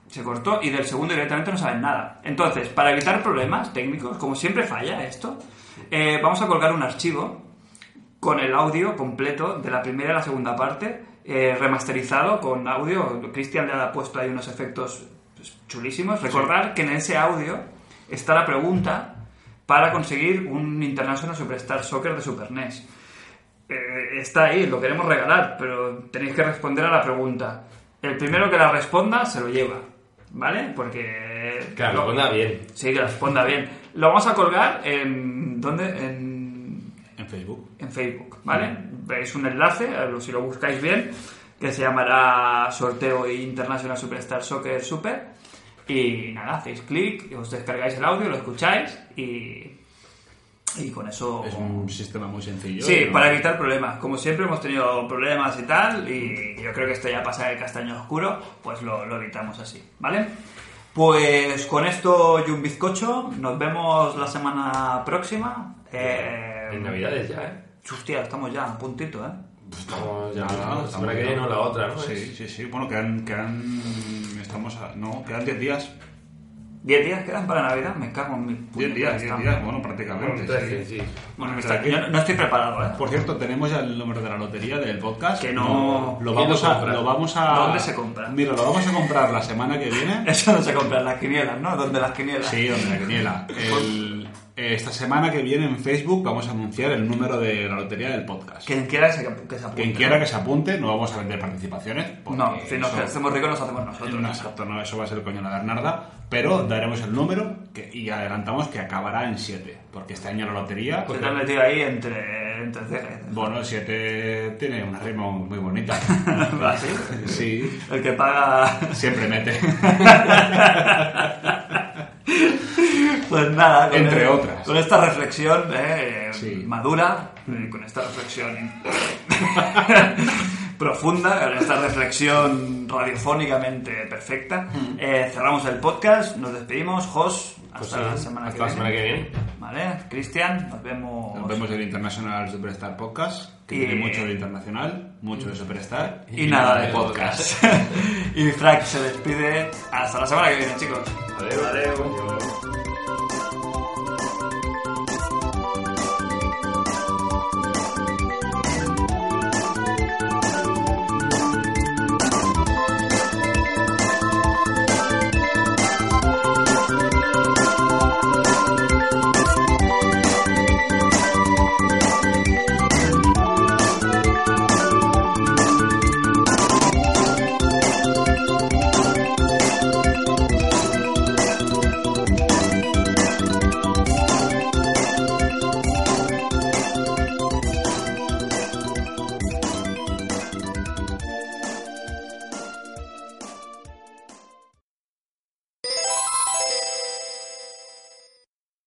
S2: se cortó y del segundo directamente no saben nada. Entonces, para evitar problemas técnicos, como siempre falla esto, eh, vamos a colgar un archivo con el audio completo de la primera y la segunda parte, eh, remasterizado con audio. Cristian le ha puesto ahí unos efectos pues, chulísimos. Recordar que en ese audio está la pregunta para conseguir un International Superstar Soccer de Super NES. Eh, está ahí, lo queremos regalar, pero tenéis que responder a la pregunta. El primero que la responda se lo lleva, ¿vale? Porque...
S4: Claro, anda bien.
S2: Sí, que la responda bien. Lo vamos a colgar en... ¿Dónde? En
S3: En Facebook.
S2: en Facebook, ¿vale? Veis un enlace, a lo- si lo buscáis bien, que se llamará Sorteo International Superstar Soccer Super. Y nada, hacéis clic, os descargáis el audio, lo escucháis y, y con eso...
S3: Es
S4: Oh.
S3: un sistema muy sencillo.
S2: Sí,
S3: ¿no?
S2: para evitar problemas. Como siempre hemos tenido problemas y tal, y yo creo que esto ya pasa el castaño oscuro, pues lo, lo evitamos así, ¿vale? Pues con esto y un bizcocho, nos vemos la semana próxima. Eh,
S4: En Navidades ya, ¿eh?
S2: Hostia, estamos ya a un puntito, ¿eh?
S4: Estamos ya.
S3: Ya,
S4: La
S3: estamos
S4: semana que
S3: ya.
S4: viene o la otra, ¿no?
S3: Sí, sí, sí. Bueno, quedan. quedan estamos a, no, quedan 10 días.
S2: ¿Diez días quedan para Navidad? Me cago en mi
S3: 10 días, 10 días. Bueno,
S4: Bueno,
S3: prácticamente.
S4: entonces,
S3: sí.
S4: sí, sí.
S2: Bueno, está- yo no estoy preparado, ¿eh?
S3: Por cierto, tenemos ya el número de la lotería del podcast.
S2: Que no-
S3: Lo
S4: ¿Quién
S3: vamos,
S4: lo
S3: a,
S4: compra?
S3: lo vamos a.
S2: ¿Dónde se compra?
S3: Mira, lo vamos a comprar la semana que viene.
S2: Eso no se compra en las quinielas, ¿no? ¿Dónde las quinielas?
S3: Sí, donde la quiniela.
S2: Pues-
S3: El- eh, esta semana que viene en Facebook vamos a anunciar el número de la lotería del podcast.
S2: Quien quiera que se, que se apunte.
S3: Quien quiera que se apunte, no vamos a vender participaciones. porque
S2: No, si nos
S3: eso-
S2: hacemos ricos nos hacemos nosotros.
S3: no, exacto, no, eso va a ser coño la garnarda, pero daremos el número que- y adelantamos que acabará en 7, porque este año la lotería...
S2: Se te han metido ahí entre, entre cejas.
S3: Bueno, el 7 tiene una rima muy bonita.
S2: ¿Así?
S3: Sí,
S2: El que paga...
S3: siempre mete,
S2: Pues nada,
S3: Entre otras.
S2: Con esta reflexión eh,
S3: Sí.
S2: madura, eh, con esta reflexión profunda, con esta reflexión radiofónicamente perfecta, eh, cerramos el podcast, nos despedimos, Jos,
S4: Pues
S2: hasta
S4: sí,
S2: la semana
S4: hasta
S2: que
S4: la
S2: viene.
S4: semana que viene.
S2: Vale, Cristian, nos vemos.
S3: nos vemos en el International Superstar Podcast, que
S2: Y-
S3: tiene mucho de internacional, mucho de Superstar
S2: Y nada de podcast. y Frank se despide. Hasta la semana que viene, chicos.
S4: Adiós. Adiós.